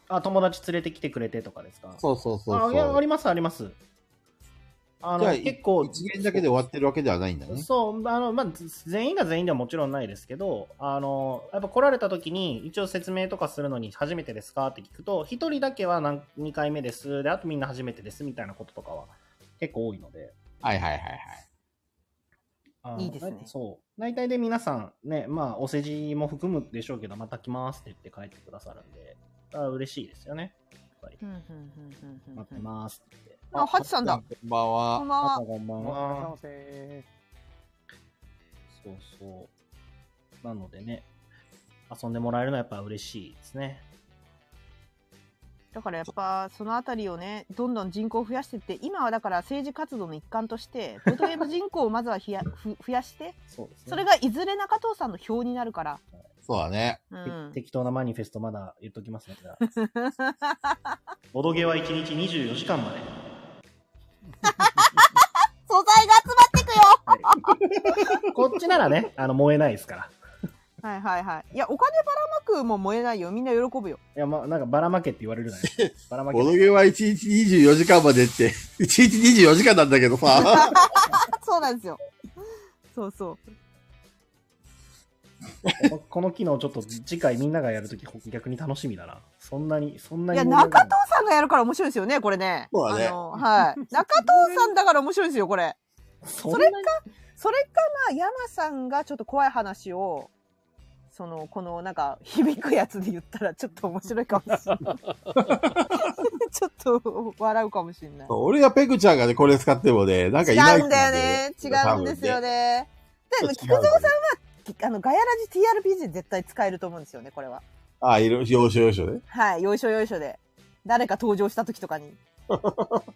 Speaker 3: あ、友達連れてきてくれてとかですか
Speaker 10: そうそうそうそう
Speaker 3: あいやあります、あります。あ
Speaker 10: じゃ
Speaker 3: の
Speaker 10: あ、
Speaker 3: 結構、
Speaker 10: 一元だけで終わってるわけではないんだね。
Speaker 3: そう、あの、まあ、全員が全員ではもちろんないですけど、あの、やっぱ来られた時に、一応説明とかするのに、初めてですかって聞くと、一人だけは何2回目です、で、あとみんな初めてです、みたいなこととかは結構多いので。
Speaker 10: はいはいはいはい。
Speaker 3: あの
Speaker 5: いいですね
Speaker 3: だそう。大体で皆さん、ね、まあ、お世辞も含むでしょうけど、また来ますって言って帰ってくださるんで、あ嬉しいですよね。やっぱり
Speaker 5: うんうんうんうんうん
Speaker 3: 待ってますって。
Speaker 5: あハチさんだ
Speaker 10: こんばんは。
Speaker 5: こんばんは
Speaker 3: あこんばんは。
Speaker 24: せ
Speaker 3: そうそう。なのでね、遊んでもらえるのはやっぱ嬉しいですね。
Speaker 5: だからやっぱそのあたりをねどんどん人口を増やしていって今はだから政治活動の一環と
Speaker 3: <laughs>
Speaker 5: してボードゲーム人口をまずはひやふ増やして
Speaker 3: そうですね。
Speaker 5: それがいずれ中藤さんの票になるから
Speaker 10: そうだね。
Speaker 5: うん
Speaker 3: て適当なマニフェストまだ言っときますね。じゃあ <laughs> ボドゲは1日24時間まで。
Speaker 5: 素材が集まってくよ
Speaker 3: こっちならね、あの、燃えないですから。
Speaker 5: はいはいはいいやお金ばらまくも燃えないよみんな喜ぶよ
Speaker 3: いや、まあ、なんかばらまけって言われるなよ。
Speaker 10: <laughs>
Speaker 3: ばらまけ。
Speaker 10: ボドゲは1日24時間までって、1日24時間なんだけど <laughs> さ。
Speaker 5: そうなんですよそうそう
Speaker 3: ここの機能ちょっと次回みんながやるとき逆に楽しみだな。そんなに、そんないに
Speaker 5: や
Speaker 3: 盛り上が
Speaker 5: 中藤
Speaker 3: る。
Speaker 5: さんがやるから面白いですよねこれね
Speaker 3: そうだね
Speaker 5: あのはい中藤さんだから面白いですよこれ
Speaker 3: そ
Speaker 5: れかそれかまあ山さんがちょっと怖い話をそのこのなんか響くやつで言ったらちょっと面白いかもしれないちょっと笑うかもしれない
Speaker 10: 俺やペグちゃんがね、これ使ってもね、なんかい
Speaker 5: 違
Speaker 10: ない
Speaker 5: うんだよね違うんですよねでも菊蔵さんはあのガヤラジ TRPG 絶対使えると思うんですよねこれは
Speaker 10: ああ、いろ、要所要所ね。
Speaker 5: はいよいしょよいしょで誰か登場した時とかに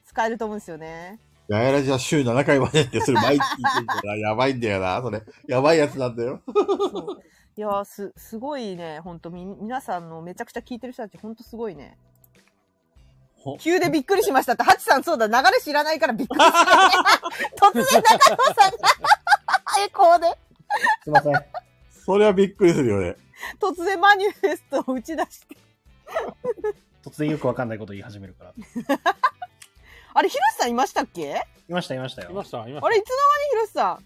Speaker 5: 使えると思うんですよね
Speaker 10: ガヤラジは週7回までって、それ毎日言ってんだな。やばいんだよな、それ。やばいやつなんだよ。
Speaker 5: <laughs> いやーすすごいね本当み皆さんのめちゃくちゃ聞いてる人たち本当すごいね急でびっくりしましたって、ハチさんそうだ、流れ知らないからびっくりした。突然中野さん <laughs> が、エコーで、
Speaker 3: すいません。
Speaker 10: それはびっくりするよね。
Speaker 5: 突然マニフェストを打ち出して。
Speaker 3: 突然よくわかんないこと言い始めるから。
Speaker 5: あれ、ヒロシさんいましたっけ
Speaker 3: いました、いましたよ。いま
Speaker 2: した、い
Speaker 5: あれ、いつの間にヒロシさ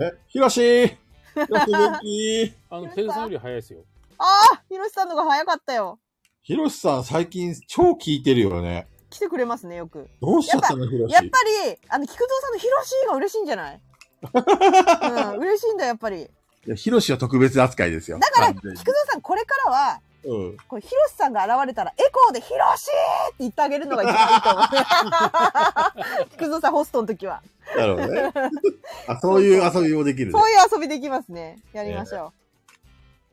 Speaker 5: ん。
Speaker 10: え、ひろしー
Speaker 5: ひろし元気
Speaker 2: あの、ペグさんより早いですよ。
Speaker 5: ああ、ヒロシさんのが早かったよ。
Speaker 10: ひろしさん最近超聞いてるよね。
Speaker 5: 来てくれますね、よく。
Speaker 10: どうしちゃったのひろし
Speaker 5: やっぱり、あの、菊蔵さんのヒロシが嬉しいんじゃないうん、嬉しいんだ、やっぱり。
Speaker 10: いや、ひろしは特別扱いですよ。
Speaker 5: だから、
Speaker 10: 完
Speaker 5: 菊
Speaker 10: 全に
Speaker 5: 蔵さん、これからは、
Speaker 10: うん。
Speaker 5: こうヒロシさんが現れたら、エコーでヒロシーって言ってあげるのが一番いいと思う。 <laughs> 菊蔵さん、ホストの
Speaker 3: <laughs>
Speaker 5: 時は。
Speaker 10: なるほどね。 <laughs> あ、そういう遊びもできるね
Speaker 5: そ。ういう遊びできますね。やりましょう。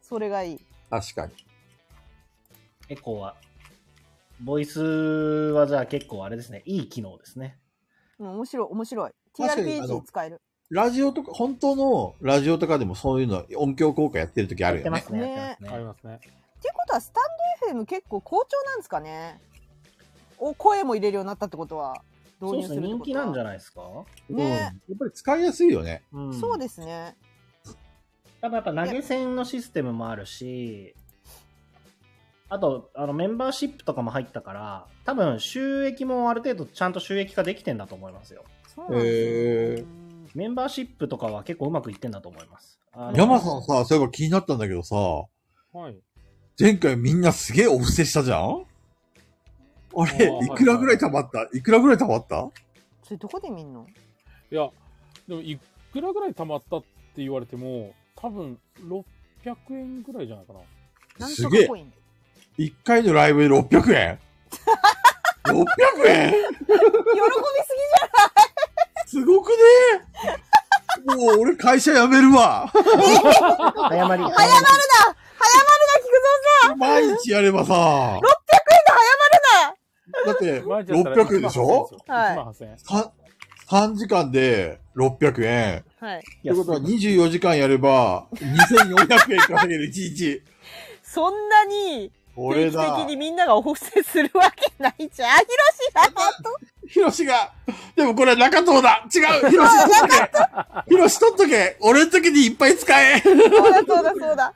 Speaker 5: それがいい。
Speaker 10: 確かに。
Speaker 3: エコーは。ボイスはじゃあ結構あれですね。いい機能ですね。
Speaker 5: うん面白い、面白い。
Speaker 10: 確かにあの
Speaker 5: TRPG 使える。
Speaker 10: ラジオとか、本当のラジオとかでもそういうの音響効果やってる時あるよね。
Speaker 5: やってますねやって
Speaker 2: ありますね。
Speaker 5: っていうことは、スタンド FM 結構好調なんですかねお、声も入れるようになったってことは、
Speaker 3: そう
Speaker 5: 導入
Speaker 3: です
Speaker 5: す
Speaker 3: ね。
Speaker 5: るって
Speaker 3: 人
Speaker 5: こと
Speaker 3: 気なんじゃないですか
Speaker 10: うん。やっぱり使いやすいよね。
Speaker 3: うん。
Speaker 5: そうですね。
Speaker 3: ただやっぱ投げ銭のシステムもあるし、あと、あの、メンバーシップとかも入ったから、多分収益もある程度ちゃんと収益化できてんだと思いますよ。
Speaker 5: そう
Speaker 10: なんですね
Speaker 3: メンバーシップとかは結構うまくいってんだと思います。あの
Speaker 10: 山さんさ、そういえば気になったんだけどさ、
Speaker 2: はい。
Speaker 10: 前回みんなすげえお布施したじゃんあれ
Speaker 2: あ、ー
Speaker 10: いくらぐらい溜まったいくらぐらい溜まった
Speaker 5: それどこで見んの
Speaker 2: いや、でもいくらぐらい貯まったって言われても、多分600円ぐらいじゃないかな。
Speaker 10: すげえ。一回のライブで600円
Speaker 5: <laughs>
Speaker 10: ?600 円
Speaker 5: 喜びす
Speaker 10: すごくねもう俺会社辞めるわ。
Speaker 5: <laughs> 早まるな早まるな菊蔵さん
Speaker 10: 毎日やればさ、だって600円でしょ
Speaker 5: はい
Speaker 10: さ3時間で600円。
Speaker 5: はい。
Speaker 10: ってことは24時間やれば2400円稼げる1日。
Speaker 5: そんなに、
Speaker 10: 俺
Speaker 5: 定期
Speaker 10: だ
Speaker 5: 的にみんながお布施するわけないじゃん。あ、ヒロシだと。
Speaker 10: ヒロシが、でもこれは中藤だ違うヒロシ取っとけヒロシ取っとけ俺の時にいっぱい使え
Speaker 5: そうだそうだそうだ。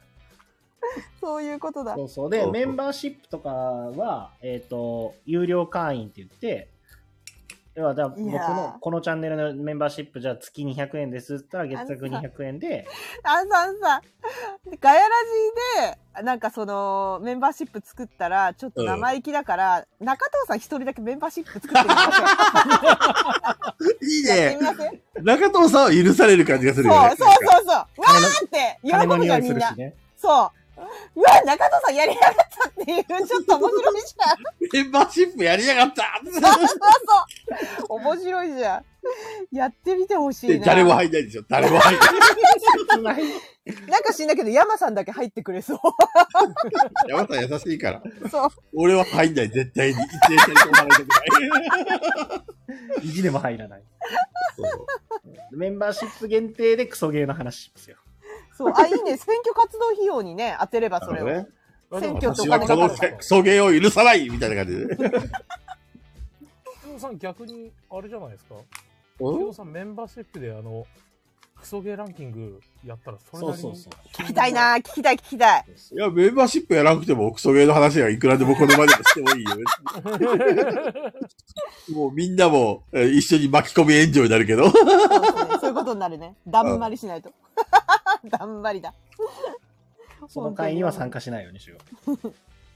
Speaker 5: そういうことだ。
Speaker 3: そうそう。
Speaker 5: そう
Speaker 3: で、
Speaker 5: そう
Speaker 3: メンバーシップとかは、えっ、と、有料会員って言って、要は、じゃあ、もうこ
Speaker 5: いや
Speaker 3: の
Speaker 5: ー、
Speaker 3: このチャンネルのメンバーシップ、じゃあ月200円ですって言ったら、月額200円で、
Speaker 5: あんさんさ、ガヤラジで、なんかその、メンバーシップ作ったら、ちょっと生意気だから、中藤さん一人だけメンバーシップ作ってみましょう。やってみませんそう
Speaker 10: いいね中藤さんは許される感じがするよね。
Speaker 5: そうそうそう。わーって、喜
Speaker 10: 金の
Speaker 5: ぶじゃん
Speaker 10: 金の匂い
Speaker 5: み
Speaker 10: す
Speaker 5: ん
Speaker 10: る
Speaker 5: な
Speaker 10: しね。
Speaker 5: そう。うわ、中藤さんやりやがったっていう、ちょっと面白いじゃん。
Speaker 10: メンバーシップやりやがった
Speaker 5: そうそうそう。面白いじゃん。やってみてほしい
Speaker 10: で
Speaker 5: な。
Speaker 10: 誰も入んないでしょ誰も入んない。
Speaker 5: なんか知んないけど、山さんだけ入ってくれそう。
Speaker 10: 山田優しいから。
Speaker 5: そう。
Speaker 10: 俺は入んない、絶対に。一年生に止まれて
Speaker 3: 意地でも入らない。メンバーシップ限定でクソゲーの話しますよ。
Speaker 5: <laughs> そう。あ、いいね。選挙活動費用にね、当てればそれを。
Speaker 10: ね
Speaker 5: 選挙と
Speaker 10: 私
Speaker 5: お金か
Speaker 10: はこ
Speaker 5: か
Speaker 10: の
Speaker 5: るから。
Speaker 10: クソゲーを許さないみたいな感じでね。
Speaker 2: 菊蔵さん逆に、あれじゃないですか。
Speaker 10: お
Speaker 2: 菊蔵さんメンバーシップであの、クソゲーランキングやったらそれなりに。
Speaker 5: 聞きたいな聞きたい聞きたい。
Speaker 10: いや、メンバーシップやらなくても、クソゲーの話はいくらでもこの場ではしてもいいよ。もうみんなもえー一緒に巻き込み炎上になるけど。
Speaker 5: <laughs> <laughs> そういうことになるね。だんまりしないと。 <laughs> だんまり <laughs> だ。
Speaker 3: その会には参加しないようにしよ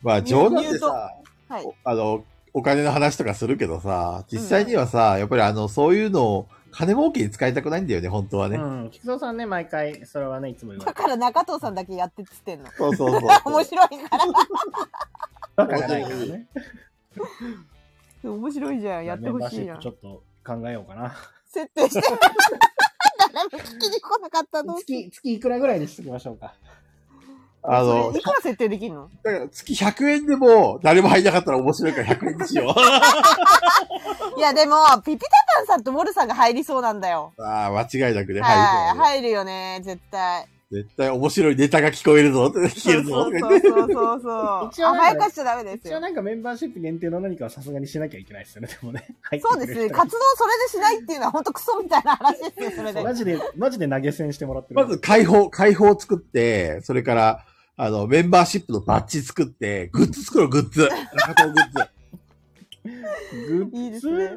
Speaker 10: まあ冗談でさ、
Speaker 5: う。はい。
Speaker 10: あの、お金の話とかするけどさ、実際にはさ、やっぱりあの、そういうのを金儲けに使いたくないんだよね、本当は
Speaker 3: う。
Speaker 10: ね。
Speaker 3: うん。菊蔵さんね、毎回、それはね、いつも言われ
Speaker 5: だ
Speaker 3: て
Speaker 5: から中藤さんだけやってっつってんの。
Speaker 10: そうそうそう
Speaker 5: <laughs> 面白いから。
Speaker 3: バカがないからね。
Speaker 5: <laughs> 面白いじゃん。やってほしい
Speaker 3: メンバーシッ
Speaker 5: な
Speaker 3: プちょ。っと考えようかな。
Speaker 5: 設定して。 <laughs> 誰も聞きに来なかったの。
Speaker 3: 月、月いくらぐらいにしておきましょうか。
Speaker 10: あ
Speaker 5: そ
Speaker 10: の
Speaker 5: れ、いくら設定できるの
Speaker 10: だから月100円でも誰も入んなかったら面白いから100円にしよ
Speaker 5: いや、でも、ピピタパンさんとモルさんが入りそうなんだよ。
Speaker 10: う。 <laughs> ああ、間違いなくね、入る
Speaker 5: はい、
Speaker 10: と思う
Speaker 5: 入るよね、絶対。
Speaker 10: 絶対面白いネタが聞こえるぞ、聞けるぞ。
Speaker 5: そうそうそうそう。
Speaker 3: 一応なんか
Speaker 5: 甘やかしちゃダメです
Speaker 3: 一応
Speaker 5: よ。
Speaker 3: なんかメンバーシップ限定の何かはさすがにしなきゃいけないですよね、でもね。
Speaker 5: そうですね。活動それでしないっていうのは本当クソみたいな話ですよ、それで。
Speaker 3: マジで、マジで投げ銭してもらってる。
Speaker 10: <laughs> まず開放、開放作って、それから、あの、メンバーシップのバッジ作って、グッズ作ろう、グッ <laughs> ズ。中藤グッズ。
Speaker 3: グッズ
Speaker 5: いいですね。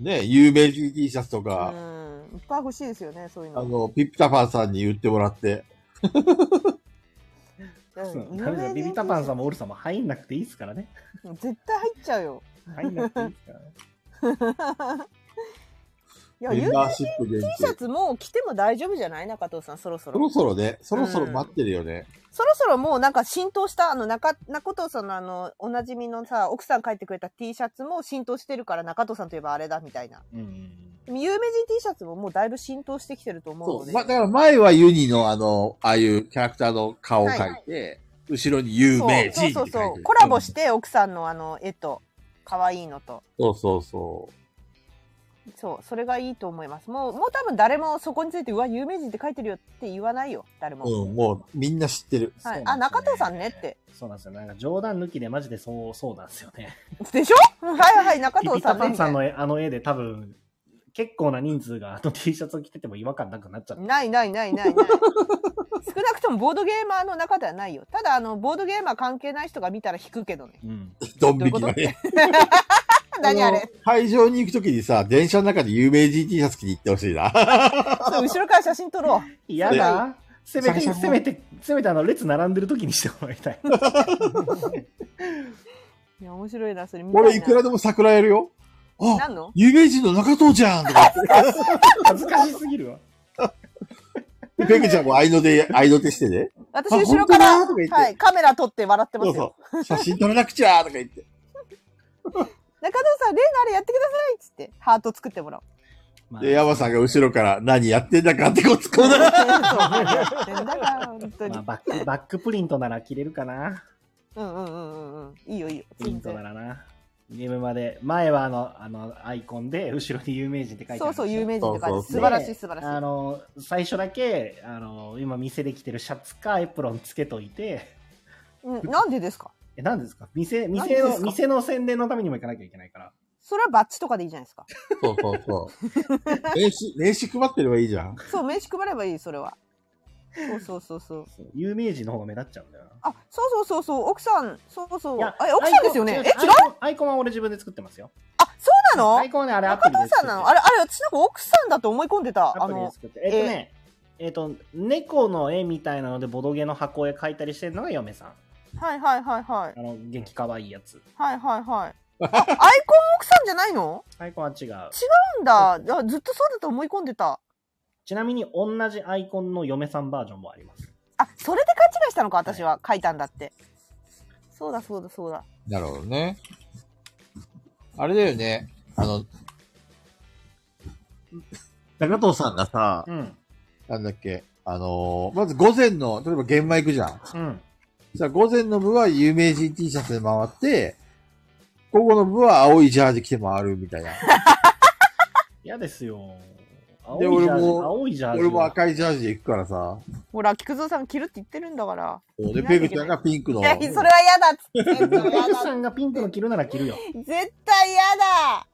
Speaker 10: ね、有名人 T シャツとか、
Speaker 5: いっぱい欲しいですよね、そういう
Speaker 10: あ
Speaker 5: の。
Speaker 10: の、ピッピタパンさんに売ってもらって。
Speaker 5: うん
Speaker 3: ダメだビビタパンさんもオルさんも入んなくていいですからね。
Speaker 5: 絶対入っちゃうよ。 <laughs>
Speaker 3: 入んなくていいですからね。
Speaker 5: いや、
Speaker 10: メ
Speaker 5: 有
Speaker 10: ンバ
Speaker 5: 名
Speaker 10: ーシップ限
Speaker 5: T シャ
Speaker 10: 定。
Speaker 5: ツもう着ても大丈夫じゃない中藤さん、そろそ
Speaker 10: そ
Speaker 5: ろ。
Speaker 10: ろそろね、そろそろ
Speaker 5: うん
Speaker 10: 待ってるよね。
Speaker 5: そろそろもうなんか浸透した、あの、中、中藤さんのあの、おなじみのさ、奥さん書いてくれた T シャツも浸透してるから、中藤さんといえばあれだ、みたいな。有名人 T シャツももうだいぶ浸透してきてると思
Speaker 10: そう
Speaker 5: の
Speaker 10: う、
Speaker 5: で。
Speaker 10: ま、だから前はユニのあの、ああいうキャラクターの顔を描いて、
Speaker 5: て、
Speaker 10: 後ろに有名人
Speaker 5: そう
Speaker 10: っ
Speaker 5: そ
Speaker 10: て書いうて
Speaker 5: そうそう。
Speaker 10: る
Speaker 5: コラボして、奥さんのあの、絵と、可愛いのと。
Speaker 10: そうそうそう。
Speaker 5: そう、それがいいと思います。もう、もう多分誰もそこについて、うわ、有名人って書いてるよって言わないよ、誰も。
Speaker 10: うん、もうみんな知ってる。
Speaker 5: はい、あ、中藤さんねって。
Speaker 3: そうなんですよ。なんか冗談抜きでマジでそう、そうなんですよね。
Speaker 5: でしょはいはい、中
Speaker 3: ビ
Speaker 5: 藤
Speaker 3: ビ
Speaker 5: さ
Speaker 3: タ
Speaker 5: んね
Speaker 3: パ
Speaker 5: み
Speaker 3: ン
Speaker 5: た
Speaker 3: さ
Speaker 5: い
Speaker 3: ん
Speaker 5: な。
Speaker 3: の絵あの絵で多分、結構な人数があの T シャツを着てても違和感なくなっちゃった。
Speaker 5: ないないないないない。少なくともボードゲーマーの中ではないよ。ただ、あの、ボードゲーマー関係ない人が見たら引くけ
Speaker 10: <laughs>
Speaker 5: どね。
Speaker 10: ドン引きだね。
Speaker 5: 何あれ
Speaker 10: の会場に行くときにさ、電車の中で有名人 T シャツ着に行ってほしいな。
Speaker 5: そう後ろから写真撮ろう。
Speaker 3: 嫌だ。せめて、
Speaker 5: シャシャも
Speaker 3: せめて、せめてあの列並んでる時にしてもらいた
Speaker 5: <laughs>
Speaker 3: い。
Speaker 10: <laughs>
Speaker 5: いや、面白いな、それ見たいな。
Speaker 10: 俺いくらでも桜やるよ。
Speaker 5: 何の
Speaker 10: 有名人の中藤じゃんとか言って。
Speaker 3: 恥ずかしすぎるわ。
Speaker 10: で
Speaker 25: ペグちゃんも愛の手、愛の手してね。
Speaker 5: 私、
Speaker 25: あ
Speaker 5: 後ろから、
Speaker 25: 本当だと言って
Speaker 5: はい、カメラ撮って笑ってますよ。
Speaker 25: そうそう。写真撮らなくちゃーとか言って。
Speaker 5: 中藤さん、例のあれやってくださいっつって、ハート作っ
Speaker 25: <laughs>
Speaker 5: てもらおう。
Speaker 25: で、山さんが後ろから何やってんだかってこうつこうな。
Speaker 3: まあ、バック、 <laughs> バックプリントなら切れるかな。
Speaker 5: うんうんうんうんうん。いいよいいよ。
Speaker 3: プリントならな。ゲームまで、前はあの、あの、アイコンで、後ろに有名人って書いてあるんですよ。
Speaker 5: そうそう有名人って書いてある素晴らしい素晴らしい
Speaker 3: であの、最初だけ、あの、今店で着てるシャツかエプロンつけといて、
Speaker 5: うん、なんでですか
Speaker 3: え、何ですか店、
Speaker 5: なん
Speaker 3: 店
Speaker 5: でで
Speaker 3: の、
Speaker 5: すか
Speaker 3: 店の宣伝のためにも行かなきゃいけないから。
Speaker 5: それはバッチとかでいいじゃないですか。
Speaker 25: そうそう
Speaker 10: <laughs>
Speaker 25: そう。名刺、名刺配ってればいいじゃん。
Speaker 5: そう、名刺配ればいい、それは。そうそうそうそう。
Speaker 3: 有名人の方が目立っちゃうんだよな。
Speaker 5: あ、そうそうそうそう、奥さん、そうそう。
Speaker 3: や
Speaker 5: え、奥さんですよね。え、違
Speaker 3: アイコ
Speaker 5: う
Speaker 3: ン違うアイコンアイコンは俺自分で作ってますよ。
Speaker 5: そうなの
Speaker 3: アイコンね、あれアプ
Speaker 5: 中
Speaker 3: リで
Speaker 5: 藤さんなのあれ、あれ、私なんか奥さんだと思い込んでた。あ
Speaker 3: アプリで
Speaker 5: の
Speaker 3: 作って。えっ、とね、えっ、と、猫の絵みたいなので、ボドゲの箱絵描いたりしてるのが嫁さん。
Speaker 5: はいはいはいはい。
Speaker 3: あの、元気かわいいやつ。
Speaker 5: はい
Speaker 3: <laughs>
Speaker 5: はいはい。あアイコン奥さんじゃないの
Speaker 3: アイコンは違う。
Speaker 5: 違うんだ。あずっとそうだと思い込んでた。
Speaker 3: ちなみに、同じアイコンの嫁さんバージョンもあります。
Speaker 5: あ、それで勘違いしたのか、私は。書いたんだって。そうだそうだそうだ。
Speaker 10: なるほどね。あれだよね。あの、中藤さんがさ、
Speaker 3: うん。
Speaker 10: なんだっけ、あのーまず午前の、例えば現場行くじゃん。
Speaker 3: うん。
Speaker 10: じゃあ午前の部は有名人 T シャツで回って、午後の部は青いジャージ着て回るみたい <laughs> な。
Speaker 3: 嫌ですよ。青い
Speaker 10: で、
Speaker 3: ジャー
Speaker 10: 俺
Speaker 3: ジ、
Speaker 10: も、
Speaker 3: 青いジャージは。
Speaker 10: 俺も赤いジャージで行くからさ。
Speaker 5: ほら、菊蔵さんが着るって言ってるんだから。
Speaker 10: で、ペグちゃんがピンクの。
Speaker 5: <laughs> え、それは嫌だっつっ
Speaker 3: <laughs>
Speaker 5: て。
Speaker 3: ペグさんがピンクの着るなら着るよ。
Speaker 5: 絶対嫌
Speaker 3: <laughs>
Speaker 5: だ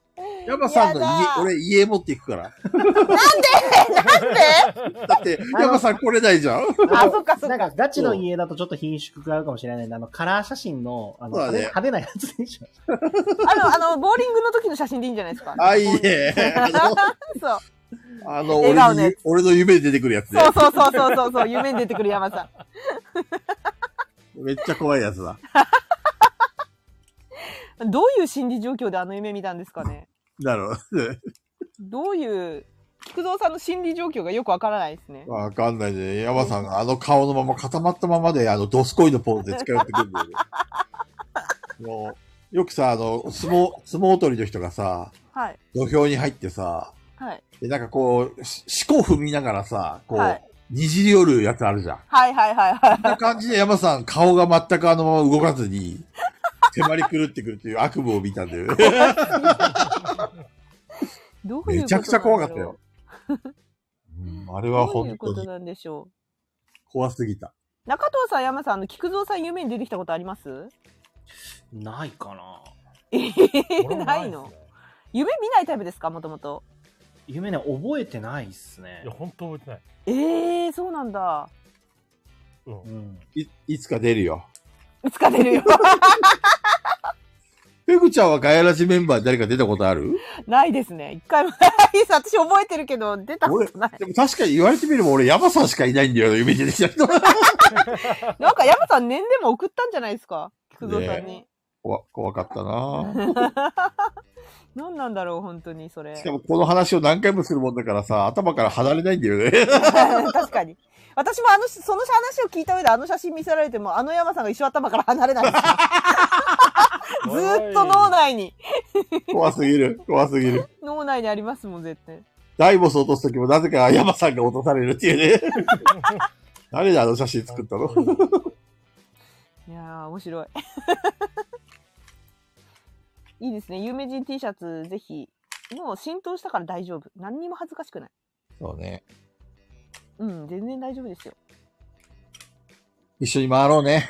Speaker 10: ヤマさんの家
Speaker 5: やだ、
Speaker 10: 俺家持っていくから。
Speaker 5: なんで
Speaker 10: だ <laughs> って、ヤマさん来れないじゃん。
Speaker 3: あ、
Speaker 5: そっかそっ
Speaker 3: か。なんか、ガチの家だとちょっと品種が合うかもしれないんで、あの、カラー写真の、あの、
Speaker 10: そうだね
Speaker 3: 派手派手なやつでしょ。
Speaker 5: あの、あの、ボーリングの時の写真でいいんじゃないですか。
Speaker 10: あ、いいね。
Speaker 5: そう。
Speaker 10: あの、
Speaker 5: 笑
Speaker 10: 俺
Speaker 5: 顔のや
Speaker 10: に俺の夢に出てくるやつね
Speaker 5: そうそうそうそうそうそう、夢に出てくる山さん。
Speaker 10: めっちゃ怖いやつだ。
Speaker 5: どういう心理状況であの夢見たんですかね
Speaker 10: なるほ
Speaker 5: どういう、菊蔵さんの心理状況がよくわからないですね。
Speaker 10: ど。わかんないね。ヤマさんがあの顔のまま固まったままで、あの、ドスコイのポーズで近寄ってくるんだよね。もうよくさ、あの、相撲、相撲取りの人がさ、
Speaker 5: はい。
Speaker 10: 土俵に入ってさ、
Speaker 5: はい。
Speaker 10: で、なんかこう、ししこ踏みながらさ、こう、
Speaker 5: はい
Speaker 10: にじり寄るやつあるじゃん。
Speaker 5: はいはいはい
Speaker 10: こんな
Speaker 5: は
Speaker 10: 感じで山さん、顔が全くあのまま動かずに、迫り狂ってくるという悪夢を見たんだよね。
Speaker 5: い。どういうこと
Speaker 10: めちゃくちゃ怖かった <laughs> よ。うんあれは
Speaker 5: どうい
Speaker 10: 本
Speaker 5: うこと
Speaker 10: 当に
Speaker 5: なんでしょ
Speaker 10: 怖すぎた。
Speaker 5: う。中藤さん、山さん、あの、菊蔵さん夢に出てきたことあります
Speaker 3: ないかな
Speaker 5: ないの夢見ないタイプですかもともと。
Speaker 3: 夢ね、覚えてないっすね。いや、
Speaker 2: 本当覚えてない。
Speaker 5: ええー、そうなんだ。
Speaker 3: うん。
Speaker 10: い、いつか出るよ。
Speaker 5: 疲れるよ。 <laughs>
Speaker 10: ペグちゃんはガヤラジメンバーに誰か出たことある
Speaker 5: ないですね。一回もないです。私覚えてるけど、出たことない。
Speaker 10: でも確かに言われてみれば俺山さんしかいないんだよ、夢に出てきた人。
Speaker 5: なんか山さん年でも送ったんじゃないですか菊蔵さんに。
Speaker 10: <laughs> 怖、怖かったな <laughs> ぁ
Speaker 5: 何なんだろう、本当に、それ。
Speaker 10: しかもこの話を何回もするもんだからさ、頭から離れないんだよね。 <laughs>
Speaker 5: <laughs> 確かに。私もあの、その話を聞いた上であの写真見せられても、あの山さんが一生頭から離れないですよずーっと脳内に、
Speaker 10: 怖すぎる、怖すぎる。
Speaker 5: 脳内にありますもん、絶対。
Speaker 10: ダイボス落とすときもなぜか山さんが落とされるって <laughs> いうね。誰であの写真作った <laughs> の
Speaker 5: いやー、面白い。 <laughs> いいですね。有名人 T シャツ、ぜひ。もう浸透したから大丈夫。何にも恥ずかしくない。
Speaker 10: そうね。
Speaker 5: うん、全然大丈夫ですよ。
Speaker 10: 一緒に回ろうね。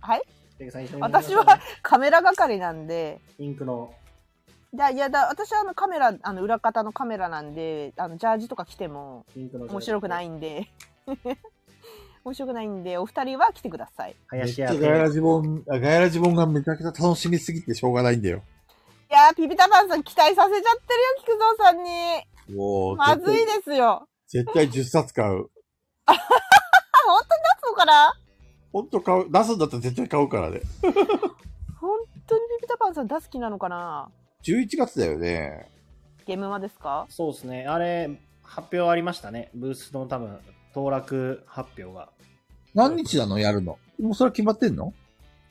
Speaker 5: はい
Speaker 3: ペグさん一緒に回りま
Speaker 5: 私
Speaker 3: しょう
Speaker 5: はカメラ係なんで、
Speaker 3: ピンクの。
Speaker 5: だいやだ私はあのカメラ、あの裏方のカメラなんで、あのジャージとか着ても
Speaker 3: ピンクのジャージ
Speaker 5: 面白くないんで、 <laughs> 面白くないんで、お二人は来てください。
Speaker 3: 林
Speaker 10: め
Speaker 3: 家
Speaker 10: っちゃガヤラジボン、あガヤラジボンがめちゃくちゃ楽しみすぎてしょうがないんだよ。
Speaker 5: いやー、ピピタパンさん期待させちゃってるよ、菊蔵さんに。
Speaker 10: もう、
Speaker 5: まずいですよ。
Speaker 10: 絶対絶対10冊買う。
Speaker 5: あ、本当に出すのかな
Speaker 10: ほんと買う。出すんだったら絶対買うからね。
Speaker 5: 本当にピピタパンさん出す気なのかな
Speaker 10: 11月だよね。
Speaker 5: ゲームマですか
Speaker 3: そうですね。あれ、発表ありましたね。ブースの多分、当落発表が。
Speaker 10: 何日なのやるのもうそれは決まってんの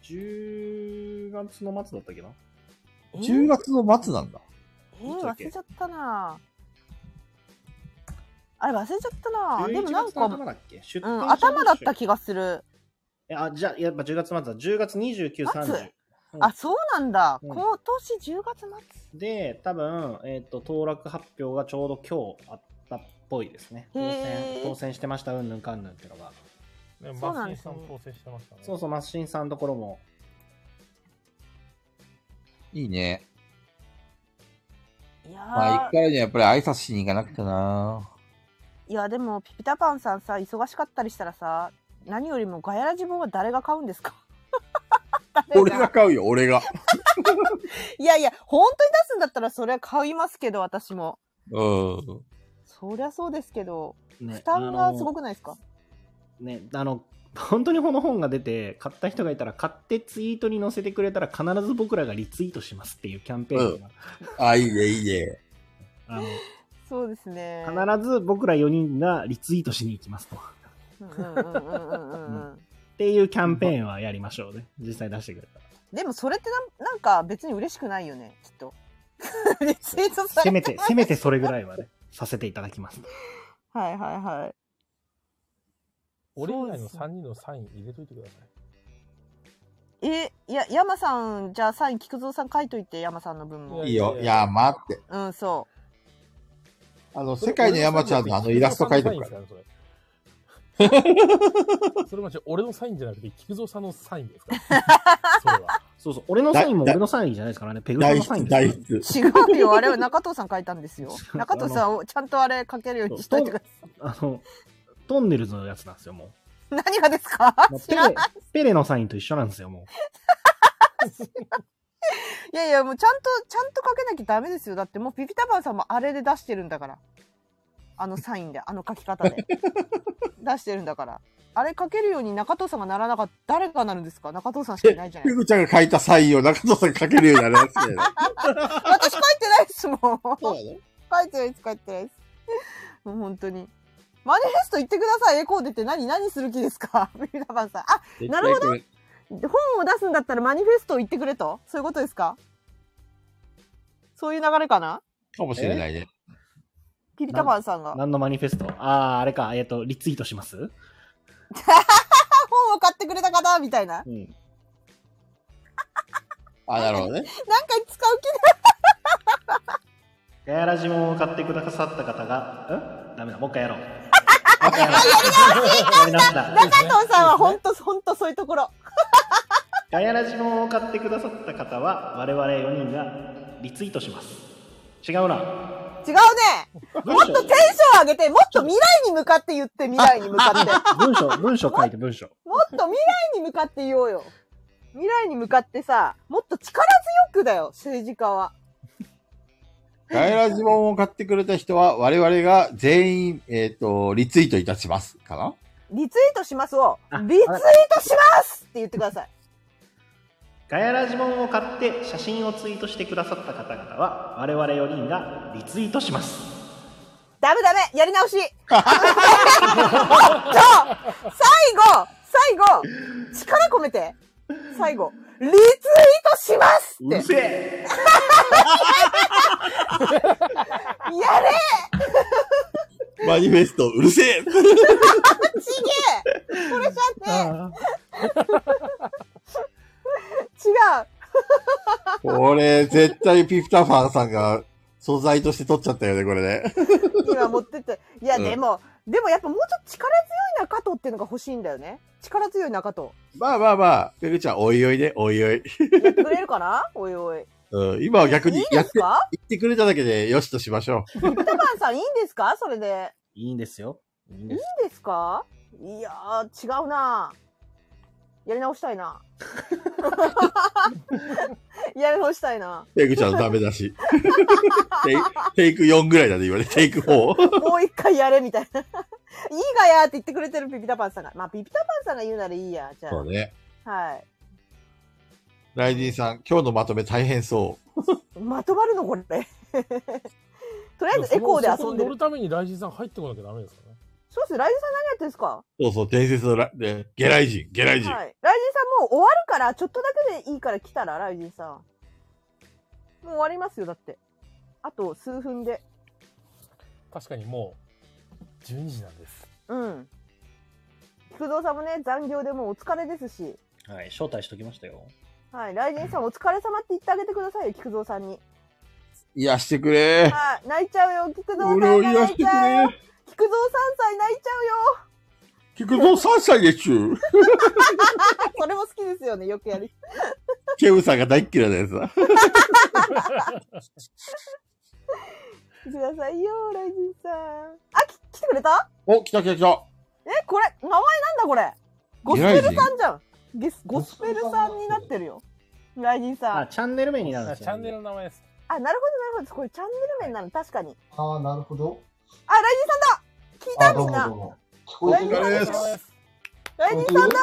Speaker 3: 10月の末だったっけな
Speaker 10: ?10 月の末なんだ。
Speaker 5: えー、忘れちゃったなあれ忘れちゃったなでもな
Speaker 3: 11
Speaker 5: んか、
Speaker 3: 月の頭だっけ出
Speaker 5: う
Speaker 3: 店者
Speaker 5: ん、頭だった気がする。
Speaker 3: えあ、じゃあ、やっぱ10月末だ。10月29、30
Speaker 5: 末。あ、そうなんだ。
Speaker 3: うん
Speaker 5: 今年10月末
Speaker 3: で、多分、えっ、と、当落発表がちょうど今日あったっぽいですね。当
Speaker 5: へ
Speaker 3: 選
Speaker 5: ー、
Speaker 3: 当選してました、うんぬんかんぬんっていうのが。
Speaker 2: ね
Speaker 5: そ
Speaker 2: マ
Speaker 5: うな
Speaker 2: スイ
Speaker 5: んです
Speaker 2: さ
Speaker 5: ね
Speaker 2: ん当選してましたね。
Speaker 3: そうそう、マッシンさんのところも。
Speaker 10: いいね。
Speaker 5: いやー、
Speaker 10: まあ、一回にはやっぱり挨拶しに行かなくてな。
Speaker 5: いやでもピピタパンさんさ忙しかったりしたらさ何よりもガヤラジ本は誰が買うんですか <laughs>
Speaker 10: 俺が買うよ、俺が。
Speaker 5: いやいや本当に出すんだったらそれは買いますけど私も
Speaker 10: うん。
Speaker 5: そりゃそうですけど、
Speaker 3: ね
Speaker 5: 負担がすご
Speaker 3: く。
Speaker 5: くないですか
Speaker 3: ね、あの、本当にこの本が出て、買った人がいたら、買ってツイートに載せてくれたら、必ず僕らがリツイートしますっていうキャンペーンが、
Speaker 10: あ、いいね、いいね。
Speaker 3: あの
Speaker 5: そうですね
Speaker 3: 必ず僕ら4人がリツイートしに行きますと。
Speaker 5: うんうんうんうん
Speaker 10: <laughs>
Speaker 5: うんうんうん
Speaker 3: っていうキャンペーンはやりましょうね。実際出してくれたら。
Speaker 5: でもそれってなんなんか別に嬉しくないよねきっ
Speaker 10: <laughs>
Speaker 5: とリツイートさ
Speaker 3: せ
Speaker 5: れ <laughs>
Speaker 3: めて、せめてそれぐらいはね、させていただきます。
Speaker 5: はいはいはい
Speaker 2: 俺以外の3人のサイン入れといてください。
Speaker 5: えいや山さんじゃあサイン菊蔵さん書いといて山さんの分も
Speaker 10: いいよ。いや、待って。
Speaker 5: うんそう
Speaker 10: あの、世界の山ちゃんのあのイラスト描いてるから。
Speaker 2: それ。それもち俺のサインじゃなくて、菊蔵さんのサインですから。
Speaker 5: <laughs>
Speaker 3: そうそう、俺のサインも俺のサインじゃないですからね、ペグさんのサイン
Speaker 10: 大
Speaker 3: です。
Speaker 10: 筆
Speaker 5: 違うよ、あれは中藤さん書いたんですよ。中藤さんをちゃんとあれ書けるようにしといてくださ
Speaker 3: あの、トンネルズのやつなんですよ、もう。
Speaker 5: い。 <laughs> 何がですか
Speaker 3: もう
Speaker 5: 知
Speaker 3: ペレ
Speaker 5: らない。、
Speaker 3: ペレのサインと一緒なんですよ、も
Speaker 5: いやいや、もうちゃんと、ちゃんと書けなきゃダメですよ。だってもうピピタパンさんもあれで出してるんだから。あのサインで、あの書き方で。出してるんだから。あれ書けるように中藤さんがならなかった。誰がなるんですか中藤さんしかいないじゃない
Speaker 10: <laughs> ペグちゃんが書いたサインを中野さんが書けるようになりますね。
Speaker 5: 私書いてないですもん。書いてないです、書いてないです。もう本当に。マニフェスト言ってください、エコーデって何、何する気ですかビビタパンさん。あ、なるほど。本を出すんだったらマニフェストを言ってくれとそういうことですかそういう流れかな
Speaker 10: かもしれないね。
Speaker 5: ピピタパンさんが
Speaker 3: う。。何のマニフェストあー、あれか、えっ、と、リツイートします
Speaker 5: あ本を買ってくれた方みたいな。
Speaker 3: うん。
Speaker 10: あ、なるほどね。
Speaker 5: なんか使う
Speaker 3: ガヤラジモンを買ってくださった方が、んダメだ、もう一回やろう。 <laughs> もう一回やろうやり直した。
Speaker 5: 気だ。中藤さんは本当本当そういうところ。
Speaker 3: ガヤラジモンを買ってくださった方は、我々4人がリツイートします。違うな。
Speaker 5: 違
Speaker 3: <laughs>
Speaker 5: うね。もっとテンション上げて、もっと未来に向かって言って、未来に向か
Speaker 3: <laughs>
Speaker 5: って。
Speaker 3: 文章、文章書いて、文章。
Speaker 5: もっと未来に向かって言おうよ。未来に向かってさ、もっと力強くだよ、政治家は。
Speaker 10: ガイラジボンを買ってくれた人は、我々が全員、えっ、と、リツイートいたします。かな
Speaker 5: リツイートしますを、リツイートしますって言ってください。
Speaker 3: ガヤラジモンを買って写真をツイートしてくださった方々は、我々4人がリツイートします。
Speaker 5: ダメダメやり直し <laughs> おっと最後最後力込めて最後リツイートしますって
Speaker 3: うるせえ
Speaker 5: やれ
Speaker 10: マニフェスト、うるせ
Speaker 5: <laughs> ち
Speaker 10: え
Speaker 5: げえこれじゃねえ
Speaker 10: これ、絶対ピピタファンさんが素材として取っちゃったよね、これね。
Speaker 5: <laughs> 違う今持ってっていや
Speaker 10: うん
Speaker 5: でも、でもやっぱもうちょっと力強い中藤っていうのが欲しいんだよね力強い中藤
Speaker 10: まあまあまあ、ペグちゃん、おいおいね、おいおい。
Speaker 5: やってくれるかなおいおい
Speaker 10: うん、今は逆に
Speaker 5: いいで
Speaker 10: やっ
Speaker 5: す
Speaker 10: て、
Speaker 5: か
Speaker 10: 言ってくれただけで、よしとしましょ
Speaker 5: ピ
Speaker 10: う。
Speaker 5: タパンさんいいんですかそれで
Speaker 3: いいんですよ。いいん
Speaker 5: いいんですかいやー違うなやり直したいなやり直したいな
Speaker 10: ペグちゃん、ダメだし。 <laughs> テイテイク4ぐらいだね、今ね。テイク4。
Speaker 5: もう一回やれみたいな。いいがやーって言ってくれてるピピタパンさんが。まあ、ピピタパンさんが言うならいいや、じゃ
Speaker 10: そうね。
Speaker 5: あ。はい。
Speaker 10: ライディンさん、今日のまとめ大変そう。
Speaker 5: <laughs> まとまるのこれ。とりあえずエコーで
Speaker 2: そ
Speaker 5: 遊
Speaker 2: こ
Speaker 5: ん
Speaker 2: に
Speaker 5: で
Speaker 2: 乗
Speaker 5: る
Speaker 2: る。ためにライジンさん入ってこなきゃダメですからね。
Speaker 5: そうです。ライジンさん何やってるんですか
Speaker 10: そうそう、伝説のラ、でゲライジン、ゲライジン。
Speaker 5: はい。ライジンさんもう終わるから、ちょっとだけでいいから来たら、ライジンさん。もう終わりますよ、だって。あと数分で。
Speaker 2: 確かにもう、12時なんです。
Speaker 5: うん。菊蔵さんもね、残業でもうお疲れですし。
Speaker 3: はい、招待しときましたよ。
Speaker 5: はい。ライジンさんお疲れ様って言ってあげてくださいよ、菊蔵さんに。
Speaker 10: いや、してくれ。
Speaker 5: はい。泣いちゃうよ、菊蔵さん
Speaker 10: 俺を
Speaker 5: が
Speaker 10: 癒
Speaker 5: 泣い
Speaker 10: して
Speaker 5: ち
Speaker 10: く
Speaker 5: ゃうよ
Speaker 10: れ。。
Speaker 5: 菊蔵3歳泣いちゃうよ。
Speaker 10: 菊蔵3歳でちゅう。
Speaker 5: それも好きですよね、よくやる。
Speaker 10: ケムさんが大っ嫌いなやつだ。
Speaker 5: 来てくださいよ、ライジンさん。あ、き来てくれた
Speaker 10: お、来た来た来た。
Speaker 5: え、これ、名前なんだこれ。ゴスペルさんじゃん。ゲスゴスペルさんになってるよ。ライジンさ
Speaker 3: あ、
Speaker 5: ん。
Speaker 3: チャンネル名になるんです
Speaker 2: チ
Speaker 3: よ、
Speaker 2: ャンネルの名前です。
Speaker 5: あ、なるほど、なるほど。これチャンネル名なの、確かに。
Speaker 15: ああ、なるほど。
Speaker 5: あ、ライジンさんだ聞いたみん
Speaker 15: あ
Speaker 5: な
Speaker 15: どうもどうも。聞こえて
Speaker 5: ライジンさ
Speaker 15: る
Speaker 5: んですライジンさんだ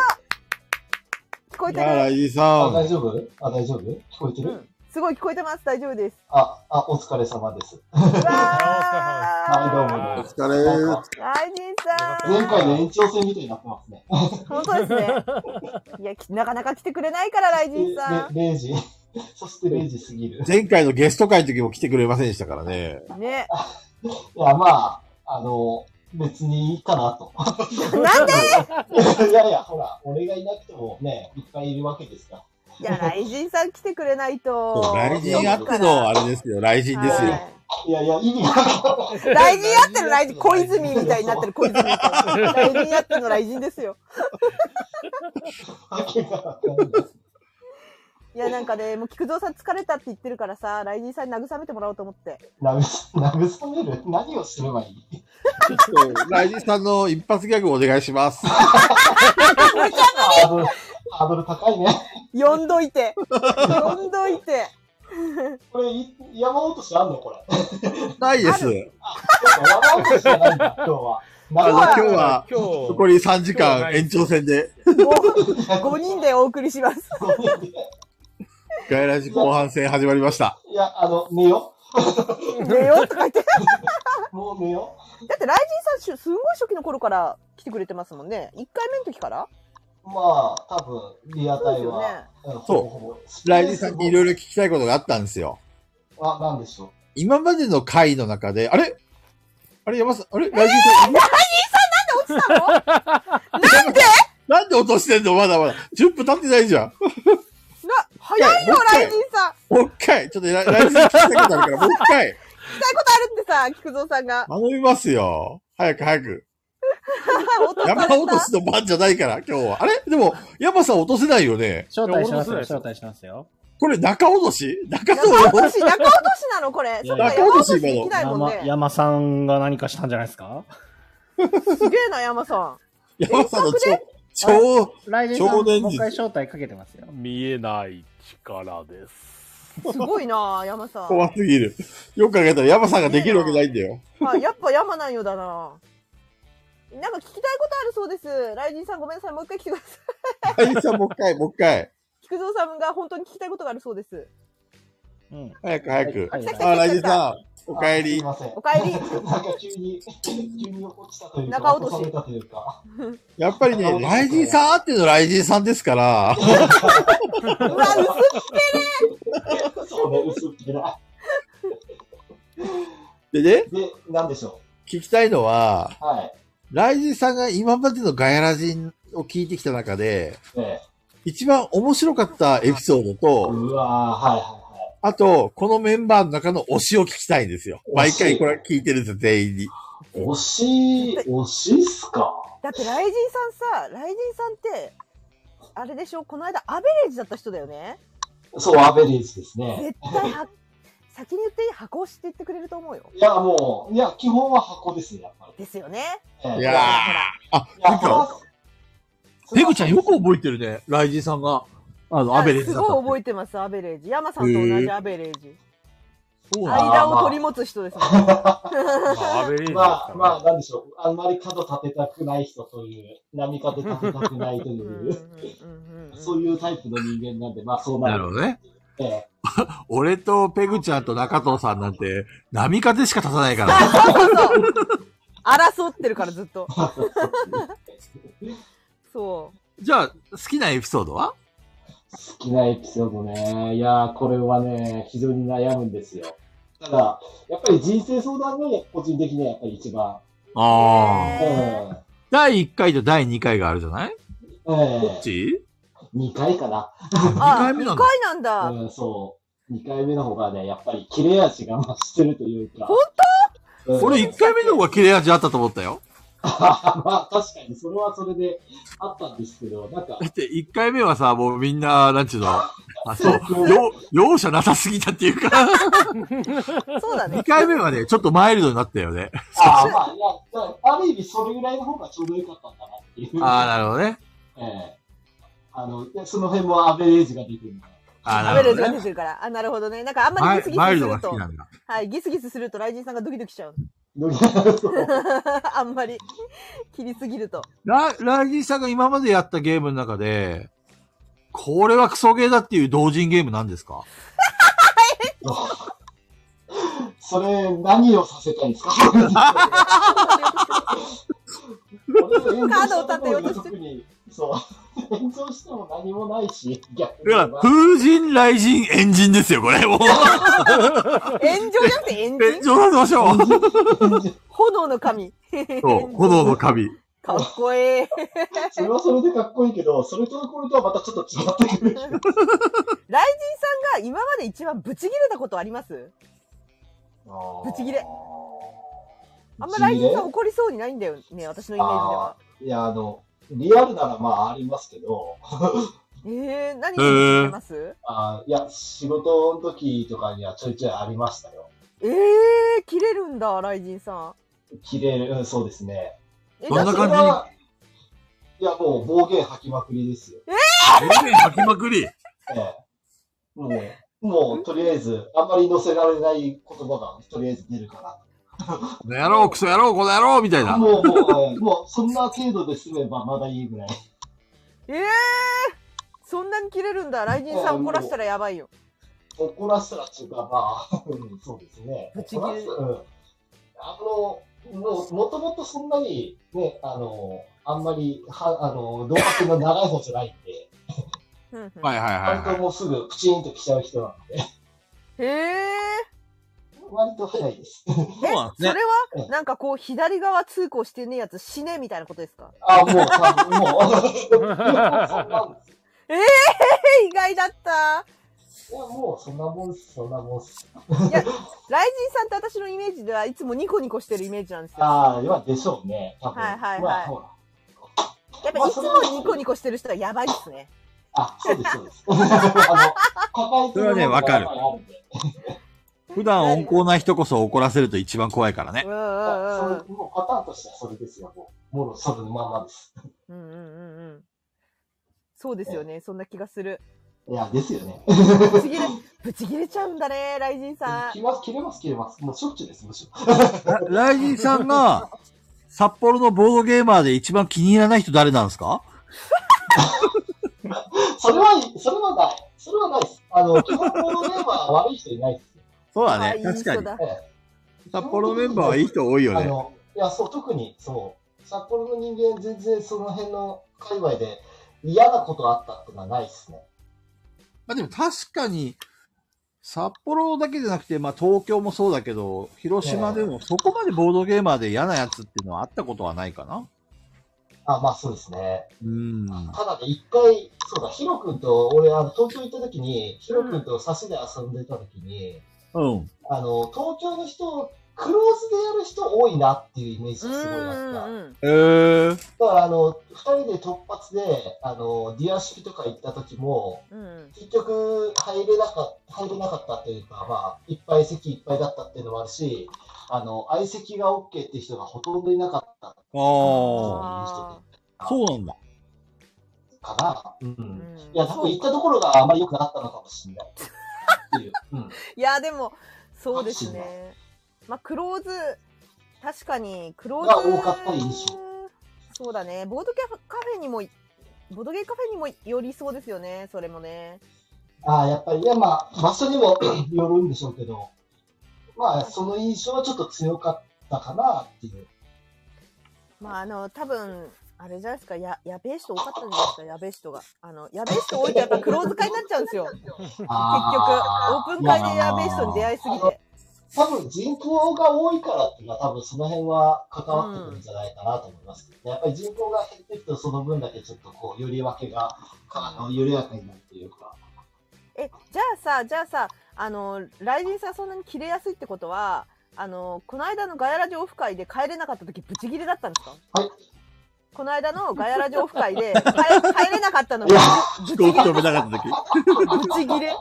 Speaker 5: 聞こえてる
Speaker 10: ライジンさ
Speaker 15: あ、大丈夫あ、大丈夫聞こえてる、
Speaker 5: すごい聞こえてます。大丈夫です。
Speaker 15: あ、あ、お疲れ様です。 <laughs> はい、どうもどうも。お疲れ
Speaker 5: ライジンさん。
Speaker 15: 前回の延長戦みたいになってますね。
Speaker 5: 本当です
Speaker 15: <laughs>
Speaker 5: ね。いや、きなかなか来てくれないから、ライジンさ
Speaker 15: れ0時、そして0時過ぎる。
Speaker 10: 前回のゲスト会の時も来てくれませんでしたからね。
Speaker 5: ん。ね。
Speaker 15: <laughs> いや、まあ、あの、別にいいかなと。
Speaker 5: なんで
Speaker 15: いやいや、ほら、俺がいなくてもね、いっぱいいるわけですから。
Speaker 5: いや、ライジンさん来てくれないと。
Speaker 10: 来人あっての、あれですよ、来人ですよ。
Speaker 15: いやいや、意味が。
Speaker 5: 大臣やってる大臣、小泉みたいになってる小泉みたいな。大臣やってるの大臣ですよ。いや、なんかね、もう菊蔵さん疲れたって言ってるからさ、ライジンさんに慰めてもらおうと思って。
Speaker 15: 慰慰める何をすればいい
Speaker 10: ライジンさんの一発ギャグお願いします。 <laughs>
Speaker 15: ハードル、ハードル高いね。
Speaker 5: 呼んどいて。呼んどいて。
Speaker 15: これ、い山落としあんのこれ。
Speaker 10: ないです。
Speaker 15: <laughs> 山落としじゃないんだ、 <laughs> 今日は。
Speaker 10: あの、今日は、
Speaker 15: 今日
Speaker 10: 残り3時間延長戦で、
Speaker 5: 5人でお送りします。
Speaker 10: 外来時後半戦始まりました。
Speaker 15: <laughs> いや、あの、寝よ。
Speaker 5: 寝よとか言って。
Speaker 15: もう寝よ。
Speaker 5: だってライジンさん、すすんごい初期の頃から来てくれてますもんね。1回目の時から
Speaker 15: まあ、多分、リアタイは。うんほぼほぼ
Speaker 10: そう。ライジンさんにいろいろ聞きたいことがあったんですよ。
Speaker 15: あ、なんでしょう。
Speaker 10: 今までの回の中で、あれあれ、山さん、あれライジンさん、今
Speaker 5: なんで
Speaker 10: なんで落としてんのまだまだ。10分経ってないじゃ
Speaker 5: な、
Speaker 10: ん。
Speaker 5: 早いよ、
Speaker 10: もう一
Speaker 5: ラ
Speaker 10: 回
Speaker 5: イジンさん。
Speaker 10: もう一回、ちょっと
Speaker 5: <laughs>
Speaker 10: ラライジンさん聞きたいことあるから、もう一回。
Speaker 5: 聞きたいことあるってさ、菊蔵さんが。
Speaker 10: 頼みますよ。早く早く。山落としの番じゃないから、今日は。あれでも、山さん落とせないよね。
Speaker 3: 招待しますよ、招待しますよ。
Speaker 10: これ中落とし中
Speaker 5: 中落とし、中落としなのこれ。そんな山落としできないもん
Speaker 3: 山
Speaker 5: ね。
Speaker 3: 山さんが何かしたんじゃないですか
Speaker 5: すげえな、山さん。
Speaker 10: 山さんの超、
Speaker 3: 超、来年さん
Speaker 26: 超年
Speaker 3: もう一回招待かけてますよ。
Speaker 26: 見えない力です。
Speaker 5: すごいな、山さん。
Speaker 10: 怖すぎる。よく考えたら山さんができるわけないんだよ。
Speaker 5: はい、やっぱ山なんよだな。なんか聞きたいことあるそうです。ライジンさんごめんなさい、もう一回来てください。 <laughs>
Speaker 10: 大地さんもう一回、もう一回。
Speaker 5: 菊蔵さんが本当に聞きたいことがあるそうです。
Speaker 10: 早く早く
Speaker 5: はいはい。
Speaker 10: あ、ライジンさん、お帰り。
Speaker 5: おかえり。
Speaker 15: なんか急に、 <laughs> 急に落ちたというか、
Speaker 5: 中落とし
Speaker 15: されたというか。
Speaker 10: やっぱりね、ライジンさんあってのライジンさんですから。
Speaker 5: うわ、薄っぺれ
Speaker 15: そうね、薄っぺら
Speaker 10: でね、
Speaker 15: い。で、なんでしょ
Speaker 10: 聞きたいのは、
Speaker 15: う。はい。
Speaker 10: ライジンさんが今までのガヤラジンを聞いてきた中で、
Speaker 15: ね
Speaker 10: 一番面白かったエピソードと、
Speaker 15: はい
Speaker 10: あと、このメンバーの中の推しを聞きたいんですよ。毎回これ聞いてるんですよ、全員に。
Speaker 15: 推し、推しっすか
Speaker 5: だってライジンさんさ、ライジンさんって、あれでしょ、この間アベレージだった人だよね。
Speaker 15: そう、アベレージですね。
Speaker 5: 絶対は、先に言っていい箱押しって言ってくれると思うよ。
Speaker 15: いや、もう、いや、基本は箱ですね、やっぱ
Speaker 5: <laughs>
Speaker 15: り。
Speaker 5: ですよね。
Speaker 10: いやー、あ、ペグちゃん、ペグちゃんよく覚えてるね、ライジンさんが。あの、アベレージ
Speaker 5: す
Speaker 10: だった
Speaker 5: ごい覚えてます、アベレージ。山さんと同じアベレージ。
Speaker 10: そうなんだ
Speaker 5: 間を取り持つ人ですもんね。
Speaker 26: アベレージです
Speaker 15: ま
Speaker 26: か
Speaker 15: あ、
Speaker 26: らね
Speaker 15: まあ、なんでしょう。あんまり角立てたくない人という、波風立てたくないという、そういうタイプの人間なんで、まあ、そうなる。
Speaker 10: なるほどね。俺とペグちゃんと中藤さんなんて、波風しか立たないか
Speaker 5: あ
Speaker 10: ら。
Speaker 5: そうそうそう。争ってるからずっ
Speaker 15: <laughs>
Speaker 5: と。そ
Speaker 10: <laughs> じゃあ、好きなエピソードは
Speaker 15: 好きなエピソードね。いやー、これはね、非常に悩むんですよ。ただ、やっぱり人生相談が個人的にはやっぱり一番。
Speaker 10: あ
Speaker 15: え
Speaker 10: あ。第1回と第2回があるじゃない
Speaker 15: え
Speaker 10: どっち
Speaker 15: ?2 回かな。
Speaker 5: う。あ、二回なんだ。
Speaker 15: うん、そう。2回目の方がね、やっぱり切れ味が増してるというか。
Speaker 5: 本
Speaker 15: うん
Speaker 10: 俺1回目の方が切れ味あったと思ったよ。
Speaker 15: 当まあ確かに、それはそれであったんですけど、なんか、
Speaker 10: だって1回目はさ、もうみんな、なんちゅ
Speaker 15: <laughs>
Speaker 10: うの、あ、そう、容容赦なさすぎたっていうか、
Speaker 5: そうだね。
Speaker 10: 2回目はね、ちょっとマイルドになったよね。
Speaker 15: ああ、まあ、いやだから、ある意味それぐらいの方がちょうどよかったんだなっていう。
Speaker 10: ああ、なるほどね。
Speaker 15: ええあの、でその辺もアベレージが出てる。
Speaker 10: ああ、
Speaker 5: ア
Speaker 10: な
Speaker 5: ベレー
Speaker 10: るほ
Speaker 5: ジが
Speaker 10: ど
Speaker 5: 出
Speaker 10: ね。
Speaker 5: てるから。あ、なるほどね。なんかあんまりギスギ
Speaker 10: マイ
Speaker 5: スす
Speaker 10: ルドが
Speaker 5: る
Speaker 10: 好
Speaker 5: と
Speaker 10: きなんだ。
Speaker 5: はい、ギスギスすると、ライジンさんがドキドキしちゃう。あんまり、切りすぎると。
Speaker 10: ラライジンさんが今までやったゲームの中で、これはクソゲーだっていう同人ゲームなんですか
Speaker 15: それ、何をさせたいんですか
Speaker 5: カードを立てようと
Speaker 15: してそう。演奏しても何もないし、逆
Speaker 10: だ
Speaker 15: に。
Speaker 10: から、風神雷神エンジンですよ、これ。
Speaker 15: <laughs>
Speaker 10: もう。
Speaker 5: 炎上じゃなくて炎
Speaker 10: 炎上させましょう。
Speaker 5: 炎の神。
Speaker 10: そう、炎のカビ。
Speaker 5: かっこええ。
Speaker 15: それはそれでかっこいいけど、それとこれとはまたちょっと違ってくる。
Speaker 5: ライジンさんが今まで一番ブチギレたことありますブチギレ。あんまライジンさん怒りそうにないんだよね、私のイメージでは。
Speaker 15: あーいや、あの、リアルならまあありますけど、
Speaker 5: ええー、何を言ってます、
Speaker 15: あーいや、仕事の時とかにはちょいちょいありましたよ。
Speaker 5: ええ切れるんだ、ライジンさ
Speaker 15: 切れる、うん、そうですね。
Speaker 5: えどんな感じ
Speaker 15: それはいや、もう暴言吐きまくりですよ。
Speaker 5: え
Speaker 10: 暴言吐きまくり
Speaker 15: ええもう、もう、とりあえず、あんまり載せられない言葉が、とりあえず出るか
Speaker 10: この野郎、クソ野郎、この野郎みたい
Speaker 15: ら。
Speaker 10: な。
Speaker 15: もう、もう、ええもう、そんな程度で済めばまだいいぐらい。
Speaker 5: ん。ええそんなに切れるんだ、ライジンさん怒らせたらやばいよ。
Speaker 15: 怒らせたらっていうか、まあ、 <laughs> うんそうですね。
Speaker 5: ぶち切れ
Speaker 15: 怒らせうんあの、もう、もともとそんなに、ね、あの、あんまり、は、あの、動画の長い方じゃないんで、
Speaker 10: はいはいはい
Speaker 15: 割ともうすぐプチンと来ちゃう人なんで、
Speaker 5: へえ
Speaker 15: 割と早いです。
Speaker 5: え、それは、なんかこう、左側通行してねえやつ死ねみたいなことですか
Speaker 15: あ、もう、多分も
Speaker 2: <laughs>
Speaker 15: <laughs> う、
Speaker 5: ええ意外だった。
Speaker 15: いや、もう、そんなもんっす、そんなもんっす。
Speaker 5: ライジンさんって私のイメージではいつもニコニコしてるイメージなんですよ。
Speaker 15: ああ、今でしょうね、多分。
Speaker 5: はいはいはい
Speaker 15: まあほら
Speaker 5: やっぱいつもニコニコしてる人はやばいっすね。
Speaker 15: あ、そうです、そ
Speaker 3: <laughs>
Speaker 15: うです。
Speaker 5: <laughs>
Speaker 15: あの、抱えて
Speaker 10: それはね、わかる
Speaker 15: ものがやっぱりあんで。
Speaker 10: 普段温厚な人こそ怒らせると一番怖いからね。
Speaker 15: あそうもうパターンとしてはそれですよ、もう。もうそれのまんまです。
Speaker 5: うんうんうんうん。そうですよね。そんな気がする。
Speaker 15: いや、ですよね。
Speaker 5: ぶち切れ、ぶち切れちゃうんだね、ライジンさん。
Speaker 15: 切れます、切れます、切れます。もうしょっちゅうです、むしろ。
Speaker 10: ライジンさんが、札幌のボードゲーマーで一番気に入らない人誰なんですか
Speaker 15: それは、それはない。それはないです。あの、基本このメンバーは悪い人いないです。
Speaker 10: そう
Speaker 15: あ
Speaker 10: だね、
Speaker 15: いい
Speaker 10: 確か
Speaker 15: 人
Speaker 10: に。
Speaker 5: だ
Speaker 10: 札幌メンバーはいい人多いよ
Speaker 15: あ
Speaker 10: ね。
Speaker 15: の、いや、そう、特に、そう。札幌の人間、全然その辺の界隈で嫌なことあったってのはないですね。
Speaker 10: まあでも確かに、札幌だけじゃなくて、まあ東京もそうだけど、広島でもそこまでボードゲーマーで嫌なやつっていうのはあったことはないかな。
Speaker 15: あ、まあそうですね。
Speaker 10: うん。
Speaker 15: ただね、一回、そうだ、ヒロ君と、俺、あの、東京行った時に、ヒロ君と差しで遊んでた時に、
Speaker 10: うん。
Speaker 15: あの、東京の人、クローズでやる人多いなっていうイメージがすごいあった。
Speaker 10: えー。
Speaker 15: だから、あの、二人で突発で、あの、ディア式とか行った時も、結局、入れなかった、入れなかったというか、まあ、いっぱい席いっぱいだったっていうのもあるし、あの、相席が OK っていう人がほとんどいなかった
Speaker 10: ああ。そうなんだ。
Speaker 15: から、うん。いや、多分行ったところがあまり良くなかったのかもしれない。
Speaker 5: いや、でも、そうですね。まあ、クローズ、確かに、クローズ。
Speaker 15: が多かった印象。
Speaker 5: そうだね。ボードゲーカフェにも、ボードゲーカフェにもよりそうですよね、それもね。
Speaker 27: ああ、やっぱり、いや、まあ、場所にもよるんでしょうけど、まあ、その印象はちょっと強かったかなっていう。
Speaker 5: まあ、あの、多分、あれじゃないですか、や、やべえ人多かったんじゃないですか、やべえ人が。あの、やべえ人多いとやっぱ黒使いになっちゃう
Speaker 27: <laughs>
Speaker 5: んですよ。結局、オ
Speaker 27: あー
Speaker 5: ープン会でやべえ人に出会いすぎて。
Speaker 27: 多分人口が多いからっていうのは、多分その辺は関わってくるんじゃないかなと思いますけどね、やっぱり人口が減っていくと、その分だけちょっとこう、より分けが、あの、緩やかになるというか。
Speaker 5: え、じゃあさ、じゃあさ、あの、ライジンさんそんなに切れやすいってことは、あの、この間のガヤラジオフ会で帰れなかった時、ブチギレだったんですかこの間のガヤラジオフ会で、帰帰れなかったのが、
Speaker 10: 飛行機飛べなかった時。
Speaker 5: ブチギレ。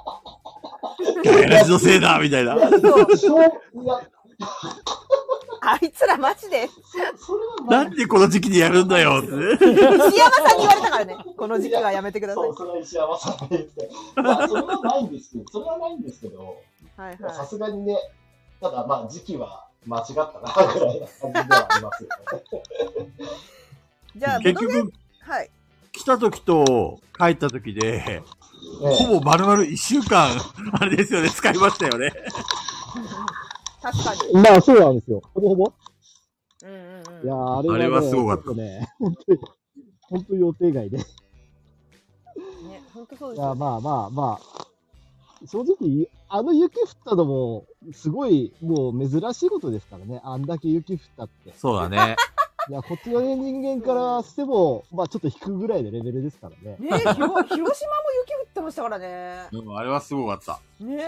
Speaker 10: ガイラジのせいだみたいな。
Speaker 5: あいつらマジで。
Speaker 10: なんでこの時期にやるんだよって
Speaker 5: 石
Speaker 10: ね。
Speaker 5: 山さんに言われたからね、この時期はやめてください。
Speaker 27: それは石山さんが言って、まあ、それはないんですけど、それはないんですけど、
Speaker 5: はい
Speaker 27: まあさ
Speaker 5: は
Speaker 27: すがにね、ただまあ、時期は間違ったな、ぐらいな感じではあり
Speaker 15: <laughs>
Speaker 27: ますよね。
Speaker 5: い。じゃあ、
Speaker 10: 結局
Speaker 5: 物語はい。
Speaker 10: 来た時と帰った時で、ほぼ丸々一週間、あれですよね、使いましたよね。
Speaker 5: 確かに。
Speaker 15: まあ、そうなんですよ。ほぼほぼ。いやーあれは,、
Speaker 10: あれはすごかった
Speaker 15: ちょとね、本当に、本当に予定外で。
Speaker 5: ね、本当そうで
Speaker 15: い
Speaker 5: す
Speaker 15: や、
Speaker 5: よ。
Speaker 15: まあまあまあ、正直、あの雪降ったのも、すごい、もう珍しいことですからね。あんだけ雪降ったって。
Speaker 10: そうだね。
Speaker 15: <laughs> いや、こっちの人間からしても、まあちょっと引くぐらいのレベルですからね。
Speaker 5: ねえ、広 <laughs> 広島も雪降ってましたからね。
Speaker 10: でもあれはすごかった。
Speaker 5: ね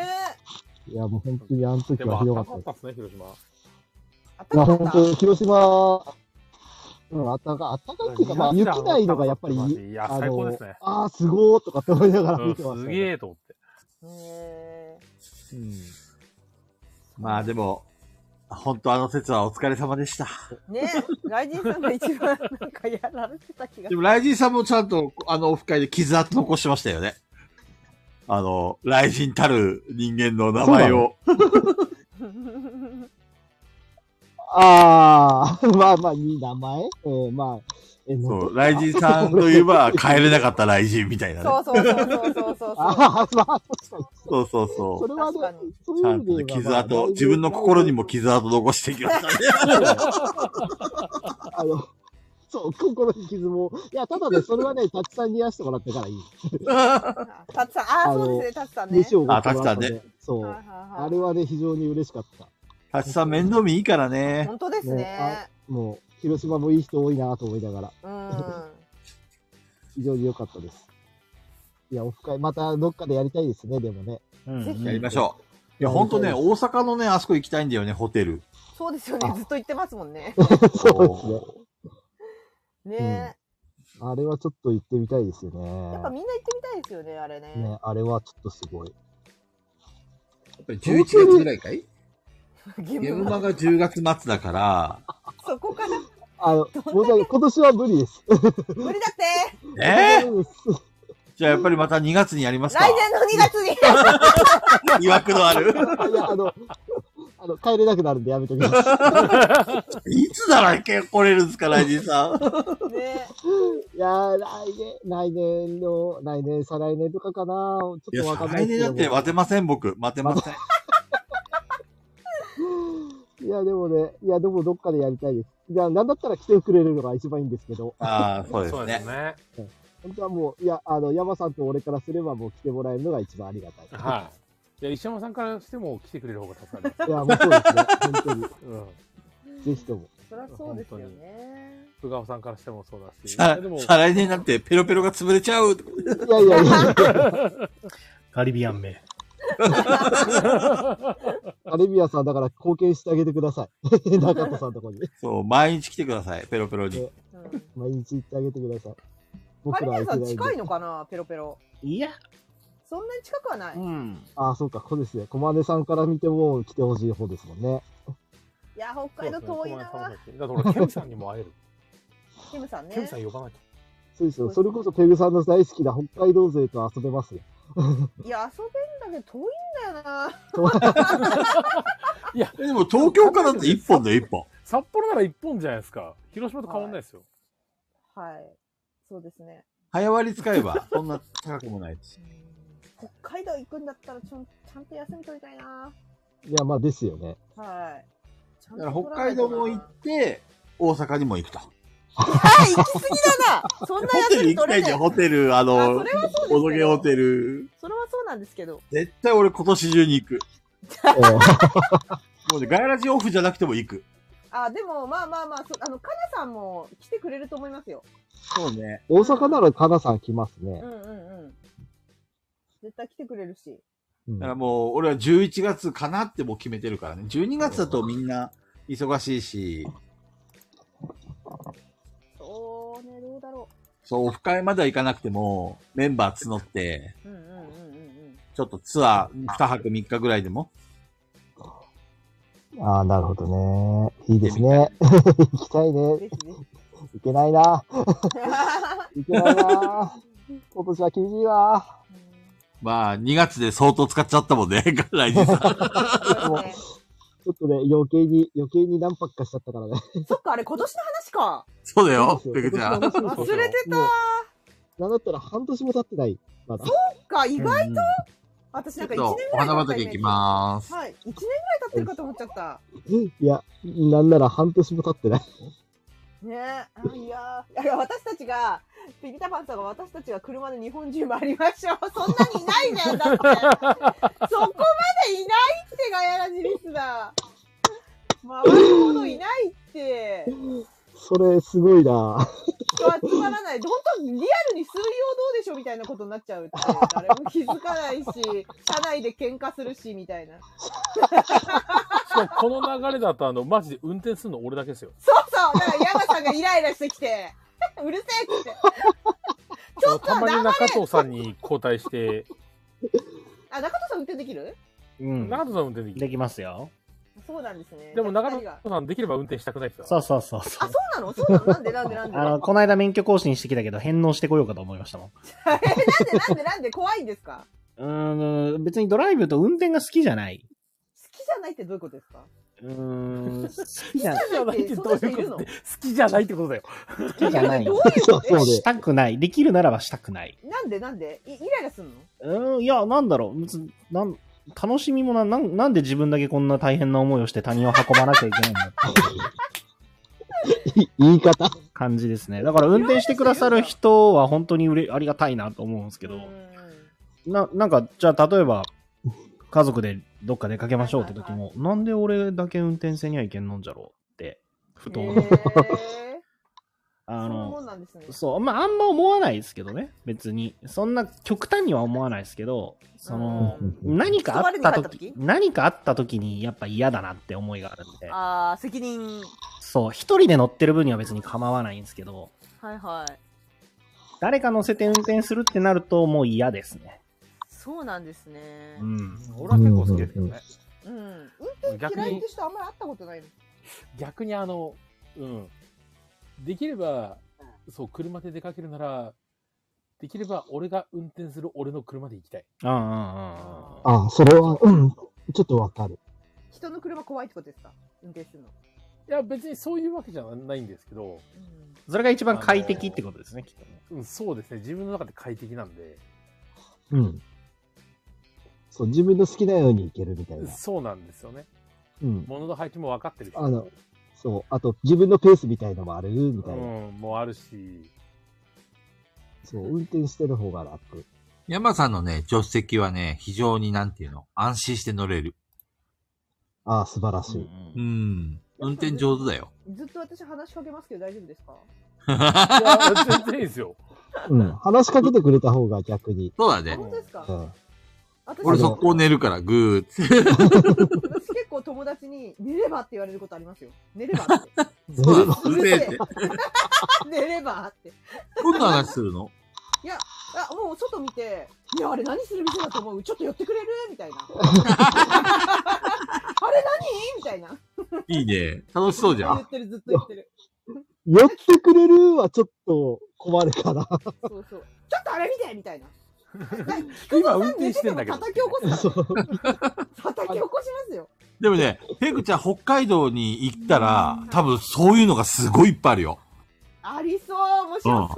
Speaker 15: いや、もう本当にあの時
Speaker 2: で
Speaker 15: は
Speaker 2: も、
Speaker 15: ひどか
Speaker 2: 暖
Speaker 15: っ
Speaker 2: か
Speaker 15: た
Speaker 2: か
Speaker 15: で
Speaker 2: ったですね、広島。
Speaker 15: す。いや、本当、広島、うん、あったか、あったかいっていうか、まあ雪ないのがやっぱり、
Speaker 2: いや
Speaker 15: あ
Speaker 2: 最高
Speaker 15: の、
Speaker 2: ですね
Speaker 15: ああ、すごーとかって思いながら見てま
Speaker 2: う
Speaker 15: し
Speaker 2: ん
Speaker 15: た
Speaker 2: す
Speaker 15: ね、
Speaker 2: げえと思って。
Speaker 10: まあでも、本当あの節はお疲れ様でした。
Speaker 5: え、ねえ、外人さんが一番なんかやられてた気が
Speaker 10: で。も、ライジンさんもちゃんと、あの、オフ会で傷跡残してましたよね。あの、ライジンたる人間の名前を。
Speaker 15: ああ、まあまあ、いい名前うん、まあ。え、なん
Speaker 10: そう、
Speaker 15: か
Speaker 10: ライジンさんといえば、帰れなかったライジンみたいなね。
Speaker 5: そうそうそうそうそうそう。
Speaker 15: ああ、まあ、そう
Speaker 10: そうそうそ
Speaker 15: それはね、そう
Speaker 10: う。ち
Speaker 15: い
Speaker 10: ゃ
Speaker 15: う
Speaker 10: と
Speaker 15: ん
Speaker 10: ね、
Speaker 15: 意味で
Speaker 10: 傷
Speaker 15: はまあ
Speaker 10: 跡、自分の心にも傷跡残していきましたね。
Speaker 15: あの、そう、心に傷も。いや、ただね、それはね、たくさん癒やしてもらったからいい。
Speaker 5: たつさん、ああ、そうですね、たつさんね。
Speaker 15: 飯をおごってもらったんで
Speaker 10: あタツさんね
Speaker 15: そう。あれはね、非常に嬉しかった。
Speaker 10: たちさん面倒見いいからね。
Speaker 5: 本当ですね。
Speaker 15: もう、広島もいい人多いなと思いながら、
Speaker 5: うん。
Speaker 15: 非常に良かったです。いや、オフ会、またどっかでやりたいですね、でもね。
Speaker 10: やりましょう。いや、本当ね、大阪のね、あそこ行きたいんだよね、ホテル。
Speaker 5: そうですよね、ずっと言ってますもんね。
Speaker 15: そう
Speaker 5: ねえ、
Speaker 15: ですね。あれはちょっと行ってみたいですよ
Speaker 5: やっぱ
Speaker 15: ね。
Speaker 5: みんな行ってみたいですよね、あれね。
Speaker 15: ね、あれはちょっとすごい。
Speaker 10: 11月ぐらいかい
Speaker 5: ゲ
Speaker 10: ムマが10月末だから、
Speaker 5: そこから
Speaker 15: あの、もう今年は無理です。
Speaker 5: 無理だって
Speaker 10: えーじゃあやっぱりまた2月にやりますか
Speaker 5: 来年の2月に
Speaker 10: <laughs> 疑惑のある。
Speaker 15: いや、あの、あの、帰れなくなるんでやめときます。
Speaker 10: いつなら来れるんですか、ライジン
Speaker 15: <laughs>
Speaker 10: さん。
Speaker 15: いやー、来年、来年の、来年、再来年とかかな。
Speaker 10: い
Speaker 15: ち
Speaker 10: や、
Speaker 15: ょっとわかんな
Speaker 10: 来
Speaker 15: い
Speaker 10: 年
Speaker 15: です
Speaker 10: だ
Speaker 15: け
Speaker 10: っ
Speaker 15: ど
Speaker 10: て待てません、僕。待てません。
Speaker 15: いや、でもね、いや、でもどっかでやりたいです。じゃあ、なんだったら来てくれるのが一番いいんですけど。
Speaker 10: ああ、そうですね。
Speaker 15: 本当はもう、いや、あの、山さんと俺からすればもう来てもらえるのが一番ありがたい。
Speaker 2: はい。いや、石山さんからしても来てくれる方が助かる。
Speaker 15: いや、もうそうですね。本当に。ぜひとも。
Speaker 5: そりゃそうですよね。
Speaker 2: 福川さんからしてもそうだし。
Speaker 10: さ
Speaker 2: でも、
Speaker 10: 再来年になってペロペロが潰れちゃう。
Speaker 15: いやいやいや。
Speaker 3: カリビアン名。
Speaker 15: アレビアさんだから貢献してあげてください。 <laughs> 中田さんとこに。
Speaker 10: そう、毎日来てください、ペロペロに。
Speaker 15: 毎日行ってあげてください。
Speaker 5: カ
Speaker 15: 僕
Speaker 5: リ
Speaker 15: ら
Speaker 5: ビ
Speaker 15: は
Speaker 5: アン
Speaker 15: 行
Speaker 5: さん
Speaker 15: けないん
Speaker 5: 近い
Speaker 15: で。
Speaker 5: のかな、ペロペロ。
Speaker 3: いや。
Speaker 5: そんなに近くはない。
Speaker 15: ああ、そうか、こうですね。コマネさんから見ても来てほしい方ですもんね。
Speaker 5: いや、北海道遠いな。
Speaker 2: だって俺、ケムさんにも会える。
Speaker 5: キムさんね
Speaker 2: ケ。ムさん呼ばなきゃ。
Speaker 15: そうですよ。それこそペグさんの大好きな北海道勢と遊べますよ。
Speaker 5: いや、遊べんだけど遠いんだよな。
Speaker 2: いや、
Speaker 10: でも東京からだって1本だよ、1本。
Speaker 2: 札幌なら一本じゃないですか。広島と変わんないですよ。
Speaker 5: はい。そうですね。
Speaker 10: <laughs> 早割り使えば、そんな高くもないし。
Speaker 5: 北海道行くんだったらちょんちゃんと休み取りたいない
Speaker 15: や、まあですよね。
Speaker 5: はい。ちゃん
Speaker 10: だから
Speaker 5: と取
Speaker 10: 北
Speaker 5: らな
Speaker 10: 海
Speaker 5: いと
Speaker 10: 道
Speaker 5: な
Speaker 10: も行って、大阪にも行くと。
Speaker 5: 行き過ぎだなそんな
Speaker 10: ホテ
Speaker 5: 休
Speaker 10: ル
Speaker 5: み
Speaker 10: 行
Speaker 5: 取
Speaker 10: きた
Speaker 5: れ
Speaker 10: い
Speaker 5: な
Speaker 10: じ
Speaker 5: い
Speaker 10: ゃん、ホテル、あの
Speaker 5: あそれはそうですけ、ど
Speaker 10: おどげホテル。
Speaker 5: それはそうなんですけど。
Speaker 10: 絶対俺今年中に行く。もうね、ガヤラジオフじゃなくても行く。
Speaker 5: あ、でも、まあまあまあ、そあの、かなさんも来てくれると思いますよ。
Speaker 10: そうね。
Speaker 15: 大阪ならかなさん来ます
Speaker 5: う
Speaker 15: ね
Speaker 5: んう。んうん。絶対来てくれるし。
Speaker 10: だからもう、俺は11月かなってもう決めてるからね。12月だとみんな忙しいし、
Speaker 5: そうね、どうだろ
Speaker 10: そう、オフ会までは行かなくても、メンバー募って、
Speaker 5: う。うんうんうんうん
Speaker 10: ちょっとツアー2泊3日ぐらいでも、
Speaker 15: ああ、なるほどね。いいですね。 <laughs> 行きたいね。行けないな。行けな
Speaker 3: <laughs>
Speaker 15: いな。今年は厳しいわ。
Speaker 10: まあ、2月で相当使っちゃったもんね、 <laughs> 来年さん。
Speaker 15: もうちょっとね、余計に、余計に何泊かしちゃったからね。
Speaker 5: うん。そっか、あれ今年の話か。
Speaker 10: そうだよ、ペグちゃん。
Speaker 5: 忘れてた。
Speaker 15: なんだったら半年も経ってない。まだ。
Speaker 5: そうか、意外と、私なんか
Speaker 10: ち
Speaker 5: 1
Speaker 10: ょ
Speaker 5: 年
Speaker 10: っと
Speaker 5: ぐらい経ったイメージ。
Speaker 10: お花畑行きまーす
Speaker 5: はい。1年ぐらい経ってるかと思っちゃった。
Speaker 15: いや、なんなら半年も経ってない。
Speaker 5: ねえ、あいやー、いや私たちが、ピピタパンさんが私たちが車で日本中回りましょ
Speaker 2: <laughs>
Speaker 5: う。そんなにいないじゃん、だって。そこまでいないって、ガヤラジリスナー。回るほどいないって。
Speaker 15: それ、すごいな。
Speaker 5: 人集まらない。本当リアルに数量どうでしょうみたいなことになっちゃうって。誰も気づかないし、車内で喧嘩するし、みたいな。
Speaker 2: しかもこの流れだと、あの、マジで運転するの俺だけですよ。
Speaker 5: そうそう、だから山さんがイライラしてきて、 <laughs> うるせえって。ちょっと
Speaker 2: た
Speaker 5: は
Speaker 2: まに
Speaker 5: 黙
Speaker 2: 中
Speaker 5: れ
Speaker 2: 藤さんに交代して、
Speaker 5: あ、中藤さん運転できる
Speaker 4: うん。
Speaker 2: 中藤さん運転できる。
Speaker 4: できますよ。
Speaker 5: そうなんですね。
Speaker 2: でも中
Speaker 5: 中
Speaker 2: 藤さんできれば運転したくないですよ。
Speaker 3: そうそうそうそ
Speaker 5: あ、そうなのそうなのなんでなんでなん
Speaker 3: う。
Speaker 5: で
Speaker 3: あの、この間免許更新してきたけど、返納してこようかと思いましたもん。
Speaker 5: え <laughs> なんでなんでなんで怖いんですか
Speaker 3: うーん、別にドライブと運転が好きじゃない。
Speaker 5: 好きじゃないってどういうことですか
Speaker 3: うーん、好
Speaker 5: き
Speaker 3: き
Speaker 5: じ
Speaker 3: じ
Speaker 5: ゃ
Speaker 3: ゃ
Speaker 5: な
Speaker 3: ないい
Speaker 5: ってそんな人
Speaker 3: どう
Speaker 5: いる
Speaker 3: いうこ
Speaker 5: の
Speaker 3: とって好きじゃないってことだよ。好
Speaker 5: きじゃないどういうことそうそうで
Speaker 3: <laughs>
Speaker 5: す
Speaker 3: したくない。できるならばしたくない。
Speaker 5: なんでなんでいイライラすんの
Speaker 3: うーん、いや、なんだろう。別になん楽しみもななん、なんで自分だけこんな大変な思いをして他人を運ばなきゃいけないんだ <laughs> っていう
Speaker 15: 言い方
Speaker 3: 感じですね。だから運転してくださる人は本当にうれありがたいなと思うんですけど、な、なんか、じゃあ例えば、家族でどっか出かけましょうって時も、なんで俺だけ運転せにはいけんのんじゃろうって、ふと思う。 <laughs> あ
Speaker 5: そういう
Speaker 3: の
Speaker 5: もんなんですね。
Speaker 3: そう、まあ、あんま思わないですけどね、別に。そんな極端には思わないですけど、その、何かあった
Speaker 5: 人
Speaker 3: 時、何かあった時にやっぱ嫌だなって思いがあるんで、
Speaker 5: あー、責任。
Speaker 3: そう、一人で乗ってる分には別に構わないんですけど、
Speaker 5: はいはい。
Speaker 3: 誰か乗せて運転するってなるともう嫌ですね。
Speaker 5: そうなんですね。
Speaker 3: うん。
Speaker 4: 俺は結構好きですけどね。
Speaker 5: うん。運転嫌いって人あんまり会ったことないの。
Speaker 2: 逆にあの、うん。できれば、そう、車で出かけるなら、できれば俺が運転する俺の車で行きたい。
Speaker 3: ああ、ああ。
Speaker 15: あ、それは、うん。ちょっとわかる。
Speaker 5: 人の車怖いってことですか運転するの。
Speaker 2: いや、別にそういうわけじゃないんですけど、
Speaker 3: それが一番快適ってことですね、きっとね。
Speaker 2: うん、そうですね。自分の中で快適なんで、
Speaker 15: うん。そう、自分の好きなように行けるみたいな。
Speaker 2: そうなんですよね。
Speaker 15: うん
Speaker 2: 物の配置も分かってるし、
Speaker 15: あの、そう。あと、自分のペースみたいのもある、み
Speaker 2: う
Speaker 15: たいな。
Speaker 2: ん、もうある
Speaker 15: <laughs>
Speaker 2: し、
Speaker 15: そう、運転してる方が楽。
Speaker 10: 山さんのね、助手席はね、非常になんていうの、安心して乗れる。
Speaker 15: ああ、素晴らしい。
Speaker 10: うん。運転上手だよ。
Speaker 5: ずっと私話しかけますけど大丈夫ですか
Speaker 2: 全然いいですよ。
Speaker 15: うん。話しかけてくれた方が逆に。
Speaker 10: そうだね。
Speaker 5: 本当ですか
Speaker 15: うん。
Speaker 5: 私
Speaker 10: 俺速攻寝るから、ぐーっ
Speaker 5: 私結構友達に寝ればって言われることありますよ。寝ればって。
Speaker 10: て。 <laughs> そうなの
Speaker 5: う
Speaker 10: う
Speaker 5: る
Speaker 10: る
Speaker 5: せえ
Speaker 10: せえって。
Speaker 5: <laughs> 寝ればって。
Speaker 10: どんな話す
Speaker 5: <laughs>
Speaker 10: るの
Speaker 5: いや、あもう外見て、いや、あれ何する店だと思うちょっと寄ってくれるみたいな。 <laughs> あれ何みたいな。
Speaker 10: いいね。楽しそうじゃ
Speaker 5: 言
Speaker 10: ん
Speaker 5: っ。てる、ずっと言ってる。
Speaker 15: 寄ってくれるはちょっと困るかな。
Speaker 5: そうそう。ちょっとあれ見てみたいな。
Speaker 2: 今運転してんだけど。
Speaker 5: 叩き起こすから。叩き起こしますよ。
Speaker 10: でもね、ペグちゃん北海道に行ったら、多分そういうのがすごいいっぱいあるよ。
Speaker 5: ありそう、面白そ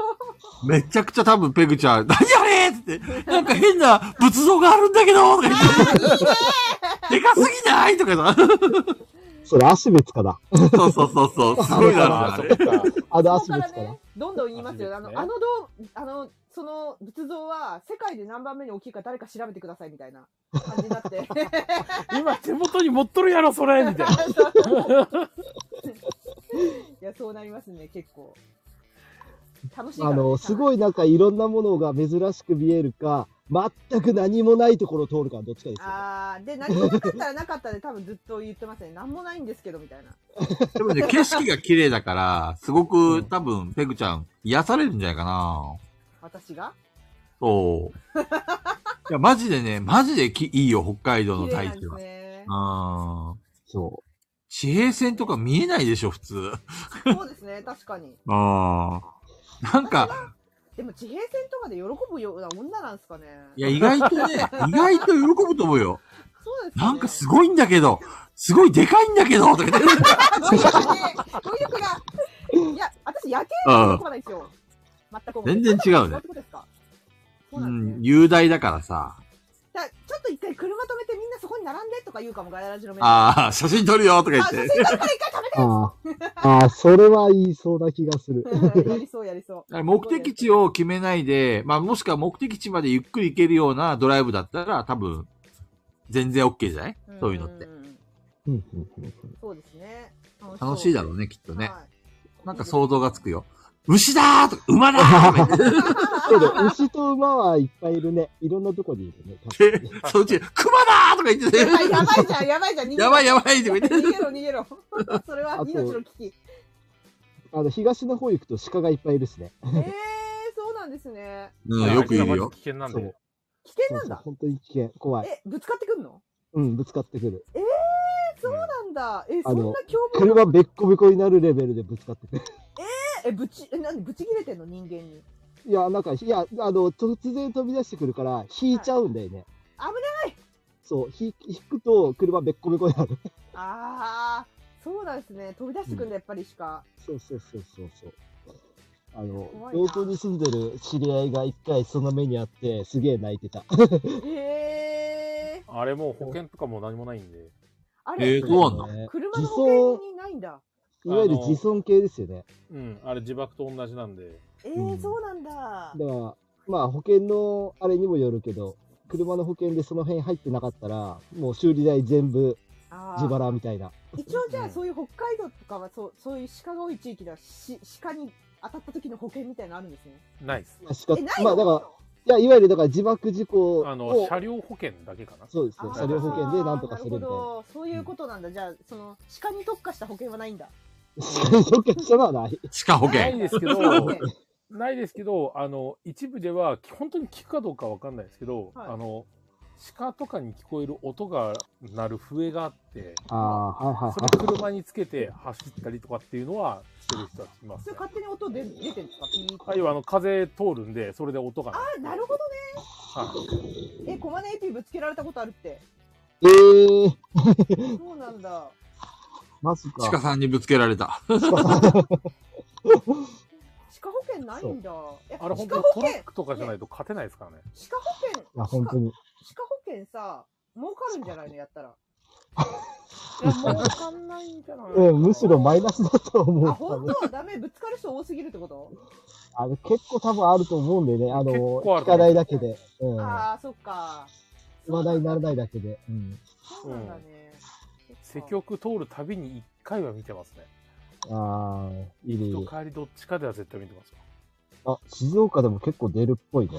Speaker 5: う。
Speaker 10: めちゃくちゃ多分ペグちゃん、何あれって言って、なんか変な仏像があるんだけどとか言って、でかすぎないとかさ。 <laughs>
Speaker 15: それ、アシュベツかだ。
Speaker 10: そうそうそう <laughs> そう、すごいだろうな、あれ。
Speaker 15: あのアシュベツかな。
Speaker 5: どんどん言いますよ。あの、あのどう、あの、その仏像は世界で何番目に大きいか誰か調べてくださいみたいな感じに
Speaker 15: <laughs>
Speaker 5: なって。 <laughs>
Speaker 28: 今手元に持っとるやろ、それみたいな。
Speaker 5: いや、そうなりますね、結構。楽しいか
Speaker 15: あ
Speaker 5: らね
Speaker 15: の、すごいなんかいろんなものが珍しく見えるか、全く何もないところを通るか、どっちかですよ。
Speaker 5: あーで、何もなかったらなかったで多分ずっと言ってますね。何もないんですけど、みたいな。
Speaker 10: でもね、景色が綺麗だから、すごく多分ペグちゃん癒されるんじゃないかな。
Speaker 5: 私が
Speaker 10: <laughs> そう。いや、マジでね、マジできいいよ、北海道の大
Speaker 5: 綺
Speaker 10: 地
Speaker 5: 麗な
Speaker 10: は。
Speaker 5: んですね
Speaker 10: うん。そう。地平線とか見えないでしょ、普通。うん。
Speaker 5: そうですね、確かに。
Speaker 10: なんか、
Speaker 5: でも地平線とかで喜ぶような女なんですかね。
Speaker 10: いや、意外と <laughs> ね、意外と喜ぶと思うよ。
Speaker 5: そうです
Speaker 10: なんかすごいんだけど、すごいでかいんだけど、とか言って。
Speaker 5: 語彙力が。いや、私夜景は喜ばないですよ。全く。
Speaker 10: 全然違うね
Speaker 5: そうですか
Speaker 10: うん、雄大だからさ。
Speaker 5: だからちょっと一回車止めてみんなそこに並んでとか言うかも、ガヤラジの目
Speaker 10: ああ、写真撮るよ、とか言って。
Speaker 5: 写真撮るから一回
Speaker 15: あああ、それは言いそうな気がする。
Speaker 5: やりそうやりそ
Speaker 10: だから目的地を決めないで、まあ、もしくは目的地までゆっくり行けるようなドライブだったら、多分、全然 OK じゃないそういうのって。
Speaker 5: う。そうですね。
Speaker 10: 楽しいだろうね、きっとね。なんか想像がつくよ。
Speaker 15: 牛だーとか、馬だーけど、牛と馬はいっぱいいるね。いろんなとこにいるね。
Speaker 10: そっち、熊だーとか言って
Speaker 5: やばいやばいじゃん、やばいじゃん、逃げろ
Speaker 15: やばいやばいって
Speaker 5: 逃げ <laughs> ろ、逃げ
Speaker 15: <laughs>
Speaker 5: ろ。それは命の危機。え
Speaker 15: あの、東の方行くと鹿がいっぱいいるしね。
Speaker 5: ー、そうなんですね。
Speaker 10: うん、よくいるよ。
Speaker 2: 危険なんで。
Speaker 5: 危険
Speaker 15: なんだ。本当に危険。怖い。
Speaker 5: え、ぶつかってくんの
Speaker 15: うん、ぶつかってくる。
Speaker 5: えー、そうなんだ。え、そ
Speaker 15: あ
Speaker 5: んな
Speaker 15: の
Speaker 5: 凶、暴な
Speaker 15: 車べっこべこになるレベルでぶつかってくる。
Speaker 5: えー、え、ぶち、え、なんでぶち切れてんの人間に。
Speaker 15: いや、なんか、いや、あの、突然飛び出してくるから、引いちゃうんだよね。
Speaker 5: 危ない
Speaker 15: そう、引引くと車べっこべこになる。
Speaker 5: ああ、そうなんですね。飛び出してくんだ、やっぱりしか。
Speaker 15: そうそうそうそうそう。あの
Speaker 5: 怖、いな
Speaker 15: 同郷に住んでる知り合いが一回その目にあって、すげえ泣いてた。
Speaker 5: え
Speaker 2: あれもう保険とかも何もないんで。
Speaker 5: あ
Speaker 15: れえーそうなんだ
Speaker 5: 車の保険にないんだ。
Speaker 15: いわゆる自損系ですよね。
Speaker 2: うん、あれ自爆と同じなんで。
Speaker 5: えー、そうなんだ。
Speaker 15: だから、まあ保険のあれにもよるけど、車の保険でその辺入ってなかったら、もう修理代全部
Speaker 5: あー
Speaker 15: 自腹みたいな。
Speaker 5: 一応じゃあ、そういう北海道とかは、そう、そういう鹿が多い地域では、し、鹿に当たった時の保険みたいなのあるんですね。
Speaker 2: ないっす。
Speaker 15: まあしか
Speaker 5: えない
Speaker 15: まあだから、いや、いわゆるだから自爆事故を、
Speaker 2: あの、車両保険だけかな。
Speaker 15: そうですね、車両保険でなんとかするみたいな。
Speaker 5: そう、そういうことなんだ。じゃあ、その、鹿に特化した保険はないんだ。
Speaker 15: そっか、したのはない。
Speaker 10: 鹿保
Speaker 2: ないですけ
Speaker 5: 鹿保
Speaker 2: ど
Speaker 5: 険、
Speaker 2: ないですけど、あの、一部では、本当に聞くかどうかわかんないですけど、
Speaker 5: はい
Speaker 2: あの、鹿とかに聞こえる音が鳴る笛があって、
Speaker 15: ああ、はいはい
Speaker 2: それ
Speaker 15: はい。
Speaker 2: 車につけて走ったりとかっていうのはしてる人たちいます
Speaker 5: それ。勝手に音で出てるんですかピーって
Speaker 2: あ要はあの風通るんで、それで音が鳴る。
Speaker 5: あ、なるほど
Speaker 2: はい
Speaker 5: ね。え、コマネ AP ぶつけられたことあるって。
Speaker 15: えー、
Speaker 5: そうなんだ。
Speaker 15: マジか。
Speaker 10: 鹿さんにぶつけられた。
Speaker 5: 鹿保険ないんだ。え
Speaker 2: あれ本当
Speaker 5: 鹿
Speaker 2: にト
Speaker 5: 保
Speaker 2: ラ
Speaker 5: 険
Speaker 2: ッ、クとかじゃないと勝てないですからね。
Speaker 5: 鹿保険、
Speaker 15: や、本当に。
Speaker 5: 鹿保険さ、儲かるんじゃないのや
Speaker 15: <laughs>
Speaker 5: ったら。いや、儲かんないんじゃない
Speaker 15: うん、むしろマイナスだと思う。
Speaker 5: あ、本当はダメ。ぶつかる人多すぎるってこと
Speaker 15: あの結構多分あると思うんでね、あ
Speaker 2: 構あ
Speaker 15: の、
Speaker 2: る
Speaker 15: 聞
Speaker 2: と思う
Speaker 15: かないだけで、うん、
Speaker 5: ああ、そっか。
Speaker 15: 話題にならないだけで、うん。
Speaker 2: そうなんだね。積極通るたびに一回は見てますね。
Speaker 15: ああ、いるい
Speaker 2: 人
Speaker 15: る。
Speaker 2: 帰りどっちかでは絶対見てますよ。
Speaker 15: あ、静岡でも結構出るっぽいね。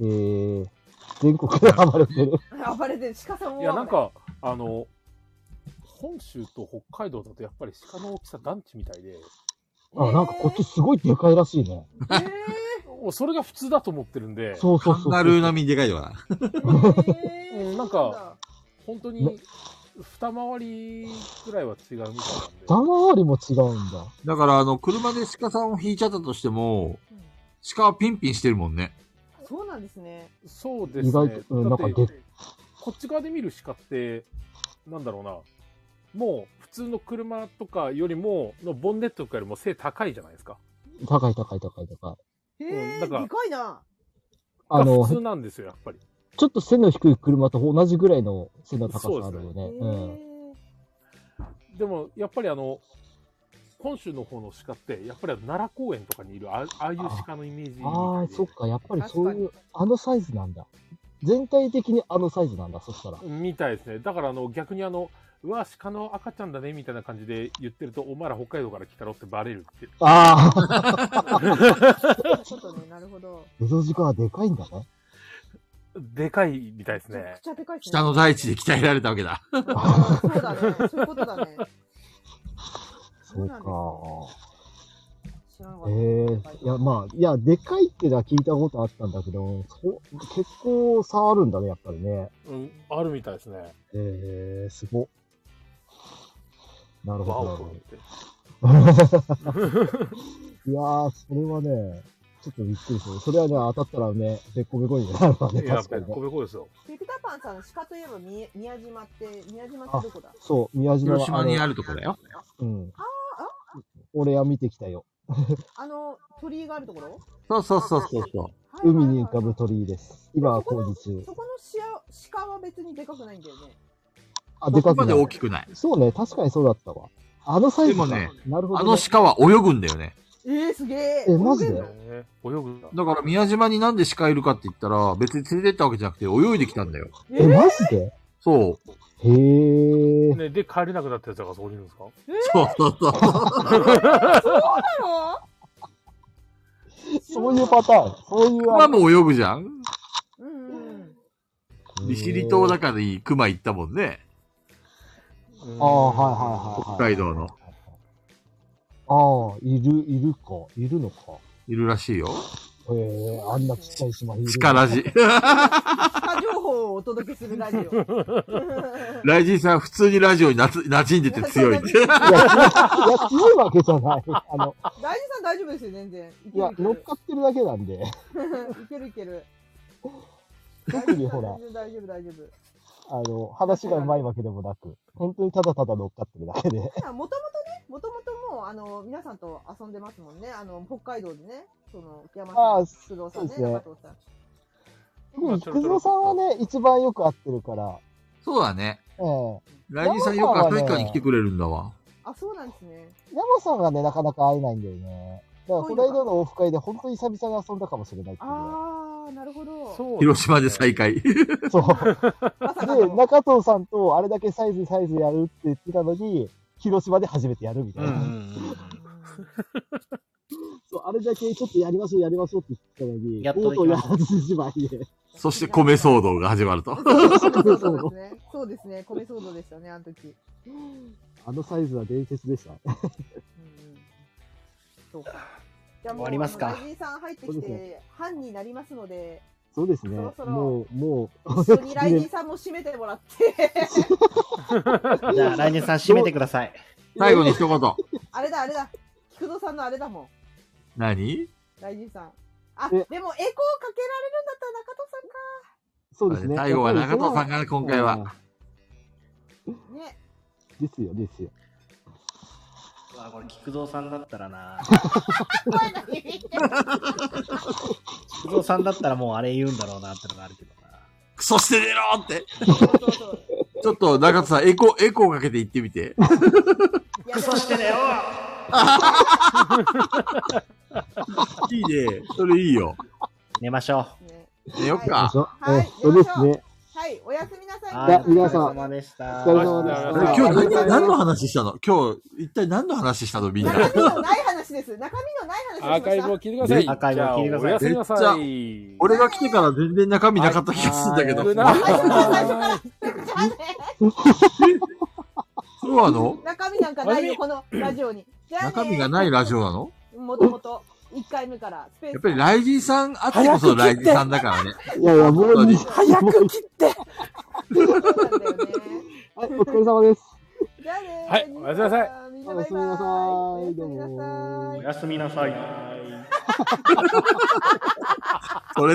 Speaker 15: えー、全国で暴れてる。
Speaker 5: 暴れてる鹿さん
Speaker 2: いや、なんか、あの、本州と北海道だとやっぱり鹿の大きさ団地みたいで、
Speaker 15: あ、なんかこっちすごいでかいらしいね。
Speaker 2: それが普通だと思ってるんで、
Speaker 15: そうそうそうそう
Speaker 10: カンガルー並みにでかいよな。
Speaker 2: うんなんか、本当に二回りぐらいは違うみたい
Speaker 15: ダ回りも違うんだ。
Speaker 10: だから、あの、車で鹿さんを引いちゃったとしても、鹿はピンピンしてるもんね。
Speaker 5: そうなんですね。
Speaker 2: そうですね。
Speaker 15: 意外と、うん、な
Speaker 2: だ
Speaker 15: んか
Speaker 2: って
Speaker 15: で、
Speaker 2: こっち側で見る鹿って、なんだろうな、もう普通の車とかよりも、のボンネットとかよりも背高いじゃないですか。
Speaker 15: 高い高い高い高い。
Speaker 5: へえ、
Speaker 2: だから
Speaker 5: でかいな。
Speaker 2: あ
Speaker 15: あの
Speaker 2: 普通なんですよ、やっぱり。
Speaker 15: ちょっと背の低い車と同じぐらいの背の高さあるよね。
Speaker 2: でも、やっぱりあの、本州の方の鹿って、やっぱり奈良公園とかにいる、あああいう鹿のイメージ。
Speaker 15: うん、ああ、そっか、やっぱりそういう、あのサイズなんだ。全体的にあのサイズなんだ、そしたら。
Speaker 2: みたいですね。だからあの逆にあの、うわ、鹿の赤ちゃんだねみたいな感じで言ってると、お前ら北海道から来たろってバレるって。
Speaker 15: あ
Speaker 2: あ
Speaker 5: ちょっとね、なるほど。
Speaker 15: 江戸時間はでかいんだね。
Speaker 2: でかいみたいです <laughs> ね。
Speaker 5: ちゃでかいっすね
Speaker 10: 北の大地で鍛えられたわけだ。
Speaker 5: <laughs> そうだね。そういうことだね。
Speaker 15: そうか。
Speaker 5: 知らなか
Speaker 15: ええ
Speaker 5: った。
Speaker 15: いや、まあ、いや、でかいってのは聞いたことあったんだけど、そう結構差あるんだね、やっぱりね。
Speaker 2: うん、あるみたいですね。
Speaker 15: ええすごっ。なるほど。
Speaker 2: わおと思って。
Speaker 15: <laughs> いやー、それはね、ちょっとびっくりする。それはね、当たったらね、べっこべこになるわね、
Speaker 2: いや、
Speaker 15: 確かに、ね。
Speaker 2: こべこですよ。
Speaker 5: ピピタパンさん、鹿といえば宮宮島って、宮島ってどこだ
Speaker 15: そう、宮島
Speaker 10: 広島にあるとこ
Speaker 15: ろ
Speaker 10: だよ。
Speaker 15: うん。俺は見てきたよ。
Speaker 5: あの、鳥居があるところ
Speaker 15: そうそうそうそうそう。海に浮かぶ鳥居です。今は工事中。
Speaker 5: そこのシア鹿は別にでかくないんだよね。
Speaker 15: あ、でかく
Speaker 10: ここまで
Speaker 15: ない
Speaker 10: 大きくない。
Speaker 15: そうね、確かにそうだったわ。あのサイズか
Speaker 10: でもね
Speaker 15: なるほど、
Speaker 10: あの鹿は泳ぐんだよね。
Speaker 5: えー、すげえ。
Speaker 15: えマジで
Speaker 5: 泳げんの
Speaker 2: えー泳ぐんだ。
Speaker 10: だから宮島になんで鹿いるかって言ったら、別に連れてったわけじゃなくて泳いできたんだよ。
Speaker 15: え、マジで。
Speaker 10: そう
Speaker 15: へえ。
Speaker 2: ね、で、帰れなくなったやつがそこにいるんですか
Speaker 10: そうそうそう。
Speaker 15: そういうパターン。そういう
Speaker 10: 熊も泳ぐじゃん
Speaker 15: ん
Speaker 10: 利尻島だからいい熊行ったもんね。
Speaker 15: ああ、はいはいはい、はい。
Speaker 10: 北海道の。
Speaker 15: ああ、いる、いるか。いるのか。
Speaker 10: いるらしいよ。
Speaker 15: へえ、あんなちっちゃい島いる。
Speaker 10: 鹿 <laughs> ラジ。
Speaker 5: 鹿情報をお届けするラジオ。
Speaker 10: ライジンさん普通にラジオになつ馴染んでて強いって。
Speaker 15: いや、強いわけじゃない。あの、
Speaker 5: 大事さん大丈夫ですよ、全然。い
Speaker 15: いや、乗っかってるだけなんで。
Speaker 5: けるいける。
Speaker 15: 特にほら
Speaker 5: 全、然大丈夫、大丈夫。
Speaker 15: あの、話がうまいわけでもなく、本当にただただ乗っかってるだけで。
Speaker 5: もともとね、もともともう、あの、皆さんと遊んでますもんね。あの、北海道でね、その、山
Speaker 15: ああ
Speaker 5: さん、工藤さん
Speaker 15: そう
Speaker 5: ね、
Speaker 15: ですね
Speaker 5: 中藤さん。
Speaker 15: 特に、菊蔵さんはね、一番よく合ってるから。
Speaker 10: そうだね。
Speaker 15: ええ。
Speaker 10: ライジンさんよく旭川に来てくれるんだわ。
Speaker 5: あ、そうなんですね。
Speaker 15: 山さんがね、なかなか会えないんだよね。だから、この間のオフ会で本当に久々に遊んだかもしれないっていうぐらい。
Speaker 5: ああ、なるほど。
Speaker 2: そ
Speaker 10: 広島で再
Speaker 15: <laughs>
Speaker 10: 会。
Speaker 15: で、中藤さんとあれだけサイズサイズやるって言ってたのに、広島で初めてやるみたいな。そうあれだけちょっとやりましょうやりましょうって言ってたのに、
Speaker 10: やっ
Speaker 15: と
Speaker 10: と
Speaker 15: う
Speaker 10: でき
Speaker 15: とうや
Speaker 10: ま
Speaker 15: ら
Speaker 10: した
Speaker 15: ずじまいで。
Speaker 10: そして米騒動が始まる
Speaker 15: <laughs>
Speaker 10: と。
Speaker 5: そうですね。そうですね。米騒動でしたね、あの時。
Speaker 15: あのサイズは伝説でした。
Speaker 5: そうか。じゃあもう
Speaker 15: 終わりますか
Speaker 5: あの大臣さん入って
Speaker 15: そ
Speaker 5: き
Speaker 15: うですね
Speaker 5: て、班になりますので、
Speaker 15: そうですね。
Speaker 5: そろそろ
Speaker 15: もう、もう、
Speaker 5: 一緒に来人さんも締めてもらって。
Speaker 3: じゃあ、来年さん締めてください。
Speaker 10: 最後に一言。
Speaker 5: あれだ、あれだ。菊蔵さんのあれだもん。
Speaker 10: 何
Speaker 5: 大臣さん。あ、でもエコー
Speaker 15: え
Speaker 5: かけられるんだったら中藤
Speaker 15: そうですね。
Speaker 10: 最後は中藤さんかな、今回は。
Speaker 15: ですよ、ですよ。
Speaker 3: うわこれ、菊蔵さんだったら <laughs> な。菊蔵さんだったらもうあれ言うんだろうなってのがあるけど。
Speaker 10: クソして出ろって。
Speaker 3: <laughs>
Speaker 10: ちょっと中田さん、エコ、エコーかけて行ってみて。
Speaker 3: クソしてねよ
Speaker 10: いいね。それいいよ。
Speaker 3: 寝ましょ
Speaker 10: う。寝よっか。
Speaker 5: はい、
Speaker 15: そうです
Speaker 5: さ
Speaker 15: ね。
Speaker 5: ん。はい、おやすみなさい。
Speaker 15: じゃあ皆さん、
Speaker 3: お疲れ様でした
Speaker 15: お疲れ様でした。
Speaker 10: 今日何何の話したの今日、一体何の話したのみんな。
Speaker 5: 中身のない話です。中身のない話をしま
Speaker 3: ア
Speaker 5: した。
Speaker 10: ぜひ
Speaker 3: ーカイブを聞いてください
Speaker 10: じゃあ
Speaker 3: おやすみなさい
Speaker 10: めっちゃ俺が来てから全然中身なかった気がするんだけど。
Speaker 5: <laughs>
Speaker 10: そうなの
Speaker 5: 中身なんかないよ、このラジオに。じゃあね、
Speaker 10: 中身がないラジオなの
Speaker 5: もともと、1回目から、スペース
Speaker 10: やっぱりライジンさんあってこそライジンさんだからね。
Speaker 15: いやいや、もう、
Speaker 5: 早
Speaker 15: く切ってはい、お疲れ様です。
Speaker 5: じゃあね
Speaker 2: はい、おやすみなさい。
Speaker 5: みんなバイバイ。おやすみなさい。
Speaker 3: う。おやすみなさい。
Speaker 10: それ